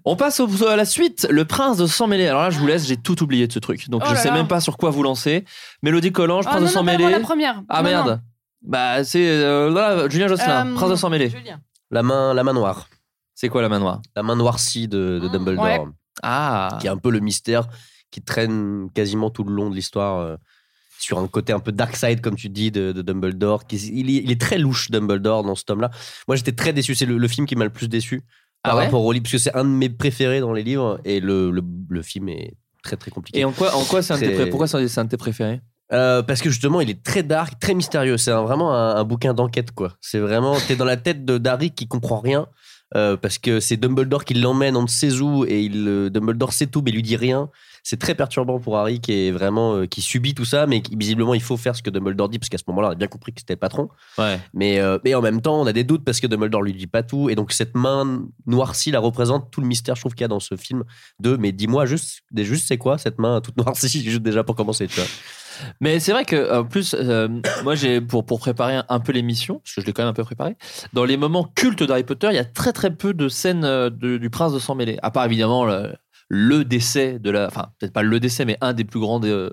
D: On passe au- à la suite, le prince de sang mêlé. Alors là, je vous laisse, j'ai tout oublié de ce truc. Donc,
B: Oh
D: je
B: là
D: sais
B: là.
D: même pas sur quoi vous lancer. Mélodie Collange,
B: Oh,
D: prince
B: non,
D: de
B: non,
D: sang
B: pas
D: mêlé.
B: avant la première.
D: Ah
B: Non,
D: merde.
B: non.
D: Bah, c'est euh, là, Julien Josselin,
B: Euh,
D: prince de sang mêlé.
A: La main, la main noire.
D: C'est quoi la main noire
A: La main noircie de, de Dumbledore.
B: ouais.
D: Ah.
A: Qui est un peu le mystère qui traîne quasiment tout le long de l'histoire. euh, sur un côté un peu dark side, comme tu dis, de, de Dumbledore. Qui, il, est- il est très louche, Dumbledore, dans ce tome-là. Moi, j'étais très déçu. C'est le, le film qui m'a le plus déçu par
D: Ah ouais
A: rapport au livre, parce que c'est un de mes préférés dans les livres. Et le, le, le film est très, très compliqué.
D: Et en quoi, en quoi c'est un de tes
A: Très-
D: pré- pourquoi c'est un de tes préférés
A: Euh, parce que justement, il est très dark, très mystérieux. C'est un- vraiment un, un bouquin d'enquête, quoi. C'est vraiment, t'es dans la tête de Darry qui comprend rien. euh, parce que c'est Dumbledore qui l'emmène, on ne sait où, et il, euh, Dumbledore sait tout, mais lui dit rien. C'est très perturbant pour Harry qui est vraiment euh, qui subit tout ça, mais qui, visiblement il faut faire ce que Dumbledore dit, parce qu'à ce moment-là, on a bien compris que c'était le patron.
D: Ouais.
A: Mais, euh, mais en même temps, on a des doutes parce que Dumbledore lui dit pas tout. Et donc, cette main noircie, la représente tout le mystère, je trouve, qu'il y a dans ce film. De, mais dis-moi juste, des- juste c'est quoi cette main toute noircie, juste déjà pour commencer, tu vois.
D: Mais c'est vrai que en plus, euh, moi j'ai pour pour préparer un, un peu l'émission, parce que je l'ai quand même un peu préparé. Dans les moments cultes d'Harry Potter, il y a très très peu de scènes euh, de- du prince de sang mêlé, à part évidemment le, le décès de la, enfin peut-être pas le décès, mais un des plus grands des, euh,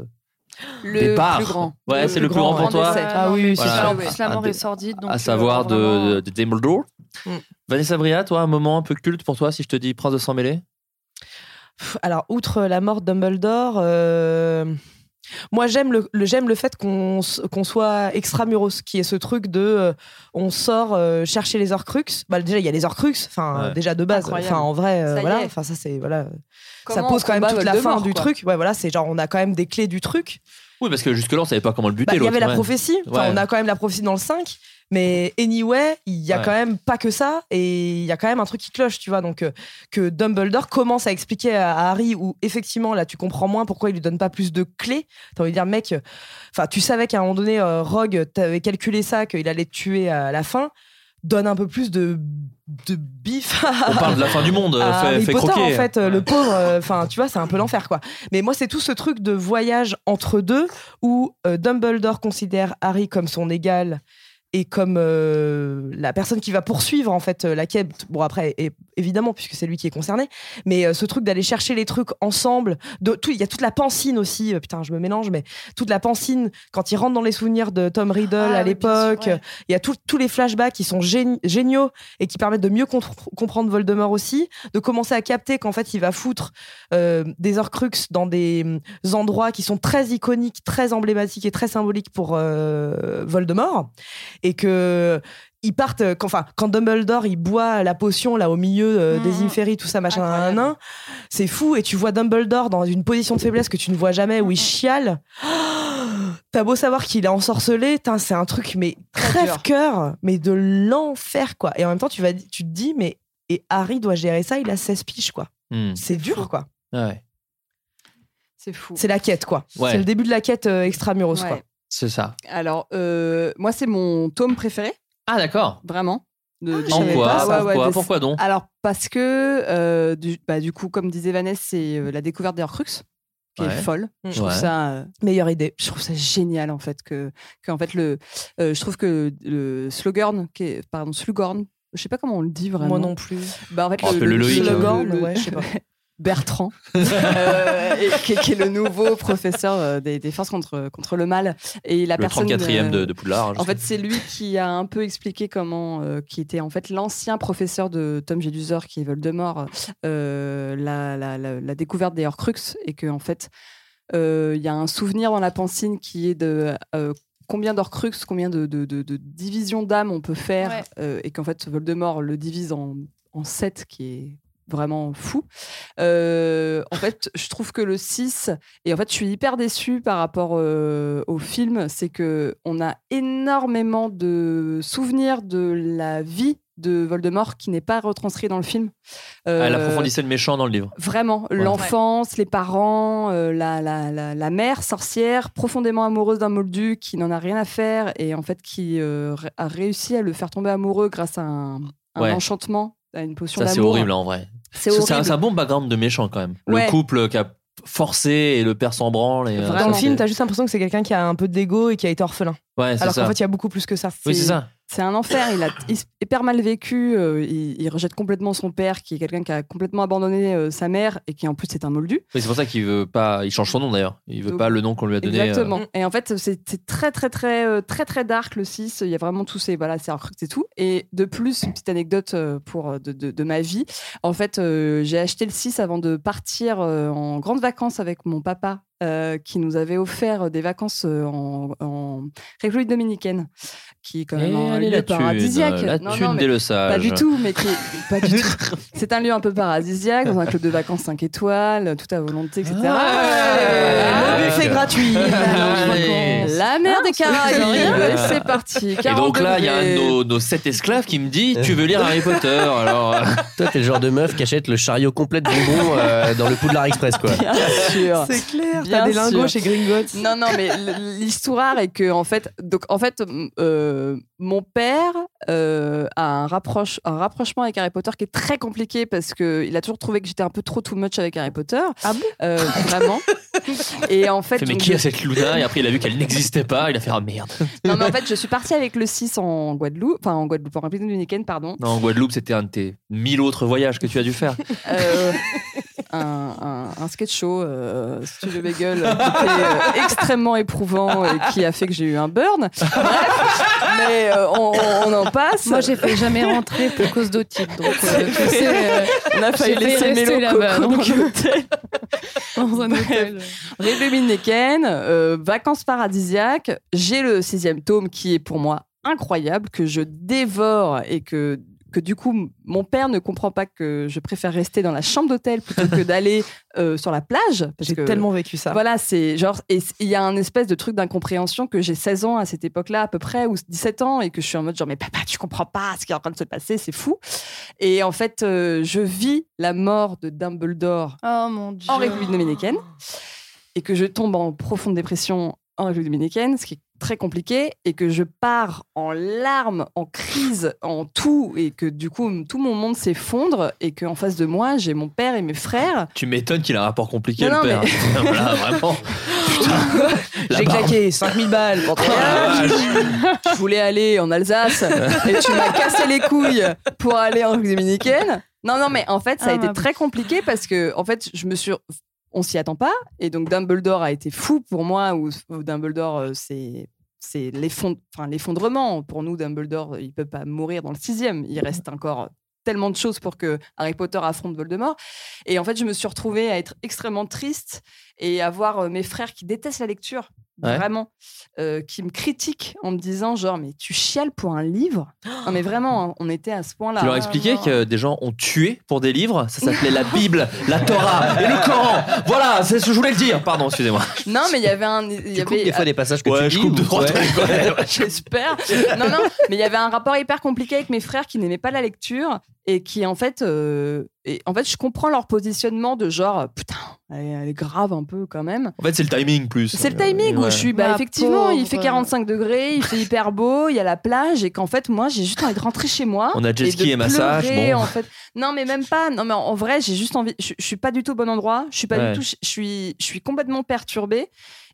B: Le
D: départs.
B: plus grand.
D: Ouais,
B: Le
D: c'est
B: plus
D: le plus grand,
B: grand
D: pour toi.
B: décès. Ah oui, c'est sûr, oui.
D: Un
B: La mort
D: des-
B: est sordide, donc,
D: à
B: euh,
D: savoir de,
B: vraiment- euh,
D: de, de Dumbledore.
E: Mm.
D: Vanessa Bria, toi, un moment un peu culte pour toi, si je te dis prince de sang mêlé.
E: Pff, Alors, outre la mort de Dumbledore, euh, moi j'aime le, le- j'aime le fait qu'on s- qu'on soit extramuros, qui est ce truc de euh, on sort euh, chercher les Horcruxes. Bah, déjà, il y a les Horcruxes, enfin,
B: Ouais.
E: déjà de base,
B: Incroyable.
E: enfin, en vrai, euh,
B: Ça y
E: voilà,
B: est.
E: enfin, ça c'est. Voilà, ça
B: Comment
E: pose
B: on
E: quand même
B: combat
E: toute la fin
B: Voldemort,
E: du
B: bah, quoi.
E: truc. Ouais, voilà, c'est genre, on a quand même des clés du truc.
D: Oui, parce que jusque-là, on savait pas comment le buter.
E: Bah, il y
D: l'autre,
E: avait la
D: ouais.
E: prophétie, enfin,
D: Ouais.
E: on a quand même la prophétie dans le 5, mais anyway, il y a
D: Ouais.
E: quand même pas que ça, et il y a quand même un truc qui cloche, tu vois. Donc, euh, que Dumbledore commence à expliquer à à Harry, où effectivement, là, tu comprends moins pourquoi il lui donne pas plus de clés. T'as envie de dire, mec, euh, enfin, tu savais qu'à un moment donné, euh, Rogue, t'avais calculé ça, qu'il allait te tuer à la fin. Donne un peu plus de, de bif. à-
D: On parle de la fin du monde, euh,
E: à
D: fait-
E: Harry
D: fait
E: Potter,
D: croquer.
E: en fait, euh, le pauvre. Enfin, tu vois, c'est un peu l'enfer, quoi. Mais moi, c'est tout ce truc de voyage entre deux où euh, Dumbledore considère Harry comme son égal et comme euh, la personne qui va poursuivre en fait euh, la quête. Bon après, é- évidemment, puisque c'est lui qui est concerné. Mais euh, ce truc d'aller chercher les trucs ensemble, de tout, il y a toute la pansine aussi. euh, putain, je me mélange, mais toute la pansine quand il rentre dans les souvenirs de Tom Riddle à l'époque. euh, Il y a tout- tous les flashbacks qui sont géni- géniaux et qui permettent de mieux contre- comprendre Voldemort aussi, de commencer à capter qu'en fait il va foutre euh, des Horcruxes dans des euh, endroits qui sont très iconiques, très emblématiques et très symboliques pour euh, Voldemort, et que ils partent, euh, quand- enfin quand Dumbledore il boit la potion là au milieu euh, des Inferi, tout ça machin, nan, nan, nan, c'est fou et tu vois Dumbledore dans une position de faiblesse que tu ne vois jamais où il chiale. T'as beau savoir qu'il est ensorcelé, tain, c'est un truc mais crève cœur, mais de l'enfer quoi. Et en même temps, tu vas, tu te dis mais et Harry doit gérer ça, il a 16 piges quoi.
D: Hmm.
E: C'est dur quoi.
D: Ouais.
G: C'est fou.
E: C'est la quête quoi.
D: Ouais.
E: C'est le début de la quête euh, extramuros
G: Ouais.
E: quoi.
D: C'est ça.
G: Alors, euh, moi, c'est mon tome préféré.
D: Ah, d'accord.
G: Vraiment. Ah, je
D: en
G: savais
D: quoi,
G: pas.
D: pourquoi,
G: Ouais, ouais, des-
D: pourquoi donc
G: Alors parce que euh, du, bah, du coup, comme disait Vanessa, c'est euh, la découverte des Horcruxes qui
D: Ouais.
G: est folle.
D: Mm.
G: Je trouve
D: Ouais.
G: ça euh, meilleure idée. Je trouve ça génial en fait que, que en fait le euh, je trouve que le Slogorn qui est, pardon Slugorn, je sais pas comment on le dit vraiment.
E: Moi non plus.
G: Bah en fait
E: Oh,
G: le,
E: appelle-le Loïc. Slugorn,
G: le-
E: ouais, je sais pas.
G: Bertrand, euh, et qui, qui est le nouveau professeur euh, des, des forces contre, contre le mal. Et la
D: Le
G: personne,
D: 34e
G: euh,
D: de- de Poudlard, hein, je
G: En
D: sais.
G: fait, c'est lui qui a un peu expliqué comment, euh, qui était en fait l'ancien professeur de Tom Jedusor, qui est Voldemort, euh, la, la- la- la découverte des Horcruxes, et que en fait, euh, il y a un souvenir dans la Pansine qui est de euh, combien d'Horcruxes, combien de, de- de- de divisions d'âmes on peut faire,
B: Ouais.
G: euh, et qu'en fait, Voldemort le divise en, en 7, qui est vraiment fou. Euh, en fait, je trouve que le 6, et en fait, je suis hyper déçue par rapport euh, au film, c'est que on a énormément de souvenirs de la vie de Voldemort qui n'est pas retranscrit dans le film. Euh,
D: Ah, Elle approfondissait le méchant dans le livre.
G: Vraiment,
D: Voilà.
G: l'enfance, les parents, euh, la, la, la, la mère sorcière, profondément amoureuse d'un moldu qui n'en a rien à faire et en fait qui euh, ré- a réussi à le faire tomber amoureux grâce à un, un
D: Ouais.
G: enchantement, à une potion
D: Ça,
G: d'amour.
D: c'est horrible hein, en vrai. Ça, C'est
G: C'est
D: un,
G: horrible.
D: c'est un bon background de méchant quand même.
G: Ouais.
D: Le couple qui a forcé et le père s'en branle. Et, euh,
E: Dans
D: ça,
E: le film,
D: c'est-
E: t'as juste l'impression que c'est quelqu'un qui a un peu d'ego et qui a été orphelin.
D: Ouais, c'est
E: Alors qu'en
D: ça.
E: fait, il y a beaucoup plus que ça.
D: Oui, c'est ça.
G: C'est un enfer. Il a il s- hyper mal vécu. euh, il, il rejette complètement son père, qui est quelqu'un qui a complètement abandonné euh, sa mère et qui en plus est un moldu.
D: Oui, c'est pour ça qu'il veut pas. Il change son nom d'ailleurs. Il veut
G: Donc-
D: pas le nom qu'on lui a donné. euh,
G: Exactement. Et en fait, c'est c'est très, très, très, euh, très, très dark le 6. Il y a vraiment tous ces. Voilà, c'est un truc, c'est tout. Et de plus, une petite anecdote euh, pour, euh, de, de- de ma vie. En fait, euh, j'ai acheté le 6 avant de partir euh, en grandes vacances avec mon papa. euh, qui nous avait offert des vacances euh, en, en République dominicaine, qui est quand même
D: Eh,
G: un
D: allez,
G: lieu
D: la thune,
G: paradisiaque.
D: la
G: Non, non,
D: thune
G: mais
D: des le
G: Pas
D: sage.
G: du tout, mais qui est- pas du tout. C'est un lieu un peu paradisiaque, dans un club de vacances 5 étoiles, tout à volonté, Ah, etc.
D: Ah,
E: Le buffet gratuit.
G: La mer
E: Ah,
G: des Caraïbes,
D: Ah.
G: c'est parti.
D: Et
G: 40
D: donc là, il y a un de
G: degrés.
D: nos, nos sept esclaves qui me dit Tu veux lire Harry Potter Alors. euh,
A: Toi, t'es le genre de meuf qui achète le chariot complet de bonbons euh, dans le Poudlard Express, quoi.
G: Bien sûr.
E: C'est clair,
G: Bien
E: t'as des lingots chez
G: sûr.
E: Gringotts.
G: Non, non, mais l- l'histoire est que, en fait, donc, en fait m- euh, mon père euh, a un, rapproche, un rapprochement avec Harry Potter qui est très compliqué parce qu'il a toujours trouvé que j'étais un peu trop too much avec Harry Potter. Euh,
E: Ah bon
G: Vraiment. Et en fait.
D: fait, mais
G: donc,
D: qui a cette Luna Et après, il a vu qu'elle n'existait pas. Il a fait Ah merde.
G: Non, mais en fait, je suis partie avec le 6 en Guadeloupe, enfin en Guadeloupe, en République dominicaine, pardon.
D: Non, en Guadeloupe, c'était un de tes mille autres voyages que tu as dû faire.
G: Euh, un, un- un sketch show, euh, Studio Bagel, euh, qui était euh, extrêmement éprouvant et qui a fait que j'ai eu un burn. Bref, mais euh, on, on en passe.
B: Moi, j'ai fait jamais rentrer pour cause d'autisme. Donc, euh, tu sais, euh,
G: on a failli
B: j'ai failli
G: laisser
B: rester
G: Mélo
B: là-bas,
G: Coco euh,
B: donc.
G: dans l'hôtel.
B: dans un hôtel.
G: Rêve dominicaine, euh, vacances paradisiaques. J'ai le sixième tome qui est pour moi incroyable, que je dévore et que, que du coup, m- mon père ne comprend pas que je préfère rester dans la chambre d'hôtel plutôt que d'aller euh, sur la plage. parce
E: J'ai
G: que-
E: tellement vécu ça.
G: Voilà, c'est genre, et c- il y a un espèce de truc d'incompréhension que j'ai 16 ans à cette époque-là, à peu près, ou 17 ans, et que je suis en mode genre, mais papa, tu comprends pas ce qui est en train de se passer, c'est fou. Et en fait, euh, je vis la mort de Dumbledore
B: Oh mon dieu.
G: en République dominicaine et que je tombe en profonde dépression en République dominicaine, ce qui est très compliqué, et que je pars en larmes, en crise, en tout, et que du coup tout mon monde s'effondre, et qu'en face de moi j'ai mon père et mes frères.
D: Tu m'étonnes qu'il a un rapport compliqué,
G: Non,
D: le
G: non,
D: père.
G: mais-
D: voilà, vraiment. La
E: J'ai
D: barbe. Ah,
E: claqué 5000 balles pour trois voyages.
G: je voulais aller en Alsace et tu m'as cassé les couilles pour aller en République dominicaine. Non, non, mais en fait, ça a
B: Ah,
G: été
B: ma
G: très compliqué parce que, en fait, je me suis. On s'y attend pas. Et donc, Dumbledore a été fou pour moi, ou ou Dumbledore, euh, c'est. C'est l'effond- enfin, l'effondrement. Pour nous, Dumbledore, il peut pas mourir dans le sixième.
D: Mmh
G: Il reste encore tellement de choses pour que Harry Potter affronte Voldemort. Et en fait, je me suis retrouvée à être extrêmement triste et à voir euh, mes frères qui détestent la lecture,
D: Ouais.
G: vraiment, euh, qui me critiquent en me disant genre mais tu chiales pour un livre Non mais vraiment, hein, on était à ce point-là.
D: Tu leur expliquais que des gens ont tué pour des livres. Ça s'appelait la Bible, la Torah et le Coran. Voilà, c'est ce que je voulais le dire. Pardon, excusez-moi.
G: Non mais il y avait un, il y
D: Tu coupes
G: avait
D: des fois
A: Des passages que
D: Ouais,
A: tu
D: je
A: lis
D: coupe
A: ou-
D: deux, trois
A: Ouais.
D: trucs, ouais.
G: J'espère. Non, non, mais il y avait un rapport hyper compliqué avec mes frères qui n'aimaient pas la lecture et qui, en fait, euh, et en fait, je comprends leur positionnement de genre, putain, elle, est- elle est grave un peu quand même.
D: En fait, c'est le timing plus.
G: C'est le timing où je suis, bah,
D: Ouais.
G: effectivement, il fait
D: pauvre.
G: 45 degrés, il fait hyper beau, il y a la plage, et qu'en fait, moi, j'ai juste envie de rentrer chez moi.
D: On a jet
G: de
D: ski et massage,
G: pleurer,
D: bon.
G: en fait. Non, mais même pas. Non, mais en en vrai, j'ai juste envie. Je, je suis pas du tout au bon endroit. Je suis pas
D: Ouais.
G: du tout. Je, je suis, je suis complètement perturbée.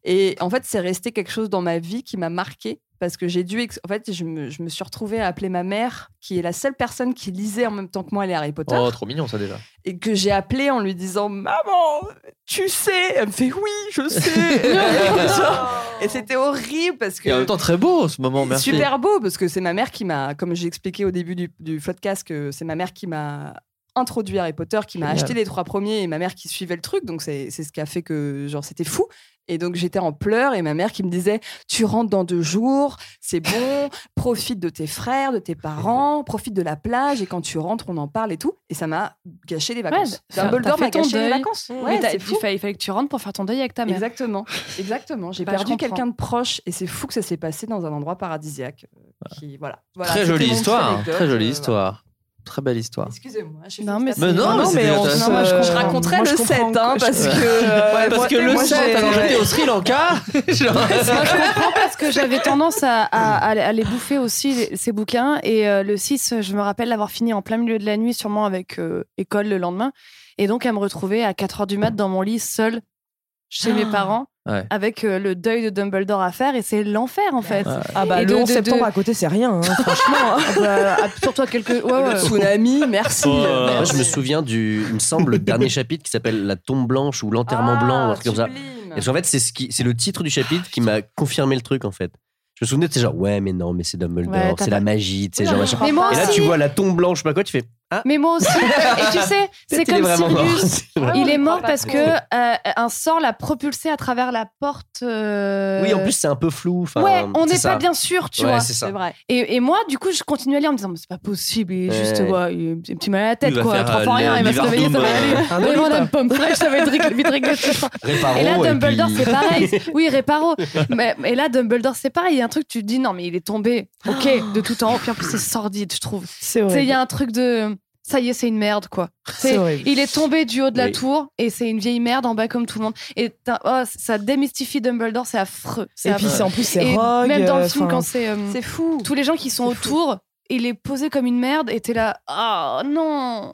G: Et en fait, c'est resté quelque chose dans ma vie qui m'a marquée. Parce que j'ai dû. ex- En fait, je me, je me suis retrouvée à appeler ma mère, qui est la seule personne qui lisait en même temps que moi les Harry Potter
D: Oh, trop mignon ça déjà.
G: et que j'ai appelé en lui disant maman tu sais elle me fait oui je
B: Oh.
G: sais et c'était horrible parce que
D: Et en même temps, très beau ce moment, merci.
G: super beau parce que c'est ma mère qui m'a comme j'ai expliqué au début du, du podcast que c'est ma mère qui m'a introduit Harry Potter qui m'a
D: Génial.
G: acheté les trois premiers et ma mère qui suivait le truc donc c'est c'est ce qui a fait que genre c'était fou et donc j'étais en pleurs et ma mère qui me disait tu rentres dans deux jours c'est bon profite de tes frères de tes parents profite de la plage et quand tu rentres on en parle et tout et ça m'a gâché les vacances
B: Ouais,
G: Dumbledore
B: t'as
G: m'a
B: fait ton
G: gâché les
B: deuil.
G: vacances
B: Mais
G: ouais
B: t'as-
G: c'est
B: il
G: fou
B: fa- il fallait que tu rentres pour faire ton deuil avec ta mère
G: Exactement, exactement. J'ai
B: Bah, je
G: perdu
B: comprends.
G: quelqu'un de proche et c'est fou que ça s'est passé dans un endroit paradisiaque. euh, Qui, voilà. Voilà,
D: très
G: c'était
D: jolie
G: mon petite
D: histoire.
G: anecdote,
D: Très jolie
G: euh, voilà.
D: histoire. Très belle histoire.
G: Excusez-moi, j'ai
B: Non,
G: fait
B: mais
G: exprès.
D: Mais non, mais c'était
G: on-
D: intéressant.
G: non, moi, je,
D: Euh,
G: je raconterai
D: moi, je
G: le 7,
D: comprends
G: hein,
D: que-
G: parce que.
D: Ouais.
G: euh,
D: parce que
G: moi,
D: le
G: moi,
D: 7,
G: j'ai-
D: alors j'étais au Sri Lanka. Genre-
B: Moi, je comprends parce que j'avais tendance à, à, à- à les bouffer aussi, les- ces bouquins. Et euh, le 6, je me rappelle l'avoir fini en plein milieu de la nuit, sûrement avec euh, école le lendemain. Et donc à me retrouver à 4h du mat dans mon lit, seule, chez mes parents,
D: Ouais.
B: avec euh, le deuil de Dumbledore à faire. Et c'est l'enfer, en fait.
E: Ah bah
B: Et
E: le
B: de-
E: 11
B: de- de-
E: septembre à côté c'est rien hein, franchement. hein.
B: Bah, surtout à quelques. Ouais, ouais.
E: Le
G: tsunami,
D: Oh,
G: merci.
A: Oh,
G: Euh,
D: euh.
A: Moi, je me souviens du, il me semble, le dernier chapitre qui s'appelle La tombe blanche ou l'enterrement
B: Ah,
A: blanc, ou un truc comme ça. Et en fait, c'est ce qui, c'est le titre du chapitre qui m'a confirmé le truc en fait. Je me souvenais, c'est genre ouais, mais non, mais c'est Dumbledore,
B: Ouais, t'as
A: c'est la
B: pas-
A: magie, c'est
B: Oui,
A: genre
B: mais
A: machin.
B: mais moi
A: Et là,
B: aussi.
A: tu vois la tombe blanche, je sais pas quoi, tu fais. Ah.
B: Mais moi aussi. Et tu sais, c'est
A: Peut-être il est
B: comme
A: vraiment mort.
B: Sirius.
A: C'est vrai.
B: Il est mort parce
A: trop.
B: que euh, un sort l'a propulsé à travers la porte. euh,
A: Oui, en plus c'est un peu flou. enfin,
B: ouais, on
A: c'est
B: n'est
A: ça.
B: pas bien sûr, tu
A: Ouais,
B: vois.
A: c'est ça.
B: Et, et moi, du coup, je continue à lire en me disant, mais c'est pas possible, il est
A: Ouais.
B: juste, ouais, il est un petit mal à la
A: Il
B: tête,
A: va
B: quoi.
A: faire,
B: Trois fois
A: euh,
B: rien, il va se
A: Leonard
B: réveiller, ça
A: Doom,
B: va aller.
A: euh,
G: Ah
A: un
B: Demande
A: Dolly,
B: à une pomme fraîche, ça va être ré- vite réglé. tout ça.
A: Réparo,
B: Et là,
A: et
B: Dumbledore,
A: puis-
B: c'est pareil. Oui, Réparo. Mais, et là, Dumbledore, c'est pareil. Il y a un truc, tu te dis, non, mais il est tombé. Ok, de tout en haut. Puis en plus, c'est sordide, je trouve.
E: C'est
B: Tu sais, Il y
E: horrible.
B: a un truc de. Ça y est, c'est une merde, quoi.
E: C'est
B: C'est-
E: horrible.
B: il est tombé du haut de la
E: Oui.
B: tour et c'est une vieille merde en bas comme tout le monde. Et t'as- oh, ça démystifie Dumbledore, c'est affreux.
E: Et
B: affreux.
E: puis, c'est- en plus, c'est
B: Et
E: rogue,
B: Même dans le
E: euh,
B: film,
E: enfin,
B: quand c'est. euh,
G: C'est fou.
B: Tous les gens qui sont autour, il est posé comme une merde et t'es là. Oh
D: Ah.
B: non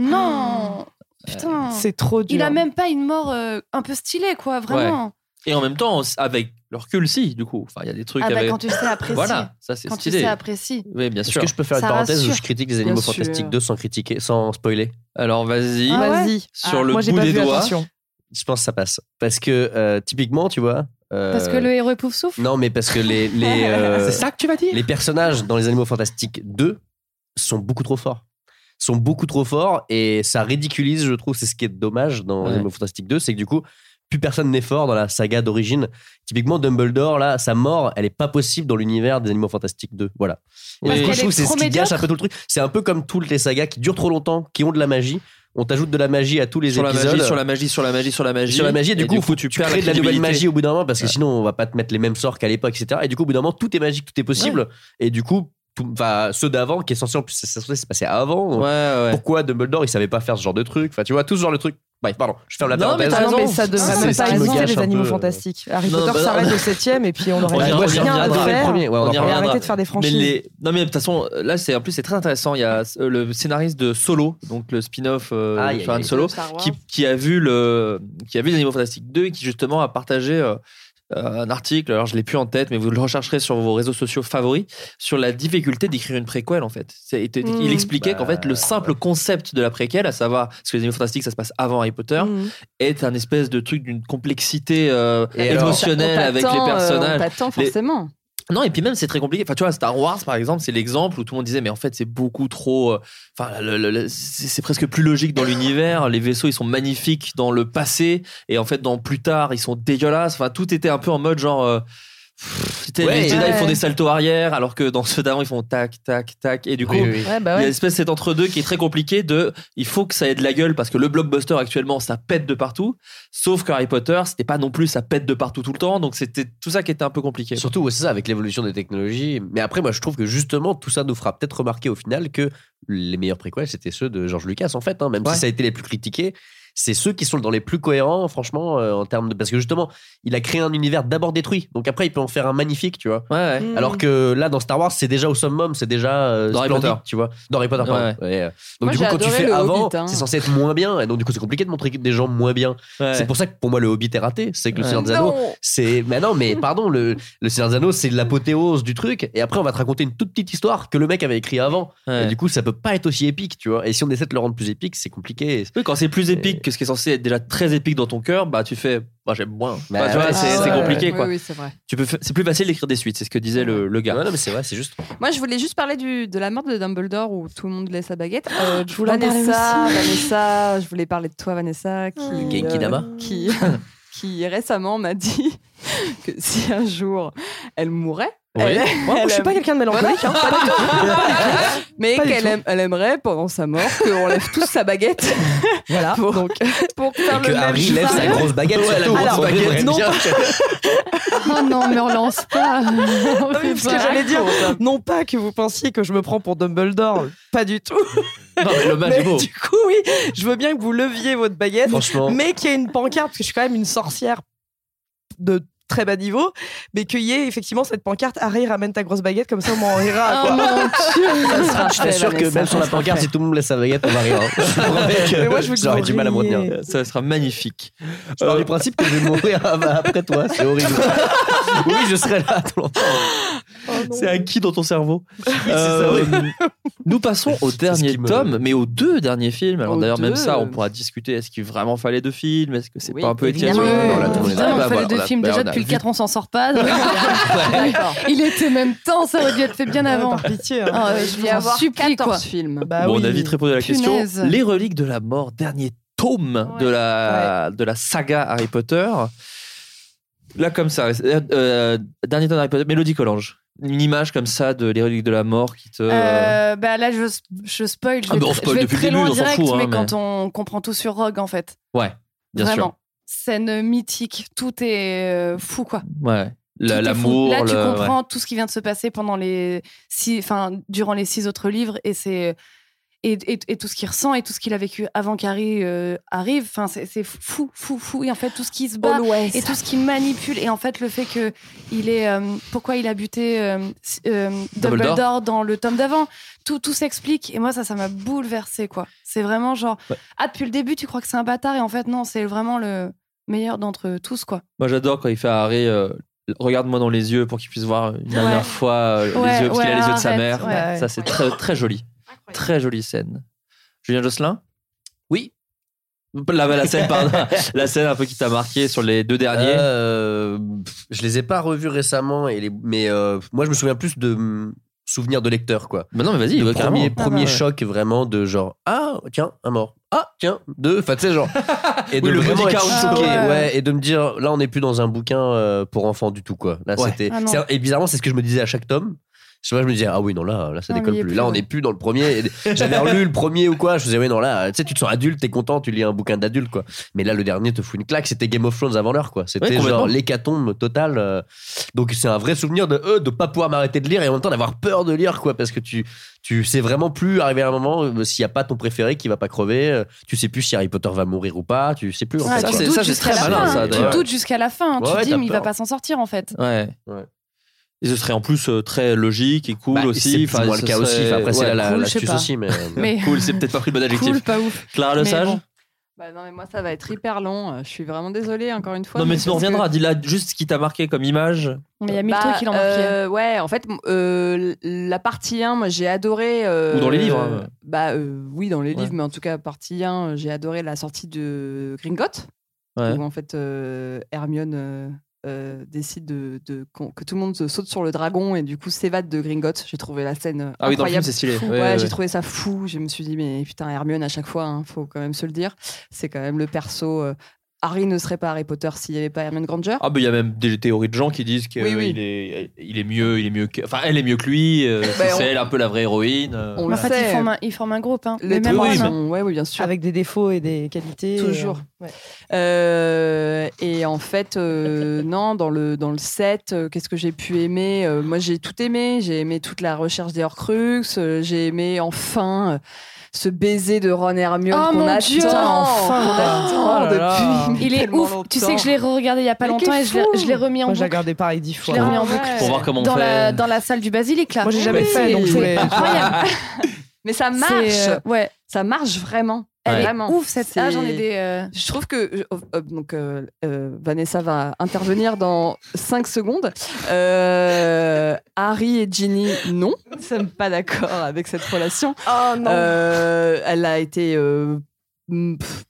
B: Non
D: Euh,
B: Putain
E: C'est trop dur.
B: Il a même pas une mort euh, un peu stylée, quoi, vraiment.
D: Ouais. Et en même temps, s- avec le recul, si, du coup. Enfin, il y a des trucs
B: Ah bah,
D: avec.
B: quand tu sais apprécier.
D: Voilà, ça c'est
B: Quand tu
D: stylé. Euh,
B: sais apprécier.
D: Oui, bien
A: Est-ce
D: sûr.
A: que je peux faire une
B: Ça
A: parenthèse où
B: rassure.
A: je critique les
B: Bien
A: animaux
B: sûr.
A: fantastiques 2 sans critiquer, sans spoiler
D: Alors vas-y,
B: Ah ouais
D: sur le bout des doigts.
A: Je pense que ça passe. Parce que euh, typiquement, tu vois. euh,
B: Parce que le héros est pouf souffle.
A: Non, mais parce que les. les euh,
B: C'est ça que tu vas dire
A: Les personnages dans Les Animaux Fantastiques 2 sont beaucoup trop forts. Sont beaucoup trop forts et ça ridiculise, je trouve. C'est ce qui est dommage dans Les Animaux Fantastiques 2, c'est que du coup, plus personne n'est fort dans la saga d'origine. Typiquement, Dumbledore, là, sa mort, elle est pas possible dans l'univers des Animaux Fantastiques 2. Voilà. Et
D: Parce
A: du coup,
D: qu'elle
A: je trouve
D: est
A: que c'est ce
D: trop
A: qui gâche un
D: médiocre.
A: peu tout le truc. C'est un peu comme toutes les sagas qui durent trop longtemps, qui ont de la magie. On t'ajoute de la magie à tous les
D: Sur la
A: épisodes
D: magie, sur la magie, sur la magie, sur la magie.
A: sur la magie, et du, coup, faut- tu,
D: perds
A: crées de la nouvelle
D: crédibilité.
A: magie au bout d'un moment parce que sinon, on va pas te mettre les mêmes sorts qu'à l'époque, etc. Et du coup, au bout d'un moment, tout est magique, tout est possible. Et du coup, tout, enfin, ceux d'avant, qui est censé en plus, ça se passé avant. donc Pourquoi Dumbledore, il savait pas faire ce genre de truc Enfin, tu vois, tout ce genre de truc. Bref, pardon, je ferme la
E: Non,
A: parenthèse.
E: mais t'as raison, Ah, mais ça devrait
A: C'est
E: même
A: ce
E: pas
A: qui me
E: exister
A: gâche
E: les
A: un
E: animaux
A: peu.
E: fantastiques. Harry
D: Non,
E: Potter
D: bah, non.
E: s'arrête au 7 et puis on
D: On y
E: aurait
D: reviendra.
E: rien à
D: On y
E: faire.
D: reviendra.
E: et arrêter de faire des franchises.
D: Mais les- Non, mais de toute façon, là, c'est en plus, c'est très intéressant. Il y a euh, le scénariste de Solo, donc le spin-off euh,
A: Aïe,
D: de
A: aïe,
D: sur Han
A: aïe.
D: Solo,
A: Star Wars.
D: qui, qui a vu le, qui a vu les Animaux Fantastiques 2 et qui justement a partagé. euh, euh, un article, alors je l'ai plus en tête, mais vous le rechercherez sur vos réseaux sociaux favoris, sur la difficulté d'écrire une préquelle en fait. C'est- il- Il
I: Mm.
D: expliquait qu'en fait
I: Bah,
D: le simple concept de la préquelle, à savoir, parce que les Animaux Fantastiques ça se passe avant Harry Potter,
E: Mm.
D: est un espèce de truc d'une complexité euh,
G: Et alors,
D: émotionnelle
G: on
D: avec les
G: t'attend, euh,
D: personnages.
G: On t'attend
D: Les-
G: forcément.
D: non, et puis même, c'est très compliqué. Enfin, tu vois, Star Wars, par exemple, c'est l'exemple où tout le monde disait, mais en fait, c'est beaucoup trop. euh, Enfin, le- le- le- c'est c'est presque plus logique dans l'univers. Les vaisseaux, ils sont magnifiques dans le passé. Et en fait, dans plus tard, ils sont dégueulasses. Enfin, tout était un peu en mode genre. euh, C'était
M: Ouais,
D: les Jedi
M: ouais.
D: font des saltos arrière alors que dans ceux d'avant ils font tac tac tac et du coup
M: Oui, oui. Ouais, bah ouais.
D: il y a une espèce cet entre deux qui est très compliqué de il faut que ça ait de la gueule parce que le blockbuster actuellement ça pète de partout sauf que Harry Potter c'était pas non plus ça pète de partout tout le temps donc c'était tout ça qui était un peu compliqué
A: Surtout, ouais, c'est ça, avec l'évolution des technologies. Mais après, moi, je trouve que justement, tout ça nous fera peut-être remarquer au final que les meilleurs préquels, c'était ceux de George Lucas, en fait, hein, même si ça a été les plus critiqués. C'est ceux qui sont dans les plus cohérents, franchement, euh, en termes de. Parce que justement, il a créé un univers d'abord détruit. Donc après, il peut en faire un magnifique, tu vois.
D: Ouais, ouais.
M: Mm.
A: Alors que là, dans Star Wars, c'est déjà au summum, c'est déjà euh,
D: Dans Harry
A: splendide,
D: Potter.
A: tu vois. Dans Harry Potter, pardon.
D: Ouais,
A: Ouais, euh. Donc
D: Moi,
A: du coup,
D: j'ai
A: quand tu
D: adoré
A: fais
D: le
A: avant,
D: Hobbit, hein.
A: c'est censé être moins bien. Et donc du coup, c'est compliqué de montrer des gens moins bien.
D: Ouais.
A: C'est pour ça que pour moi, le Hobbit est raté. C'est que le
D: Ouais.
A: Seigneur des
D: Non.
A: Anneaux, c'est. Mais non, mais pardon, le, le Seigneur des Anneaux, c'est l'apothéose du truc. Et après, on va te raconter une toute petite histoire que le mec avait écrit avant.
D: Ouais.
A: Et du coup, ça peut pas être aussi épique, tu vois. Et si on essaie de le rendre plus épique, c'est compliqué.
D: Oui, quand c'est plus épique que ce qui est censé être déjà très épique dans ton cœur, bah tu fais, bah j'aime moins.
A: Bah,
D: Bah, tu vois,
A: ouais,
D: c'est
A: c'est
D: c'est
A: ça.
D: compliqué
A: Oui,
D: quoi.
G: oui, c'est vrai.
D: Tu peux, fa- c'est plus facile d'écrire des suites, c'est ce que disait le, le gars.
A: non, mais c'est vrai, c'est juste.
G: Moi, je voulais juste parler du, de la mort de Dumbledore où tout le monde laisse sa baguette. Euh,
N: je voulais en parler
G: Vanessa,
N: aussi.
G: Vanessa, je voulais parler de toi, Vanessa, qui, euh,
A: Genki Dama.
G: qui, qui récemment m'a dit que si un jour elle mourait,
E: Oui.
G: elle-
E: Moi, je suis pas quelqu'un de mélancolique, hein, pas du tout.
G: mais
E: Pas du
G: qu'elle
E: tout.
G: aime- elle aimerait pendant sa mort qu'on lève tous sa baguette.
E: Voilà.
G: Pour, pour faire
A: Et que
G: le même
A: Harry lève sa
G: chemin.
A: grosse baguette,
G: Ouais, la
A: surtout.
G: grosse
A: Alors,
G: baguette.
A: non, pas-
B: Oh non, me relance pas.
E: Ah oui, parce que j'allais dire, non pas que vous pensiez que je me prends pour Dumbledore, pas du tout.
D: Non, mais l'hommage est beau.
E: du coup, oui, je veux bien que vous leviez votre baguette,
A: Franchement.
E: mais qu'il y ait une pancarte, parce que je suis quand même une sorcière de très bas niveau, mais qu'il y ait effectivement cette pancarte Harry ramène ta grosse baguette, comme ça au moins on rira.
A: Oh
E: quoi.
A: mon Dieu.
E: Ça sera
A: Je t'assure
E: fait,
A: que
E: Vanessa,
A: même sur la
E: ça sera
A: pancarte,
E: fait.
A: si tout le monde laisse sa baguette, on va rire. hein. Je promets que
E: Mais moi, je veux que
A: j'aurais
E: vous
A: du mal à me retenir.
E: riez.
D: Ça sera magnifique.
A: Je pars du principe que je vais mourir après toi, c'est horrible. oui, je serai là.
D: c'est acquis dans ton cerveau.
A: c'est
D: Euh,
A: ça,
D: nous passons au dernier tome, mais aux deux derniers films. Alors
M: Aux
D: d'ailleurs, même
M: deux.
D: ça, on pourra discuter. Est-ce qu'il vraiment fallait deux films Est-ce que c'est
M: Oui,
D: pas un peu étiré
B: Évidemment,
D: Non, là, tout le monde est-
B: Évidemment,
D: bah,
B: il fallait
D: voilà,
B: deux
D: on a-
B: films.
D: bah, on
B: Déjà,
D: a
B: depuis le
D: vu-
B: 4, on s'en sort pas. donc- Il était même temps, ça aurait dû être fait bien avant.
E: par
G: Oh,
E: pitié.
B: Ah, ouais, je
G: Il
B: vous
G: y
B: en
G: avoir
B: supplie,
G: 14
B: quoi.
G: films.
E: Bah
D: bon, on a vite répondu à la
B: Ah Punaise.
D: question. Les reliques de la mort, dernier tome de, la, de la saga Harry Potter. Là, comme ça, euh, euh, dernier tome Harry Potter, Mélodie Collange. Une image comme ça de Les reliques de la mort qui te.
B: Euh, bah là, je, je spoil. Je
D: Ah
B: vais,
D: bah, on
B: tr-
D: spoil
B: je vais
D: depuis le
B: très
D: début,
B: loin
D: on s'en
B: direct,
D: fout, hein,
B: mais,
D: mais-
B: quand on comprend tout sur Rogue, en fait.
D: Ouais, bien
B: Vraiment.
D: sûr.
B: Scène mythique. Tout est euh, fou, quoi.
D: Ouais. La-
B: Tout est fou.
D: L'amour.
B: Là, tu
D: le- ouais.
B: comprends tout ce qui vient de se passer pendant les six, enfin, durant les six autres livres, et c'est et, et- et tout ce qu'il ressent et tout ce qu'il a vécu avant qu'Harry euh, arrive. Enfin, c'est c'est fou, fou, fou. Et en fait, tout ce qui se bat
N: Always.
B: et tout ce qui manipule. Et en fait, le fait que il est euh, pourquoi il a buté euh, s- euh, Dumbledore.
D: Dumbledore.
B: dans le tome d'avant. Tout, tout s'explique. Et moi, ça, ça m'a bouleversé quoi. C'est vraiment genre ah depuis le début, tu crois que c'est un bâtard et en fait non, c'est vraiment le meilleur d'entre tous quoi.
D: Moi, j'adore quand il fait à Harry. euh, Regarde-moi dans les yeux pour qu'il puisse voir une dernière
B: Ouais.
D: fois euh,
B: Ouais,
D: les yeux, parce qu'il a
B: ouais,
D: les yeux de sa
B: arrête,
D: mère.
B: ouais.
D: Ça, c'est très, très joli. Très jolie scène. Julien Josselin Oui. La, la scène, pardon. la scène un peu qui t'a marqué sur les deux derniers.
A: Euh, pff, je les ai pas revus récemment, et les- mais euh, moi je me souviens plus de hum, souvenirs de lecteur quoi.
D: Bah non, mais vas-y,
A: Le
D: ouais,
A: premier,
D: carrément.
A: premier
D: Ah, ouais.
A: choc vraiment de genre ah tiens un mort ah tiens deux enfin tu sais genre et de
D: Ah, Oui, le
A: vraiment
D: body
A: être
D: count.
A: choqué,
D: Ah ouais.
A: ouais, et de me dire là on n'est plus dans un bouquin euh, pour enfants du tout quoi là
D: Ouais.
A: c'était
D: Ah non.
A: c'est- et bizarrement c'est ce que je me disais à chaque tome je sais pas, je me disais, ah oui, non, là, là ça
D: Non,
A: décolle
D: mais il y est
A: plus.
D: plus, hein.
A: Là, on
D: ouais.
A: n'est plus dans le premier. Et J'avais relu le premier ou quoi. Je me disais, oui, non, là, tu sais, tu te sens adulte, t'es content, tu lis un bouquin d'adulte, quoi. Mais là, le dernier te fout une claque. C'était Game of Thrones avant l'heure, quoi.
D: Ouais,
A: C'était
D: complètement.
A: genre l'hécatombe totale. euh. Donc, c'est un vrai souvenir de eux, de pas pouvoir m'arrêter de lire et en même temps d'avoir peur de lire, quoi. Parce que tu, tu sais vraiment plus arriver à un moment, euh, s'il n'y a pas ton préféré qui va pas crever, euh, tu sais plus si Harry Potter va mourir ou pas, tu sais plus. en
B: Ah,
A: fait,
B: tu
A: quoi.
B: doutes jusqu'à la fin, hein. Tu doutes jusqu'à la fin. hein.
A: Ouais, ouais,
B: tu dis,
A: t'as
B: mais il va
A: peur.
B: pas s'en sortir en fait.
D: Ouais. Et ce serait en plus euh, très logique et cool
A: Bah, c'est
D: aussi.
A: plus ou moins
D: ce
A: le cas aussi.
D: serait-
A: Enfin, après, c'est là la-
D: cool,
A: la
D: je sais
A: astuce
D: pas.
A: aussi, mais- euh,
B: Mais-
D: Cool, c'est peut-être pas pris le bon adjectif.
B: Cool, pas ouf.
D: Clara Le
B: Mais
D: Sage
B: bon.
G: Bah non, mais moi, ça va être hyper long. Euh, Je suis vraiment désolée, encore une fois.
D: Non, mais
G: parce
D: sinon, on
G: que-
D: reviendra. Dis-là juste ce qui t'a marqué comme image.
B: Mais il y a mille
G: Bah,
B: trucs qui l'ont marqué.
G: euh, ouais, en fait, m- euh, la partie 1, moi j'ai adoré. euh,
D: Ou dans les livres, hein.
G: Bah euh, oui, dans les
D: Ouais.
G: livres, mais en tout cas, partie 1, euh, j'ai adoré la sortie de Gringotts,
D: Ouais.
G: où en fait euh, Hermione euh, euh, décide de, de- qu'on- que tout le monde se saute sur le dragon et du coup s'évade de Gringotts. J'ai trouvé la scène. euh,
D: Ah oui, dans le film,
G: incroyable.
D: c'est stylé.
G: Fou.
D: Ouais,
G: Ouais,
D: ouais, ouais.
G: j'ai trouvé ça fou. Je me suis dit, mais putain, Hermione à chaque fois, hein, faut quand même se le dire. C'est quand même le perso. euh, Harry ne serait pas Harry Potter s'il n'y avait pas Hermione Granger.
I: Ah, bah il y a même des théories de gens qui disent qu'il
G: Oui, oui.
I: est, il est mieux, il est mieux que- Enfin, elle est mieux que lui, euh,
G: Bah,
I: c'est
G: on-
I: elle un peu la vraie héroïne. euh,
G: on
B: Mais en
I: voilà.
B: fait, ils forment, un, ils forment un groupe. Hein.
G: Les
B: Mais même
G: trois
B: Ron, hein.
G: sont- ouais, oui, bien sûr.
E: Avec des défauts et des qualités.
G: Toujours.
E: Euh, ouais.
G: Euh, et en fait, euh, non, dans le, dans le set, euh, qu'est-ce que j'ai pu aimer Euh, Moi, j'ai tout aimé. J'ai aimé toute la recherche des Horcrux. euh, j'ai aimé enfin euh, ce baiser de Ron et Hermione
B: Oh
G: qu'on
B: mon
G: attend,
B: dieu!
G: enfin, qu'on attend
E: Oh là là.
G: depuis.
B: hein. Il est
G: tellement
B: ouf! Tu sais que je l'ai regardé il y a pas
G: Mais
B: longtemps
G: quel
B: et je l'ai-
G: fou.
B: je l'ai remis en
E: Moi, je la
B: boucle.
E: regardais pareil dix
B: Je
E: fois.
B: l'ai remis en boucle.
I: Pour voir comment on
B: dans
I: fait.
B: La, dans la salle du basilic, là.
E: Moi, j'ai jamais
B: Oui,
E: fait, donc je
B: c'est
E: voulais-
B: incroyable.
G: Mais ça
B: C'est,
G: marche.
B: euh, ouais.
G: Ça marche vraiment.
B: Elle est
G: Vraiment.
B: ouf, cette-
G: C'est-
B: Ah, j'en ai des, euh,
G: Je trouve que je- euh, euh, donc euh, euh, Vanessa va intervenir dans 5 secondes. Euh, Harry et Ginny, non, nous sommes pas d'accord avec cette relation.
J: Oh non.
G: Euh, elle a été euh, mm, pff,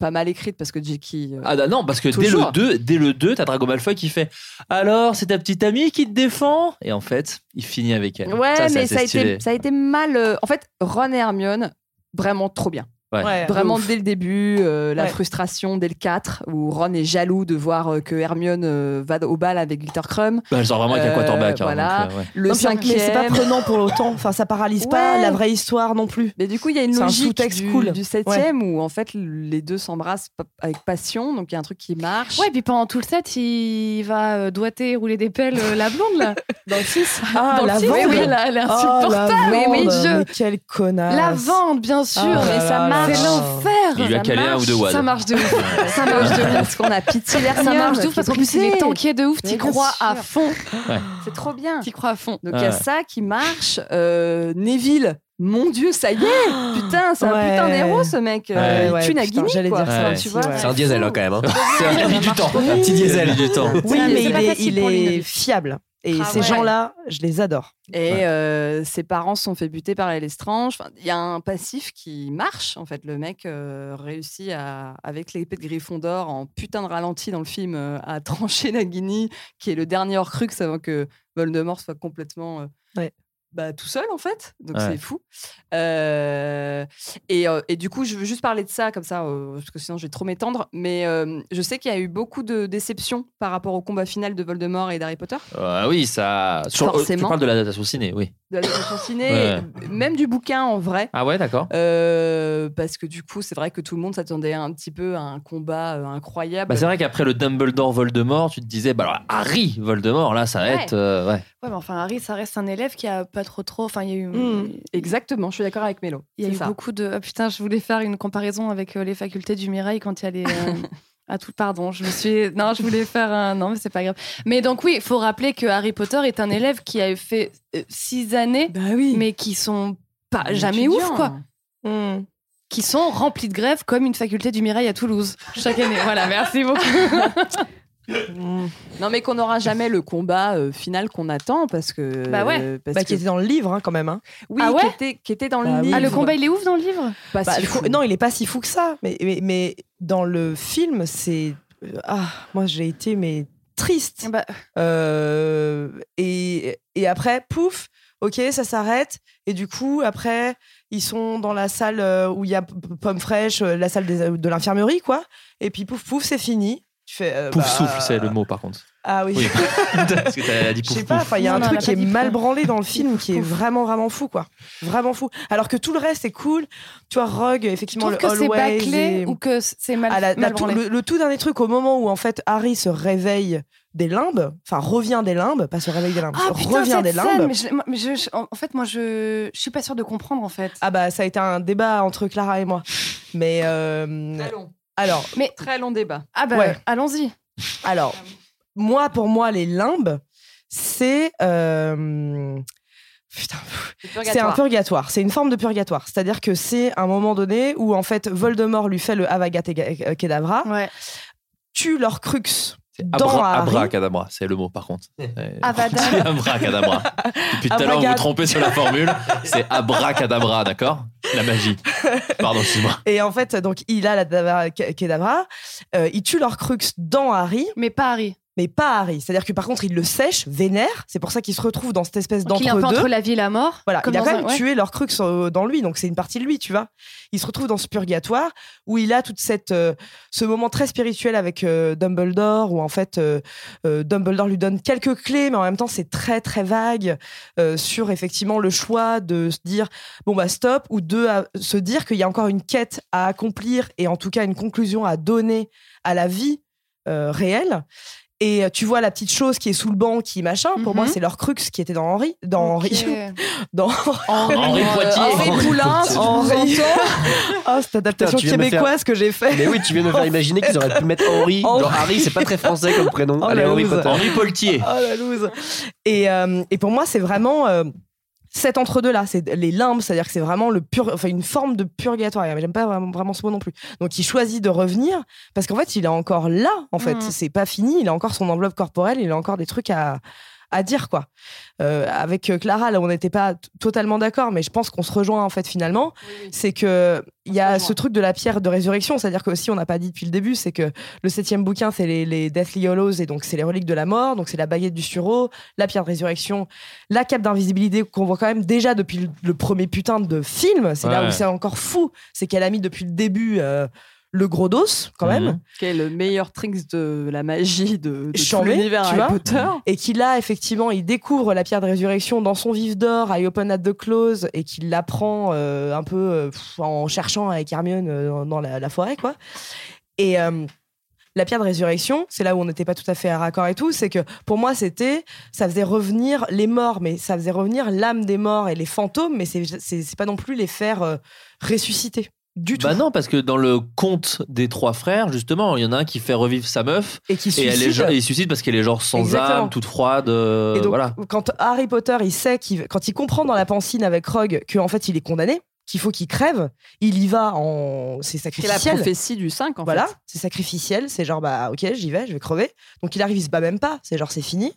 G: pas mal écrite parce que J.K. euh,
I: Ah bah non, parce que dès
G: Toujours.
I: le 2, dès le 2, t'as Drago Malfoy qui fait Alors, c'est ta petite amie qui te défend Et en fait, il finit avec elle.
G: Ouais,
I: ça, c'est
G: mais
I: assez
G: ça a,
I: stylé.
G: été, ça a été mal. euh, En fait, Ron et Hermione, vraiment trop bien.
I: Ouais.
E: Ouais,
G: Vraiment
E: de ouf.
G: dès le début, euh, la
E: Ouais.
G: frustration dès le 4, où Ron est jaloux de voir euh, que Hermione euh, va au bal avec Glittercrum.
I: Bah, elle sort vraiment avec un
G: Euh,
I: quarterback. hein,
G: voilà.
I: donc, euh, ouais.
G: Le
E: Non, puis en-
G: cinquième.
E: Mais c'est pas prenant pour autant. Enfin, ça paralyse pas
G: Ouais.
E: la vraie histoire non plus.
G: Mais du coup, il y a une
E: C'est un
G: logique
E: sous-texte
G: du,
E: cool.
G: du septième où en fait les deux s'embrassent pa- avec passion, donc il y a un truc qui marche.
B: Ouais, puis pendant tout le set, il va euh, doigter, rouler des pelles, euh, la blonde, là.
G: Dans le 6.
E: Ah,
B: Dans le
E: la
B: six,
E: vente.
B: oui, elle a- elle est
E: Oh, la
B: insupportable.
E: vente.
B: oui, oui, je-
E: Mais quel connard.
B: La vente, bien sûr,
E: Ah
B: mais
E: là
B: ça
E: là
B: marche.
E: là
B: C'est
E: là.
B: l'enfer.
I: Il lui a
B: Ça
I: calé un
B: marche.
I: ou deux wads.
B: Ça marche de ouf. ça marche de ouf.
G: Parce qu'on a pitié
B: Ça marche de ouf parce qu'en plus, il est tanké de ouf.
G: Mais
B: T'y
G: bien
B: crois à
G: sûr.
B: fond.
G: C'est trop bien.
B: T'y crois à fond.
G: Donc il y a
I: Ouais.
G: ça qui marche. Euh, Neville, mon dieu, ça y est Putain, c'est
E: Ouais.
G: un putain d'héros ce mec. Euh,
E: Ouais,
G: il tue
E: putain,
G: Nagini.
E: j'allais
G: quoi.
E: dire
I: ça
G: Enfin,
I: aussi,
G: tu vois.
E: ouais.
A: C'est un diesel hein, quand même. hein.
I: C'est un ami du temps.
E: Oui.
A: Un petit diesel.
I: du temps.
E: Oui,
G: C'est-
E: mais
G: c'est
E: il
G: pas
E: est,
G: facile
E: il
G: pour lui,
E: est
G: Neville.
E: fiable. Et
G: Ah
E: ces
G: ouais.
E: gens-là, je les adore.
G: Et euh, ses parents se sont fait buter par les Lestrange. Enfin, Il y a un passif qui marche, en fait. Le mec euh, réussit à, avec l'épée de Gryffondor, en putain de ralenti dans le film, euh, à trancher Nagini, qui est le dernier Horcrux avant que Voldemort soit complètement euh,
E: Ouais.
G: bah, tout seul, en fait. Donc
I: Ouais.
G: c'est fou. Euh, et, euh, et du coup, je veux juste parler de ça, comme ça, euh, parce que sinon je vais trop m'étendre. Mais euh, je sais qu'il y a eu beaucoup de déceptions par rapport au combat final de Voldemort et d'Harry Potter.
I: Ah oui, ça. Sur, euh, tu
G: Forcément.
I: parles de l'adaptation ciné, oui.
G: de l'adaptation ciné,
I: Ouais.
G: même du bouquin en vrai.
I: Ah ouais, d'accord.
G: Euh, parce que du coup, c'est vrai que tout le monde s'attendait un petit peu à un combat euh, incroyable.
I: Bah, c'est vrai qu'après le Dumbledore Voldemort, tu te disais, bah alors Harry Voldemort, là, ça va
B: Ouais.
I: être. euh, ouais.
B: Ouais, mais enfin, Harry, ça reste un élève qui a pas trop trop. Enfin, il y a eu.
G: Mm. Exactement, je suis d'accord avec Mélo.
B: Il y a
G: C'est
B: eu
G: ça.
B: beaucoup de. Ah, putain, je voulais faire une comparaison avec euh, les facultés du Mirail quand il y a les. euh, à tout, pardon, je me suis. Non, je voulais faire un. Non, mais c'est pas grave. Mais donc, oui, il faut rappeler que Harry Potter est un élève qui a fait euh, six années,
G: Bah oui.
B: mais qui sont pas
G: Un
B: jamais
G: étudiant.
B: ouf, quoi. Mm. Qui sont remplis de grèves comme une faculté du Mirail à Toulouse chaque année. voilà, merci beaucoup.
E: Mm.
G: Non, mais qu'on n'aura jamais le combat euh, final qu'on attend parce que.
B: Bah ouais.
G: euh, parce
E: Bah,
G: que-
E: qui était dans le livre hein, quand même. hein.
G: Oui,
B: Ah ouais
G: qui, était, qui était dans
E: Bah
G: le
E: oui.
G: livre.
B: Ah, le combat, il est ouf dans le livre
G: Pas
E: Bah,
G: si
E: le
G: fou.
E: co- non, il est pas si fou que ça. Mais, mais, mais dans le film, c'est euh, ah moi j'ai été mais triste.
B: Bah,
E: Euh, et, et après, pouf, ok, ça s'arrête. Et du coup, après, ils sont dans la salle euh, où il y a p- p- pomme fraîche, euh, la salle des- de l'infirmerie, quoi. Et puis, pouf, pouf, c'est fini. Tu fais. euh,
I: Pouf
E: bah,
I: souffle, c'est le mot par contre.
E: Ah oui.
I: Oui. Parce que t'as dit
E: Je
I: pouf
E: sais pas,
I: pouf.
E: enfin, il y a
B: Non,
E: un
B: non,
E: truc
B: elle a
E: qui
B: pas
E: est
B: dit
E: mal
B: pouf.
E: branlé dans le film
B: Pouf,
E: qui est
B: pouf.
E: vraiment, vraiment fou, quoi. Vraiment fou. Alors que tout le reste est cool. Tu vois, Rogue,
B: tu
E: effectivement,
B: trouves
E: le
B: que c'est
E: Always
B: bâclé
E: et-
B: ou que c'est mal,
E: à la- la
B: mal
E: tout-
B: branlé
E: le, le tout dernier truc, au moment où en fait Harry se réveille des limbes, enfin revient des limbes, pas se réveille des limbes,
B: Ah putain,
E: revient
B: cette
E: des
B: scène,
E: limbes.
B: mais je- moi- mais je- je- en en fait, moi, je, je suis pas sûre de comprendre, en fait.
E: Ah bah ça a été un débat entre Clara et moi. Mais euh,
G: Très long,
E: alors,
B: Mais
G: très long débat.
B: ah bah
E: Ouais.
B: allons-y.
E: alors moi pour moi les limbes c'est euh, putain C'est un purgatoire. C'est une forme de purgatoire. C'est-à-dire que c'est un moment donné où en fait Voldemort lui fait le Avada euh, Kedavra,
B: Ouais.
E: tue leur crux dans
I: Abra,
E: Harry. Ah,
I: abracadabra, c'est le mot par contre. Euh,
B: Avada.
I: abracadabra. Depuis tout à l'heure, vous vous
E: Abracad-
I: trompez sur la formule. C'est abracadabra, d'accord La magie. Pardon, excuse-moi.
E: Et en Euh, fait, donc, il a la Kedavra, il tue leur crux dans Harry.
B: Mais pas Harry.
E: mais pas Harry. C'est-à-dire que par contre, il le sèche, vénère. C'est pour ça qu'il se retrouve dans cette espèce
B: Donc, il est un peu
E: d'entre-deux.
B: entre la vie et la mort.
E: Voilà,
B: Comme
E: il a
B: dans
E: quand
B: un-
E: même
B: ouais.
E: tué leur crux euh, dans lui, donc c'est une partie de lui, tu vois. Il se retrouve dans ce purgatoire où il a toute cette euh, ce moment très spirituel avec euh, Dumbledore, où en fait euh, euh, Dumbledore lui donne quelques clés, mais en même temps c'est très très vague euh, sur effectivement le choix de se dire bon bah stop ou de à- se dire qu'il y a encore une quête à accomplir et en tout cas une conclusion à donner à la vie euh, réelle. Et euh, tu vois la petite chose qui est sous le banc, qui machin. Pour moi, c'est leur crux qui était dans Henri, dans Henri, dans
D: Henri Poitier.
E: Henri Poulain,
A: Poitier.
E: Henri.
A: Je
E: Oh, cette adaptation
A: Putain, tu viens de me
E: québécoise que j'ai fait.
A: Mais oui, tu viens de me faire imaginer qu'ils auraient pu mettre Henri.
E: Henri.
A: Genre Harry, c'est pas très français comme prénom.
E: Oh,
A: Allez,
E: la
A: Henri
E: loose.
A: Potter.
E: Henri
D: Poultier.
E: Oh la loose. Et, euh, et pour moi, c'est vraiment euh, cet entre-deux-là. C'est les limbes, c'est-à-dire que c'est vraiment le pur, enfin, une forme de purgatoire. Et J'aime pas vraiment, vraiment ce mot non plus. Donc il choisit de revenir parce qu'en fait, il est encore là. En fait,
D: Mhm.
E: c'est pas fini. Il a encore son enveloppe corporelle. Il a encore des trucs à à dire quoi. Euh, avec euh, Clara, là, on n'était pas t- totalement d'accord, mais je pense qu'on se rejoint en fait finalement. C'est que il y a ce truc de la pierre de résurrection, c'est-à-dire que aussi on n'a pas dit depuis le début, c'est que le septième bouquin c'est les, les Deathly Hollows et donc c'est les reliques de la mort, donc c'est la baguette du sureau, la pierre de résurrection, la cape d'invisibilité qu'on voit quand même déjà depuis le, le premier putain de film. C'est là
G: Ouais.
E: où c'est encore fou, c'est qu'elle a mis depuis le début. euh, le gros dos, quand même
G: Quel meilleur tricks de la magie de, de tout
E: chambé,
G: l'univers
E: tu
G: Harry
E: vois,
G: Potter.
E: et qu'il a effectivement, il découvre la pierre de résurrection dans son vif d'or, I Open at the Close, et qu'il l'apprend euh, un peu euh, pff, en cherchant avec Hermione euh, dans- dans la, la forêt, quoi. Et euh, la pierre de résurrection, c'est là où on n'était pas tout à fait à raccord et tout, c'est que pour moi c'était, ça faisait revenir les morts, mais ça faisait revenir l'âme des morts et les fantômes, mais c'est c'est- c'est pas non plus les faire euh, ressusciter. Du
D: Bah non, parce que dans le conte des trois frères, justement, il y en a un qui fait revivre sa meuf
E: Et qui
D: elle est
E: suicide.
D: genre- et il suicide parce qu'elle est genre sans
E: Exactement.
D: âme, toute froide. euh,
E: Et donc,
D: voilà.
E: quand Harry Potter, il sait qu'il, quand il comprend dans la pancine avec Rogue que en fait il est condamné, qu'il faut qu'il crève, il y va en, c'est
G: C'est la
E: sacrificiel.
G: prophétie du 5 en
E: voilà,
G: fait.
E: c'est sacrificiel, c'est genre bah ok, j'y vais, je vais crever. Donc il arrive, il se bat même pas, c'est genre c'est fini.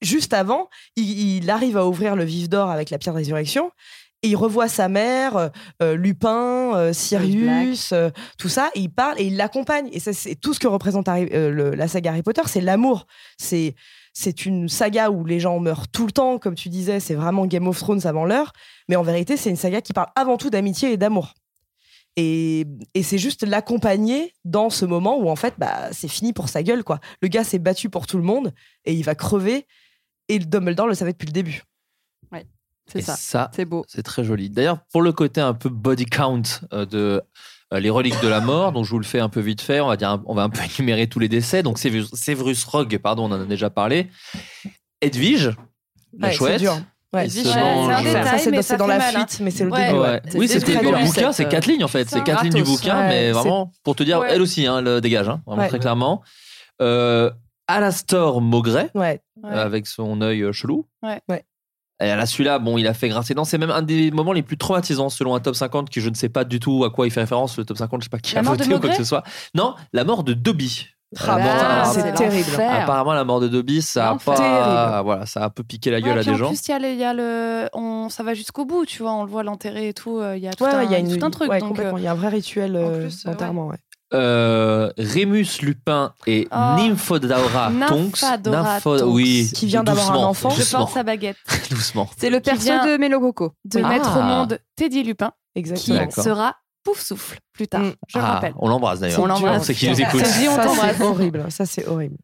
E: Juste avant, il, il arrive à ouvrir le vif d'or avec la pierre de résurrection. Et il revoit sa mère, euh, euh, Lupin, euh, Sirius, euh, tout ça. Et il parle et il l'accompagne. Et ça, c'est tout ce que représente Harry- euh, le- la saga Harry Potter, c'est l'amour. C'est c'est une saga où les gens meurent tout le temps, comme tu disais. C'est vraiment Game of Thrones avant l'heure. Mais en vérité, c'est une saga qui parle avant tout d'amitié et d'amour. Et, et c'est juste l'accompagner dans ce moment où en fait, bah, c'est fini pour sa gueule, quoi. Le gars s'est battu pour tout le monde et il va crever. Et Dumbledore le savait depuis le début.
G: Ouais, c'est
D: Et
G: ça.
D: C'est beau. C'est très joli. D'ailleurs, pour le côté un peu body count euh, de euh, les reliques de la mort, donc je vous le fais un peu vite fait, on va dire, un- on va un peu énumérer tous les décès. Donc Severus, Severus Rogue, pardon, on en a déjà parlé. Edwige, la
E: Ouais, c'est
D: chouette.
E: dur. Ouais.
D: il se
E: Ouais, c'est un
D: mange-
E: détail, Ça, Ah, c'est- mais c'est ça dans fait la mal, hein. fuite, mais c'est le début, ouais. C'est
D: Oui, c'est
E: très
D: dans
E: dur.
D: le bouquin,
E: Cette,
D: c'est
E: euh,
D: quatre lignes en fait. C'est
E: c'est
D: quatre
E: un
D: lignes du
E: gratos.
D: bouquin,
E: Ouais,
D: mais
E: c'est-
D: vraiment pour te dire,
E: Ouais.
D: elle aussi, hein, le dégage, hein, vraiment
E: Ouais.
D: très clairement. Euh, Alastor Maugret,
E: Ouais.
D: euh, avec son œil euh, chelou.
B: Ouais.
D: Et là, celui-là, bon, il a fait grincer. Non, c'est même un des moments les plus traumatisants selon un top 50 qui je ne sais pas du tout à quoi il fait référence. Le top 50, je sais pas qui
B: La
D: a
B: mort de
D: voté ou quoi que
B: Maugret
D: ce soit. Non, la mort de Dobby.
E: Ah
D: La mort-
B: bah,
D: apparemment-
B: c'est terrible.
D: Apparemment, la mort de Dobby, ça a
B: L'enfer.
D: pas,
B: Terrible.
D: voilà, ça a un peu piqué la
B: Ouais,
D: gueule à
B: puis
D: des
B: En
D: gens.
B: plus, il y a les- il y a le, on, ça va jusqu'au bout, tu vois, on le voit l'enterrer et tout. euh, Il y a tout,
E: Ouais,
B: un,
E: il y a une-
B: tout un truc.
E: ouais,
B: donc,
E: complètement.
B: euh,
E: Il y a un vrai rituel euh, d'enterrement. ouais.
D: Euh, Rémus Lupin et
B: Oh.
D: Nymphodaura Tonks.
B: Nymphadora
D: Nympho-
B: Tonks,
D: oui,
B: qui vient d'avoir
D: doucement,
B: un enfant. Je
D: doucement,
B: porte sa baguette.
D: doucement.
B: C'est le perso
G: vient
B: de Mélogoco. De
D: Ah.
B: mettre au monde Teddy Lupin,
D: Exactement.
B: qui
D: D'accord.
B: sera pouf souffle plus tard, je le
D: Ah,
B: rappelle.
D: on l'embrasse d'ailleurs.
B: On l'embrasse.
D: C'est qu'il nous écoute.
B: Ça, Dis, on
E: Ça,
B: t'embrasse.
E: c'est horrible. Ça, c'est horrible.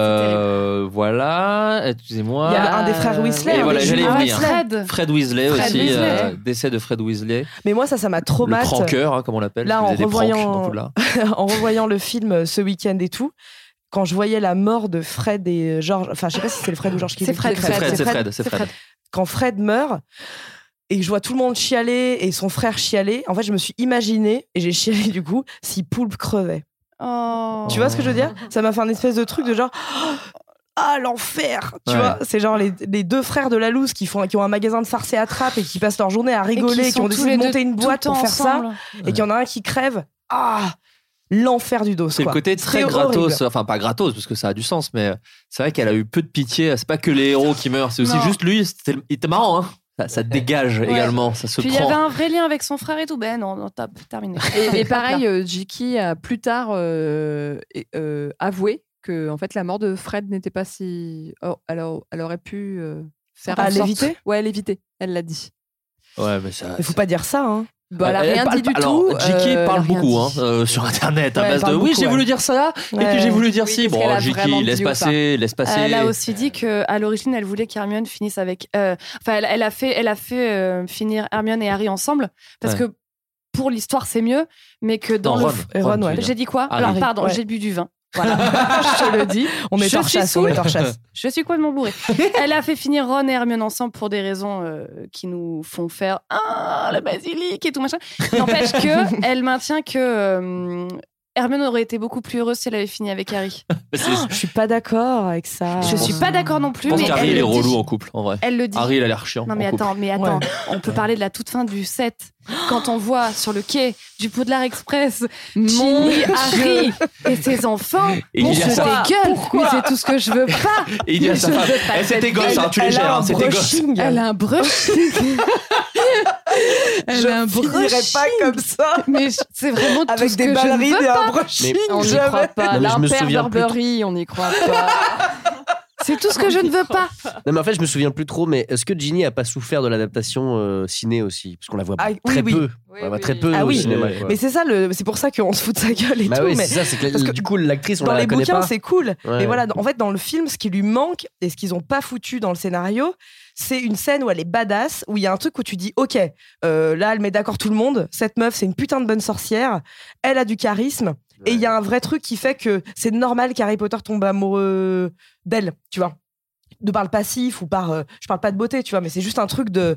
D: Euh, voilà, excusez-moi. Euh,
E: Il y a un des frères Weasley,
D: Et
E: un
D: voilà,
E: des
D: j'allais y
E: jumeaux
D: venir.
E: Fred.
D: Fred Weasley
E: Fred
D: aussi,
E: Weasley.
D: euh, décès de Fred Weasley.
E: Mais moi, ça, ça m'a traumatisé.
D: Le cranqueur, hein, comme on l'appelle,
E: Là,
D: qui
E: en
D: faisait des pranks dans
E: revoyant, euh,
D: Poudlard.
E: en revoyant le film euh, ce week-end et tout, quand je voyais la mort de Fred et euh, George, enfin, je sais pas si c'est le Fred ou George qui
D: C'est
E: qui-
D: Fred, c'est Fred, c'est Fred, c'est Fred.
E: Quand Fred meurt et que je vois tout le monde chialer et son frère chialer, en fait, je me suis imaginé et j'ai chialé du coup si Poulpe crevait.
B: Oh.
E: Tu vois ce que je veux dire
D: Oh.
E: Ça m'a fait un espèce de truc de genre. Ah,
B: Oh,
E: l'enfer Tu
D: Ouais.
E: vois, c'est genre les, les deux frères de la loose qui, font, qui ont un magasin de farce et attrape et qui passent leur journée à rigoler, qui, ont
B: sont tous
E: décidé
B: les
E: de monter
B: deux
E: une
B: tout
E: boîte
B: le
E: pour
B: temps
E: faire
B: ensemble.
E: ça et qu'il y en a un qui crève. Ah L'enfer du dos.
D: C'est le côté très gratos, enfin pas gratos parce que ça a du sens, mais euh, c'est vrai qu'elle a eu peu de pitié. C'est pas que les héros qui meurent, c'est aussi
B: Non.
D: juste lui. C'était il était marrant, hein. Ça, ça dégage
B: Ouais.
D: également, ça se
B: Puis il y
D: prend.
B: avait un vrai lien avec son frère et tout. Ben non, non top, terminé.
G: Et, et pareil, euh, J.K. a plus tard euh, et- euh, avoué que en fait la mort de Fred n'était pas si. Oh, alors, elle aurait pu euh, faire
B: Bah,
E: Ah,
G: en sorte-
E: l'éviter
G: Ouais, l'éviter. Elle l'a dit.
D: Ouais, mais ça.
E: Il faut pas dire ça, hein.
G: Bah, elle a
D: Euh, Elle
G: rien
D: parle
G: dit du
D: pas- alors,
G: tout.
D: JK
G: euh,
D: parle
G: elle a rien
D: beaucoup
G: dit.
D: hein, euh, sur internet à
G: Ouais, elle
D: base de
G: parle
D: oui,
G: beaucoup,
D: j'ai
G: ouais.
D: voulu dire ça et
B: Ouais.
D: puis j'ai voulu dire
B: Oui,
D: ci.
B: qu'est-ce qu'elle
D: Bon,
B: a vraiment
D: JK, laisse
B: dit ou pas
D: passer, laisse passer.
B: Elle a aussi dit qu'à l'origine, elle voulait qu'Hermione finisse avec. euh, Enfin, elle, elle a fait, elle a fait euh, finir Hermione et Harry ensemble parce
D: Ouais.
B: que pour l'histoire, c'est mieux, mais que dans
E: Non,
B: le.
E: Ron, euh, Ron, ouais.
B: J'ai dit quoi
E: Harry.
B: Alors, pardon,
E: Ouais.
B: j'ai bu du vin. Voilà, je le dis.
E: On est
B: je
E: hors
B: suis
E: chasse, on
B: saoule.
E: est hors chasse.
B: Je suis complètement bourrée. Elle a fait finir Ron et Hermione ensemble pour des raisons euh, qui nous font faire ah la basilic et tout machin. N'empêche que elle maintient que euh, Hermione aurait été beaucoup plus heureuse si elle avait fini avec Harry.
D: Ah.
E: Je suis pas d'accord avec ça.
B: Je suis pas d'accord non
D: Je
B: plus.
D: pense
B: mais
D: qu'Harry
B: elle
D: il est
B: le dit.
D: relou en couple en vrai.
B: Elle le dit.
D: Harry il a l'air chiant.
B: Non mais
D: en couple.
B: attends, mais attends, on peut parler de la toute fin du set quand on voit sur le quai du Poudlard Express
G: Mon
B: Ginny,
G: Dieu.
B: Harry et ses enfants.
D: Et
B: on
D: il y
B: se
D: a sa-
B: dégueule, mais
D: Pourquoi
B: c'est tout ce que je veux pas.
D: Et il y a
B: Mais
D: sa
B: je
D: femme.
B: veux pas
D: Eh, c'était
B: cette
D: gosse, hein, tu
B: gueule.
D: les gères, hein, c'était gosse.
B: Elle a un brushing. Elle a un
E: finirai
B: brushing.
E: pas comme ça.
B: Mais je- c'est vraiment tout
E: Avec
B: ce
E: des
B: que je ne
E: ballerines
B: veux
E: et un
B: pas.
E: brushing,
B: Mais on n'y
E: jamais.
B: croit pas.
A: Non, mais je me
B: L'imper
A: souviens plus
B: Burberry, on n'y croit pas. C'est tout ce que je ne veux pas.
A: Non, mais en fait, je me souviens plus trop, mais est-ce que Ginny a pas souffert de l'adaptation euh, ciné aussi Parce qu'on la voit
E: Ah,
A: très
E: oui, oui.
A: peu. on la
D: Bah,
A: voit très peu
E: Ah
A: au
E: oui.
A: cinéma. quoi.
E: Mais c'est ça, le... c'est pour ça qu'on se fout de sa gueule et
A: Bah
E: tout.
A: oui,
E: mais...
A: c'est ça, c'est que, la-
E: parce que
A: du coup, l'actrice, on
E: dans
A: la
E: les
A: connaît
E: bouquins,
A: pas.
E: c'est cool.
A: Ouais.
E: Mais voilà, en fait, dans le film, ce qui lui manque et ce qu'ils ont pas foutu dans le scénario, c'est une scène où elle est badass, où il y a un truc où tu dis, ok, euh, là, elle met d'accord tout le monde. Cette meuf, c'est une putain de bonne sorcière. Elle a du charisme. Et il y a un vrai truc qui fait que c'est normal qu'Harry Potter tombe amoureux d'elle, tu vois. De par le passif ou par. euh, je parle pas de beauté, tu vois, mais c'est juste un truc de.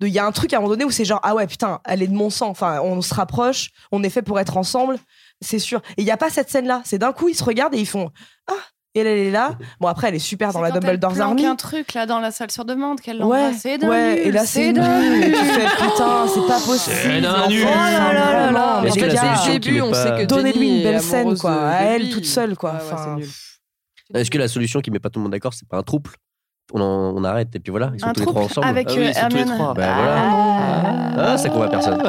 E: de- Il y a un truc à un moment donné où c'est genre, ah ouais, putain, elle est de mon sang. Enfin, on se rapproche, on est fait pour être ensemble, c'est sûr. Et il n'y a pas cette scène-là. C'est d'un coup, ils se regardent et ils font, ah, et elle, elle est là. Bon, après, elle est super dans la
B: Quand elle
E: Dumbledore's
B: planque
E: Army.
B: un truc là dans la salle sur demande qu'elle
E: Ouais,
B: l'envoie. C'est d'un
E: ouais,
B: nul,
E: et là, c'est nul.
B: d'un
E: Et tu fais, putain, c'est pas
B: Oh.
E: possible.
D: C'est d'un nul.
E: Oh là là là là.
D: Est-ce que la
E: Les gars,
D: solution qui met pas-
E: Donnez-lui une
G: est
E: belle scène,
G: amoureuse
E: quoi.
G: de-
E: À
G: de
E: elle,
G: lui.
E: toute seule, quoi. Enfin,
A: Est-ce que la solution qui met pas tout le monde d'accord, c'est pas un trouble on, en- on arrête et puis voilà, ils sont
B: Un
A: tous les
B: trouble
A: trois ensemble.
B: avec,
A: ah oui,
B: euh,
A: ils sont tous les
B: Hermione.
A: trois. Bah, voilà. Ah, ça convainc personne.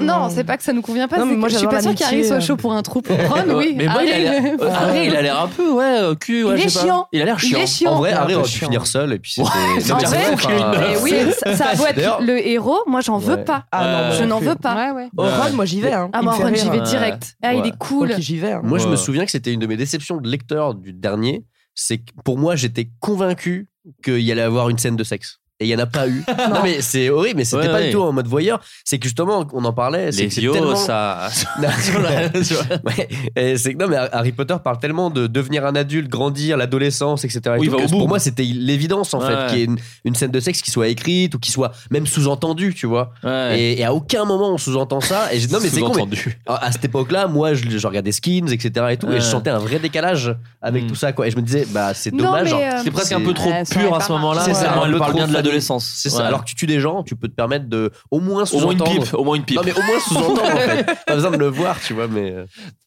B: Non, non, c'est pas que ça nous convient pas.
E: Non,
B: c'est
E: mais moi,
B: que je suis
E: j'adore
B: pas sûre
E: l'amitié,
B: qu'Harry soit
E: euh.
B: chaud pour un troupe. Ron, oui.
D: Mais moi, il a
B: Harry,
D: l'air-
B: euh,
D: Harry, il a l'air un peu, ouais, euh, cul. ouais,
B: Il
D: je
B: est
D: sais pas.
B: chiant.
D: Il a l'air
B: Il
D: chiant.
B: est chiant.
A: En vrai,
B: Il est
A: Harry
B: un peu
A: aurait pu
B: chiant.
A: finir seul et puis c'était.
B: En
A: déjà
B: vrai,
A: bon, enfin, euh,
B: eh oui, ça, ça a beau être
A: D'ailleurs-
B: le héros, moi j'en veux
A: Ouais.
B: pas.
A: Ah non, moi
B: je
A: non
B: n'en
A: plus.
B: veux pas.
E: Au Ron, moi, j'y vais. hein.
B: Ah,
E: Il
B: moi,
E: me fait
B: Ron,
E: rire.
B: j'y vais
A: Ouais.
B: direct. Ah, il
A: Ouais.
B: est cool.
E: Faut qu'il- j'y vais, hein.
A: Moi, je
E: Ouais.
A: me souviens que c'était une de mes déceptions de lecteur du dernier. C'est que pour moi, j'étais convaincu qu'il y allait avoir une scène de sexe. Et il n'y en a pas eu. non, mais c'est horrible, mais c'était
D: Ouais,
A: pas
D: ouais.
A: du tout en mode voyeur. C'est que justement, on en parlait. c'est
D: Les
A: que c'est
D: vieux,
A: tellement-
D: ça.
A: Ouais. Et c'est que- non, mais Harry Potter parle tellement de devenir un adulte, grandir, l'adolescence, etc. et
D: Oui,
A: tout,
D: il va
A: que
D: au bout.
A: pour moi, Ah, c'était l'évidence en
D: Ouais.
A: fait qu'il y ait une, une scène de sexe qui soit écrite ou qui soit même sous-entendue, tu vois.
D: Ouais.
A: Et, et à aucun moment on sous-entend ça. Et j'ai- non, mais c'est con, mais
D: Sous-entendu.
A: à, à cette époque-là, moi, je, je regardais Skins, etc. et tout,
D: Ouais. Mm.
A: et je sentais un vrai décalage avec tout ça, quoi. Et je me disais, bah, c'est dommage. genre,
D: C'est presque un peu trop pur à ce moment-là.
A: C'est ça,
D: Vraiment,
A: un peu
D: Elle parle
A: trop
D: bien de
A: famille.
D: l'adolescence.
A: C'est ça.
D: Ouais.
A: Alors que tu tues des gens, tu peux te permettre de au moins
D: Au moins une
A: sous-entendre.
D: pipe. Au moins une pipe.
A: Non, mais au moins sous-entendre, en fait. Pas besoin de le voir, tu vois, mais. euh,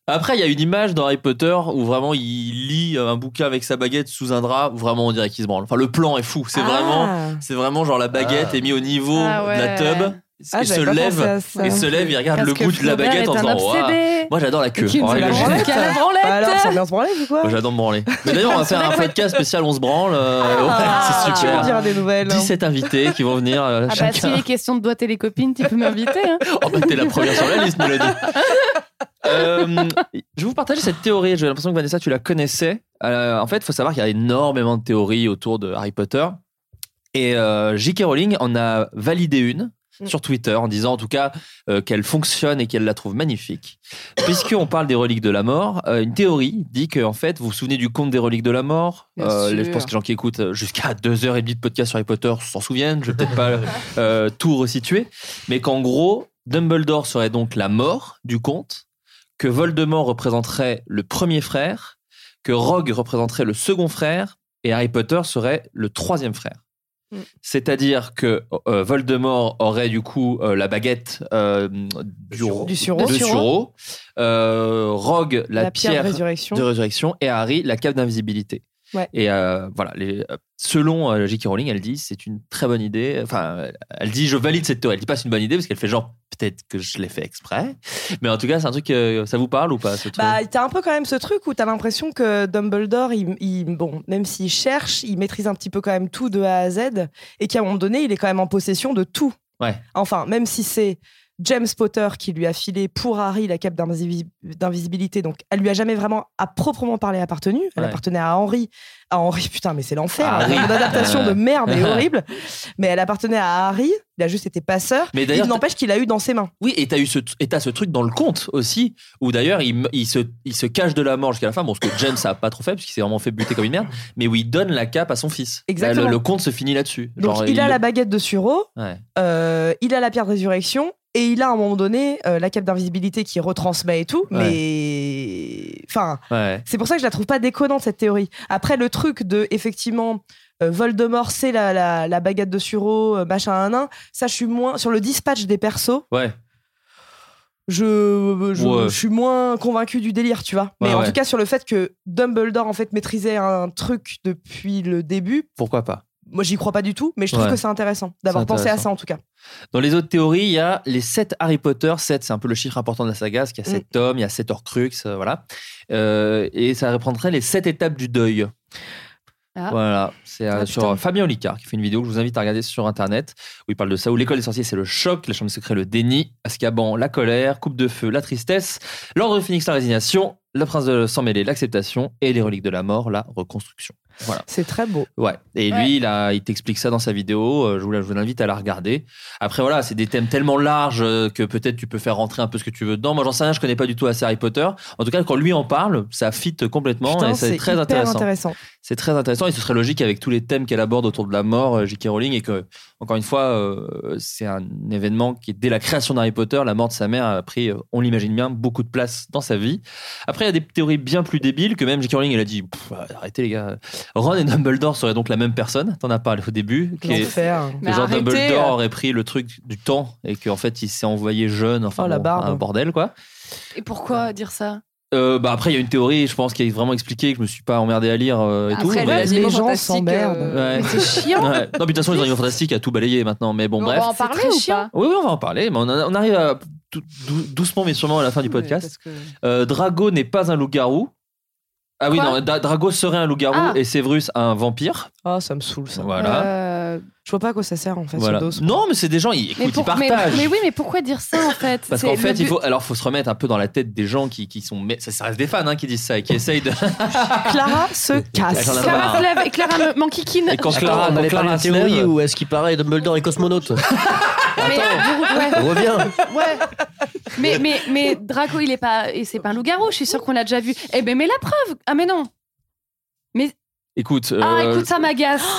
D: Après, il y a une image dans Harry Potter où vraiment il lit euh, un bouquin avec sa baguette sous un drap. où Vraiment, on dirait qu'il se branle. Enfin, le plan est fou. C'est
E: Ah.
D: vraiment, c'est vraiment genre la baguette
E: Ah.
D: est mise au niveau
E: Ah
D: de la
E: ouais.
D: tub.
E: Ah,
D: il se
E: j'avais pas pensé à
D: lève,
E: ça.
D: il se lève, il regarde
E: Parce
D: le
E: que
D: bout de la
E: Flaubert
D: baguette
E: est
D: en
E: un
D: disant Waouh.
E: obsédé.
D: Moi, j'adore la queue.
E: Qui
D: En
E: nous
D: règle
E: a
D: générale.
E: branlé,
D: Moi,
E: Bah Alors, ça vient se branler ou quoi
D: J'adore me branler. Mais D'ailleurs, on va faire un podcast spécial. On se branle. euh, ouais,
E: Ah,
D: c'est
E: tu
D: super.
E: me diras des nouvelles. hein.
D: 17 invités qui vont venir. euh,
B: Ah bah,
D: chacun.
B: s'il est question de doigter les copines, tu peux m'inviter. hein.
D: Oh, bah, T'es la première sur la liste, Mélodie. Euh, je vais vous partager cette théorie. J'ai l'impression que Vanessa, tu la connaissais. Euh, en fait, il faut savoir qu'il y a énormément de théories autour de Harry Potter. Et euh, J.K. Rowling en a validé une
I: Mm.
D: sur Twitter en disant en tout cas euh, qu'elle fonctionne et qu'elle la trouve magnifique. Puisqu'on parle des reliques de la mort, euh, une théorie dit que en fait, vous vous souvenez du conte des reliques de la mort
I: Bien
D: Euh, les- Je
I: sûr.
D: pense que les gens qui écoutent euh, jusqu'à 2h30 de podcast sur Harry Potter s'en souviennent, je vais peut-être pas euh, tout resituer, mais qu'en gros, Dumbledore serait donc la mort du conte, que Voldemort représenterait le premier frère, que Rogue représenterait le second frère, et Harry Potter serait le troisième frère.
E: Mm.
D: C'est-à-dire que euh, Voldemort aurait du coup euh, la baguette euh, du, ro-
E: Du sureau.
D: de
E: Du sureau.
D: sureau, euh, Rogue la,
E: La pierre de résurrection.
D: de résurrection et Harry la cape d'invisibilité.
E: Ouais.
D: Et euh, voilà, les- euh, selon euh, J.K. Rowling, elle dit c'est une très bonne idée. Enfin, elle dit je valide cette théorie. Elle dit pas c'est une bonne idée parce qu'elle fait genre peut-être que je l'ai fait exprès. Mais en tout cas, c'est un truc, euh, ça vous parle ou pas ce truc
E: Bah, t'as un peu quand même ce truc où t'as l'impression que Dumbledore, il, il- bon, même s'il cherche, il maîtrise un petit peu quand même tout de A à Z, et qu'à un moment donné, il est quand même en possession de tout.
D: Ouais.
E: Enfin, même si c'est James Potter qui lui a filé pour Harry la cape d'invisi- d'invisibilité, donc elle lui a jamais vraiment à proprement parler appartenu. Elle
D: Ouais. Ah
E: appartenait à Henry. À Henry, putain, mais c'est l'enfer. hein,
D: Harry.
E: Une adaptation de merde et horrible. Mais elle appartenait à Harry. Il a juste été passeur.
D: Mais d'ailleurs,
E: il n'empêche qu'il a eu dans ses mains.
D: Oui, et t'as eu ce, et t'as ce truc dans le conte aussi, où d'ailleurs il, me- il se, il se cache de la mort jusqu'à la fin. Bon, ce que James a pas trop fait, parce qu'il s'est vraiment fait buter comme une merde, mais où il donne la cape à son fils.
E: Exactement.
D: Là, le, le conte se finit là-dessus.
E: Donc
D: Genre,
E: il, a
D: le-
E: la baguette de Suro,
D: Ouais.
E: euh, il a la pierre de résurrection et il a à un moment donné euh, la cape d'invisibilité qui retransmet et tout. Mais enfin,
D: Ouais.
E: c'est pour ça que je la trouve pas déconnante cette théorie. Après le truc de effectivement euh, Voldemort c'est la, la, la baguette de Suro, euh, machin un nain. Ça je suis moins sur le dispatch des persos.
D: Ouais.
E: Je, je,
D: Ouais.
E: je suis moins convaincu du délire, tu vois. Mais
D: Ouais,
E: en
D: ouais.
E: tout cas sur le fait que Dumbledore en fait maîtrisait un truc depuis le début.
D: Pourquoi pas
E: Moi j'y crois pas du tout, mais je trouve
D: Ouais.
E: que c'est intéressant d'avoir
D: C'est
E: pensé à
D: intéressant.
E: ça en tout cas.
D: Dans les autres théories, il y a les 7 Harry Potter. 7, c'est un peu le chiffre important de la saga, parce qu'il y a 7 tomes, il y a 7 Horcrux, euh, voilà. Euh, et ça reprendrait les 7 étapes du deuil.
B: Ah.
D: Voilà, c'est euh,
B: Ah,
D: sur
B: putain.
D: euh, Fabien Olicard qui fait une vidéo que je vous invite à regarder sur internet où il parle de ça, où l'école des sorciers c'est le choc, la chambre des secrets le déni, Azkaban la colère, coupe de feu la tristesse, l'ordre du phénix la résignation, le prince de sang mêlé l'acceptation et les reliques de la mort la reconstruction. Voilà.
E: C'est très beau.
D: Ouais. Et
E: Ouais.
D: lui, il, a- il t'explique ça dans sa vidéo. euh, Je vous, la- je vous l'invite à la regarder. Après, voilà, c'est des thèmes tellement larges euh, que peut-être tu peux faire rentrer un peu ce que tu veux dedans. Moi, j'en sais rien, je connais pas du tout assez Harry Potter. En tout cas, quand lui en parle, ça fit complètement
E: Putain,
D: et c'est
E: c'est
D: très
E: hyper
D: intéressant.
E: intéressant.
D: C'est très intéressant et ce serait logique avec tous les thèmes qu'elle aborde autour de la mort, euh, J.K. Rowling, et que, encore une fois, euh, c'est un événement qui, dès la création d'Harry Potter, la mort de sa mère a pris, euh, on l'imagine bien, beaucoup de place dans sa vie. Après, il y a des théories bien plus débiles que même J.K. Rowling, elle a dit Pff, arrêtez les gars, Ron et Dumbledore seraient donc la même personne, t'en as parlé au début. qui est-
E: L'enfer.
D: que
E: Mais
D: genre
E: arrêtez,
D: Dumbledore
E: euh.
D: aurait pris le truc du temps et qu'en fait il s'est envoyé jeune, enfin,
B: Oh, la
D: bon,
B: barbe.
D: un bordel quoi.
B: Et pourquoi dire ça
D: Euh, bah après, il y a une théorie, je pense, qui est vraiment expliquée, que je me suis pas emmerdé à lire euh, et
B: Après,
D: tout.
B: les
D: mais-
B: Animaux euh,
E: Les gens s'emmerdent.
D: Ouais.
B: Mais c'est chiant.
D: Ouais. Non, puis de toute façon, les animaux fantastiques a tout balayé maintenant. Mais bon,
G: On
D: bref.
G: va en parler ou pas
D: Oui, oui, on va en parler. Mais on, en- on arrive à tout- dou- doucement, mais sûrement à la fin du podcast. Euh, Drago n'est pas un loup-garou. Ah oui,
E: Quoi
D: non, Da- Drago serait un loup-garou
E: Ah.
D: et Severus un vampire.
E: Oh, ça me saoule ça.
D: Voilà.
B: Euh,
E: Euh, Je vois pas à quoi ça sert en fait.
D: Voilà.
E: ce dos.
D: Non, mais c'est des gens, ils, écoute,
B: mais,
D: ils
B: pour- mais-
D: partagent.
B: mais oui, mais pourquoi dire ça en fait
D: Parce
B: C'est
D: qu'en
B: le
D: fait, il
B: but-
D: faut, alors, faut se remettre un peu dans la tête des gens qui, qui sont. mais Ça, ça reste des fans hein, qui disent ça et qui essayent de.
E: Ah, Clara se casse.
D: J'en ai
B: Clara
D: marre.
B: se lève et Clara me- m'enquiquine.
D: Euh, Et quand
B: Je-
A: Clara, on
D: quand
A: allait parler
D: Clara
A: de
D: se
A: théorie
D: lève-
A: ou est-ce qu'il paraît Dumbledore est cosmonaute
B: Mais, ouais.
A: Reviens
B: Ouais. Mais, mais, mais Draco, il est pas. Et c'est pas un loup-garou, je suis sûre qu'on l'a déjà vu. Eh ben, mais la preuve Ah, mais non
D: Écoute,
B: Ah,
D: euh,
B: écoute, ça m'agace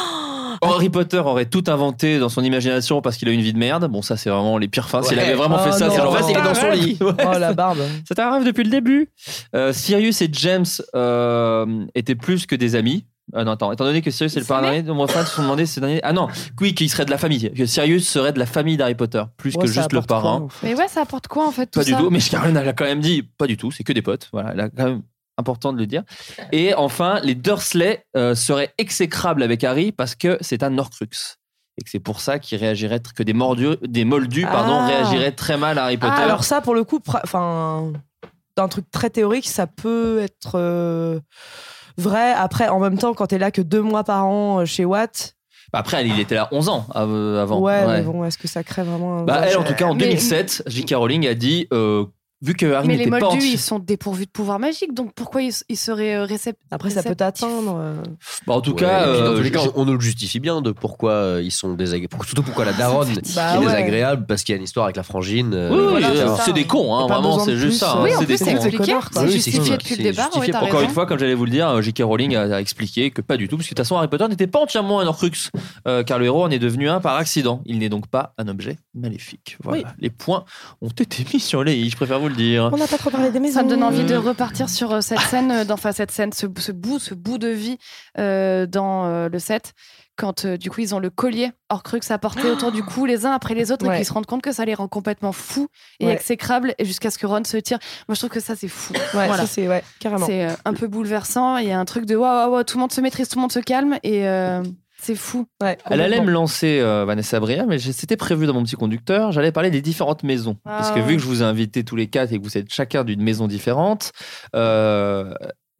B: Oh,
D: Oh. Harry Potter aurait tout inventé dans son imagination parce qu'il a une vie de merde. Bon, ça, c'est vraiment les pires fins. S'il
A: Ouais.
D: avait vraiment
A: Oh
D: fait ça,
A: non.
D: c'est genre,
A: En fait, il est dans son lit.
D: Ouais,
E: Oh la barbe.
D: C'était un rêve depuis le début. Euh, Sirius et James euh, étaient plus que des amis. Ah non, attends, étant donné que Sirius est le parrain d'Harry, donc, enfin, ils se sont demandé ces derniers. Ah non, oui, qu'il serait de la famille. Que Sirius serait de la famille d'Harry Potter, plus
B: Ouais,
D: que
B: ça
D: juste le
B: apporte quoi,
D: parrain.
B: en Mais ouais, ça apporte quoi en fait tout
D: Oh. Pas du
B: ça
D: tout. Mais Caroline, elle a quand même dit pas du tout, c'est que des potes. Voilà, elle a quand même important de le dire. Et enfin, les Dursley euh, seraient exécrables avec Harry parce que c'est un Horcrux. Et que c'est pour ça qu'il réagirait, tr- que des, mordus, des moldus pardon,
E: Ah.
D: réagiraient très mal à Harry Potter.
E: Ah, alors ça pour le coup, pra- enfin, d'un truc très théorique, ça peut être euh, vrai. Après, en même temps, quand t'es là que deux mois par an euh, chez Watt,
D: Bah Après, il était là 11 ans av- euh, avant.
E: ouais,
D: Ouais.
E: mais bon, est-ce que ça crée vraiment un...
D: Bah, elle, en tout cas, en
B: Mais-
D: 2007, J.K. Rowling a dit euh, vu que Harry
B: Mais les
D: n'était pas
B: Moldus,
D: anti-
B: ils sont dépourvus de pouvoir magique, donc pourquoi ils, ils seraient euh, réceptifs
E: Après, ça peut t'atteindre. euh.
D: Bah, en tout
A: Ouais,
D: cas,
A: et puis dans
D: euh,
A: tous les cas,
D: j'ai-
A: on on nous le justifie bien de pourquoi euh, ils sont désagréables. Surtout pourquoi la daronne
E: Bah
A: est
E: ouais.
A: désagréable parce qu'il y a une histoire avec la frangine. euh,
D: Oui, oui,
A: voilà,
D: euh,
A: ça.
D: c'est des cons, hein,
A: Et pas
D: vraiment,
A: besoin
D: c'est
A: de
D: juste
A: plus,
D: ça.
A: euh,
D: hein,
A: Oui, en
D: c'est
A: plus,
D: des
A: c'est
D: cons, hein.
A: expliqué,
B: c'est
D: Oui,
B: justifié
D: c'est-
B: depuis le
D: c'est
B: départ,
D: justifié.
B: ouais, t'as
D: Encore
B: raison.
D: une fois, comme j'allais vous le dire, euh, J.K. Rowling a a expliqué que pas du tout, parce que de toute façon, Harry Potter n'était pas entièrement un Horcrux, euh, car le héros en est devenu un par accident. Il n'est donc pas un objet maléfique. Voilà.
B: Oui.
D: Les points ont été mis sur les i, je préfère vous le dire.
E: On n'a pas trop parlé des maisons.
B: Ça me donne envie de
D: Mmh.
B: repartir sur euh, cette scène, euh, dans- enfin cette scène, ce, ce bout, ce bout de vie euh, dans euh, le set, quand euh, du coup ils ont le collier Horcrux à porter autour du cou les uns après les autres et
E: Ouais.
B: qu'ils se rendent compte que ça les rend complètement fous et
E: Ouais.
B: exécrables et jusqu'à ce que Ron se tire. Moi je trouve que ça c'est fou.
E: Ouais,
B: Voilà.
E: ça, c'est ouais, carrément.
B: C'est euh, un peu bouleversant. Il y a un truc de waouh, waouh, waouh, tout le monde se maîtrise, tout le monde se calme et. euh, C'est fou.
D: Elle allait me lancer euh, Vanessa Bria, mais j'ai- c'était prévu dans mon petit conducteur. J'allais parler des différentes maisons.
B: Ah
D: Parce que
B: ouais.
D: vu que je vous ai invités tous les quatre et que vous êtes chacun d'une maison différente, euh,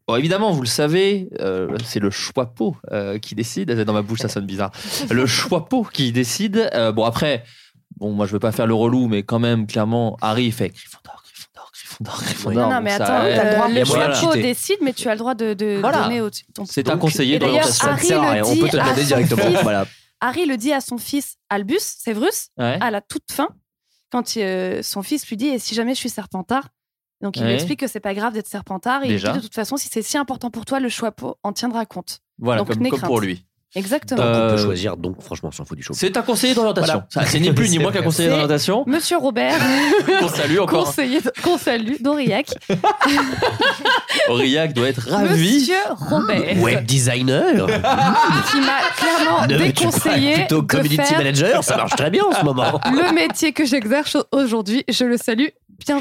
D: bon, évidemment, vous le savez, euh, c'est le choix pot euh, qui décide. Dans ma bouche, ça sonne bizarre. Le choix pot qui décide. Euh, bon, après, bon, moi, je veux pas faire le relou, mais quand même, clairement, Harry fait Gryffondor, Gryffondor, Gryffondor, Gryffondor.
B: non, mais
D: Ça,
B: attends,
D: elle-
B: euh,
D: il y a moyen
B: le choix
D: de
B: pro
D: cheater.
B: décide, mais tu as le droit de, de
D: Voilà.
B: donner au ton
D: C'est un conseiller
B: Et d'ailleurs,
D: d'orientation.
B: Harry
D: Ça ne sert à
B: le
D: rien, on
B: dit
D: peut te
B: à
D: demander
B: son
D: directement.
B: fils.
D: Voilà.
B: Harry le dit à son fils Albus, Severus,
D: Ouais.
B: à la toute fin, quand euh, son fils lui dit Et si jamais je suis serpentard Donc il lui
D: Ouais.
B: explique que c'est pas grave d'être serpentard. Et il lui
D: Déjà.
B: dit De toute façon, si c'est si important pour toi, le choix po- en tiendra compte.
D: Voilà,
B: Donc,
D: comme-
B: n'aie
D: comme
B: crainte.
D: pour lui.
B: Exactement.
D: Euh,
A: On peut choisir, donc franchement, on s'en fout du show.
D: C'est un conseiller d'orientation.
A: Voilà.
D: Ça, C'est ni plus ni
A: C'est
D: moins qu'un
A: vrai.
D: conseiller
B: C'est-
D: d'orientation.
B: Monsieur Robert,
D: On salue encore.
B: conseiller de- qu'on salue, d'Aurillac.
D: Aurillac doit être ravi.
B: Monsieur Robert.
A: Web designer
B: qui m'a clairement
A: Ne, tu
B: déconseillé
A: crois plutôt
B: de
A: community
B: faire
A: manager, ça marche très bien en ce moment.
B: le métier que j'exerce aujourd'hui. Je le salue bien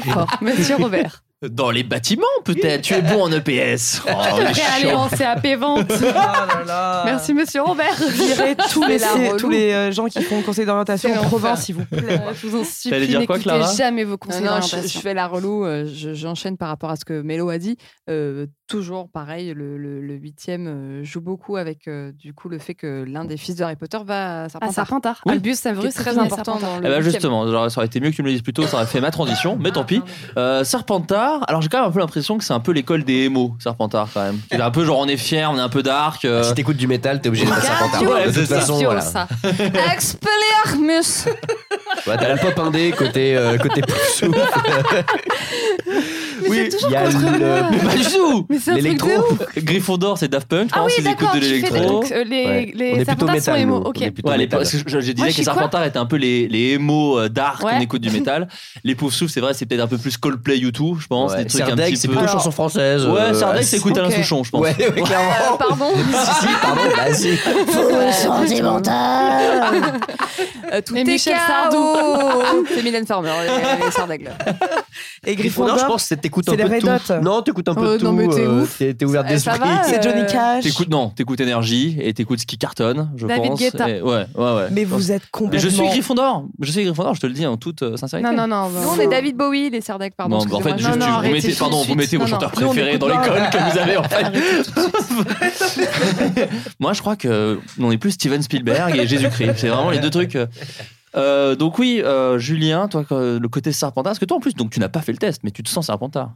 B: fort, monsieur Ah, Robert.
D: Dans les bâtiments, peut-être. Tu es bon en EPS. Oh,
B: Je
D: il est
B: devrais aller
D: chiant.
B: en CAP vente.
E: Ah
B: Merci, monsieur Robert.
E: Virez tous les,
B: C'est la relou.
E: tous les euh, gens qui font conseil d'orientation en province, s'il vous plaît.
B: Je vous en supplie,
E: T'allais dire quoi,
B: n'écoutez
E: Clara
B: jamais vos conseils
G: Non, non, je,
B: d'orientation.
G: je fais la relou, euh, je- j'enchaîne par rapport à ce que Mélo a dit. Euh, toujours pareil, le, le- le huitième euh, joue beaucoup avec euh, du coup le fait que l'un des fils de Harry Potter va à Serpentard.
B: À Serpentard. Albus Severus,
G: C'est très
B: Fini et
G: important
B: Serpentard.
G: dans
D: Eh
G: le
D: ben
G: huitième.
D: justement, genre, ça aurait été mieux que tu me le dises plus tôt, ça aurait fait ma transition, mais tant pis. Euh, Serpentard, alors j'ai quand même un peu l'impression que c'est un peu l'école des émos, Serpentard quand même. C'est un peu genre on est fier, on est un peu dark. euh. Si
A: Bah, t'écoutes du métal, t'es obligé de faire Serpentard.
D: Ouais,
A: De
D: c'est
A: toute
D: ça.
A: façon, voilà.
B: Euh,
G: Expelliarmus
A: Ouais, T'as la pop indé côté, euh, côté Poufsouffle.
D: Oui,
A: il y a le.
D: Mais pas du tout
B: Mais c'est un truc de
D: Gryffondor, c'est Daft Punk, je
B: Ah
D: pense,
B: oui,
D: ils écoutent
B: d'accord,
D: de
B: tu fais
D: l'électro.
B: donc, euh, les- Ouais. les On est plutôt Serpentards métal, sont émo, nous. ok. On est plutôt
D: Ouais, les-
A: métal.
D: parce que je, je disais
B: Moi, je
D: que
B: suis quoi
D: Serpentard était un peu les, les émos euh, dark,
B: Ouais.
D: on écoute du métal. les Poufsouffles, c'est vrai, c'est peut-être un peu plus Coldplay YouTube, je pense.
A: Ouais.
D: Des trucs un
A: Serdaigle,
D: petit
A: c'est
D: peu-
A: plutôt chanson française,
D: Ouais,
A: euh,
D: Serdaigle, c'est écoute Alain
A: ok.
D: Souchon, je pense.
A: Ouais, ouais, clairement.
G: Euh, pardon
A: Si, si, pardon, vas-y.
G: Ouais.
F: sentimental.
G: Euh, Tout
B: Et
G: est
B: Michel
G: Sardou C'est Mylène Farmer, les, les Sardègles.
E: Et
A: Gryffondor, je pense que c'est t'écoutes un
E: c'est
A: peu
E: les
A: tout.
E: Red Hot.
A: Non, t'écoutes un peu
E: Euh,
A: tout.
E: non, mais t'es
A: euh,
E: ouf.
A: T'es t'es ouvert
E: Eh, ça
A: d'esprit.
E: va, C'est Johnny euh, Cash.
D: T'écoutes, non, t'écoutes énergie et t'écoutes ce qui cartonne, je
B: David
D: pense.
B: Guetta.
D: Et- ouais, ouais, ouais.
E: Mais
D: Je pense-
E: vous êtes
D: Mais je
E: complètement.
D: suis Gryffondor, je suis Gryffondor, je te le dis en toute euh, sincérité.
B: Non, non, non.
G: Nous, on est David Bowie, les Sardègles, pardon.
D: Non, mais en fait, juste,
G: excusez-moi.
D: tu- vous, mettez, pardon, vous mettez vos
G: Non, non.
D: chanteurs
G: Nous, on
D: préférés dans
G: écoute pas.
D: l'école que vous avez en fait. Moi, je crois que on est plus Steven Spielberg et Jésus-Christ. C'est vraiment les deux trucs. Euh, donc oui, euh, Julien, toi, euh, le côté Serpentard, parce que toi en plus, donc tu n'as pas fait le test, mais tu te sens Serpentard.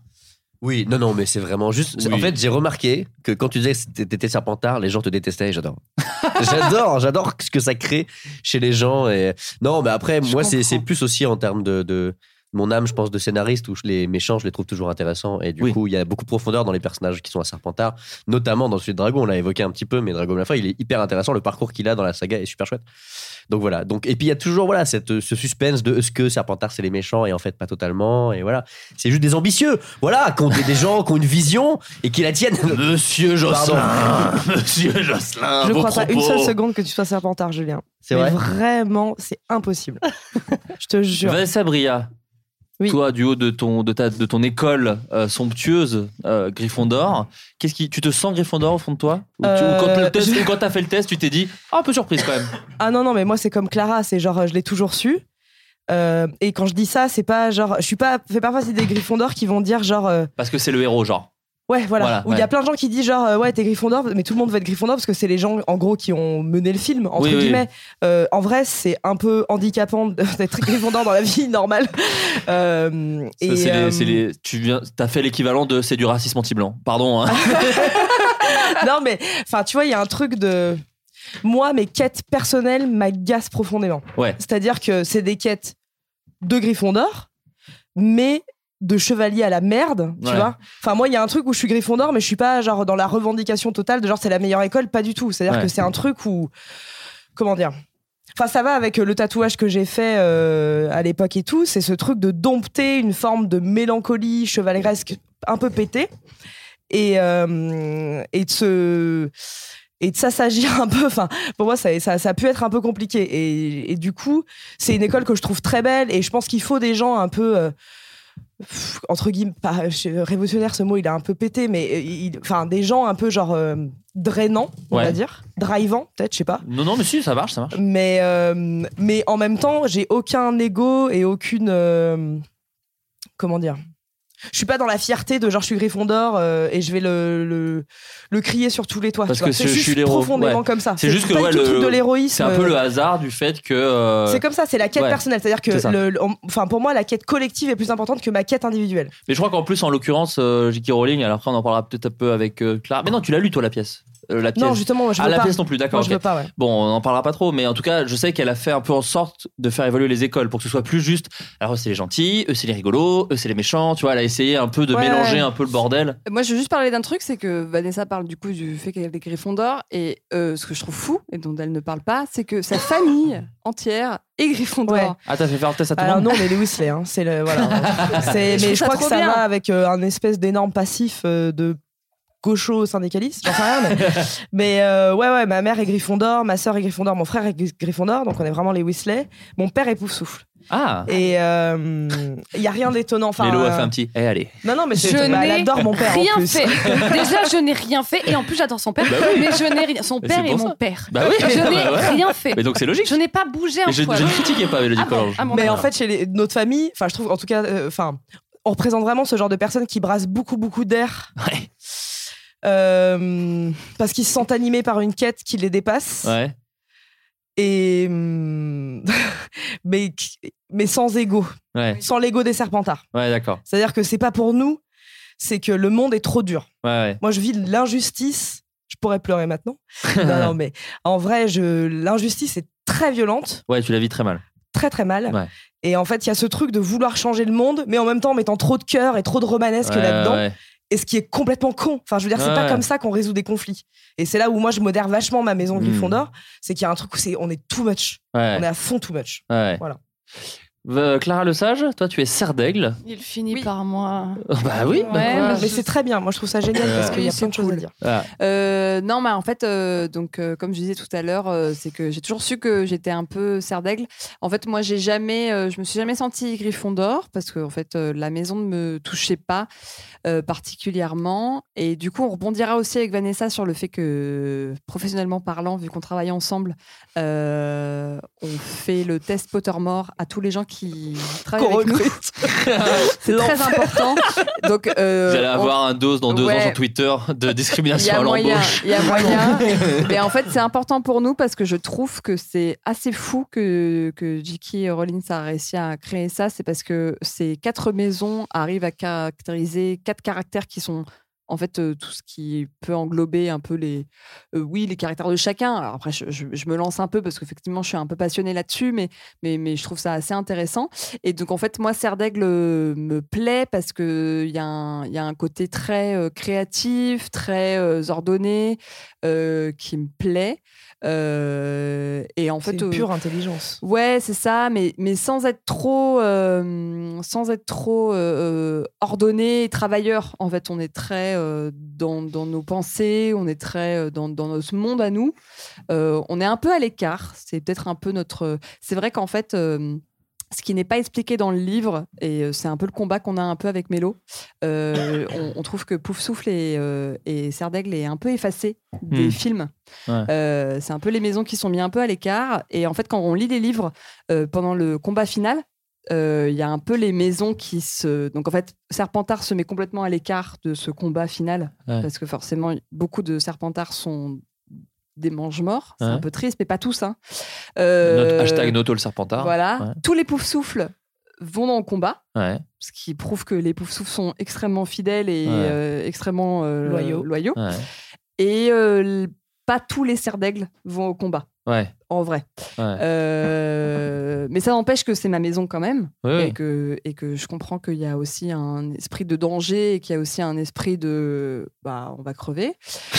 A: Oui, non, non, mais c'est vraiment juste. c'est- En fait, j'ai remarqué que quand tu disais que t'étais serpentard, les gens te détestaient et j'adore. j'adore, j'adore ce que ça crée chez les gens. Et... Non, mais après, moi, c'est c'est plus aussi en termes de. de Mon âme, je pense, de scénariste, où je- les méchants, je les trouve toujours intéressants. Et du coup, il y a beaucoup de profondeur dans les personnages qui sont à Serpentard, notamment dans celui de Drago. On l'a évoqué un petit peu, mais Drago Malfoy, il est hyper intéressant. Le parcours qu'il a dans la saga est super chouette. Donc voilà. Donc, et puis il y a toujours voilà, cette, ce suspense de est-ce que Serpentard c'est les méchants et en fait pas totalement. Et voilà. C'est juste des ambitieux. Voilà, qui ont des, des gens qui ont une vision et qui la tiennent. Monsieur
D: Josselin, Monsieur Josselin,
E: Je crois pas une seule seconde que tu sois serpentard, Julien.
D: C'est
E: Mais
D: vrai
E: Vraiment, c'est impossible. je te jure.
D: Vanessa Bria, toi, du haut de ton, de ta, de ton école euh, somptueuse, euh, Gryffondor, qu'est-ce qui, tu te sens Gryffondor au fond de toi Ou tu- ou
E: Euh,
D: quand, le test-
E: je-
D: ou quand t'as fait le test, tu t'es dit, Ah, un peu surprise quand même.
E: Ah non, non, mais moi, c'est comme Clara, c'est genre, euh, je l'ai toujours su. Euh, et quand je dis ça, c'est pas genre, je suis pas, fais pas partie des Gryffondors qui vont dire genre, euh,
D: Parce que c'est le héros, genre.
E: ouais, voilà.
D: Voilà,
E: Où il y
D: ouais.
E: a plein de gens qui disent genre, euh, ouais, t'es Gryffondor, mais tout le monde veut être Gryffondor parce que c'est les gens, en gros, qui ont mené le film, entre
D: Oui, oui.
E: guillemets. Euh, en vrai, c'est un peu handicapant d'être Gryffondor dans la vie normale. Euh,
D: Ça,
E: et,
D: c'est les-
E: euh,
D: c'est les- tu viens, t'as fait l'équivalent de c'est du racisme anti-blanc. Pardon. hein.
E: non mais enfin tu vois il y a un truc de moi mes quêtes personnelles m'agacent profondément
D: Ouais.
E: c'est-à-dire que c'est des quêtes de Gryffondor mais de chevalier à la merde tu
D: Ouais.
E: vois enfin moi il y a un truc où je suis Gryffondor mais je suis pas genre dans la revendication totale de genre c'est la meilleure école pas du tout c'est-à-dire
D: Ouais.
E: que c'est un truc où comment dire Enfin, ça va avec euh, le tatouage que j'ai fait euh, à l'époque et tout. C'est ce truc de dompter une forme de mélancolie chevaleresque un peu pétée. Et, euh, et de se. Et de s'assagir un peu, enfin, pour moi, ça, ça, ça a pu être un peu compliqué. Et, et du coup, c'est une école que je trouve très belle et je pense qu'il faut des gens un peu. euh, pff, entre guillemets, pas, je- révolutionnaire, ce mot, il a un peu pété, mais euh, il- enfin, des gens un peu genre euh, drainants, on
D: Ouais.
E: va dire, drivants, peut-être, je sais pas.
D: Non, non, mais si, ça marche, ça marche.
E: Mais, euh, mais en même temps, j'ai aucun ego et aucune. euh, comment dire Je suis pas dans la fierté de genre je suis Gryffondor euh, et je vais le, le, le crier sur tous les toits.
D: Parce
E: tu vois.
D: que
E: C'est
D: je
E: juste
D: suis l'héros.
E: profondément
D: Ouais.
E: comme ça.
D: C'est juste que
E: pas
D: ouais,
E: du tout
D: le-
E: le truc de l'héroïsme. euh,
D: C'est un peu le hasard du fait que. euh,
E: C'est comme ça, c'est la quête
D: ouais.
E: personnelle. C'est-à-dire que
D: C'est ça.
E: le- le- enfin, pour moi, la quête collective est plus importante que ma quête individuelle.
D: Mais je crois qu'en plus, en l'occurrence, euh, J.K. Rowling, alors après on en parlera peut-être un peu avec euh, Clara. Mais non, tu l'as lu toi la pièce Euh, la pièce.
E: Non, justement, moi, je
D: ah,
E: veux
D: la
E: pas.
D: pièce non plus, d'accord.
E: Moi, je
D: ok.
E: veux pas, ouais.
D: Bon, on n'en parlera pas trop, mais en tout cas, je sais qu'elle a fait un peu en sorte de faire évoluer les écoles pour que ce soit plus juste. Alors, eux, c'est les gentils, eux, c'est les rigolos, eux, c'est les méchants. Tu vois, elle a essayé un peu de
G: Ouais.
D: mélanger un peu le bordel.
G: Moi, je veux juste parler d'un truc, c'est que Vanessa parle du coup du fait qu'elle est Gryffondor, et euh, ce que je trouve fou, et dont elle ne parle pas, c'est que sa famille entière est Gryffondor.
D: Ah, t'as fait faire le test à tout le
E: Alors
D: monde
E: non, mais les Weasley, hein, c'est le voilà. C'est-
G: Je
E: mais je
G: trouve ça
E: crois que
G: trop
E: ça
G: bien.
E: va avec euh, un espèce d'énorme passif euh, de gaucho syndicaliste, j'en sais rien. Mais, mais, euh, ouais, ouais, ma mère est Gryffondor, ma sœur est Gryffondor, mon frère est Gry- Gryffondor, donc on est vraiment les Weasley. Mon père est Poufsouffle.
D: Ah
E: Et euh, il y a rien d'étonnant. Enfin,
D: Lélo a fait
E: euh,
D: un petit. Eh, allez.
E: Non, non, mais c'est-
B: Je
E: bah, elle
B: n'ai
E: adore mon père. en
B: Rien
E: plus.
B: fait. Déjà, je n'ai rien fait. Et en plus, j'adore son père.
D: Bah oui.
B: Mais je n'ai rien. Son
D: Mais
B: père
D: c'est
B: est
D: pour
B: mon
D: ça.
B: père.
D: Bah oui,
B: je
D: bah
B: n'ai
D: voilà.
B: Ah. rien fait.
D: Mais donc, c'est logique.
B: Je n'ai pas bougé un
D: Mais je,
B: poil.
D: je ne critiquais pas Mélodie Collange.
B: ah bon,
E: mais en
B: d'accord.
E: fait, chez les- notre famille, enfin, je trouve, en tout cas, euh, enfin, on représente vraiment ce genre de personnes qui brassent beaucoup, beaucoup d'air. Euh, parce qu'ils se sentent animés par une quête qui les dépasse.
D: Ouais.
E: Et hum, mais qui- mais sans ego,
D: Ouais.
E: sans l'ego des Serpentards.
D: Ouais, d'accord.
E: C'est-à-dire que c'est pas pour nous, c'est que le monde est trop dur.
D: Ouais, ouais.
E: Moi, je vis de l'injustice. Je pourrais pleurer maintenant. non, non, mais en vrai, je l'injustice est très violente,
D: Ouais, tu la vis très mal.
E: très très mal.
D: Ouais.
E: Et en fait, il y a ce truc de vouloir changer le monde, mais en même temps en mettant trop de cœur et trop de romanesque
D: Ouais,
E: là-dedans.
D: ouais.
E: Et ce qui est complètement con. Enfin, je veux dire, c'est
D: Ouais,
E: pas
D: ouais.
E: comme ça qu'on résout des conflits. Et c'est là où moi, je modère vachement ma maison
D: Mm.
E: Gryffondor. C'est qu'il y a un truc où c'est, on est too much.
D: Ouais.
E: On est à fond too much.
D: Ouais.
E: Voilà.
D: Euh, Clara Le Sage, toi, tu es serre d'aigle.
B: Il finit par moi.
D: bah oui.
E: mais c'est très bien. Moi, je trouve ça génial
D: Euh,
E: parce qu'il y a
G: oui,
E: plein de choses à dire.
D: Ah.
G: Euh, non, mais en fait, euh, donc euh, comme je disais tout à l'heure, euh, c'est que j'ai toujours su que j'étais un peu serre d'aigle. En fait, moi, j'ai jamais, euh, je me suis jamais sentie Griffon d'or parce que en fait, euh, la maison ne me touchait pas euh, particulièrement. Et du coup, on rebondira aussi avec Vanessa sur le fait que, professionnellement parlant, vu qu'on travaille ensemble, euh, on fait le test Pottermore à tous les gens qui travaillent
E: Qu'on
G: avec nous.
E: recrute.
G: c'est très
E: L'enfer.
G: important. Donc, euh,
D: Vous allez
G: on-
D: avoir un dose dans deux
G: Ouais.
D: ans sur Twitter de discrimination à
G: il y a moyen,
D: l'embauche.
G: Il y a moyen. Mais en fait, c'est important pour nous parce que je trouve que c'est assez fou que, que J.K. Rowling a réussi à créer ça. C'est parce que ces quatre maisons arrivent à caractériser quatre caractères qui sont en fait euh, tout ce qui peut englober un peu les euh, oui les caractères de chacun alors après je, je- je me lance un peu parce qu'effectivement je suis un peu passionnée là-dessus mais, mais mais je trouve ça assez intéressant et donc en fait moi Serre d'Aigle euh, me plaît parce que euh, il y, a un- il y a un côté très euh, créatif très euh, ordonné euh, qui me plaît Euh, et en fait
E: C'est une
G: euh,
E: pure intelligence.
G: Ouais, c'est ça, mais, mais sans être trop, euh, sans être trop euh, euh, ordonné et travailleur. En fait, on est très euh, dans, dans nos pensées, on est très euh, dans, dans notre monde à nous. Euh, on est un peu à l'écart. C'est peut-être un peu notre. C'est vrai qu'en fait. euh, ce qui n'est pas expliqué dans le livre, et euh, c'est un peu le combat qu'on a un peu avec Mélo, euh, on, on trouve que Pouf Souffle et, euh, et Serre d'Aigle est un peu effacé des
D: Hmm.
G: films.
D: Ouais.
G: Euh, c'est un peu les maisons qui sont mises un peu à l'écart. Et en fait, quand on lit les livres euh, pendant le combat final, euh, il y a un peu les maisons qui se. Donc en fait, Serpentard se met complètement à l'écart de ce combat final.
D: Ouais.
G: Parce que forcément, beaucoup de Serpentards sont des mange-morts. C'est
D: Ouais.
G: un peu triste, mais pas tous. Hein. Euh,
D: Note- hashtag Noto le Serpentard.
G: Voilà.
D: Ouais.
G: Tous les poufs souffles vont dans le combat
D: Ouais.
G: ce qui prouve que les poufs souffles sont extrêmement fidèles et
D: Ouais.
G: euh, extrêmement euh,
E: Loyaux.
G: loyaux.
D: Ouais.
G: Et euh, l- pas tous les serres d'aigle vont au combat,
D: Ouais.
G: en vrai.
D: Ouais.
G: Euh, mais ça n'empêche que c'est ma maison quand même.
D: Ouais,
G: et,
D: ouais.
G: Que, et que je comprends qu'il y a aussi un esprit de danger et qu'il y a aussi un esprit de. Bah, on va crever.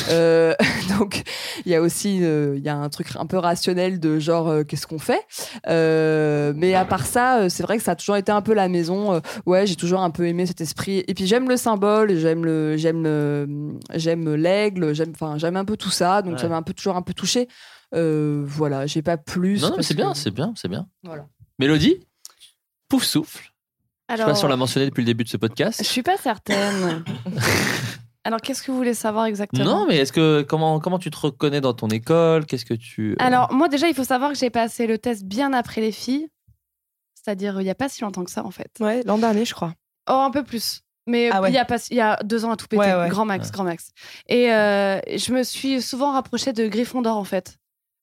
G: Euh, donc, il y a aussi euh, il y a un truc un peu rationnel de genre, euh, qu'est-ce qu'on fait Euh, Mais à part ça, euh, c'est vrai que ça a toujours été un peu la maison. euh, ouais, j'ai toujours un peu aimé cet esprit. Et puis, j'aime le symbole, j'aime le- j'aime le- j'aime l'aigle, j'aime enfin, j'aime un peu tout ça. Donc,
D: Ouais.
G: ça m'a un peu, toujours un peu touché. Euh, voilà, j'ai pas plus.
D: Non, non, mais
G: parce
D: c'est
G: que-
D: bien, c'est bien, c'est bien.
G: Voilà.
D: Mélodie, pouf souffle, Je sais pas si on l'a mentionné depuis le début de ce podcast.
B: Je suis pas certaine. Alors, qu'est-ce que vous voulez savoir exactement
D: Non, mais est-ce que comment comment tu te reconnais dans ton école Qu'est-ce que tu
B: Alors, moi, déjà, il faut savoir que j'ai passé le test bien après les filles. C'est-à-dire, il n'y a pas si longtemps que ça, en fait.
E: Ouais, l'an dernier, je crois.
B: Oh, un peu plus. Mais
E: Ah ouais.
B: il, y a pas, il y a deux ans à tout péter.
E: Ouais, ouais.
B: Grand max,
E: Ouais.
B: grand max. Et euh, je me suis souvent rapprochée de Gryffondor, en fait,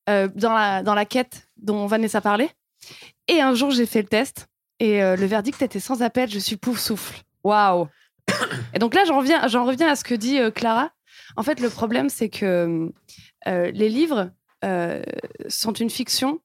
B: euh, dans, la, dans la quête dont Vanessa parlait. Et un jour, j'ai fait le test. Et euh, le verdict était sans appel. Je suis pouf souffle. Waouh Et donc là, j'en reviens, j'en reviens à ce que dit euh, Clara. En fait, le problème, c'est que euh, les livres euh, sont une fiction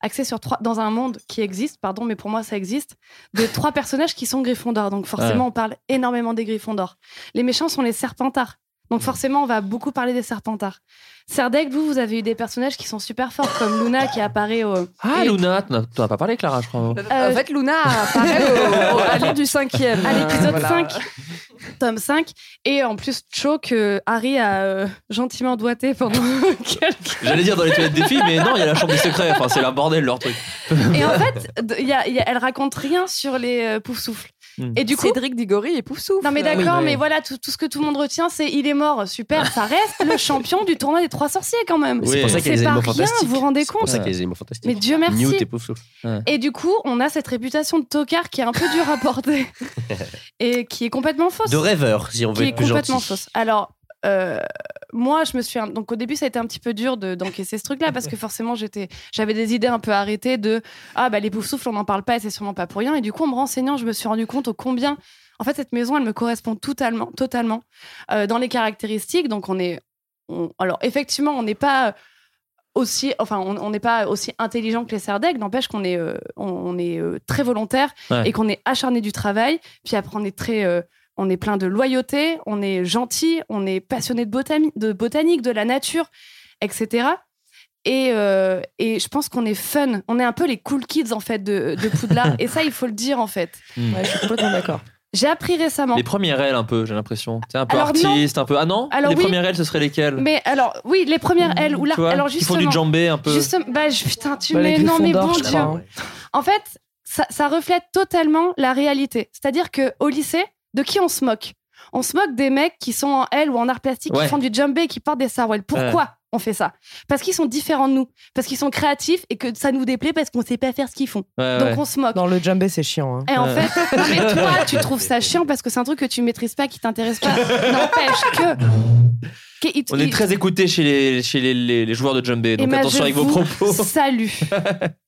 B: axée sur trois, dans un monde qui existe, pardon, mais pour moi, ça existe, de trois personnages qui sont Gryffondor. Donc forcément,
D: Ouais.
B: on parle énormément des Gryffondor. Les méchants sont les Serpentards.
D: Hmm.
B: Donc forcément, on va beaucoup parler des Serpentards. Serdaigle, vous, vous avez eu des personnages qui sont super forts, comme Luna qui apparaît au...
D: Ah,
B: et-
D: Luna, tu n'as tu n'as pas parlé, Clara, je crois.
B: Euh,
G: En fait, Luna apparaît au, au- à l'île euh, du cinquième.
B: à
D: Euh,
B: l'épisode
G: Voilà.
B: 5, tome 5. Et en plus, Cho que Harry a euh, gentiment doigté pendant quelques...
D: J'allais dire dans les toilettes des filles, mais non, il y a la chambre des secrets. Enfin, c'est la bordel leur truc.
B: Et en fait, d- il y a- il y a- elle raconte rien sur les euh, Poufsouffles.
D: Hmm.
B: Et du coup, Cédric
G: Diggory et Poufsouffle.
B: Non mais
D: Oui,
B: d'accord,
D: oui.
B: mais voilà, tout, tout ce que tout le monde retient, c'est il est mort. Super, ça reste le champion du tournoi des trois sorciers quand même.
A: C'est pour ça qu'il y a des
B: C'est pas
A: éléments
B: rien,
A: fantastiques.
B: vous vous rendez
A: C'est
B: compte
A: pour ça qu'il y a des éléments fantastiques.
B: Mais Dieu merci.
A: Newt et Poufsouffle.
B: Et du coup, on a cette réputation de tocard qui est un peu dure à porter et qui est complètement fausse.
A: De rêveur, si on veut
B: qui
A: être
B: est
A: plus
B: complètement
A: gentil.
B: fausse. Alors, euh, moi, je me suis. un- Donc, au début, ça a été un petit peu dur de- d'encaisser ce truc-là parce que forcément, j'étais, j'avais des idées un peu arrêtées de Ah, bah, les poufs souffles, on n'en parle pas et c'est sûrement pas pour rien. Et du coup, en me renseignant, je me suis rendu compte au combien. En fait, cette maison, elle me correspond totalement, totalement euh, dans les caractéristiques. Donc, on est. on- alors, effectivement, on n'est pas aussi, enfin, on on n'est pas aussi intelligent que les Serdègues, n'empêche qu'on est, euh, on, on est euh, très volontaire
D: Ouais.
B: et qu'on est acharné du travail. Puis après, on est très, euh, on est plein de loyauté, on est gentil, on est passionné de, botami- de botanique, de la nature, etc. Et, euh, et je pense qu'on est fun. On est un peu les cool kids, en fait, de, de Poudlard. et ça, il faut le dire, en fait.
D: Hmm.
E: Ouais, je suis complètement d'accord.
B: J'ai appris récemment.
D: Les premières ailes, un peu, j'ai l'impression. C'est un peu
B: Alors, non.
D: artiste, un peu. Ah non
B: Alors,
D: Les
B: oui.
D: premières ailes, ce seraient lesquelles
B: Mais alors, oui, les premières, elles, ou là,
D: Tu vois,
B: alors
D: qui
B: justement.
D: font du djembé un peu.
B: Justement, bah, je- putain, tu
D: Bah, les
B: mets. Non, mais
D: Gryffondors,
B: bon
D: je
B: Dieu.
D: crois, ouais.
B: En fait, ça, ça reflète totalement la réalité. C'est-à-dire que au lycée, de qui on se moque On se moque des mecs qui sont en L ou en art plastique,
D: Ouais.
B: qui font du djembé, qui portent des sarouels. Pourquoi
D: Ouais.
B: on fait ça Parce qu'ils sont différents de nous, parce qu'ils sont créatifs et que ça nous déplaît parce qu'on sait pas faire ce qu'ils font.
E: Ouais,
B: Donc
E: ouais.
B: on se moque.
E: Dans le djembé, c'est chiant. hein.
B: Et Eh, en fait, non mais toi, tu trouves ça chiant parce que c'est un truc que tu maîtrises pas, qui t'intéresse pas. N'empêche que. que il-
D: On est
B: il-
D: très écoutés chez les, chez les, les- les joueurs de djembé, donc
B: Emma, Eh ben, je
D: attention avec vos
B: vous
D: propos.
B: Salut.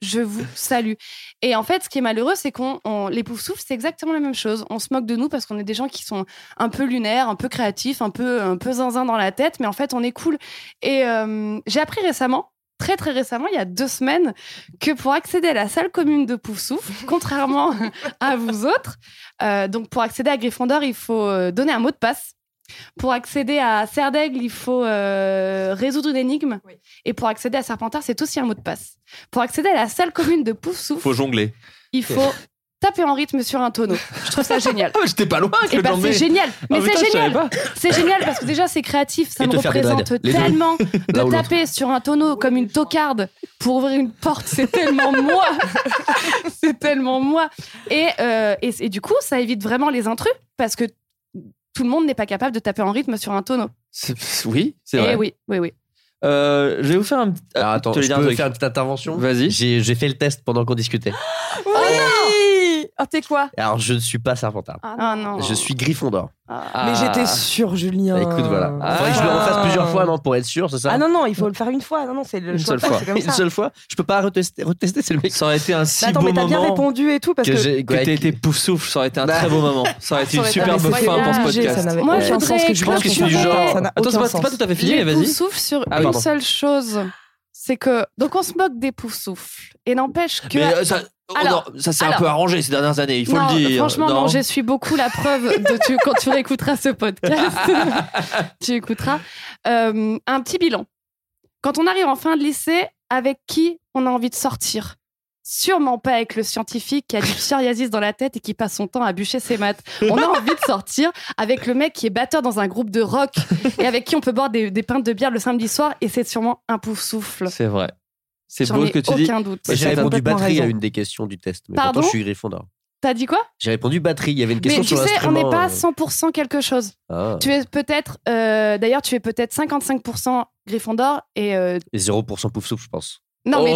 B: je vous salue. Et en fait, ce qui est malheureux, c'est qu'on on- les poufs-souffles, c'est exactement la même chose. On se moque de nous parce qu'on est des gens qui sont un peu lunaires, un peu créatifs, un peu un peu zinzin dans la tête, mais en fait, on est cool. Et euh, j'ai appris récemment. Très très récemment, il y a deux semaines, que pour accéder à la salle commune de Poufsouffle, contrairement à vous autres, euh, donc pour accéder à Gryffondor, il faut euh, donner un mot de passe. Pour accéder à Serdaigle, il faut euh, résoudre une énigme. Et pour accéder à Serpentard, c'est aussi un mot de passe. Pour accéder à la salle commune de Poufsouffle,
D: Faut jongler.
B: il faut taper en rythme sur un tonneau. Je trouve ça génial.
D: Ah, J'étais pas loin que
B: Eh
D: le
B: ben,
D: djembé.
B: c'est génial,
D: Ah,
B: mais
D: putain, je
B: c'est
D: savais pas.
B: génial. C'est génial parce que déjà c'est créatif, ça
D: Et
B: me
D: te faire des
B: représente
D: blagues. Les deux.
B: tellement
D: Là ou
B: de taper sur un tonneau comme une tocarde pour ouvrir une porte, c'est tellement moi, c'est tellement moi. Et, euh, et, et du coup, ça évite vraiment les intrus parce que tout le monde n'est pas capable de taper en rythme sur un tonneau.
D: C'est- Oui, c'est
B: Eh
D: vrai.
B: oui, oui, oui.
D: Euh, je vais vous faire un petit.
A: Alors attends,
D: tu voulais
A: je
D: dire un
A: peux
D: truc
A: faire une petite intervention
D: Vas-y.
A: J'ai j'ai fait le test pendant qu'on discutait.
G: Oui Oh, t'es quoi
A: Alors je ne suis pas Serpentard.
B: Ah non. Ah.
A: Je suis Gryffondor.
D: Ah.
E: Mais j'étais sûr, Julien.
A: Bah, écoute, voilà. Faudrait que je le refasse plusieurs fois, non, pour être sûr, c'est ça
E: Ah non, non, il faut le faire une fois. Non, non, c'est le
A: Une seule
E: choix de passe,
A: fois.
E: c'est comme
A: Une
E: ça.
A: seule fois Je peux pas retester, retester c'est le mec.
D: Ça aurait
B: Bah,
D: été un si
E: Mais attends,
D: beau
E: mais t'as bien
D: moment.
E: répondu et tout parce que.
D: j'ai- que t'aies été pouf souffle, ça aurait été un
E: Bah.
D: très beau moment. Ça aurait été
E: Ça
D: une
E: aurait été
D: superbe
E: un
D: fin pour ce
E: message, ça
D: podcast.
E: n'avait Moi, aucun je sens voudrais que je
D: je pense que je suis du
E: clôturer-
D: genre.
E: Ça n'a
D: Attends, c'est
E: aucun
D: pas- c'est pas
E: sens.
D: tout à fait fini, mais
B: les
D: vas-y.
B: poufs-souffles sur
D: Ah,
B: une
D: pardon.
B: seule chose, c'est que donc on se moque des poufs-souffles et n'empêche que
D: Mais euh, ça, oh,
B: Alors,
D: non, ça s'est un
B: alors.
D: peu arrangé ces dernières années, il faut
B: Non,
D: le dire.
B: Franchement, non,
D: Non.
B: je suis beaucoup la preuve de tu, quand tu réécouteras ce podcast. tu écouteras Euh, un petit bilan. Quand on arrive en fin de lycée, avec qui on a envie de sortir Sûrement pas avec le scientifique qui a du psoriasis dans la tête et qui passe son temps à bûcher ses maths. On a envie de sortir avec le mec qui est batteur dans un groupe de rock et avec qui on peut boire des, des pintes de bière le samedi soir et c'est sûrement un pouf souffle.
D: C'est vrai. C'est
B: J'en
D: beau
B: ai
D: ce que tu dis.
B: aucun doute.
D: Mais
A: J'ai
D: c'est
A: répondu
D: complètement
A: batterie à
D: raison.
A: une des questions du test, mais
B: Pardon
A: pourtant je suis Gryffondor.
B: T'as dit quoi
A: J'ai répondu batterie. Il y avait une question
B: Mais tu
A: sur
B: sais, on
A: l'instrument.
B: n'est pas
A: euh.
B: 100% quelque chose.
A: Ah.
B: Tu es peut-être, euh, d'ailleurs, tu es peut-être 55% Gryffondor et euh,
A: Et 0% pouf soupe, je pense.
B: non mais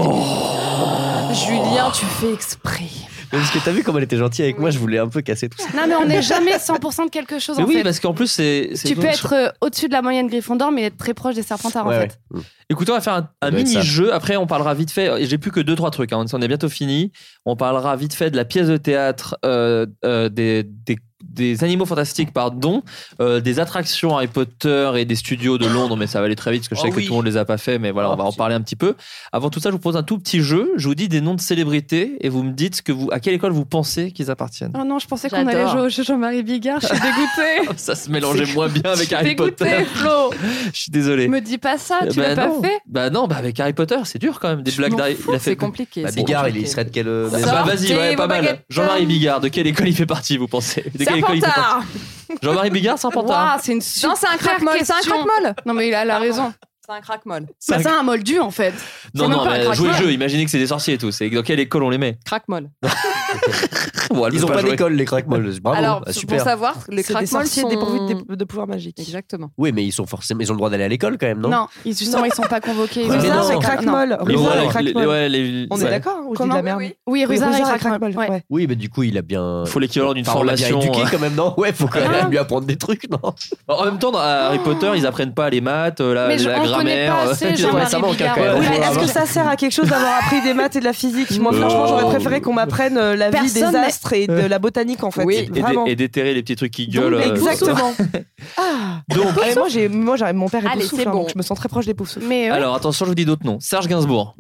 D: Oh.
G: Julien, tu fais exprès.
A: Mais parce que t'as vu comme elle était gentille avec moi, je voulais un peu casser tout ça.
B: non mais on n'est jamais 100% de quelque chose
D: Mais
B: en
D: oui,
B: fait.
D: parce qu'en plus, c'est. c'est-
B: Tu peux être euh, au-dessus de la moyenne Gryffondor mais être très proche des Serpentards en fait.
D: Écoutez, on va faire un, un
A: doit être Mm. ça.
D: mini-jeu. Après, on parlera vite fait. Et J'ai plus que deux, trois trucs. hein. On est bientôt fini. On parlera vite fait de la pièce de théâtre euh, euh, des, des, des animaux fantastiques, pardon, euh, des attractions Harry Potter et des studios de Londres. Mais ça va aller très vite parce que je
O: Oh
D: sais
O: oui.
D: que tout le monde les a pas fait. Mais voilà, on va en parler un petit peu. Avant tout ça, je vous propose un tout petit jeu. Je vous dis des noms de célébrités et vous me dites ce que vous, à quelle école vous pensez qu'ils appartiennent.
B: Oh non, je pensais qu'on allait
D: J'adore.
B: jouer au jeu Jean-Marie Bigard, je suis dégoûtée.
D: Ça se mélangeait moins bien avec
B: Je suis
D: Harry
B: dégoûtée,
D: Potter.
B: Flo.
D: Je suis désolé.
B: Me dis pas ça, tu l'as pas
D: non.
B: fait.
D: Bah non, bah avec Harry Potter, c'est dur quand même. Des blagues d'Harry. il a fait-
G: c'est compliqué,
D: Bah,
G: c'est
D: Bigard,
G: compliqué.
D: il serait de quelle. euh,
G: Sortez
D: Bah vas-y, ouais,
G: vos
D: pas mal.
G: baguettes.
D: Jean-Marie Bigard, de quelle école il fait partie, vous pensez De quelle école il fait
G: Serpentard.
D: partie Jean-Marie Bigard, Serpentard.
B: Waouh, c'est une super
G: Non, c'est un craque-molle, c'est un
B: question.
G: craque-molle.
B: Non, mais il a la raison.
G: C'est un craque-molle.
B: Bah, C'est un moldu en fait.
D: Non,
B: C'est même
D: non,
B: pas un
D: mais jouez le
B: craque-molle.
D: jeu, imaginez que c'est des sorciers et tout. C'est dans quelle école on les met
G: Craque-molle.
D: Bon, elle
A: Ils
D: veut
A: ont pas
D: jouer.
A: d'école, les crackmolls. Bravo,
G: Alors,
A: ah,
G: pour
A: super.
G: savoir, les
E: C'est des
G: craque-molles
E: sorciers
G: sont...
E: dépourvus de, de pouvoir magique.
G: Exactement.
A: Oui, mais ils sont forcément, ils ont le droit d'aller à l'école quand même, non
B: Non, ils, justement, ils sont pas convoqués.
A: Ouais,
B: Ils
A: mais
B: sont-
A: non, c'est
B: Non.
E: craque-molle.
B: Non.
A: Les
E: Ruzard
A: ouais,
E: et
A: les-
E: craque-molle.
D: ouais, les-
E: On
D: ouais.
E: est d'accord hein, ou je dis de
B: Comment
E: la merde
B: Oui,
E: Oui,
B: Ruzard et
E: Ruzard et
B: craque-molle.
E: craque-molle,
B: ouais.
E: ouais.
A: Oui, mais du coup, il a bien.
D: Faut l'équivalent d'une
A: Enfin, on l'a bien
D: formation.
A: éduqué
D: euh.
A: quand même, non Ouais, faut quand
B: Ah.
A: même lui apprendre des trucs, non
D: En même temps, dans Harry Potter, ils apprennent pas les maths, euh, la,
B: Mais je-
D: la
B: on connaît
D: grammaire.
B: pas
D: euh,
B: assez
D: tu vois,
B: Jean-Marie
D: ça manque, hein,
B: Bigard.
D: quand même.
E: Oui,
B: Ouais,
E: mais
B: ouais,
E: est-ce que
B: ouais.
E: ça sert à quelque chose d'avoir appris des maths et de la physique Moi,
D: Euh,
E: franchement, j'aurais
D: non.
E: préféré qu'on m'apprenne euh, la vie
G: Personne
E: des
G: n'a-
E: astres et de la botanique, en fait.
G: Oui.
D: Et, dé-
E: Vraiment.
D: et déterrer les petits trucs qui gueulent. euh,
E: Exactement.
D: Donc,
E: Allez, moi, j'ai, moi, j'ai- mon père est
G: Allez,
E: pouf hein,
G: c'est bon.
E: donc je me sens très proche des poufs
B: Mais euh,
D: alors attention, je vous dis d'autres noms. Serge Gainsbourg.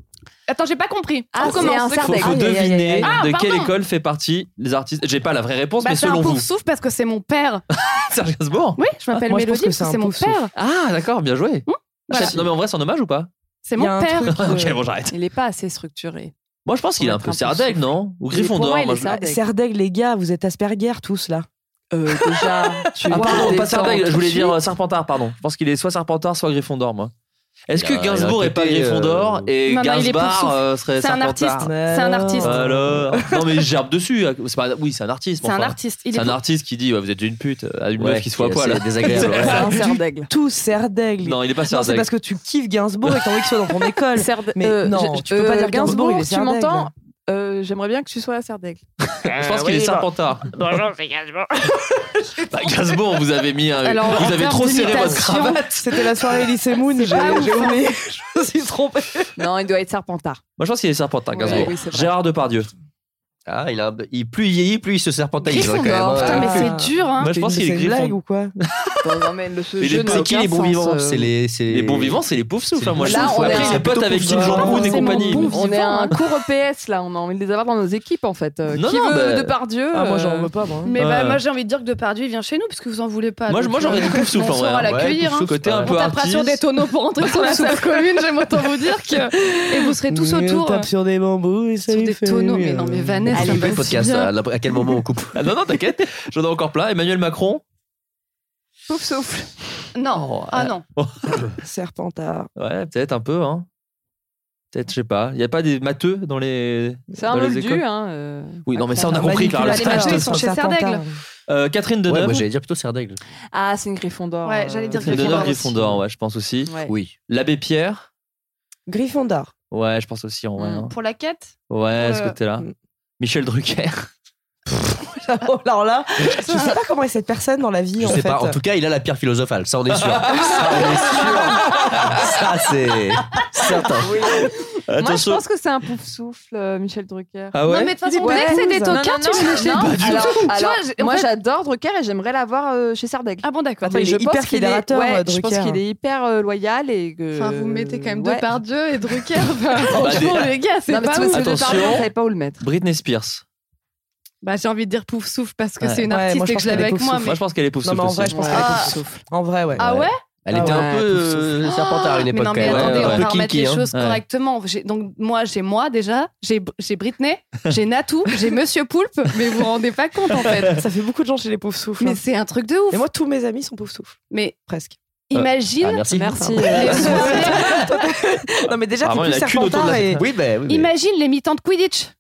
B: attends, j'ai pas compris.
G: Ah,
B: On commence.
G: c'est un
B: d'accord.
D: Faut, faut
G: Aïe, aïe, aïe, aïe,
D: deviner
G: aïe.
B: Ah,
D: de
B: pardon.
D: quelle école fait partie les artistes. J'ai pas la vraie réponse,
B: Bah,
D: mais
B: c'est un
D: selon
B: pauvre
D: vous.
B: souffle parce que c'est mon père.
D: Serge Gainsbourg.
B: Oui, je m'appelle
E: moi, je pense
B: Mélodie
E: que
B: parce
E: c'est
B: que
E: un
B: c'est mon
E: pauvre souffle.
B: père. Hum,
D: Ah d'accord, bien joué.
B: Voilà.
D: C'est- Non mais en vrai, c'est en hommage ou pas
B: C'est
E: Il y a
B: mon
E: un
B: père.
E: truc, euh,
D: Ok, bon j'arrête.
G: Il est
B: ah,
G: pas assez structuré.
D: Moi je pense qu'il est un
G: Faut
D: peu
G: être un peu
D: Serdaigle,
G: souffle.
D: non Ou
G: Il est- pour
D: Gryffondor. hein,
G: moi, il
D: moi,
G: est
D: je-
G: Serdaigle.
E: Serdaigle, les gars, vous êtes Asperger tous, là.
G: Euh, déjà, tu
D: Ah,
G: vois,
D: pardon, pas
G: descends
D: Serdaigle. Je
G: tout de
D: voulais dire
G: suite.
D: euh, Serpentard, pardon. Je pense qu'il est soit Serpentard, soit Gryffondor, moi. Est-ce
A: Il
D: que
A: a- il a un
D: Gainsbourg est pas
A: côté, euh,
D: Gryffondor et
B: Non, non, il est
D: Gainsbourg
B: poursuivre.
D: euh, serait
B: C'est un
D: Serpentard
B: artiste. C'est un artiste.
D: Alors, non mais je gerbe dessus. Ah, C'est pas, oui, c'est un artiste.
B: C'est un
D: enfin.
B: artiste. Il
D: C'est
B: est
D: un
B: pour-
D: artiste qui dit ouais, vous êtes une pute à une meuf qui soit à
A: quoi
D: poil.
A: C'est désagréable.
G: Ah, C'est
A: ouais.
G: un
E: Du
G: Serdaigle.
E: Tous Serdaigle.
D: Non, il est pas
E: Non, c'est
D: Serdaigle.
E: parce que tu kiffes Gainsbourg et que t'as envie qu'il soit dans ton école.
G: Serde-
E: Mais
G: euh,
E: non,
G: je-
E: tu peux pas
G: euh,
E: dire Gainsbourg, il est
G: tu
E: Serdaigle.
G: m'entends Euh, J'aimerais bien que tu sois à Serdaigle.
D: Je
A: Ah
D: pense qu'il est Serpentard.
P: Bonjour, c'est Gainsbourg.
D: Bah, Gainsbourg, vous avez mis. un-
B: Alors, en
D: vous avez
B: termes
D: trop serré votre
B: d'imitation,
D: cravate.
E: C'était la soirée lycée Moon, j'ai,
G: pas
E: j'ai oublié. je me suis trompée.
G: Non, il doit être Serpentard.
D: Moi, je pense qu'il est Serpentard,
G: Ouais,
D: Gainsbourg.
G: oui, c'est vrai.
D: Gérard Depardieu.
A: Ah, il a, il, plus il vieillit, plus il se serpentalise hein, quand même.
G: Gryffondor,
A: hein.
B: Putain, mais
E: Ah.
B: c'est dur, hein.
D: Moi, je pense qu'il est
E: C'est une blague
D: Gryffondor.
E: ou quoi Bah,
G: Non, non, mais le- ce
D: Mais
G: jeu
D: les-
G: n'a
D: c'est
A: qui
G: aucun
A: les bons
G: sens,
A: vivants
G: euh,
A: C'est les, c'est
D: Les bons vivants, c'est les poufs
A: C'est
D: souffles.
A: les
D: Moi, je
G: poufs
D: trouve.
G: souffles.
D: Après,
G: Là, on
D: les
G: est
D: potes
A: plutôt
D: avec
A: poufs
D: Kim
A: souffles.
D: Jong-un et
B: C'est mon
D: compagnie.
B: bon
G: On est à un
B: vivant,
G: cours EPS là, on a envie de les avoir dans nos équipes en fait. Euh,
D: Non,
G: qui
D: non,
G: veut
D: bah-
G: de par Dieu euh,
E: Ah, moi, j'en veux pas, moi.
B: Mais bah,
D: Ouais.
B: moi j'ai envie de dire que Depardieu il vient chez nous parce que vous en voulez pas.
D: Moi, je-
B: donc,
D: moi, j'aurais dit
B: euh,
D: pouf souffle
B: on
D: en vrai.
B: saura
D: hein.
B: l'accueillir.
A: pouf
B: hein.
A: souffle.
D: Côté un
A: Ouais.
B: On
D: peu
B: tapera sur des
D: artiste.
B: tonneaux pour entrer sur la salle commune, j'aime autant vous dire que. Et vous serez tous
E: Mais on
B: autour. euh,
E: tape sur des bambous et ça
B: Sur
E: lui
B: des
E: fait
B: tonneaux.
E: rire.
B: Mais non, mais
A: On
B: Vanessa.
A: coupe
B: ça me va
A: le
B: aussi
A: podcast,
B: bien.
A: à, la- à quel moment on coupe
D: Ah, non, non, t'inquiète. J'en ai encore plein. Emmanuel Macron.
G: Sauf souffle.
B: Non.
D: Oh,
B: Ah
D: euh,
B: non.
E: Serpentard.
D: Ouais, peut-être un peu. Hein. Peut-être, je sais pas. Il n'y a pas des matheux dans les.
G: C'est un
D: dans les
G: moldu.
D: écoles
G: Hein, euh,
D: Oui, non, mais ça, on a
E: Macron.
G: bah,
D: compris, Clara
B: Les Mancheux, ils
D: Lestrange.
B: sont chez
E: Serpentard.
B: Serdaigle.
D: Euh, Catherine
A: Ouais,
D: Deneuve.
A: moi j'allais dire plutôt Serdaigle.
G: Ah, c'est une Gryffondor. euh,
B: Ouais, j'allais dire
D: Catherine
B: Gryffondor
D: Deneuve,
B: aussi.
D: Gryffondor, ouais, je pense aussi.
G: Ouais.
A: Oui.
D: L'abbé Pierre.
E: Gryffondor.
D: Ouais, je pense aussi en vrai.
G: Mm.
D: hein.
B: Hum, Pour la quête
D: Ouais, ce
B: Euh,
D: côté-là.
E: mm.
D: Michel Drucker.
E: Oh, Alors là, je sais pas comment est cette personne dans la vie
A: Je
E: en
A: sais
E: fait.
A: pas, en tout cas, il a la pierre philosophale, ça on est sûr. ça on est sûr. Ça c'est certain.
G: Moi, je pense que c'est un pouf souffle, euh, Michel Drucker.
D: Ah ouais
B: Non, mais de toute façon,
G: Ouais.
B: dès que c'est des tocards, tu me lâches
G: Non,
B: pas.
G: alors-
B: Tu vois,
G: alors,
B: j'ai- en
G: Moi,
B: fait-
G: j'adore Drucker et j'aimerais l'avoir euh, chez Serdaigle.
B: Ah bon, d'accord.
E: Attends, il est
G: je pense
E: hyper
G: qu'il est-
E: fédérateur,
G: ouais,
E: euh,
G: Je pense
E: Drucker.
G: qu'il est hyper euh, loyal et que. euh,
B: Enfin, vous mettez quand même
G: Ouais.
B: Depardieu et Drucker. Enfin, Franchement,
D: Bah, des-
B: les gars, c'est
G: Non, mais
B: pas
G: tu
B: ouf.
G: vois, parce que
D: Attention.
G: Depardieu, on savait pas où le mettre.
D: Britney Spears.
B: Bah, j'ai envie de dire pouf souffle parce que
D: Ouais.
B: c'est une
E: Ouais,
B: artiste
E: moi, je
B: et que
E: pense
B: je l'avais
E: qu'elle est
B: avec moi.
E: pouf
D: Moi,
B: mais-
D: je pense qu'elle est pouf
E: Non mais en vrai, je pense qu'elle est
B: Ah.
E: pouf souffle. En vrai, ouais.
B: Ah ouais
A: Elle
E: Ah
A: était un peu
E: ouais, pouf souffle.
A: euh, serpentard à une
B: Mais
A: époque
B: non,
A: quand
B: mais
A: même.
B: attendez,
D: ouais,
B: on
A: un
B: va
A: peu
B: remettre
A: kinky.
B: les
A: hein.
B: choses
D: Ouais.
B: correctement. J'ai- Donc, moi, j'ai moi déjà, j'ai j'ai Britney, j'ai Natou, j'ai Monsieur Poulpe, mais vous vous rendez pas compte en fait.
E: Ça fait beaucoup de gens chez les pauvres souffles.
B: Mais
E: hein.
B: c'est un truc de ouf.
E: Et moi, tous mes amis sont pauvres souffles,
B: Mais
E: presque.
B: imagine
A: Ah, merci.
G: Merci.
B: les soirées-
E: non, mais déjà, t'es
D: Apparemment,
E: plus
D: il y en a qu'une autour de la bah,
E: serpentard et.
A: Oui, ben oui. mais-
B: imagine les mi-temps de Quidditch.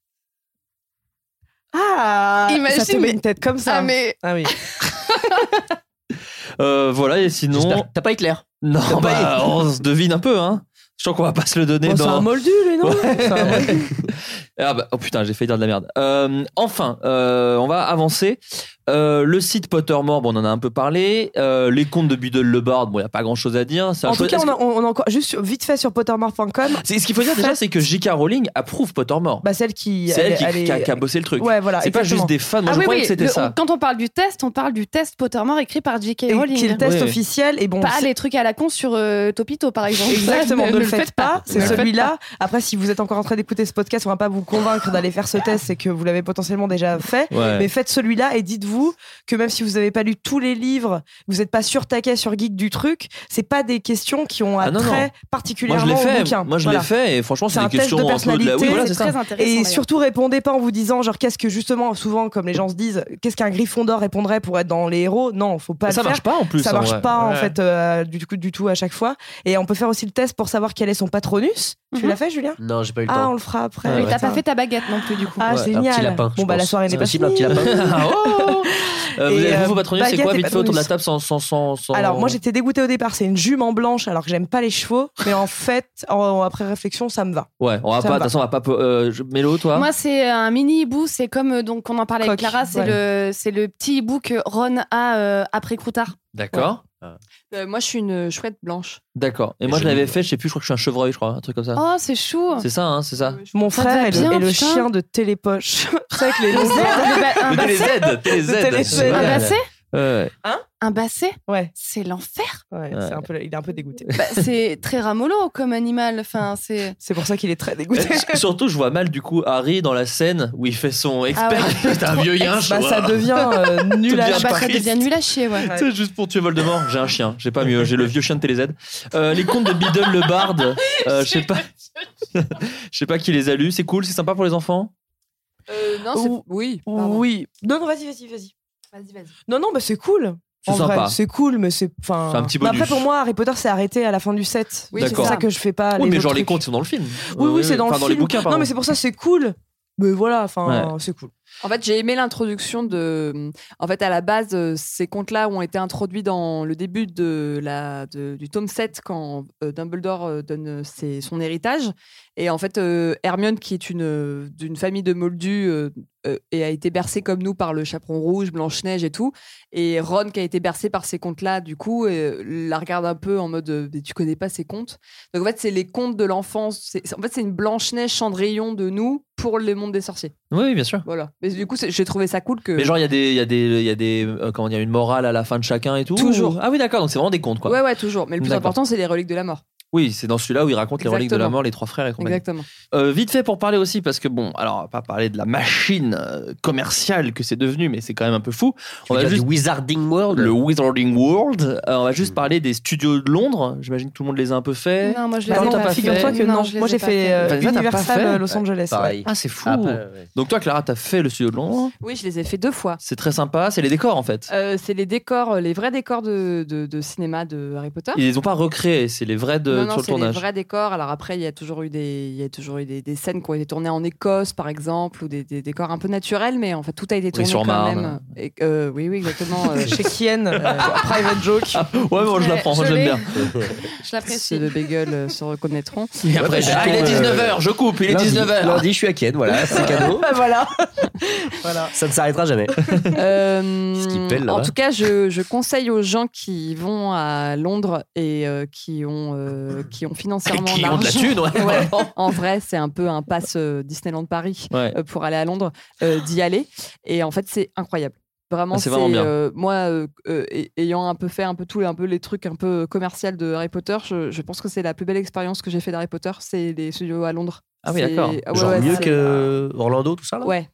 E: Ah Ça te met une tête comme ça.
J: Ah, mais-
E: Ah oui.
D: Euh, voilà, et sinon.
A: T'as pas éclair
D: Non,
A: T'as pas
D: bah,
A: éclair.
D: on se devine un peu, hein. Je sens qu'on va pas se le donner
E: Bon, Oh, c'est
D: dans.
E: un moldu, lui, non
D: Ouais.
E: C'est un moldu.
D: Ah bah, oh putain, j'ai failli dire de la merde. Euh, enfin, euh, on va avancer. Euh, le site Pottermore, bon, on en a un peu parlé. Euh, les comptes de Biddle le Bard, bon, il n'y a pas grand chose à dire. C'est un
E: En tout
D: chouette-
E: cas,
D: est-ce
E: on a, on a encore juste sur- vite fait sur Pottermore.com.
D: que- c'est- ce qu'il faut dire déjà, c'est que J.K. Rowling approuve Pottermore.
E: Bah, celle qui.
D: c'est elle, qui,
E: est-
D: qui a, qui a bossé le truc.
E: Ouais, voilà,
D: c'est pas
E: exactement.
D: juste
E: Ah
D: des fans. Moi, je croyais que c'était
B: Ah le-
D: ça.
B: on- quand on parle du test, on parle du test Pottermore écrit par J.K. Rowling.
E: qui est le test
D: Ouais.
E: officiel et bon
B: pas
E: c'est-
B: les trucs à la con sur euh, Topito, par exemple.
E: Exactement,
B: Ça,
E: ne, le faites pas,
B: Ne
E: c'est
B: le faites
E: celui-là. Après, si vous êtes encore en train d'écouter ce podcast, on va pas vous convaincre d'aller faire ce test, c'est que vous l'avez potentiellement déjà fait.
D: Ouais.
E: Mais faites celui-là et dites-vous que même si vous n'avez pas lu tous les livres, vous n'êtes pas sur taquet sur geek du truc, c'est pas des questions qui ont
D: Ah, non,
E: attrait
D: non. Moi,
E: particulièrement
D: je l'ai
E: au
D: fait.
E: bouquin.
D: Moi, je
E: Voilà.
D: l'ai fait. Et franchement, c'est
E: un
D: des
E: test
D: questions
E: de
D: un peu de la.
E: personnalité.
D: Oui, voilà, c'est ça.
E: Et surtout, répondez pas en vous disant, genre, qu'est-ce que justement, souvent, comme les gens se disent, qu'est-ce qu'un Gryffondor répondrait pour être dans les héros Non, faut pas.
D: Ça
E: le faire.
D: marche pas, en plus, hein.
E: Ça
D: en
E: marche
D: vrai.
E: pas en
D: Ouais.
E: fait euh, du, coup, du tout à chaque fois. Et on peut faire aussi le test pour savoir quel est son patronus. Tu
B: Mhm.
E: l'as fait, Julien
A: Non, j'ai pas eu le
E: Ah,
A: temps.
E: on le fera après.
A: Ouais,
B: Mais
A: ouais.
B: t'as pas fait ta baguette non plus, du coup.
E: Ah,
A: Ouais, un
E: génial.
A: petit lapin, je
E: bon, bah, la
A: pense.
E: soirée n'est
A: C'est
E: pas
A: possible, un
E: finie.
D: Ah
A: petit lapin.
D: Euh, vous
E: Et,
D: avez- vous, vous
E: euh,
D: patronus, c'est
E: baguette
D: quoi
E: et
D: vite fait autour de la
E: patronus.
D: table sans, sans, sans, sans-
E: Alors moi j'étais dégoûtée au départ, c'est une jume en blanche alors que j'aime pas les chevaux, mais en fait en- après réflexion ça me va.
D: Ouais, on va
E: Ça
D: pas. De
E: me
D: toute façon, on va pas. Euh, je- Mélo, toi
B: Moi, c'est un mini hibou. C'est comme euh, donc on en parlait
E: Coq,
B: avec Clara. C'est
E: ouais.
B: le c'est le petit hibou que Ron a euh, après Croutard.
D: D'accord.
G: Euh, moi, je suis une chouette blanche.
D: D'accord. Et moi, je l'avais fait, je sais plus, je crois que je suis un chevreuil, je crois, un truc comme ça.
A: Ah.
B: Oh, c'est chou.
D: C'est ça, hein, c'est ça.
E: Mon
B: Ça
E: frère
B: te va
E: est le,
B: bien,
E: est le
B: putain.
E: chien de télépoche. c'est avec les noms.
B: Le
D: Télé Z, Télé Z.
E: Bah, Le Télé Z.
D: Ouais.
B: Un basset
D: Ouais.
B: Un basset
E: Ouais.
B: C'est l'enfer.
E: Ouais, c'est un peu, il est un peu dégoûté.
B: Bah, c'est très ramolo comme animal. Enfin, c'est.
E: C'est pour ça qu'il est très dégoûté.
D: Et Surtout, je vois mal du coup Harry dans la scène où il fait son expert.
B: Ah ouais.
D: T'es un vieux yinche.
E: bah, ça
D: ouah.
E: devient euh, nul à
D: devient
B: Ah bah, ça
D: Paris.
B: devient nul à chier, ouais.
D: C'est juste pour tuer Voldemort. J'ai un chien, j'ai pas mieux. J'ai le vieux chien de Télé Z. Euh, les contes de Biddle le Bard, euh, je sais pas, je sais pas qui les a lus. C'est cool, c'est sympa pour les enfants.
G: Euh, non, c'est-
E: Ou-
G: Oui. pardon.
E: Oui. Non non vas-y vas-y vas-y.
G: Vas-y, vas-y.
E: Non non bah c'est cool.
D: C'est
E: En vrai,
D: sympa.
E: C'est cool mais c'est enfin.
D: C'est un petit
E: mais après
D: bonus.
E: pour moi Harry Potter s'est arrêté à la fin du set.
G: Oui,
E: c'est pour
D: D'accord.
E: ça que je fais pas.
D: Oui,
E: les
D: mais
E: autres
D: genre les
E: trucs.
D: contes, c'est dans le film.
E: Oui, oui, c'est dans
D: Enfin,
E: le
D: dans
E: film.
D: les bouquins, pardon.
E: non, mais c'est pour ça, c'est cool. Mais voilà, enfin,
D: Ouais.
E: c'est cool.
G: En fait, j'ai aimé l'introduction de. En fait, à la base, euh, ces contes-là ont été introduits dans le début de la, de- du tome 7 quand euh, Dumbledore euh, donne euh, ses- son héritage. Et en fait, euh, Hermione, qui est une, euh, d'une famille de moldus euh, euh, et a été bercée comme nous par le chaperon rouge, Blanche-Neige et tout, et Ron, qui a été bercé par ces contes-là, du coup, euh, la regarde un peu en mode euh, Mais Tu connais pas ces contes Donc en fait, c'est les contes de l'enfance. C'est- En fait, c'est une Blanche-Neige Cendrillon de nous pour le monde des sorciers.
D: Oui, oui, bien sûr.
G: Voilà. Mais du coup, c'est- j'ai trouvé ça cool que.
D: Mais genre, il y a des, il y a des, il y a des, euh, comment dire, une morale à la fin de chacun et tout.
G: Toujours.
D: Ah oui, d'accord. Donc c'est vraiment des contes, quoi.
G: Ouais, ouais, toujours. Mais le plus
D: D'accord.
G: important, c'est les reliques de la mort.
D: Oui, c'est dans celui-là où il raconte les reliques de la
G: Exactement.
D: mort, les trois frères et compagnie.
G: Exactement.
D: Euh, vite fait pour parler aussi, parce que bon, alors on va pas parler de la machine euh, commerciale que c'est devenu, mais c'est quand même un peu fou. On
A: On
D: va
A: a du
D: juste
A: Wizarding World. Hmm.
D: le Wizarding World. Euh, on va juste parler des studios de Londres. J'imagine que tout le monde les a un peu fait.
B: Non, moi je
D: Bah
B: les ai
D: non,
B: pas
D: bah,
B: fait.
E: figure-toi que non.
B: je les
E: Moi,
B: ai
E: j'ai
B: pas
E: fait, euh,
D: Vanessa, t'as pas
E: Universal
D: fait
E: euh, Los Angeles.
A: Pareil.
D: Ah, c'est fou.
A: Après, ouais.
D: Donc toi, Clara, t'as fait le studio de Londres.
G: Oui, je les ai fait deux fois.
D: C'est très sympa. C'est les décors en fait.
G: Euh, c'est les décors, les vrais décors de, de, de cinéma de Harry Potter.
D: Ils les ont pas recréés. C'est les vrais de
G: non, non,
D: sur le
G: c'est les
D: tournage.
G: vrais décors. Alors après, il y a toujours eu des, il y a toujours eu des, des scènes qui ont été tournées en Écosse, par exemple, ou des, des décors un peu naturels, mais en fait, tout a été tourné quand
D: Marne.
G: même. Et- euh, oui, oui, exactement. euh,
E: Chez Kien, euh, private joke.
D: Ah, ouais, bon, je la
B: Ouais,
D: prends.
B: je
D: J'aime
B: l'ai.
D: bien.
B: Je l'apprécie.
G: Ceux de Bagel euh, se reconnaîtront.
D: Et après, j'ai- ah, il est 19h, je coupe, il est
A: Lundi,
D: 19h.
A: lundi, je suis à Ken, voilà, c'est cadeau.
E: Bah, voilà. voilà.
A: Ça ne s'arrêtera jamais.
G: Euh,
A: Qu'est-ce qu'ils pèlent,
G: en
A: là-bas
G: tout cas, je, je conseille aux gens qui vont à Londres et euh, qui ont euh, qui ont financièrement
D: Qui ont de la
G: l'argent.
D: thune, ouais.
G: Ouais. En vrai, c'est un peu un pass euh, Disneyland Paris
D: Ouais.
G: euh, pour aller à Londres, euh, d'y aller. Et en fait, c'est incroyable. Vraiment,
D: Ah, c'est vraiment bien.
G: euh, moi, euh, euh, ay- ayant un peu fait un peu tout, un peu les trucs un peu commercial de Harry Potter, je, je pense que c'est la plus belle expérience que j'ai fait d'Harry Potter, c'est les studios à Londres.
D: Ah oui,
G: C'est-
D: d'accord.
G: Ah ouais,
A: Genre
G: ouais,
A: mieux
G: c'est-
A: que Orlando, tout ça là
G: Ouais,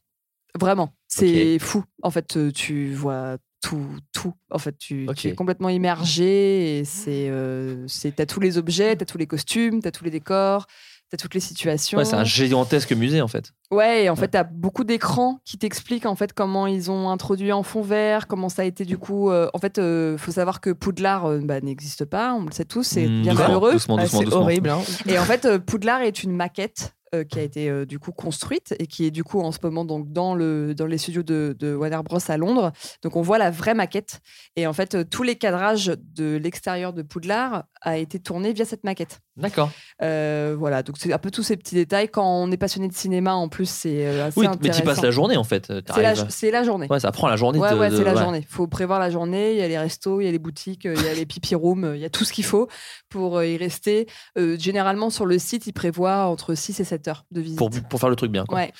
G: vraiment. C'est fou. En fait, euh, tu vois tout, tout. En fait, tu, tu
A: Ok.
G: es complètement immergé. et C'est, euh, c'est, t'as tous les objets, t'as tous les costumes, t'as tous les décors, t'as toutes les situations.
D: Ouais, c'est un gigantesque musée en fait.
G: Ouais, et en fait, t'as beaucoup d'écrans qui t'expliquent en fait comment ils ont introduit en fond vert, comment ça a été du coup. euh, en fait, euh, faut savoir que Poudlard euh, bah, n'existe pas, on le sait tous, c'est
D: Mm,
G: bien
D: doucement,
G: malheureux.
D: Doucement,
E: Ah,
D: doucement,
E: c'est
D: doucement.
E: horrible. hein.
G: Et en fait, euh, Poudlard est une maquette euh, qui a été euh, du coup construite et qui est du coup en ce moment donc dans le dans les studios de, de Warner Bros à Londres. Donc on voit la vraie maquette et en fait euh, tous les cadrages de l'extérieur de Poudlard a été tourné via cette maquette.
D: D'accord.
G: Euh, voilà, donc c'est un peu tous ces petits détails. Quand on est passionné de cinéma, en plus, c'est euh, assez
D: Oui, mais
G: intéressant.
D: tu passes la journée en fait. euh,
G: C'est la,
D: t'arrives.
G: c'est la journée.
D: Ouais, ça prend la journée.
G: Ouais,
D: de-
G: ouais,
D: de-
G: c'est la
D: ouais.
G: journée. Il faut prévoir la journée. Il y a les restos, il y a les boutiques, euh, il y a les pipi rooms, euh, il y a tout ce qu'il faut pour euh, y rester. Euh, généralement, sur le site, ils prévoient entre 6 et 7 heures de visite.
D: Pour, pour faire le truc bien. Quoi.
G: Ouais.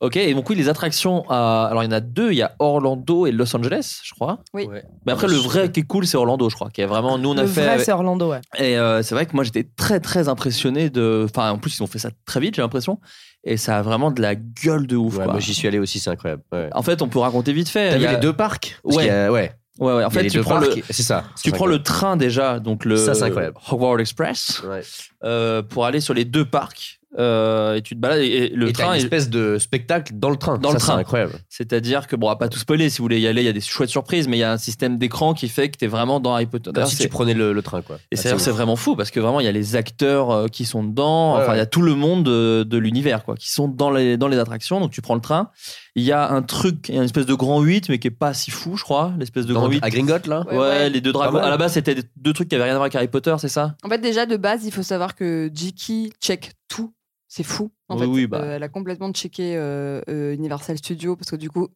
D: Ok, et donc oui, les attractions, à... alors il y en a deux, il y a Orlando et Los Angeles, je crois.
G: Oui.
D: Mais après, le vrai qui est cool, c'est Orlando, je crois. Qui est vraiment, nous, on a
E: Le
D: fait.
E: vrai,
D: avec-
E: c'est Orlando, ouais.
D: Et euh, c'est vrai que moi, j'étais très, très impressionné de. Enfin, en plus, ils ont fait ça très vite, j'ai l'impression. Et ça a vraiment de la gueule de ouf.
A: moi, j'y suis allé aussi, c'est incroyable. Ouais.
D: En fait, on peut raconter vite fait.
A: T'as
D: Il y
A: vu
D: a-
A: les deux parcs Parce
D: Ouais.
A: qu'il y a- ouais.
D: Ouais, ouais. En
A: Il y a
D: fait,
A: les
D: tu
A: deux
D: prends le,
A: parcs et- c'est ça,
D: Tu
A: c'est
D: prends le train déjà, donc le
A: Ça, c'est incroyable.
D: Hogwarts Express, euh, pour aller sur les deux parcs. euh, et tu te balades et, et le
A: Et t'as
D: train
A: une
D: est-
A: espèce de spectacle dans le train.
D: dans
A: Ça,
D: le
A: c'est
D: train.
A: incroyable.
D: C'est-à-dire que, bon, à pas tout spoiler, si vous voulez y aller, il y a des chouettes surprises, mais il y a un système d'écran qui fait que t'es vraiment dans Harry Potter.
A: Comme si tu
D: C'est-
A: prenais le, le train, quoi. Ah,
D: Et c'est c'est vraiment fou parce que vraiment il y a les acteurs euh, qui sont dedans,
A: Ouais,
D: enfin il y a
A: ouais.
D: tout le monde de, de l'univers quoi, qui sont dans les dans les attractions. Donc tu prends le train, il y a un truc, il y a une espèce de grand 8 mais qui est pas si fou je crois, l'espèce de
A: Dans-
D: grand 8
A: à Gringotts, là
D: Ouais,
A: Ouais, ouais.
D: les deux
A: Pas
D: dragons.
A: mal.
D: À la base c'était des- deux trucs qui avaient rien à voir avec Harry Potter, c'est ça
G: En fait, déjà, de base, il faut savoir que Jiki check tout. C'est fou. En
D: Oui,
G: fait,
D: oui, bah.
G: Euh, elle a complètement checké euh, euh, Universal Studios parce que du coup,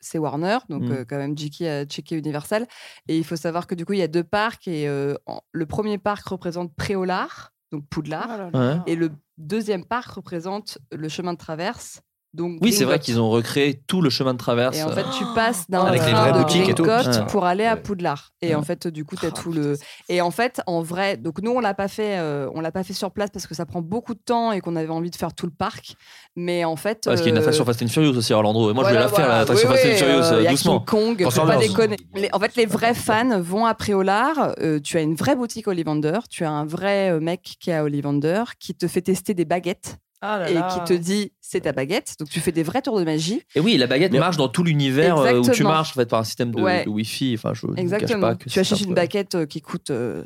G: c'est Warner. Donc,
D: Mm.
G: euh, quand même, Jiki a checké Universal. Et il faut savoir que du coup, il y a deux parcs. Et euh, en- le premier parc représente Préolard, donc Poudlard.
D: Oh là. Ouais.
G: Et le deuxième parc représente le chemin de traverse. Donc
D: Oui, c'est vrai
G: Gringotts.
D: qu'ils ont recréé tout le chemin de traverse.
G: Et en fait,
D: euh,
G: tu passes d'un
D: Avec les
G: train
D: vraies
G: de
D: boutiques et tout.
G: Gringotts
D: Ouais. Oh,
G: pour aller à Poudlard. Et en fait, du coup, t'as tout le. Et en fait, en vrai, donc nous, on l'a pas fait, euh, on l'a pas fait sur place parce que ça prend beaucoup de temps et qu'on avait envie de faire tout le parc. Mais en fait,
D: Parce qu'il y a une
G: euh,
D: attraction Fast and Furious aussi à Orlando. Et moi,
G: voilà,
D: je vais la faire,
G: voilà.
D: l'attraction
G: Oui,
D: Fast
G: oui,
D: and Furious,
G: euh,
D: euh,
G: y a
D: doucement.
G: King Kong, faut pas déconner. Les- en fait, les vrais fans vont à Préolard. euh, tu as une vraie boutique Ollivander. Tu as un vrai euh, mec qui est à Ollivander qui te fait tester des baguettes
E: Ah là
G: et
E: là.
G: qui te dit c'est ta baguette. Donc tu fais des vrais tours de magie.
D: Et oui, la baguette marche dans tout l'univers euh, où tu
G: Exactement.
D: marches, en fait, par un système de,
G: Ouais.
D: de Wi-Fi. Enfin, je ne cache
G: Exactement.
D: pas que
G: Tu achètes
D: c'est un
G: une
D: peu-
G: baguette euh, qui coûte euh,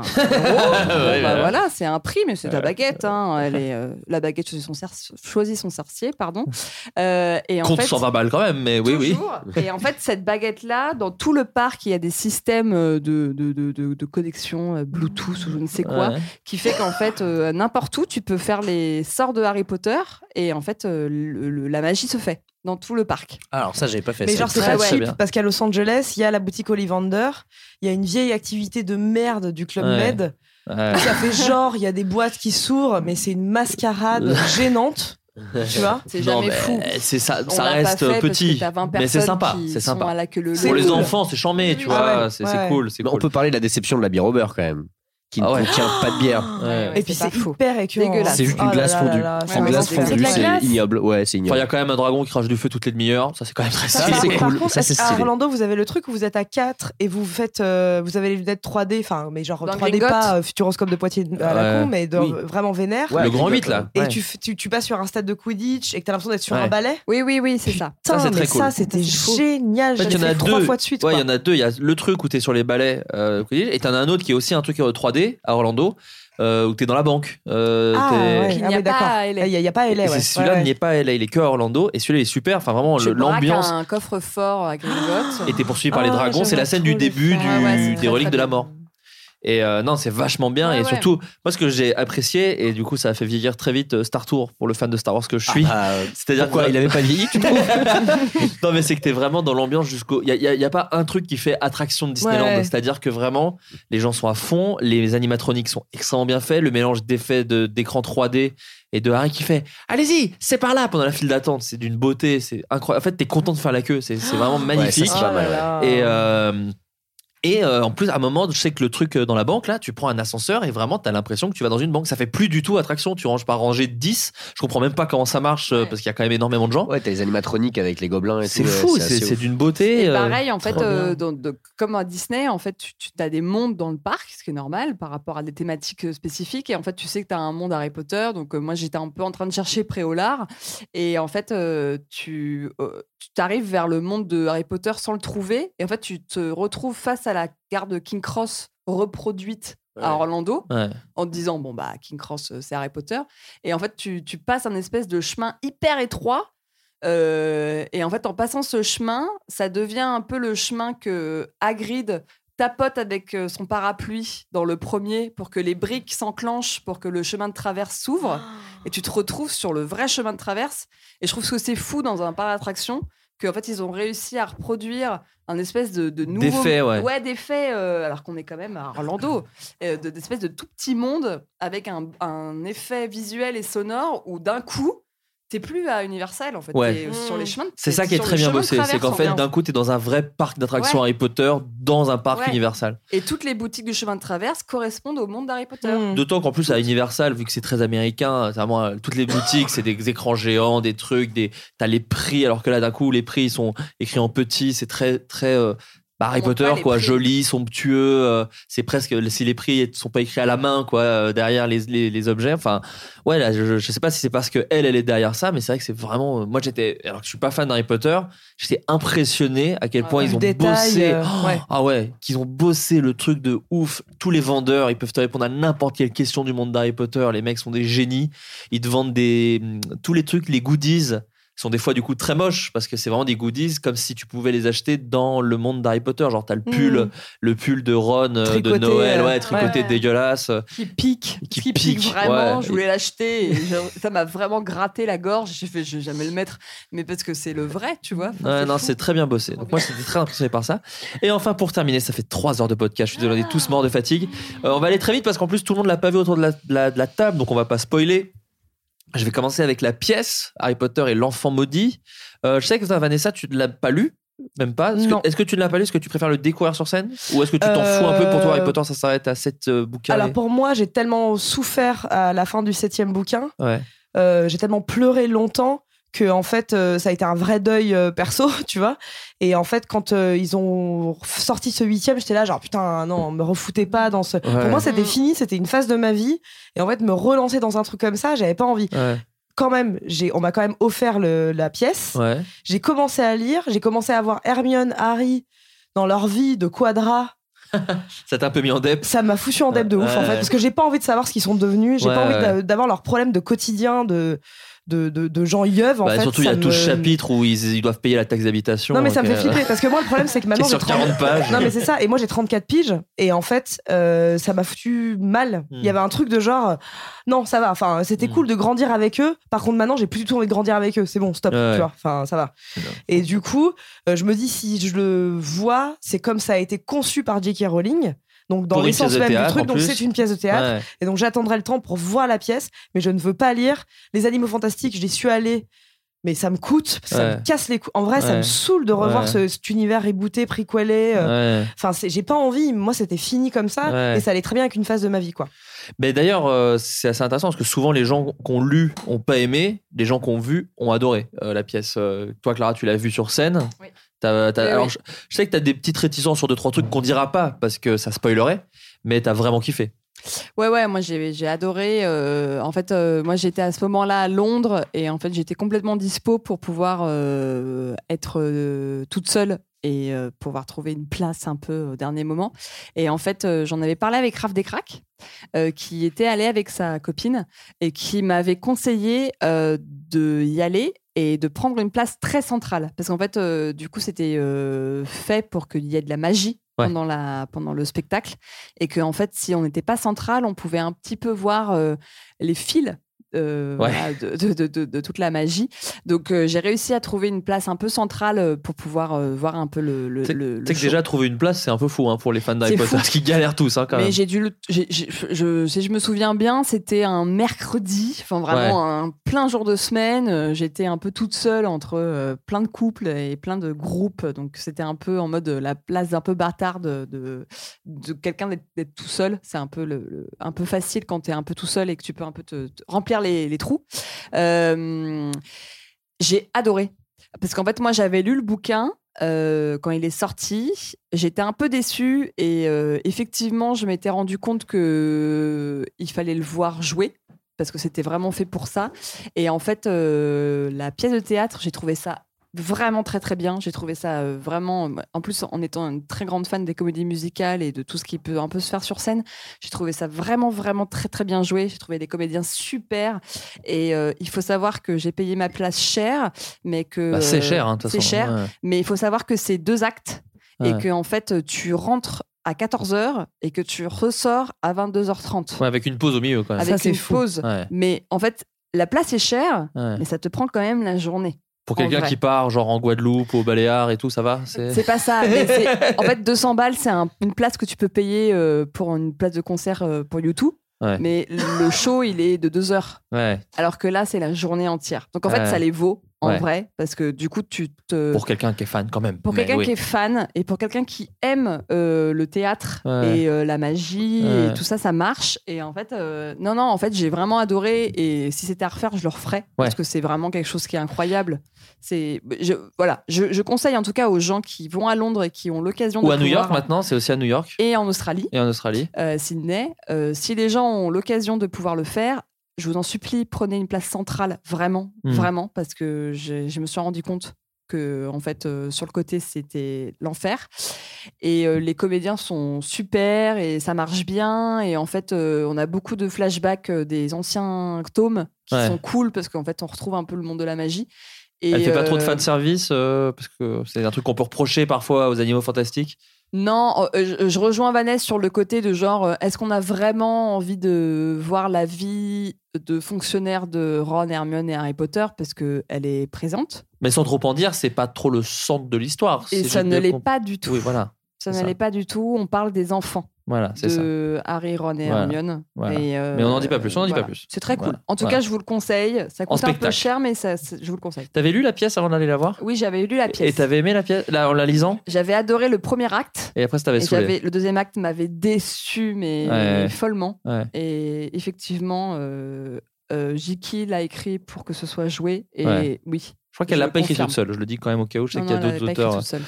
G: euros. Bon,
D: ouais.
G: bah voilà, c'est un prix, mais c'est ta
D: Ouais.
G: baguette. hein. Elle est, euh, la baguette choisit son, cer- choisit son sorcier, pardon. Euh, et en
D: Compte
G: fait,
D: 120 balles quand même, mais oui, oui.
G: et euh, en fait, cette baguette-là, dans tout le parc, il y a des systèmes euh, de, de, de- de- de connexion euh, Bluetooth ou je ne sais quoi,
D: Ouais.
G: qui fait qu'en fait, euh, n'importe où, tu peux faire les sorts de Harry Potter et en fait, euh, le- le- la magie se fait dans tout le parc.
A: Alors, ça, j'avais pas fait
E: Mais
A: ça.
E: genre, c'est
A: Très,
E: pas
A: très
E: cheap
A: bien.
E: parce qu'à Los Angeles, il y a la boutique Ollivander, il y a une vieille activité de merde du Club
D: Ouais.
E: Med.
D: Ouais.
E: Ça fait genre, il y a des boîtes qui s'ouvrent, mais c'est une mascarade gênante. Tu vois
G: C'est
D: Non,
G: jamais
D: mais
G: fou.
D: C'est ça,
G: On
D: ça
G: l'a pas
D: reste
G: fait parce que
D: petit,
G: t'as 20
D: mais c'est
G: personnes
D: sympa,
G: qui
D: c'est
G: sont
D: sympa.
G: à la queue leu
D: Pour
G: leu.
D: les enfants, c'est chambé, tu
G: Ah
D: vois,
G: ouais,
D: c'est
G: ouais,
D: c'est
G: ouais.
D: cool, c'est
A: Mais on
D: cool.
A: peut parler de la déception de la bière au beurre, quand même, qui ne contient pas de bière.
E: Et puis c'est hyper écœurant.
G: Dégueulasse.
A: C'est juste une
E: Oh là
A: glace
E: là
A: fondue.
E: là là, c'est
A: Une glace
E: vraiment
A: fondue,
E: dégueulasse.
A: c'est ignoble. Ouais, c'est
D: Enfin, il y a
A: ignoble.
D: quand même un dragon qui crache du feu toutes les demi-heures, ça c'est quand même très
A: Ça,
D: stylé.
A: c'est
E: Par
A: cool.
E: contre,
A: Ça, c'est
E: à
A: stylé.
E: Orlando, vous avez le truc où vous êtes à 4 et vous faites, euh, vous avez les lunettes 3D, enfin, mais genre
G: Dans
E: 3D
G: Gringotts.
E: pas euh, Futuroscope de Poitiers à la
D: Ouais.
E: con, mais de-
D: Oui.
E: vraiment vénère.
D: Ouais, Le grand Gringotts, 8, là.
E: Et
D: ouais.
E: tu, f- tu, tu passes sur un stade de Quidditch et que t'as l'impression d'être sur
D: Ouais.
E: un balai.
G: Oui, oui, oui, c'est ça.
D: Ça, c'est très
E: mais
D: cool.
E: ça, c'était génial.
D: En fait,
E: J'ai
D: il y en a
E: fait trois
D: deux.
E: fois de suite.
D: Ouais, il
E: quoi.
D: y en a deux. Il y a le truc où t'es sur les balais, euh, Quidditch, et t'en as un autre qui est aussi un truc euh, 3D à Orlando, euh, où t'es dans la banque. Euh,
E: Ah,
D: t'es-
E: ouais,
G: Qu'il
E: ah
G: n'y a
E: ouais,
G: pas
E: d'accord.
G: à
E: Il
G: LA.
E: n'y a pas à LA,
D: Et
E: ouais.
D: c'est celui-là
E: Ouais, ouais.
D: n'y est pas à LA, il est que à Orlando. Et celui-là il est super. Enfin, vraiment,
G: Tu
D: le-
G: braques
D: l'ambiance.
G: un coffre-fort à Gringotts.
D: Et t'es poursuivi par les
G: Ah,
D: dragons. C'est
G: j'aimerais
D: la scène
G: trop
D: du
G: le
D: début
G: faire.
D: du,
G: Ah ouais, c'est
D: des
G: très,
D: reliques
G: très
D: de la
G: bien.
D: mort. Et euh, non, c'est vachement bien.
G: Ouais,
D: et
G: ouais.
D: surtout, moi, ce que j'ai apprécié, et du coup, ça a fait vieillir très vite euh, Star Tour pour le fan de Star Wars que je suis. Ah bah, euh, C'est-à-dire
A: pourquoi
D: que-
A: Il avait pas vieilli, tu trouves
D: non, mais c'est que t'es vraiment dans l'ambiance jusqu'au. Il n'y a, y a- y a pas un truc qui fait attraction de Disneyland.
E: Ouais.
D: C'est-à-dire que vraiment, les gens sont à fond, les animatroniques sont extrêmement bien faits, le mélange d'effets de- d'écran 3D et de Harry qui fait Allez-y, c'est par là pendant la file d'attente. C'est d'une beauté, c'est incroyable. En fait, t'es content de faire la queue, c'est c'est vraiment magnifique.
A: ça, c'est pas mal,
E: ouais.
D: Et. euh, et euh, en plus, à un moment, je sais que le truc euh, dans la banque, là, tu prends un ascenseur et vraiment, t'as l'impression que tu vas dans une banque. Ça fait plus du tout attraction. Tu ranges par rangée de 10. Je comprends même pas comment ça marche euh, parce qu'il y a quand même énormément de gens.
A: Ouais, t'as les animatroniques avec les gobelins et
D: C'est
A: tout,
D: fou,
A: ouais,
D: c'est
A: assez
D: c'est
A: ouf.
D: d'une beauté.
G: Et
D: euh,
G: pareil, en fait,
D: trop
G: euh,
D: bien.
G: dans- de- comme à Disney, en fait, tu, as des mondes dans le parc, ce qui est normal par rapport à des thématiques euh, spécifiques. Et en fait, tu sais que tu as un monde Harry Potter. Donc, euh, moi, j'étais un peu en train de chercher Préolard. Et en fait, euh, tu euh, tu t'arrives vers le monde de Harry Potter sans le trouver. Et en fait, tu te retrouves face à la gare de King Cross reproduite à Orlando
D: Ouais.
G: en te disant bon bah King Cross euh, c'est Harry Potter et en fait tu, tu passes un espèce de chemin hyper étroit euh, et en fait en passant ce chemin ça devient un peu le chemin que Hagrid tapote avec euh, son parapluie dans le premier pour que les briques s'enclenchent pour que le chemin de traverse s'ouvre et tu te retrouves sur le vrai chemin de traverse et je trouve que c'est fou dans un parc d'attractions qu'en fait ils ont réussi à reproduire un espèce de, de nouveau
D: D'effet, ouais.
G: d'effet, euh, alors qu'on est quand même à Orlando euh, de- d'espèce de tout petit monde avec un, un effet visuel et sonore où d'un coup t'es plus à Universal en fait
D: Ouais.
G: t'es sur les chemins de-
D: C'est ça
G: t'es
D: qui est
G: sur
D: très
G: le
D: bien
G: chemin de
D: bossé, c'est
G: traverse,
D: qu'en
G: en
D: fait, d'un coup, t'es dans un vrai parc d'attractions
G: Ouais.
D: Harry Potter, dans un parc
G: Ouais.
D: Universal.
G: et toutes les boutiques du chemin de traverse correspondent au monde d'Harry Potter
D: D'autant qu'en plus, à Universal, vu que c'est très américain, c'est vraiment, euh, toutes les boutiques, c'est des écrans géants, des trucs, des... t'as les prix, alors que là, d'un coup, les prix ils sont écrits en petit, c'est très, très. euh, bah, Harry
I: On montre
D: Potter,
I: pas les
D: quoi,
I: prix.
D: joli, somptueux, euh, c'est presque si les prix sont pas écrits à la main, quoi, euh, derrière les, les, les objets. Enfin, ouais, là, je, je sais pas si c'est parce que elle, elle est derrière ça, mais c'est vrai que c'est vraiment. euh, Moi, j'étais, alors que je suis pas fan d'Harry Potter, j'étais impressionné à quel point
E: ouais.
D: ils ont
E: Le détail,
D: bossé.
E: euh,
D: Oh,
E: ouais.
D: ah ouais, qu'ils ont bossé le truc de ouf. Tous les vendeurs, ils peuvent te répondre à n'importe quelle question du monde d'Harry Potter. Les mecs sont des génies. Ils te vendent des mm, tous les trucs, les goodies sont des fois du coup très moches parce que c'est vraiment des goodies comme si tu pouvais les acheter dans le monde d'Harry Potter. Genre t'as le pull,
I: Mm.
D: le pull de Ron euh,
I: Tricoté,
D: de Noël,
I: euh,
D: ouais, tricoté
G: ouais.
D: dégueulasse.
G: qui pique
D: Qui
G: qui pique,
D: pique,
G: vraiment
D: ouais.
G: je voulais l'acheter et je- ça m'a vraiment gratté la gorge j'ai fait je vais jamais le mettre mais parce que c'est le vrai tu vois Enfin,
D: Ouais,
G: c'est
D: non,
G: fou.
D: c'est très bien bossé. Donc moi, j'étais très impressionné par ça. Et enfin, pour terminer, ça fait 3 heures de podcast. Je suis désolé, on est tous morts de fatigue. Euh, on va aller très vite parce qu'en plus, tout le monde l'a pas vu autour de la, de la- de la table, donc on va pas spoiler. Je vais commencer avec la pièce Harry Potter et l'enfant maudit. Euh, je sais que toi, Vanessa, tu ne l'as pas lu, même pas. Est-ce que, est-ce que tu ne l'as pas lu Est-ce que tu préfères le découvrir sur scène Ou est-ce que tu t'en fous un peu pour toi Harry
E: Euh,
D: Potter, ça s'arrête à 7 bouquins
E: Alors
D: et-
E: pour moi, j'ai tellement souffert à la fin du septième bouquin,
D: Ouais.
E: euh, j'ai tellement pleuré longtemps que en fait, euh, ça a été un vrai deuil euh, perso, tu vois. Et en fait, quand euh, ils ont sorti ce huitième, j'étais là genre putain non, me refoutez pas dans ce.
D: Ouais.
E: Pour moi, c'était fini, c'était une phase de ma vie. Et en fait, me relancer dans un truc comme ça, j'avais pas envie.
D: Ouais.
E: Quand même, j'ai, on m'a quand même offert le- la pièce.
D: Ouais.
E: J'ai commencé à lire, j'ai commencé à voir Hermione, Harry dans leur vie de quadra
D: Ça t'a un peu mis en dep.
E: ça m'a foutu en dep de ouf
D: Ouais.
E: en fait parce que j'ai pas envie de savoir ce qu'ils sont devenus j'ai
D: Ouais,
E: pas envie d'a-
D: ouais.
E: d'avoir leurs problèmes de quotidien de de, de, de gens yeuves en
D: Bah,
E: fait
D: surtout, il y a
E: ça
D: tout
E: me-
D: ce chapitre où ils, ils doivent payer la taxe d'habitation.
E: non mais ça
D: donc,
E: me fait
D: euh,
E: flipper parce que moi le problème c'est que maintenant
D: Qui est
E: j'ai
D: sur 40 pages.
E: non mais c'est ça et moi j'ai 34 piges et en fait euh, ça m'a foutu mal
D: Hmm.
E: il y avait un truc de genre euh, non ça va enfin c'était cool de grandir avec eux par contre maintenant j'ai plus du tout envie de grandir avec eux c'est bon stop
D: Ouais, ouais.
E: tu vois enfin ça va et du coup euh, je me dis si je le vois c'est comme ça a été conçu par J.K. Rowling donc dans
D: Pour une
E: l'essence
D: pièce de
E: même
D: théâtre,
E: du
D: en
E: truc donc
D: plus.
E: c'est une pièce de théâtre
D: Ouais.
E: et donc j'attendrai le temps pour voir la pièce mais je ne veux pas lire les animaux fantastiques j'y suis allée mais ça me coûte parce que ça
D: Ouais.
E: me casse les couilles en vrai ça
D: Ouais.
E: me saoule de revoir
D: Ouais.
E: ce- cet univers rebooté prequelé euh,
D: Ouais.
E: enfin c'est- j'ai pas envie moi c'était fini comme ça
D: Ouais.
E: et ça allait très bien avec une phase de ma vie quoi
D: Mais d'ailleurs, euh, c'est assez intéressant parce que souvent les gens qu'on lu ont pas aimé, les gens qu'on vu ont adoré euh, la pièce. Euh, toi, Clara, tu l'as vue sur scène. T'as- t'as-
I: Oui,
D: alors,
I: oui.
D: Je, je sais que tu as des petites réticences sur deux trois trucs qu'on dira pas parce que ça spoilerait, mais t'as vraiment kiffé.
G: Ouais, ouais, moi j'ai j'ai adoré. euh, en fait, euh, moi j'étais à ce moment-là à Londres et en fait j'étais complètement dispo pour pouvoir euh, être euh, toute seule et euh, pouvoir trouver une place un peu au dernier moment. Et en fait, euh, j'en avais parlé avec Raph Descraques, euh, qui était allé avec sa copine et qui m'avait conseillé euh, de y aller et de prendre une place très centrale. Parce qu'en fait, euh, du coup, c'était euh, fait pour qu'il y ait de la magie
D: Ouais.
G: pendant, la, pendant le spectacle. Et que, en fait, si on n'était pas central, on pouvait un petit peu voir euh, les fils. euh,
D: Ouais.
G: voilà, de, de- de- de- de toute la magie. Donc euh, j'ai réussi à trouver une place un peu centrale euh, pour pouvoir euh, voir un peu le, le, le- Euh, le
D: Tu sais que
G: show.
D: déjà trouver une place, c'est un peu fou hein, pour les fans d'Harry
G: C'est
D: Potter
G: fou.
D: parce qu'ils galèrent tous hein, quand
G: Mais
D: même.
G: j'ai dû le- j'ai- j'ai- je, si je me souviens bien, c'était un mercredi, enfin vraiment
D: Ouais.
G: un plein jour de semaine. euh, J'étais un peu toute seule entre euh, plein de couples et plein de groupes. Donc c'était un peu en mode euh, la place un peu bâtarde de, de, quelqu'un d'être- d'être tout seul. C'est un peu, le, le- un peu facile quand tu es un peu tout seul et que tu peux un peu te, te remplir les, les trous. Euh, j'ai adoré. Parce qu'en fait, moi, j'avais lu le bouquin euh, quand il est sorti. J'étais un peu déçue et euh, effectivement, je m'étais rendu compte que il fallait le voir jouer parce que c'était vraiment fait pour ça. Et en fait, euh, la pièce de théâtre, j'ai trouvé ça vraiment très très bien. J'ai trouvé ça euh, vraiment. En plus, en étant une très grande fan des comédies musicales et de tout ce qui peut un peu se faire sur scène, j'ai trouvé ça vraiment vraiment très très bien joué. J'ai trouvé des comédiens super. Et euh, il faut savoir que j'ai payé ma place cher, mais que
D: Bah, c'est
G: euh,
D: cher, hein, de toute
G: c'est
D: façon,
G: cher.
D: ouais.
G: Mais il faut savoir que c'est deux actes et
D: Ouais.
G: que en fait tu rentres à 14h et que tu ressors à 22h30
D: Ouais, avec une pause au milieu quand même.
G: avec une pause.
D: Ouais.
G: Mais en fait, la place est chère,
D: Ouais.
G: mais ça te prend quand même la journée.
D: Pour
G: en
D: quelqu'un
G: vrai.
D: qui part genre en Guadeloupe, au Baléares et tout, ça va
G: C'est pas ça. mais c'est- en fait, 200 balles, c'est un- une place que tu peux payer euh, pour une place de concert euh, pour YouTube.
D: Ouais.
G: Mais le show, il est de deux heures.
D: Ouais.
G: Alors que là, c'est la journée entière. Donc en fait,
D: Ouais.
G: ça les vaut en
D: Ouais.
G: vrai. Parce que du coup, tu te.
D: Pour quelqu'un qui est fan quand même.
G: Euh, Pour
D: Mais
G: quelqu'un
D: oui.
G: qui est fan et pour quelqu'un qui aime euh, le théâtre
D: Ouais.
G: et euh, la magie
D: Ouais.
G: et tout ça, ça marche. Et en fait, euh, non, non, en fait, j'ai vraiment adoré. Et si c'était à refaire, je le referais parce que c'est vraiment quelque chose qui est incroyable. C'est, je, voilà, je, je conseille en tout cas aux gens qui vont à Londres et qui ont l'occasion
D: Ou
G: de
D: à New York
G: pouvoir-
D: maintenant, c'est aussi à New York
G: et en Australie,
D: et en Australie.
G: euh, Sydney. euh, si les gens ont l'occasion de pouvoir le faire, je vous en supplie, prenez une place centrale, vraiment,
D: Mhm.
G: vraiment, parce que j'ai- je me suis rendu compte que, en fait, euh, sur le côté, c'était l'enfer. Et euh, les comédiens sont super et ça marche bien. Et en fait, euh, on a beaucoup de flashbacks euh, des anciens tomes qui
D: Ouais.
G: sont cool parce qu'en fait, on retrouve un peu le monde de la magie. Et,
D: Elle fait pas trop de
G: euh,
D: fan service euh, parce que c'est un truc qu'on peut reprocher parfois aux animaux fantastiques.
G: Non, euh, je, je rejoins Vanessa sur le côté de genre, euh, est-ce qu'on a vraiment envie de voir la vie de fonctionnaire de Ron, Hermione et Harry Potter parce que elle est présente
D: Mais sans trop en dire, c'est pas trop le centre de l'histoire.
G: Et
D: C'est
G: ça
D: juste
G: ne
D: de
G: l'est
D: comp-
G: pas du tout.
D: Oui, voilà. C'est
G: Ça ne
D: ça.
G: l'est pas du tout. On parle des enfants
D: Voilà, c'est ça.
G: de Harry, Ron et
D: Voilà.
G: Hermione.
D: Voilà.
G: Et, euh,
D: Mais on n'en dit pas plus, on n'en dit
G: voilà.
D: pas plus.
G: C'est très cool.
D: Voilà.
G: En tout
D: Voilà.
G: cas, je vous le conseille. Ça coûte un peu
D: spectacle.
G: cher, mais ça, c'est- je vous le conseille.
D: T'avais lu la pièce avant d'aller la voir
G: Oui, j'avais lu la
D: Et
G: pièce.
D: t'avais aimé la pièce là, en la lisant
G: J'avais adoré le premier acte.
D: Et après, ça t'avait
G: Et j'avais-
D: saoulé.
G: le deuxième acte m'avait déçu, mais
D: Ouais.
G: follement.
D: Ouais.
G: Et effectivement, euh, euh, J.K. l'a écrit pour que ce soit joué. Et
D: Ouais.
G: oui.
D: Je crois qu'elle l'a
G: le
D: pas écrit
G: confirme.
D: toute seule. Je le dis quand même au cas où, je sais
G: Non,
D: qu'il y a
G: non, elle
D: d'autres
G: l'avait pas écrit
D: auteurs.
G: toute seule.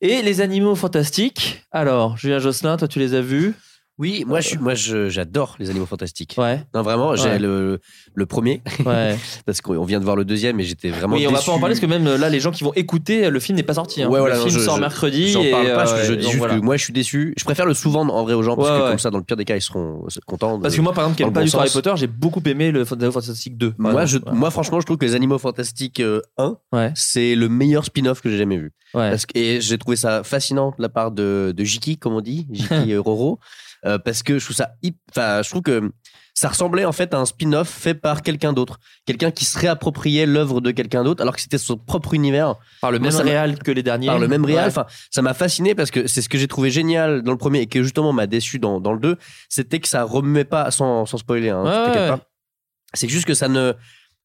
D: Et les animaux fantastiques. Alors, Julien Josselin, toi, tu les as vus
A: Oui, moi, je, suis- moi je- j'adore les animaux fantastiques.
D: Ouais.
A: Non, vraiment, j'ai
D: Ouais.
A: le, le premier.
D: Ouais.
A: parce qu'on on vient de voir le deuxième et j'étais vraiment.
D: Oui, on va
A: déçu.
D: pas en parler parce que même euh, là, les gens qui vont écouter, le film n'est pas sorti. hein.
A: Ouais, voilà,
D: le
A: non,
D: film
A: je-
D: sort
A: je-
D: mercredi.
A: J'en
D: et,
A: parle pas,
D: euh,
A: je, je dis
D: donc
A: juste
D: voilà.
A: que moi je suis déçu. Je préfère le souvent en vrai aux gens parce
D: Ouais,
A: que
D: ouais.
A: comme ça, dans le pire des cas, ils seront euh, contents. de-
D: Parce que moi, par exemple, qui
A: dans le
D: n'aime pas
A: bon
D: du tout Harry
A: sens.
D: Potter, j'ai beaucoup aimé le Fantasy Fantastic 2. par
A: Moi,
D: exemple.
A: je, moi, franchement, je trouve que les Animaux Fantastiques euh, 1, c'est le meilleur spin-off que j'ai jamais vu. Parce que, et j'ai trouvé ça fascinant de la part de, de Jiki, comme on dit, Jiki euh, Roro, euh, parce que je trouve ça hip- enfin, je trouve que ça ressemblait en fait à un spin-off fait par quelqu'un d'autre. Quelqu'un qui se réappropriait l'œuvre de quelqu'un d'autre alors que c'était son propre univers.
D: Par le
A: Moi,
D: même
A: ça m'a-
D: réal que les derniers.
A: par le même
D: Ouais.
A: réal. Enfin, ça m'a fasciné parce que c'est ce que j'ai trouvé génial dans le premier et que justement m'a déçu dans, dans le 2, c'était que ça remuait pas, sans, sans spoiler, hein,
D: Ouais,
A: t'inquiète
D: ouais.
A: pas. C'est juste que ça ne.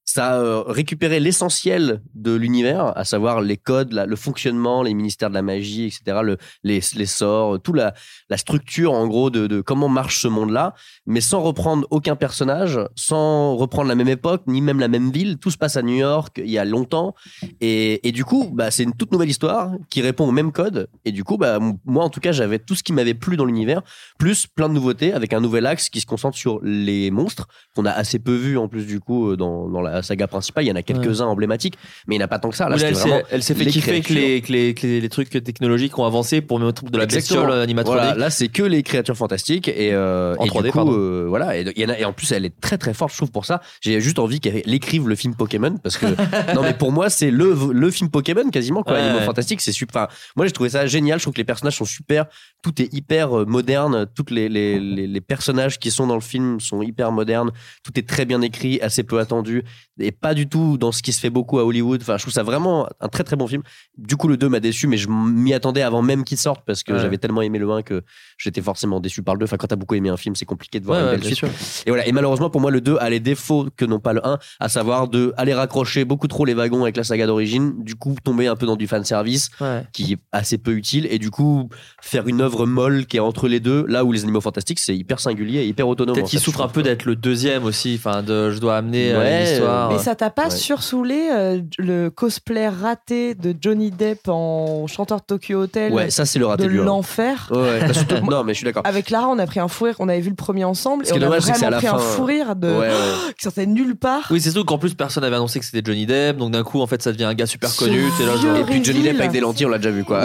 A: Ça euh, récupérait l'essentiel de l'univers, à savoir les codes, la- le fonctionnement, les ministères de la magie, etc., le- les, les sorts, toute la, la structure, en gros, de, de comment marche ce monde-là, mais sans reprendre aucun personnage, sans reprendre la même époque, ni même la même ville. Tout se passe à New York il y a longtemps. Et, et du coup, bah, c'est une toute nouvelle histoire qui répond au même code. Et du coup, bah, m- moi, en tout cas, j'avais tout ce qui m'avait plu dans l'univers, plus plein de nouveautés avec un nouvel axe qui se concentre sur les monstres, qu'on a assez peu vu en plus, du coup, euh, dans, dans la saga principale. Il y en a quelques-uns emblématiques, mais il n'y en a pas tant que ça. Là,
D: Ou Ah, là,
A: c'était
D: elle
A: vraiment
D: s'est- elle s'est fait
A: les
D: kiffer que
A: créatures.
D: les, que les, que les- les trucs technologiques ont avancé pour mettre de la
A: Exactement.
D: bestiole animatronique.
A: Voilà, là, c'est que les créatures fantastiques et, euh,
D: En
A: et
D: 3D,
A: du coup,
D: pardon.
A: euh, voilà. Et, il y en a- et en plus, elle est très très forte, je trouve, pour ça. J'ai juste envie qu'elle écrive le film Pokémon parce que non, mais pour moi, c'est le, le film Pokémon quasiment quoi.
D: Ouais.
A: Animaux fantastiques, c'est super. enfin, moi, j'ai trouvé ça génial. Je trouve que les personnages sont super. Tout est hyper euh, moderne. Toutes les, les, les, les personnages qui sont dans le film sont hyper modernes. Tout est très bien écrit, assez peu attendu et pas du tout dans ce qui se fait beaucoup à Hollywood. Enfin, je trouve ça vraiment un très très bon film. Du coup, le 2 m'a déçu, mais je m'y attendais avant même qu'il sorte parce que
D: Ouais.
A: j'avais tellement aimé le 1 que j'étais forcément déçu par le 2. Enfin, quand t'as beaucoup aimé un film, c'est compliqué de voir
D: Ouais,
A: une
D: ouais,
A: belle
D: bien
A: suite.
D: sûr.
A: Et voilà. Et malheureusement, pour moi, le 2 a les défauts que n'ont pas le 1, à savoir de aller raccrocher beaucoup trop les wagons avec la saga d'origine, du coup, tomber un peu dans du fan service
D: Ouais.
A: qui est assez peu utile et du coup, faire une œuvre molle qui est entre les deux, là où les animaux fantastiques, c'est hyper singulier et hyper autonome.
D: Peut-être
A: en
D: qu'il
A: fait,
D: souffre
A: je
D: un peu d'être le deuxième aussi. Enfin, de, je dois amener euh,
A: Ouais,
D: une histoire Noir.
E: Mais ça t'a pas
D: Ouais.
E: sursoulé euh, le cosplay raté de Johnny Depp en chanteur de Tokyo Hotel
A: Ouais, ça, c'est le raté
E: de
A: du roi.
E: l'enfer.
A: Ouais, bah, ouais, parce que- non, mais je suis d'accord.
E: Avec Lara, on a pris un fou rire. On avait vu le premier ensemble
A: Ce
E: et
A: qui
E: on
A: est
E: a
A: dommage, c'est que c'est à
E: vraiment
A: la
E: pris un
A: fin. hein.
E: fou rire de
D: Ouais, ouais.
E: qui sortait de nulle part.
D: Oui, c'est sûr qu'en plus personne n'avait annoncé que c'était Johnny Depp, donc d'un coup en fait ça devient un gars super connu. t'es là, genre-
A: Et puis Johnny Depp avec des lentilles, on l'a déjà vu quoi.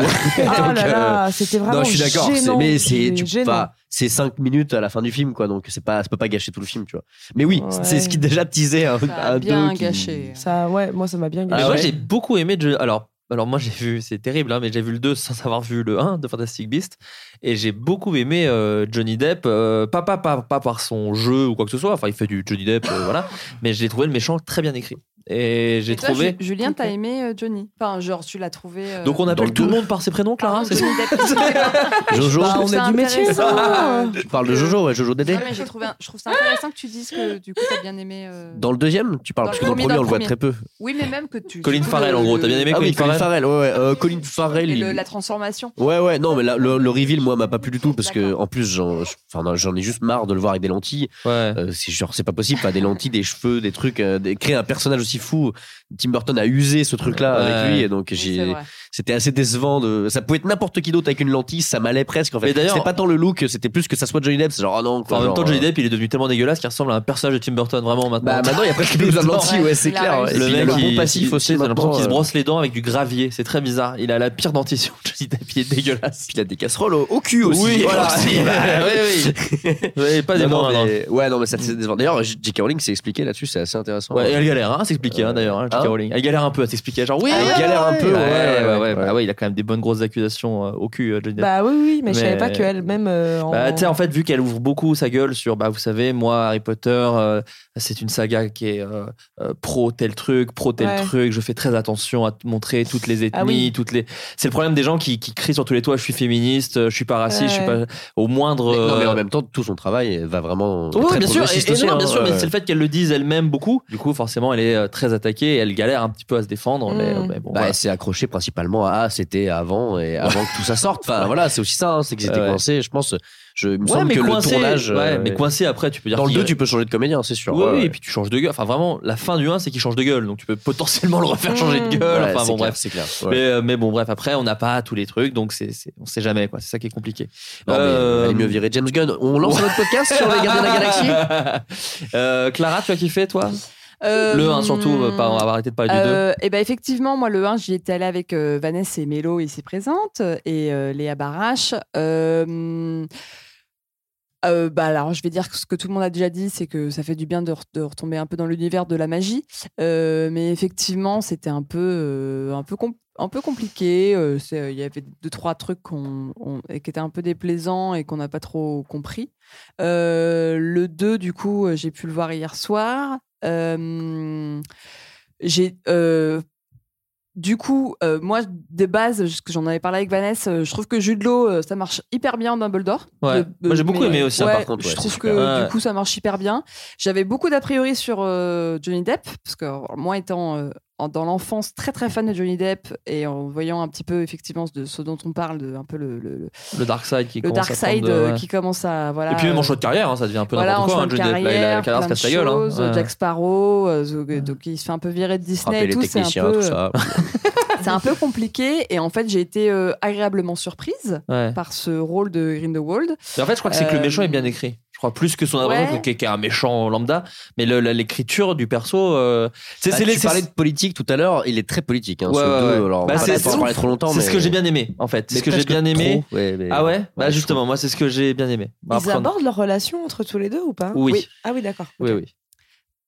E: Ah
A: Donc,
E: là
A: euh,
E: là, c'était vraiment
A: non, je suis d'accord. c'est-
E: gênant,
A: Mais c'est tu
E: gênant.
A: pas. C'est 5 minutes à la fin du film, quoi. Donc, c'est pas, ça peut pas gâcher tout le film, tu vois. Mais oui, c'est ce qui déjà teasait un, un deux qui-
E: Ça, ouais, moi, ça m'a bien
D: Ah,
E: gâché.
D: moi j'ai beaucoup aimé. Johnny- Alors, alors moi j'ai vu, c'est terrible, hein, mais j'ai vu le 2 sans avoir vu le 1 de Fantastic Beast. Et j'ai beaucoup aimé euh, Johnny Depp, euh, pas, pas, pas, pas par son jeu ou quoi que ce soit. Enfin, il fait du Johnny Depp, euh, voilà. Mais j'ai trouvé le méchant très bien écrit. Et j'ai
G: Et toi,
D: trouvé.
G: Ju- Julien, t'as aimé euh, Johnny Enfin, genre, tu l'as trouvé. euh,
D: Donc on appelle tout le monde par ses prénoms, Clara, c'est ça Jojo.
G: Bah, on a du métier, ça.
A: Tu parles de Jojo, ouais, Jojo Dédé.
G: Non, mais j'ai trouvé un- je trouve ça intéressant que tu dises que du coup t'as bien aimé. euh,
A: Dans le deuxième, tu parles, parce que dans le premier, on le voit très peu.
G: Oui, mais même que tu.
A: Colin
D: Farrell, en gros. T'as bien aimé
A: ah oui,
D: Colin
A: Colin Farrell, ouais, ouais. Euh, Colin Farrell.
G: Et
A: il-
G: le- la transformation.
A: Ouais, ouais, non, mais la- le, le reveal, moi, m'a pas plu du tout parce que, en plus, j'en je- enfin, non, j'en ai juste marre de le voir avec des lentilles. Euh, c'est genre, c'est pas possible, pas des lentilles, des cheveux, des trucs. euh, des- créer un personnage aussi fou. Tim Burton a usé ce truc-là
D: Ouais.
A: avec lui et donc
D: c'est
A: j'ai.
D: vrai.
A: C'était assez décevant. De... Ça pouvait être n'importe qui d'autre avec une lentille, ça m'allait presque en fait.
D: Mais d'ailleurs-
A: C'était pas tant le look, c'était plus que ça soit Johnny Depp, c'est genre, ah non,
D: Enfin,
A: quoi,
D: en même
A: genre,
D: temps, Johnny
A: euh,
D: Depp, il est devenu tellement dégueulasse qu'il ressemble à un personnage de Tim Burton, vraiment maintenant.
A: Bah, maintenant, il y a presque plus besoin de lentilles, ouais, c'est clair, ouais. Et
D: Le
A: puis, il a
D: mec,
A: le bon
D: il-
A: passif
D: il-
A: aussi,
D: J'ai l'impression
A: maintenant,
D: qu'il se
A: euh.
D: brosse les dents avec du gravier, c'est très bizarre. Il a la pire dentition, Johnny Depp, il est dégueulasse.
A: Il a des casseroles au, cul aussi.
D: Oui,
A: Voilà.
D: aussi. Bah, oui, oui. Ouais, pas des
A: Non, non,
D: moindres.
A: mais- Ouais, non, mais ça c'est décevant. D'ailleurs, J.K. Rowling s'est expliqué là-dessus, c'est assez intéressant.
D: Ouais, et elle galère hein, à s'expliquer hein, d'ailleurs, hein, J.K.
A: hein
D: Rowling. Elle galère un peu à s'expliquer. Genre, oui,
A: Elle galère un peu, Ah ouais, ouais,
D: ouais,
A: ouais,
D: ouais. Bah ouais, il a quand même des bonnes grosses accusations euh, au cul, euh, Johnny Depp.
E: Bah oui, oui, mais, je savais pas qu'elle-même. euh, en-
D: Bah, tu sais, en fait, vu qu'elle ouvre beaucoup sa gueule sur, bah, vous savez, moi, Harry Potter, euh, c'est une saga qui est euh, euh, pro tel truc, pro tel
E: Ouais.
D: truc, je fais très attention à te montrer toutes les ethnies,
E: Ah oui.
D: toutes les. C'est le problème des gens qui, qui crient sur tous les toits, je suis féministe, euh, je suis pas raciste, je suis
A: Ouais.
D: pas. Au moindre.
A: Mais, non, mais en
D: euh,
A: même temps, tout son travail va vraiment.
D: oui,
A: très
D: bien sûr, et,
A: progressiste
D: et
A: aussi,
D: non,
A: hein,
D: bien sûr, mais
A: ouais.
D: c'est le fait qu'elle le dise elle-même beaucoup. Du coup, forcément, elle est euh, très attaquée et elle galère un petit peu à se défendre. Mais,
A: Mm.
D: mais bon,
A: Bah,
D: voilà.
A: elle s'est accrochée principalement à ah, c'était avant et avant que tout ça sorte. Enfin voilà, c'est aussi ça, hein, c'est qu'ils étaient
D: Ouais.
A: coincés. Je pense, je il me
D: Ouais,
A: semble
D: mais
A: que
D: coincés,
A: le tournage.
D: ouais,
A: euh,
D: mais coincés, après, tu peux dire
A: Dans le
D: qu'il-
A: 2, tu peux changer de comédien, c'est sûr.
D: Oui,
A: Ouais,
D: oui,
A: ouais.
D: et puis tu changes de gueule. Enfin, vraiment, la fin du 1, c'est qu'il change de gueule. Donc, tu peux potentiellement le refaire changer de gueule.
A: Hmm. Ouais,
D: enfin,
A: c'est
D: bon,
A: clair,
D: bref.
A: c'est clair, ouais.
D: Mais, euh, mais bon, bref, après, on n'a pas tous les trucs. Donc, c'est, c'est- on sait jamais, quoi. C'est ça qui est compliqué.
A: Non, mais,
D: Euh,
A: valait mieux virer James Gunn. On lance
D: Ouais.
A: notre podcast sur les Gardiens de la
D: Galaxie. Euh, Clara, tu as kiffé, toi
G: Euh,
D: Le 1, surtout, euh, pas, on va arrêter de parler du 2.
G: et ben effectivement, moi le 1, j'y étais allée avec euh, Vanessa et Mélo ici présentes et euh, Léa Barache. Euh, euh, bah alors, je vais dire que ce que tout le monde a déjà dit, c'est que ça fait du bien de, re- de retomber un peu dans l'univers de la magie. Euh, mais effectivement, c'était un peu, euh, un peu, com- un peu compliqué. Euh, c'est- euh, Il y avait deux trois trucs qu'on- on- et qui étaient un peu déplaisants et qu'on n'a pas trop compris. Euh, le 2, du coup, euh, j'ai pu le voir hier soir. Euh, j'ai euh, du coup, euh, moi, de base, ce que j'en avais parlé avec Vanessa, euh, je trouve que Jude Law, euh, ça marche hyper bien en Dumbledore.
D: Ouais.
G: De-
D: Moi, j'ai beaucoup
G: Euh, mais-
D: aimé aussi, hein,
G: ouais,
D: par contre, ouais,
G: je
D: c'est
G: trouve que
D: super. Ouais.
G: du coup, ça marche hyper bien. J'avais beaucoup d'a priori sur euh, Johnny Depp, parce que alors, moi, étant euh, en- dans l'enfance très très fan de Johnny Depp, et en voyant un petit peu effectivement de ce dont on parle, de, un peu le, le, le-
D: Le Dark Side qui
G: le
D: commence
G: Dark
D: à
G: Side
D: prendre de-
G: euh,
D: ouais.
G: qui commence à. Voilà,
D: Et puis, même en
G: euh,
D: choix de carrière, hein, ça devient un peu
G: voilà, en
D: n'importe quoi.
G: choix
D: hein,
G: de
D: Johnny Depp, là, il a-
G: carrière,
D: Carrère,
G: plein
D: se
G: de
D: casse la gueule. hein.
G: choses,
D: Ouais. Ah,
G: Jack Sparrow, euh, zo- donc il se fait un peu virer de Disney
A: Frapper
G: et
A: les
G: tout, c'est un
A: techniciens,
G: peu, euh,
A: tout ça.
G: c'est un peu compliqué. Et en fait, j'ai été euh, agréablement surprise
D: Ouais.
G: par ce rôle de Grindelwald.
D: Et en fait, je crois que c'est que le
G: Euh,
D: méchant est bien écrit. Je crois plus que son
G: Ouais.
D: avance qui est un méchant lambda, mais le- la- l'écriture du perso. Euh, c'est
A: Ah,
D: c'est les-
A: tu
D: c'est-
A: parlais de politique tout à l'heure, il est très politique. Hein,
D: Ouais,
A: ce
D: ouais,
A: deux,
D: ouais.
A: alors,
D: Bah,
A: on va
D: c'est-
A: pas en parler trop longtemps.
D: C'est ce que
A: mais-
D: j'ai bien aimé, en fait. C'est
A: Mais
D: ce que j'ai
A: presque
D: bien aimé.
A: trop, ouais, mais-
D: Ah ouais Bah
A: je
D: justement, moi, c'est ce que j'ai bien aimé. Bah,
E: Ils
D: Après, on-
E: abordent leur relation entre tous les deux ou pas
D: Oui.
E: Ah oui, d'accord.
D: Oui, oui.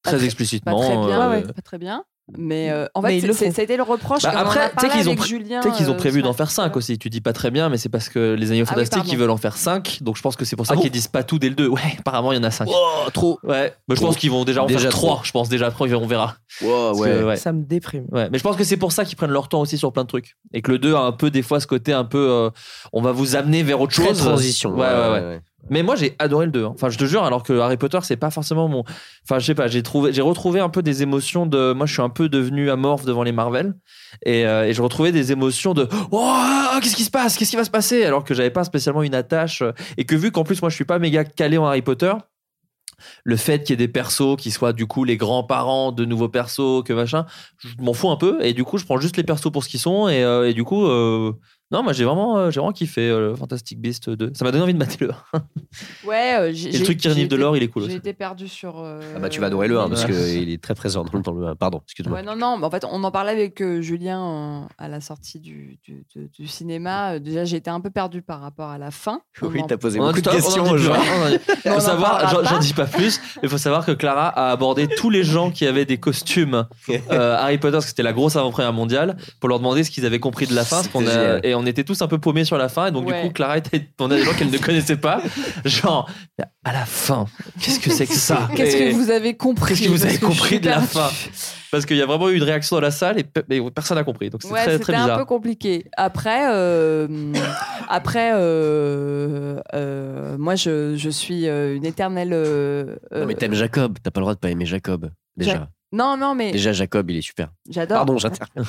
G: Pas
D: Très
G: très-
D: explicitement.
G: Pas très bien,
D: euh,
G: pas très bien. Mais euh, en
E: Mais
G: fait,
E: ils
G: c'est-
E: le
G: c'est-
E: font.
G: ça a été le reproche.
D: Bah,
G: et on en a
D: après, tu sais
G: parlé
D: qu'ils ont,
G: avec
D: pré-
G: Julien,
D: tu sais qu'ils ont
G: euh,
D: prévu d'en faire 5 aussi. Tu dis pas très bien, mais c'est parce que les Animaux
G: Ah oui,
D: Fantastiques
G: pardon.
D: ils veulent en faire 5. Donc je pense que c'est pour ça qu'ils disent pas tout dès le 2. Ouais, apparemment il y en a 5.
A: Ah Oh, trop
D: Ouais, mais je pense qu'ils vont déjà en
A: Déjà
D: faire
A: trop.
D: 3. Je pense déjà après, on verra.
A: Wow,
D: Parce
A: ouais.
D: que,
E: Ça me déprime.
D: Oh, Ouais, mais je pense que c'est pour ça qu'ils prennent leur temps aussi sur plein de trucs. Et que le 2 a un peu, des fois, ce côté un peu. euh, on va vous amener vers autre
A: Très
D: chose.
A: transition,
D: Ouais, ouais,
A: ouais,
D: ouais.
A: ouais, ouais.
D: Mais moi, j'ai adoré le 2. hein. Enfin, je te jure, alors que Harry Potter, c'est pas forcément mon. Enfin, je sais pas, j'ai trouvé, j'ai retrouvé un peu des émotions de. Moi, je suis un peu devenu amorphe devant les Marvel. Et, euh, et je retrouvais des émotions de. Oh, qu'est-ce qui se passe Qu'est-ce qui va se passer Alors que j'avais pas spécialement une attache. euh, Et que vu qu'en plus, moi, je suis pas méga calé en Harry Potter le fait qu'il y ait des persos qui soient du coup les grands-parents de nouveaux persos, que machin, je m'en fous un peu. Et du coup, je prends juste les persos pour ce qu'ils sont. Et, euh, et du coup, euh, non, moi j'ai vraiment, euh, j'ai vraiment kiffé euh, le Fantastic Beast 2. Ça m'a donné envie de mater le 1.
G: Ouais, euh,
D: Et
G: j'ai.
D: le
G: j'ai-
D: truc qui renifle
G: j'ai
D: de
G: été-
D: l'or, il est cool
G: J'ai
D: aussi.
G: été perdu sur. euh,
A: Ah bah, tu vas adorer le 1 parce
D: Ouais.
A: qu'il est très présent dans le- dans le 1. Pardon, excuse-moi.
G: Ouais, non, non, mais en fait, on en parlait avec euh, Julien euh, à la sortie du, du, du- du cinéma. Euh, Déjà, j'étais un peu perdue par rapport à la fin.
A: Oui,
G: On en-
A: t'as posé
D: On en
A: beaucoup
D: dit
A: de
D: pas- on en
A: questions
D: dit
A: aux
D: plus
A: gens.
D: rien, on en dit-
G: on en
D: Faut savoir,
G: parlera
D: j'en- j'en
G: pas.
D: dis pas plus, mais faut savoir que Clara a abordé tous les gens qui avaient des costumes euh, Harry Potter, parce que c'était la grosse avant-première mondiale, pour leur demander ce qu'ils avaient compris de la fin. parce qu'on a-
A: génial.
D: et on était tous un peu paumés sur la fin, et donc
G: Ouais.
D: du coup, Clara était. On a des gens qu'elle ne connaissait pas. Genre, à la fin, qu'est-ce que c'est que ça
G: Qu'est-ce
D: Et-
G: que vous avez compris
D: Qu'est-ce que vous
G: Parce
D: avez
G: que je suis
D: compris de la
G: perdue.
D: fin Parce qu'il y a vraiment eu une réaction dans la salle et pe- mais personne n'a compris. Donc c'est
G: Ouais,
D: très,
G: c'était
D: très
G: un peu
D: bizarre.
G: compliqué. Après, euh, après, euh, euh, moi, je, je suis euh, une éternelle. euh, euh,
A: Non, mais t'aimes Jacob, t'as pas le droit de pas aimer Jacob.
G: Ja-
A: Déjà.
G: Non, non, mais
A: Déjà, Jacob, il est super.
G: j'adore.
A: Pardon, j'interviens.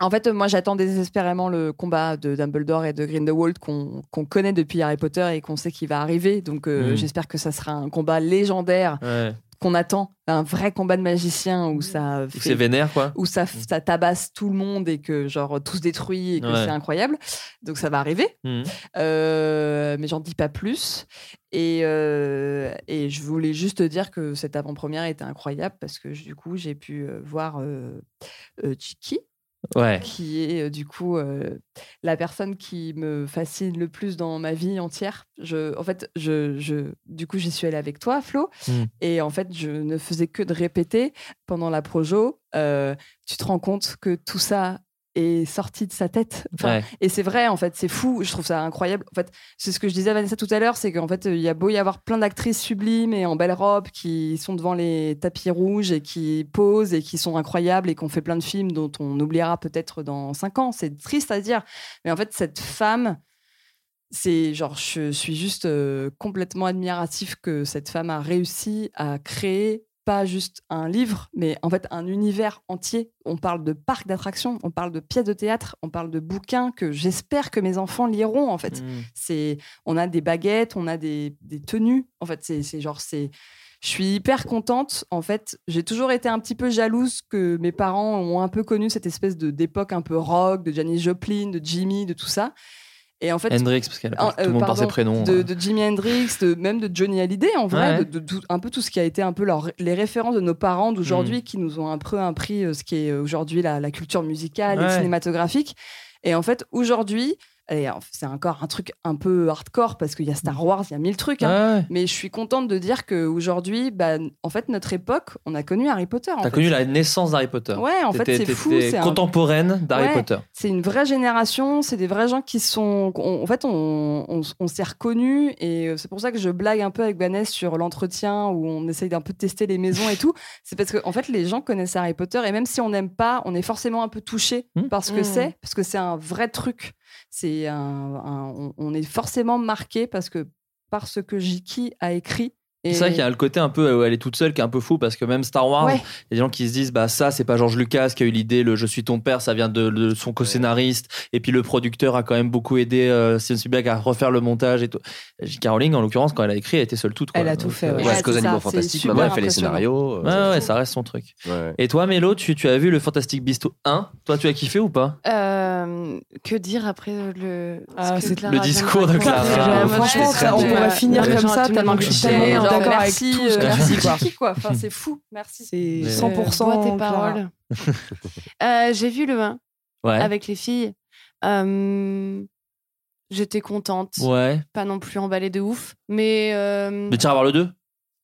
G: En fait, moi, j'attends désespérément le combat de Dumbledore et de Grindelwald qu'on qu'on connaît depuis Harry Potter et qu'on sait qu'il va arriver. Donc, euh,
D: Mm.
G: j'espère que ça sera un combat légendaire
D: Ouais.
G: qu'on attend, un vrai combat de magicien où ça
D: Donc, C'est
G: fait
D: vénère, quoi. Mm.
G: où ça, ça tabasse tout le monde et que genre tout se détruit et que
D: Ouais.
G: c'est incroyable. Donc ça va arriver.
D: Mhm.
G: Euh, mais j'en dis pas plus. Et, euh, et je voulais juste te dire que cette avant-première était incroyable parce que du coup j'ai pu euh, voir euh, euh, Chiki,
D: Ouais.
G: qui est euh, du coup euh, la personne qui me fascine le plus dans ma vie entière. Je, en fait, je, je, du coup j'y suis allée avec toi, Flo,
D: Mhm.
G: et en fait je ne faisais que de répéter pendant la projo. euh, tu te rends compte que tout ça est sorti de sa tête. Enfin,
D: Ouais.
G: et c'est vrai, en fait, c'est fou. Je trouve ça incroyable. En fait, c'est ce que je disais à Vanessa tout à l'heure, c'est qu'en fait, il y a beau y avoir plein d'actrices sublimes et en belle robe qui sont devant les tapis rouges et qui posent et qui sont incroyables et qu'on fait plein de films dont on oubliera peut-être dans cinq ans. C'est triste à dire, mais en fait, cette femme, c'est genre, je suis juste euh, complètement admiratif que cette femme a réussi à créer pas juste un livre, mais en fait un univers entier. On parle de parcs d'attractions, on parle de pièces de théâtre, on parle de bouquins que j'espère que mes enfants liront en fait.
D: Mm.
G: C'est, on a des baguettes, on a des, des tenues. En fait, c'est, c'est genre, c'est, je suis hyper contente. En fait, j'ai toujours été un petit peu jalouse que mes parents ont un peu connu cette espèce de d'époque un peu rock, de Janis Joplin, de Jimmy, de tout ça. Et en fait,
D: Hendrix, parce qu'elle
G: ah,
D: appelle tout le
G: euh,
D: monde par
G: pardon,
D: ses prénoms.
G: De, de Jimi Hendrix, de, même de Johnny Hallyday, en vrai,
D: Ouais.
G: de, de tout- un peu tout ce qui a été un peu leur- les références de nos parents
D: Mm.
G: d'aujourd'hui qui nous ont un peu appris euh, ce qui est aujourd'hui la, la culture musicale et
D: Ouais.
G: cinématographique. Et en fait, aujourd'hui, et, euh, c'est encore un truc un peu hardcore parce qu'il y a Star Wars, il y a mille trucs. hein.
D: Mm. Ouais, ouais.
G: Mais je suis contente de dire qu'aujourd'hui, bah, en fait, notre époque, on a connu Harry Potter. en
D: T'as
G: fait.
D: connu la naissance d'Harry Potter.
G: Ouais, en fait,
D: T'étais-
G: c'est fou,
D: t'étais
G: c'est un-
D: contemporaine d'Harry
G: Ouais.
D: Potter.
G: C'est une vraie génération, c'est des vrais gens qui sont. on- en fait, on, on- on s'est reconnus et euh, c'est pour ça que je blague un peu avec Vanessa sur l'entretien où on essaye d'un peu tester les maisons et tout. C'est parce que, en fait, les gens connaissent Harry Potter et même si on n'aime pas, on est forcément un peu touché
D: Mmh.
G: par ce
Q: Hmm.
G: que
J: Mmh.
G: c'est, parce que c'est un vrai truc. C'est un, un- on, on est forcément marqué parce que, par ce que J.K. a écrit. Et-
D: C'est vrai qu'il y a le côté un peu où elle est toute seule qui est un peu fou parce que même Star Wars, il y
G: Ouais.
D: a des gens qui se disent bah ça c'est pas George Lucas qui a eu l'idée le Je suis ton père, ça vient de, de son co-scénariste et puis le producteur a quand même beaucoup aidé euh, Steven Spielberg à refaire le montage et tout. J.K. Rowling en l'occurrence quand elle a écrit, elle était seule toute quoi.
E: Elle a
D: Donc,
E: tout fait,
D: euh,
E: ouais.
D: ouais.
A: Jusqu'aux
G: c'est
A: animaux
G: ça, c'est
A: fantastiques.
G: super
A: Maintenant, elle fait les
G: impressionnant.
A: scénarios.
D: Ouais,
A: euh,
D: ouais, ça reste son truc.
A: ouais, ouais.
D: Et toi Mélo, tu, tu as vu le Fantastic Beast 1 Toi tu as kiffé ou pas
B: Euh, que dire après le,
E: Ah,
B: ce que
E: c'est-
B: Clara
D: le
B: vient de
D: discours de
B: raconter
D: Clara. Ouais,
B: Déjà, moi, je
G: franchement,
B: pense
G: ça, on
B: que-
G: pourrait
E: finir
B: Ouais,
E: comme
B: genre,
E: ça,
B: tu
E: tellement
B: m'as
E: que je suis
B: tellement
E: tellement
B: d'accord
E: d'accord
B: avec
E: avec
G: merci,
E: tout
G: euh,
E: ce que tu
G: merci
E: dis, quoi.
G: J.K., quoi. Enfin, c'est fou, merci.
E: C'est
D: Mais-
B: Euh, bois
E: 100%
B: tes
E: Clara.
B: paroles. Euh, J'ai vu le 1
D: Ouais.
B: avec les filles. Euh, J'étais contente.
D: Ouais.
B: Pas non plus emballée de ouf. Mais euh,
D: Mais tiens à voir le 2
G: Euh,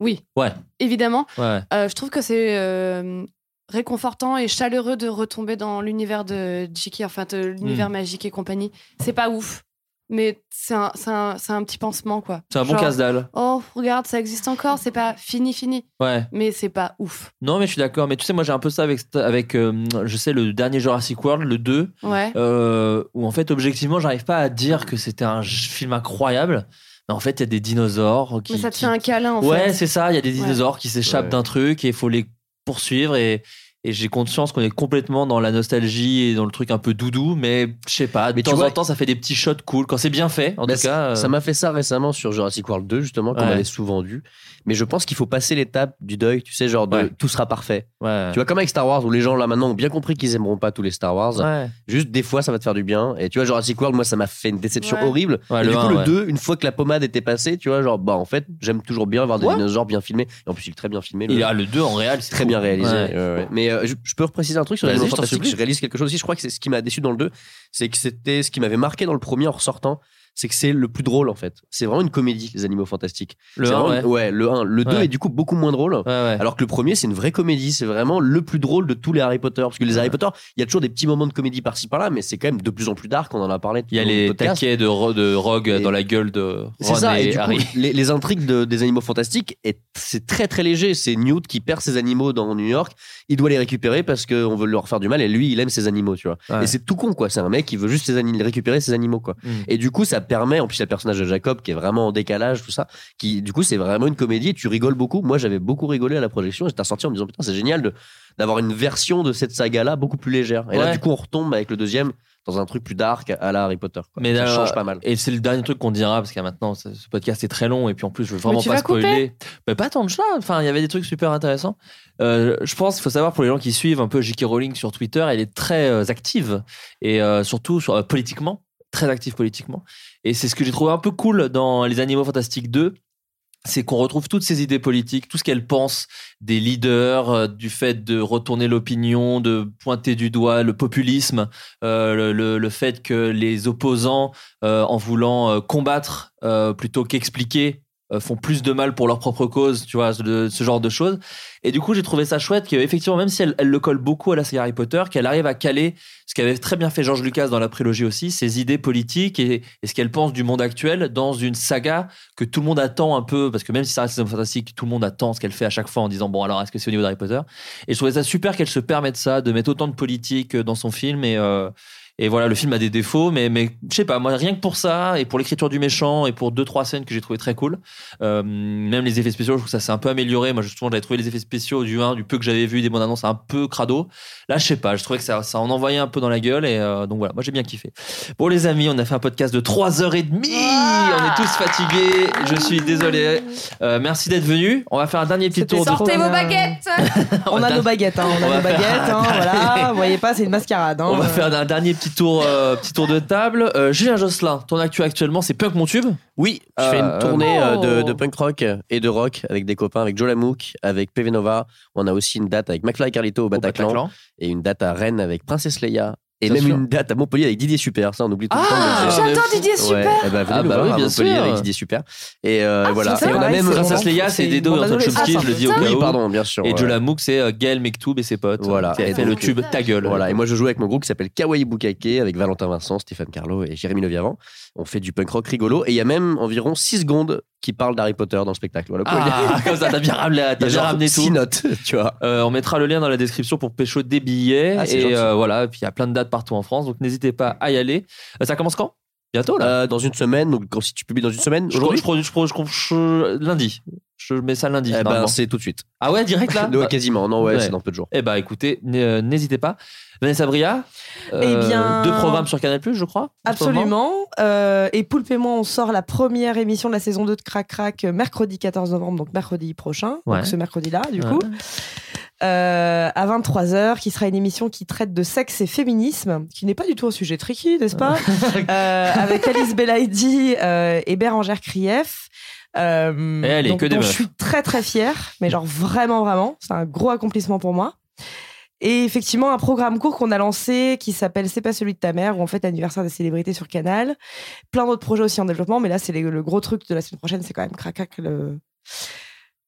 B: oui,
D: Ouais.
B: évidemment.
D: Ouais.
B: Euh, je trouve que c'est euh, réconfortant et chaleureux de retomber dans l'univers de J.K., enfin de l'univers
D: Hmm.
B: magique et compagnie. C'est pas ouf, mais c'est un, c'est un, c'est un petit pansement, quoi.
D: C'est un bon
B: Genre,
D: casse-dalle.
B: Oh, regarde, ça existe encore, c'est pas fini, fini,
D: Ouais.
B: mais c'est pas ouf.
D: Non, mais je suis d'accord. Mais tu sais, moi, j'ai un peu ça avec, avec euh, je sais, le dernier Jurassic World, le 2,
B: Ouais.
D: euh, où en fait, objectivement, j'arrive pas à dire que c'était un j- film incroyable. Mais en fait, il y a des dinosaures qui.
B: mais ça te
D: qui-
B: fait un câlin, en
D: Ouais,
B: fait.
D: c'est ça. Il y a des
B: Ouais.
D: dinosaures qui s'échappent
A: Ouais.
D: d'un truc et il faut les poursuivre. Et, Et j'ai conscience qu'on est complètement dans la nostalgie et dans le truc un peu doudou, mais je sais pas, de
A: tu
D: temps
A: vois-
D: en temps ça fait des petits shots cool quand c'est bien fait. En
A: Bah,
D: tout
A: ça-
D: cas, euh,
A: Ça m'a fait ça récemment sur Jurassic World 2, justement, qu'on
D: Ouais.
A: avait souvent dû. Mais je pense qu'il faut passer l'étape du deuil, tu sais, genre de
D: Ouais.
A: tout sera parfait.
D: ouais.
A: Tu vois, comme avec Star Wars, où les gens là maintenant ont bien compris qu'ils aimeront pas tous les Star Wars.
D: Ouais.
A: Juste des fois, ça va te faire du bien. Et tu vois, Jurassic World, moi, ça m'a fait une déception
D: Ouais.
A: horrible.
D: Ouais,
A: et
D: le
A: du coup,
D: un,
A: le
D: ouais.
A: 2, une fois que la pommade était passée, tu vois, genre, bah en fait, j'aime toujours bien voir des
D: Ouais.
A: dinosaures bien filmés. Et en plus, il est très bien filmé.
D: Il a le 2 en réel, c'est
A: très
D: cool.
A: bien réalisé.
D: Ouais.
A: ouais, ouais. Mais euh, je, je peux repréciser un truc sur les
D: Vas-y,
A: Animaux
D: je t'en
A: Fantastiques.
D: supplie.
A: Je réalise quelque chose aussi. Je crois que c'est ce qui m'a déçu dans le 2, c'est que c'était ce qui m'avait marqué dans le premier en ressortant. C'est que c'est le plus drôle en fait. C'est vraiment une comédie, les animaux fantastiques.
D: Le
A: C'est
D: un,
A: vraiment-
D: ouais.
A: le 1. Le 2
D: Ouais.
A: est du coup beaucoup moins drôle. Alors que le premier, c'est une vraie comédie. C'est vraiment le plus drôle de tous les Harry Potter. Parce que les Harry Potter, il y a toujours des petits moments de comédie par-ci par-là, mais c'est quand même de plus en plus dark. On en a parlé. tout
D: Il y a
A: au long du
D: les
A: podcast.
D: taquets de, Ro- de Rogue dans la gueule de
A: C'est
D: Ron
A: ça, et,
D: et,
A: du coup,
D: Harry.
A: les, les intrigues de- des animaux fantastiques, est- c'est très très léger. C'est Newt qui perd ses animaux dans New York, il doit les récupérer parce qu'on veut leur faire du mal, et lui, il aime ses animaux, tu vois.
D: Ouais.
A: Et c'est tout con, quoi. C'est un mec qui veut juste ses ani- récupérer ses animaux, quoi.
D: Mm.
A: Et du coup, ça permet, en plus, il y a le personnage de Jacob qui est vraiment en décalage, tout ça, qui, du coup, c'est vraiment une comédie, et tu rigoles beaucoup. Moi, j'avais beaucoup rigolé à la projection, j'étais ressorti en me disant, putain, c'est génial de- d'avoir une version de cette saga-là beaucoup plus légère. Et là,
D: Ouais.
A: du coup, on retombe avec le deuxième dans un truc plus dark à la Harry Potter. Quoi.
D: Mais
A: ça
D: là,
A: change pas mal.
D: Et c'est le dernier truc qu'on dira parce qu'à maintenant ce ce podcast est très long et puis en plus je veux vraiment
A: Mais tu
D: pas
A: vas
D: spoiler. Mais pas tant de choses. Enfin, il y avait des trucs super intéressants. Euh, je pense, faut savoir pour les gens qui suivent un peu J.K. Rowling sur Twitter, elle est très euh, active et euh, surtout sur, euh, politiquement très active politiquement. Et c'est ce que j'ai trouvé un peu cool dans Les Animaux Fantastiques 2 c'est qu'on retrouve toutes ces idées politiques, tout ce qu'elle pense des leaders, euh, du fait de retourner l'opinion, de pointer du doigt le populisme, euh, le, le- le fait que les opposants, euh, en voulant euh, combattre euh, plutôt qu'expliquer, euh, font plus de mal pour leur propre cause, tu vois, ce, ce genre de choses. Et du coup, j'ai trouvé ça chouette qu'effectivement, même si elle, elle le colle beaucoup à la série Harry Potter, qu'elle arrive à caler ce qu'avait très bien fait George Lucas dans la prélogie aussi, ses idées politiques et, et ce qu'elle pense du monde actuel dans une saga que tout le monde attend un peu, parce que même si ça reste une fantastique, tout le monde attend ce qu'elle fait à chaque fois en disant, bon, alors est-ce que c'est au niveau d'Harry Potter Et je trouvais ça super qu'elle se permette ça, de mettre autant de politique euh, dans son film et... euh, et voilà, le film a des défauts, mais, mais je sais pas, moi, rien que pour ça, et pour l'écriture du méchant, et pour deux, trois scènes que j'ai trouvé très cool, euh, même les effets spéciaux, je trouve que ça s'est un peu amélioré. Moi, justement, j'avais trouvé les effets spéciaux du 1, du peu que j'avais vu, des bandes annonces un peu crado. Là, je sais pas, je trouvais que ça, ça en envoyait un peu dans la gueule, et euh, donc voilà, moi, j'ai bien kiffé. Bon, les amis, on a fait un podcast de 3h30, on est tous fatigués, je suis désolé. Euh, merci d'être venus, on va faire un dernier petit tour. autour-
J: Sortez vos baguettes
E: On a nos baguettes, hein, on a
D: On va
E: nos baguettes,
D: faire-
E: hein, voilà. Vous voyez pas, c'est une mascarade. hein.
D: On va faire un dernier petit tour, euh, petit tour de table. Euh, Julien Josselin, ton actu actuellement, c'est Punk Mon Tube
A: Oui, Je fais une tournée
J: Oh.
A: euh, de, de punk rock et de rock avec des copains, avec Joe Lamouk, avec PV Nova. On a aussi une date avec McFly et Carlito au Bataclan,
D: Bataclan.
A: et une date à Rennes avec Princesse Leia. Et
D: Bien
A: même
D: sûr.
A: une date à Montpellier avec Didier Super, ça on oublie tout le temps.
J: Ah,
A: mais c'est-
J: j'adore Didier Super.
A: Ouais, eh ben, venez
D: Ah
A: nous
D: bah
A: voir
D: oui,
A: à
D: bien
A: Montpellier
D: sûr.
A: avec Didier Super. Et euh, voilà.
D: Et on a même Princesse Leia, c'est des dos dans Chomsky, je le dis au
A: Oui,
D: cas où.
A: pardon, bien sûr.
D: Et
A: ouais.
D: Joe Lamouk, c'est euh, Gaël Mektoub et ses potes. hein,
A: Voilà.
D: Qui a fait le
A: donc, euh,
D: tube Ta gueule.
A: Voilà. Et moi, je joue avec mon groupe qui s'appelle Kawaii Bukake avec Valentin Vincent, Stéphane Carlo et Jérémy Leviavant. On fait du punk rock rigolo et il y a même environ 6 secondes qui parlent d'Harry Potter dans le spectacle. Voilà.
D: Ah, comme ça, t'as bien ramené, t'as
A: Il y a
D: bien
A: genre
D: ramené
A: six
D: tout.
A: notes, tu vois.
D: Euh, on mettra le lien dans la description pour pécho des billets.
A: Ah, c'est
D: et
A: gentil.
D: euh, voilà, Et puis il y a plein de dates partout en France, donc n'hésitez pas à y aller. Euh, ça commence quand Bientôt là
A: Euh, dans une semaine, donc quand- si tu publies dans une semaine,
D: Je
A: aujourd'hui,
D: produis- je produis- je produis- je- lundi. Je mets ça lundi.
A: eh ben,
D: normalement.
A: c'est tout de suite.
D: Ah ouais, direct là
A: Ouais, quasiment, non, ouais,
D: Ouais.
A: c'est dans peu de jours.
D: Eh bah écoutez, n- euh, n'hésitez pas. Vanessa Bria, euh,
E: Eh bien-
D: deux programmes sur Canal+, je crois. en ce moment.
E: Absolument. Euh, et Poulpe et moi, on sort la première émission de la saison 2 de Crac Crac euh, mercredi 14 novembre, donc mercredi prochain,
D: Ouais.
E: donc ce mercredi-là, du
D: Ouais.
E: coup, Euh, à 23h, qui sera une émission qui traite de sexe et féminisme, qui n'est pas du tout un sujet tricky, n'est-ce pas Euh, Avec Alice Belaïdi euh, et Bérangère Krief. Euh,
D: Et allez,
E: donc,
D: que des
E: dont je
D: meufs.
E: suis très très fière, mais genre vraiment vraiment, c'est un gros accomplissement pour moi. Et effectivement, un programme court qu'on a lancé qui s'appelle C'est pas celui de ta mère, où on fait l'anniversaire des célébrités sur Canal. Plein d'autres projets aussi en développement, mais là, c'est les- le gros truc de la semaine prochaine, c'est quand même Cracac, le,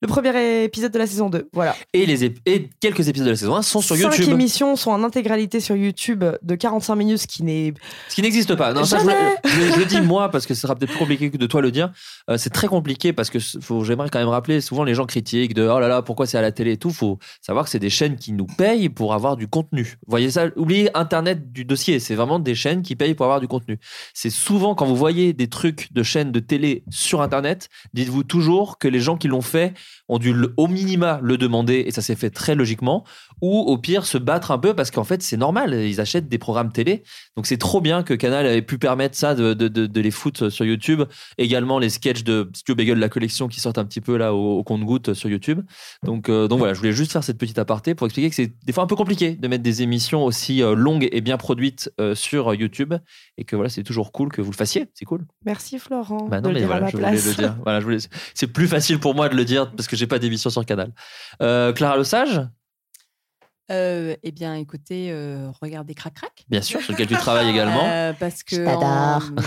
E: le premier épisode de la saison 2. Voilà.
D: Et, les ép- et quelques épisodes de la saison 1 sont sur
E: Cinq
D: YouTube.
E: émissions sont en intégralité sur YouTube de 45 minutes, ce qui n'est.
D: Ce qui n'existe pas. Non, ça, je,
E: Jamais.
D: le- je le- je le dis moi parce que ce sera peut-être plus compliqué que de toi le dire. Euh, c'est très compliqué parce que c- faut- j'aimerais quand même rappeler, souvent les gens critiquent de oh là là, pourquoi c'est à la télé et tout. faut savoir que c'est des chaînes qui nous payent pour avoir du contenu. Voyez ça, oubliez Internet du dossier. C'est vraiment des chaînes qui payent pour avoir du contenu. C'est souvent quand vous voyez des trucs de chaînes de télé sur Internet, dites-vous toujours que les gens qui l'ont fait ont dû le- au minima le demander et ça s'est fait très logiquement, ou au pire se battre un peu parce qu'en fait c'est normal, ils achètent des programmes télé. Donc c'est trop bien que Canal avait pu permettre ça de, de- de- de les foutre sur YouTube. Également les sketchs de Studio Bagel, la collection qui sortent un petit peu là au, au compte-goutte euh, sur YouTube. Donc, euh, donc voilà, je voulais juste faire cette petite aparté pour expliquer que c'est des fois un peu compliqué de mettre des émissions aussi euh, longues et bien produites euh, sur YouTube et que voilà, c'est toujours cool que vous le fassiez, c'est cool.
E: Merci Florent.
D: Bah non,
E: de
D: mais
E: le dire à
D: voilà,
E: ma
D: je
E: place.
D: voulais le dire. Voilà, je voulais- C'est plus facile pour moi de le dire parce que j'ai pas d'émission sur Canal. Euh, Clara Le Sage,
Q: Euh, eh bien, écoutez, euh, regardez Crac Crac.
D: bien sûr, sur lequel tu travailles également.
Q: Euh, parce que
D: t'adore.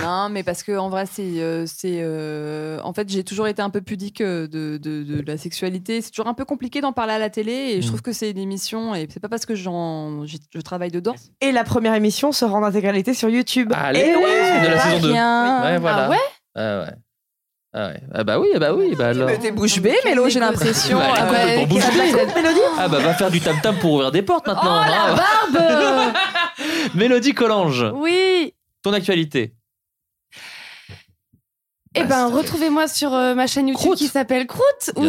Q: en- non, mais parce que en vrai, c'est, euh, c'est, euh, en fait, j'ai toujours été un peu pudique euh, de, de- de la sexualité. C'est toujours un peu compliqué d'en parler à la télé, et je
D: Mm.
Q: trouve que c'est une émission, et c'est pas parce que j'en, j'y- je travaille dedans.
E: Et la première émission sera en intégralité sur YouTube.
D: Allez,
E: Eh
D: de la
E: pas
D: saison 2.
E: rien.
D: Ouais, voilà.
E: Ah ouais
D: Ah ouais. Ah ouais. Ah bah oui, ah bah oui, bah alors.
Q: T'es bouche bée, Mélo, j'ai l'impression.
D: Bah, elle est complètement bouche bée. Ah bah va faire du tam tam pour ouvrir des portes maintenant. hein.
B: Oh, Barbe
D: Mélodie Collange,
B: Oui
D: ton actualité.
B: Eh ben, retrouvez-moi sur euh, ma chaîne YouTube qui s'appelle Croûte. où-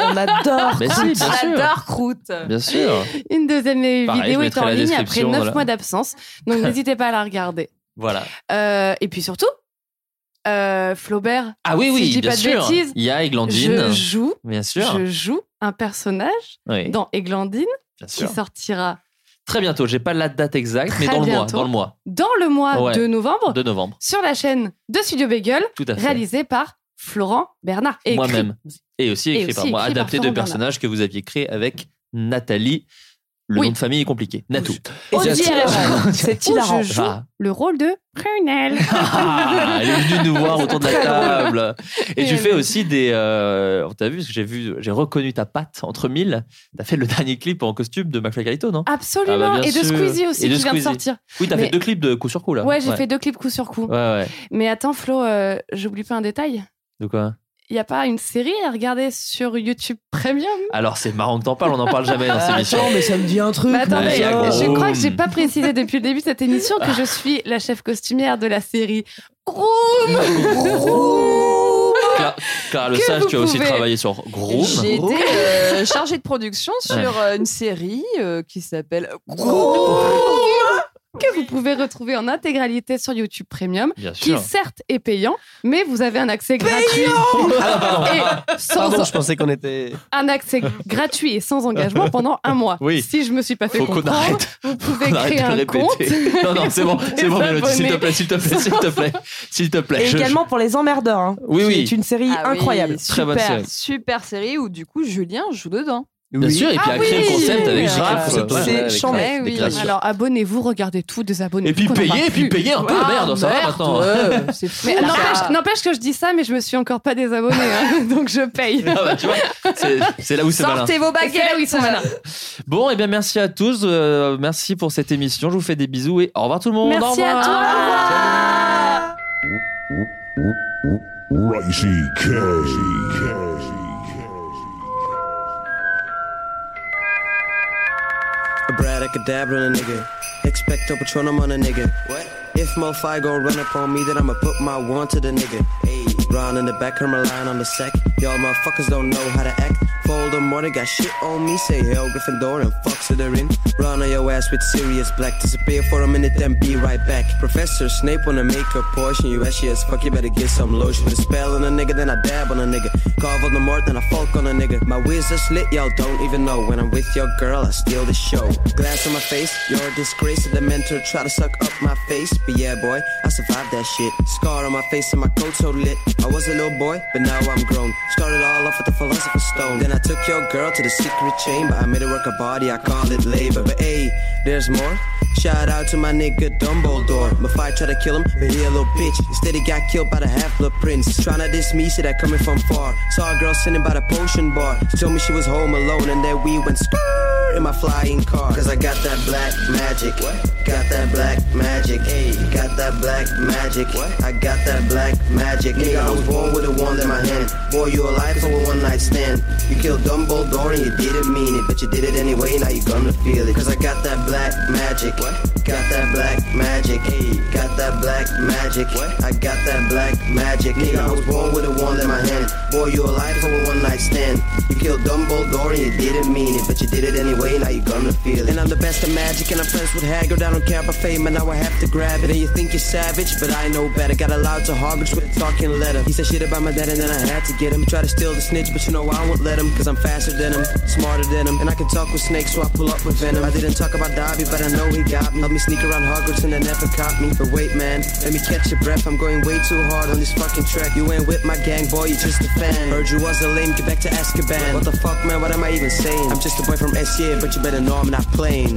E: On adore
D: Mais si,
B: Croûte.
D: bien sûr.
B: J'adore Croûte.
D: Bien sûr.
B: Une deuxième euh,
D: Pareil,
B: vidéo
D: je
B: est
D: mettrai
B: en
D: la
B: ligne après
D: description,
B: 9
D: voilà.
B: mois d'absence. Donc n'hésitez pas à la regarder.
D: Voilà.
B: Euh, et puis surtout, euh, Flaubert.
D: Ah oui,
B: si
D: oui,
B: je dis
D: bien
B: pas de
D: sûr.
B: bêtises,
D: Il y a Églantine.
B: Je joue.
D: Bien sûr.
B: Je joue un personnage
D: Oui.
B: dans Églantine
D: Bien
B: qui
D: sûr.
B: sortira
D: Très bientôt, j'ai pas la date exacte, mais
B: Très
D: dans le mois,
B: bientôt.
D: dans le mois.
B: dans le mois
D: Ouais.
B: de novembre
D: De novembre.
B: sur la chaîne de Studio Bagel,
D: Tout à fait.
B: réalisé par Florent Bernard. et écrit
D: Moi-même. Et aussi
B: Et
D: écrit
B: aussi
D: par moi,
B: écrit par
D: adapté de
B: Florent
D: personnages que vous aviez créés avec Nathalie. Le nom de famille est compliqué. Natou.
B: Au
D: Natou.
B: DRL.
D: C'est
B: Où
D: hilarant.
B: je joue
D: Ah.
B: le rôle de Prunel.
D: Ah, elle est venue nous voir autour de la
B: Très drôle.
D: table. Et
B: Et
D: tu
B: elle
D: fais
B: est-
D: aussi des. euh, on t'a vu, parce que j'ai vu, j'ai reconnu ta patte entre mille. T'as fait le dernier clip en costume de McFly Carlito, non
B: Absolument.
D: Ah bah, bien
B: Et de
D: sûr.
B: Squeezie aussi,
D: Et de
B: qui vient de
D: Squeezie.
B: sortir.
D: Oui, t'as
B: Mais-
D: fait deux clips de coup sur coup là.
B: Ouais, j'ai fait deux clips coup sur coup.
D: Ouais, ouais.
B: Mais attends, Flo, euh, j'oublie pas un détail.
D: De quoi
B: Il n'y a pas une série à regarder sur YouTube Premium
D: Alors c'est marrant que t'en parles, on n'en parle jamais dans ces
B: Ah, Attends,
D: émissions.
B: mais
E: Ah, ça me dit un truc.
B: Bah, attendez,
D: mais il y a
B: je
D: gros-
B: crois que j'ai
D: Oh.
B: pas précisé depuis le début de cette émission que je suis la chef costumière de la série Groom.
D: Cla- Clara Le
B: Que
D: Sage,
B: vous
D: tu as aussi
B: pouvez-
D: travaillé sur Groom.
Q: J'ai été euh, chargée de production sur
D: Ouais.
Q: euh, une série euh, qui s'appelle
B: que vous pouvez retrouver en intégralité sur YouTube Premium,
Q: Bien
B: qui
Q: sûr.
B: certes est payant, mais vous avez un accès
A: Payant
B: gratuit
A: Ah, pardon.
B: et sans
A: Pardon, je pensais qu'on était.
B: un accès gratuit et sans engagement pendant un mois.
A: Oui.
B: Si je me suis pas fait
D: Faut qu'on
B: comprendre,
D: arrête.
B: vous pouvez
D: On arrête
B: créer
D: de
B: un
D: répéter.
B: compte.
D: Non, non, c'est bon, c'est bon,
B: Vous
D: Mélodie, s'il te
B: abonner.
D: plaît, s'il te plaît, s'il te plaît, s'il te plaît.
E: Et
D: Je- je-
E: également pour les emmerdeurs. hein,
D: Oui,
E: qui
D: oui.
E: est une série
Q: Ah oui,
E: incroyable.
D: Très bonne
Q: super,
D: série.
Q: super série où du coup Julien joue dedans.
D: Bien sûr, et puis
Q: Ah
D: a créé
Q: oui.
D: le concept avec
Q: C'est
D: Raph.
Q: concept
D: voilà,
Q: aussi.
D: avec
Q: Chant-
D: Raph,
Q: Eh
D: des
Q: oui.
D: créations.
B: Alors abonnez-vous, regardez tout, désabonnez-vous.
D: Et puis
B: qu'on en parle
D: payez, et puis
B: plus.
D: payez un peu,
B: Ah,
D: merde, ça va
B: merde.
D: maintenant. hein.
Q: C'est
B: Mais n'empêche- N'empêche que je dis ça, mais je me suis encore pas désabonnée, hein, donc je paye.
D: Ah bah, tu vois, c'est- c'est là où c'est malin.
B: C'est là où ils sont malins.
D: Bon, et bien merci à tous, euh, merci pour cette émission, je vous fais des bisous et au revoir tout le monde. au
B: Merci à
D: revoir.
B: toi. au revoir.
R: Righty K.
S: Abracadabra on a nigga. Expecto patronum on a nigga. What? If MoFi gon' run up on me, then I'ma put my one to the nigga. Ayy. Ron in the back, her line on the sec. Y'all motherfuckers don't know how to act. Fold them more, they got shit on me. Say hell, Gryffindor and fuck Slytherin. Ron on your ass with serious black. Disappear for a minute, then be right back. Professor Snape wanna make a portion. You ashy as fuck, you better get some lotion. The spell on a nigga, then I dab on a nigga. Carve on the mort, then I folk on a nigga. My whiz is lit, y'all don't even know. When I'm with your girl, I steal the show. Glass on my face, you're a disgrace. The mentor try to suck up my face. But yeah, boy, I survived that shit. Scar on my face and my coat so lit. I was a little boy, but now I'm grown. Started all off with the philosopher's stone. Then I took your girl to the secret chamber. I made her work her body, I call it labor. But hey, there's more. Shout out to my nigga Dumbledore. My fight tried to kill him, but he a little bitch. Instead, he got killed by the half blood prince. Tryna diss me, see that coming from far. Saw a girl sitting by the potion bar. She told me she was home alone, and then we went skrrr in my flying car. Cause I got that black magic. What? Got that black magic. Hey, got that black magic. What? I got that black magic. Nigga, I was born with a wand in my hand. Boy, you alive for a one night stand. You killed Dumbledore and you didn't mean it, but you did it anyway. Now you gonna feel it. Cause I got that black magic. What? Got that black magic. Hey, got that black magic. What? I got that black magic. Nigga, I was born with a wand in my hand. Boy, you alive for a one night stand. You killed Dumbledore and you didn't mean it, but you did it anyway. Now you gonna feel it. And I'm the best at magic, and I'm friends with Hagrid. I don't care about fame, and now I have to grab it. And you think you're savage, but I know better. Got allowed to Hogwarts with a talking letter. He said shit about my dad, and then I had to get him. Try to steal the snitch, but you know I won't let him, cause I'm faster than him, smarter than him. And I can talk with snakes, so I pull up with venom. I didn't talk about Dobby, but I know he got me. Help me sneak around Hogwarts, and they never caught me. But wait, man, let me catch your breath. I'm going way too hard on this fucking track. You ain't with my gang, boy, you just a fan. Heard you was a lame, get back to Azkaban. What the fuck, man, what am I even saying? I'm just a boy from SCA, but you better know I'm not playing.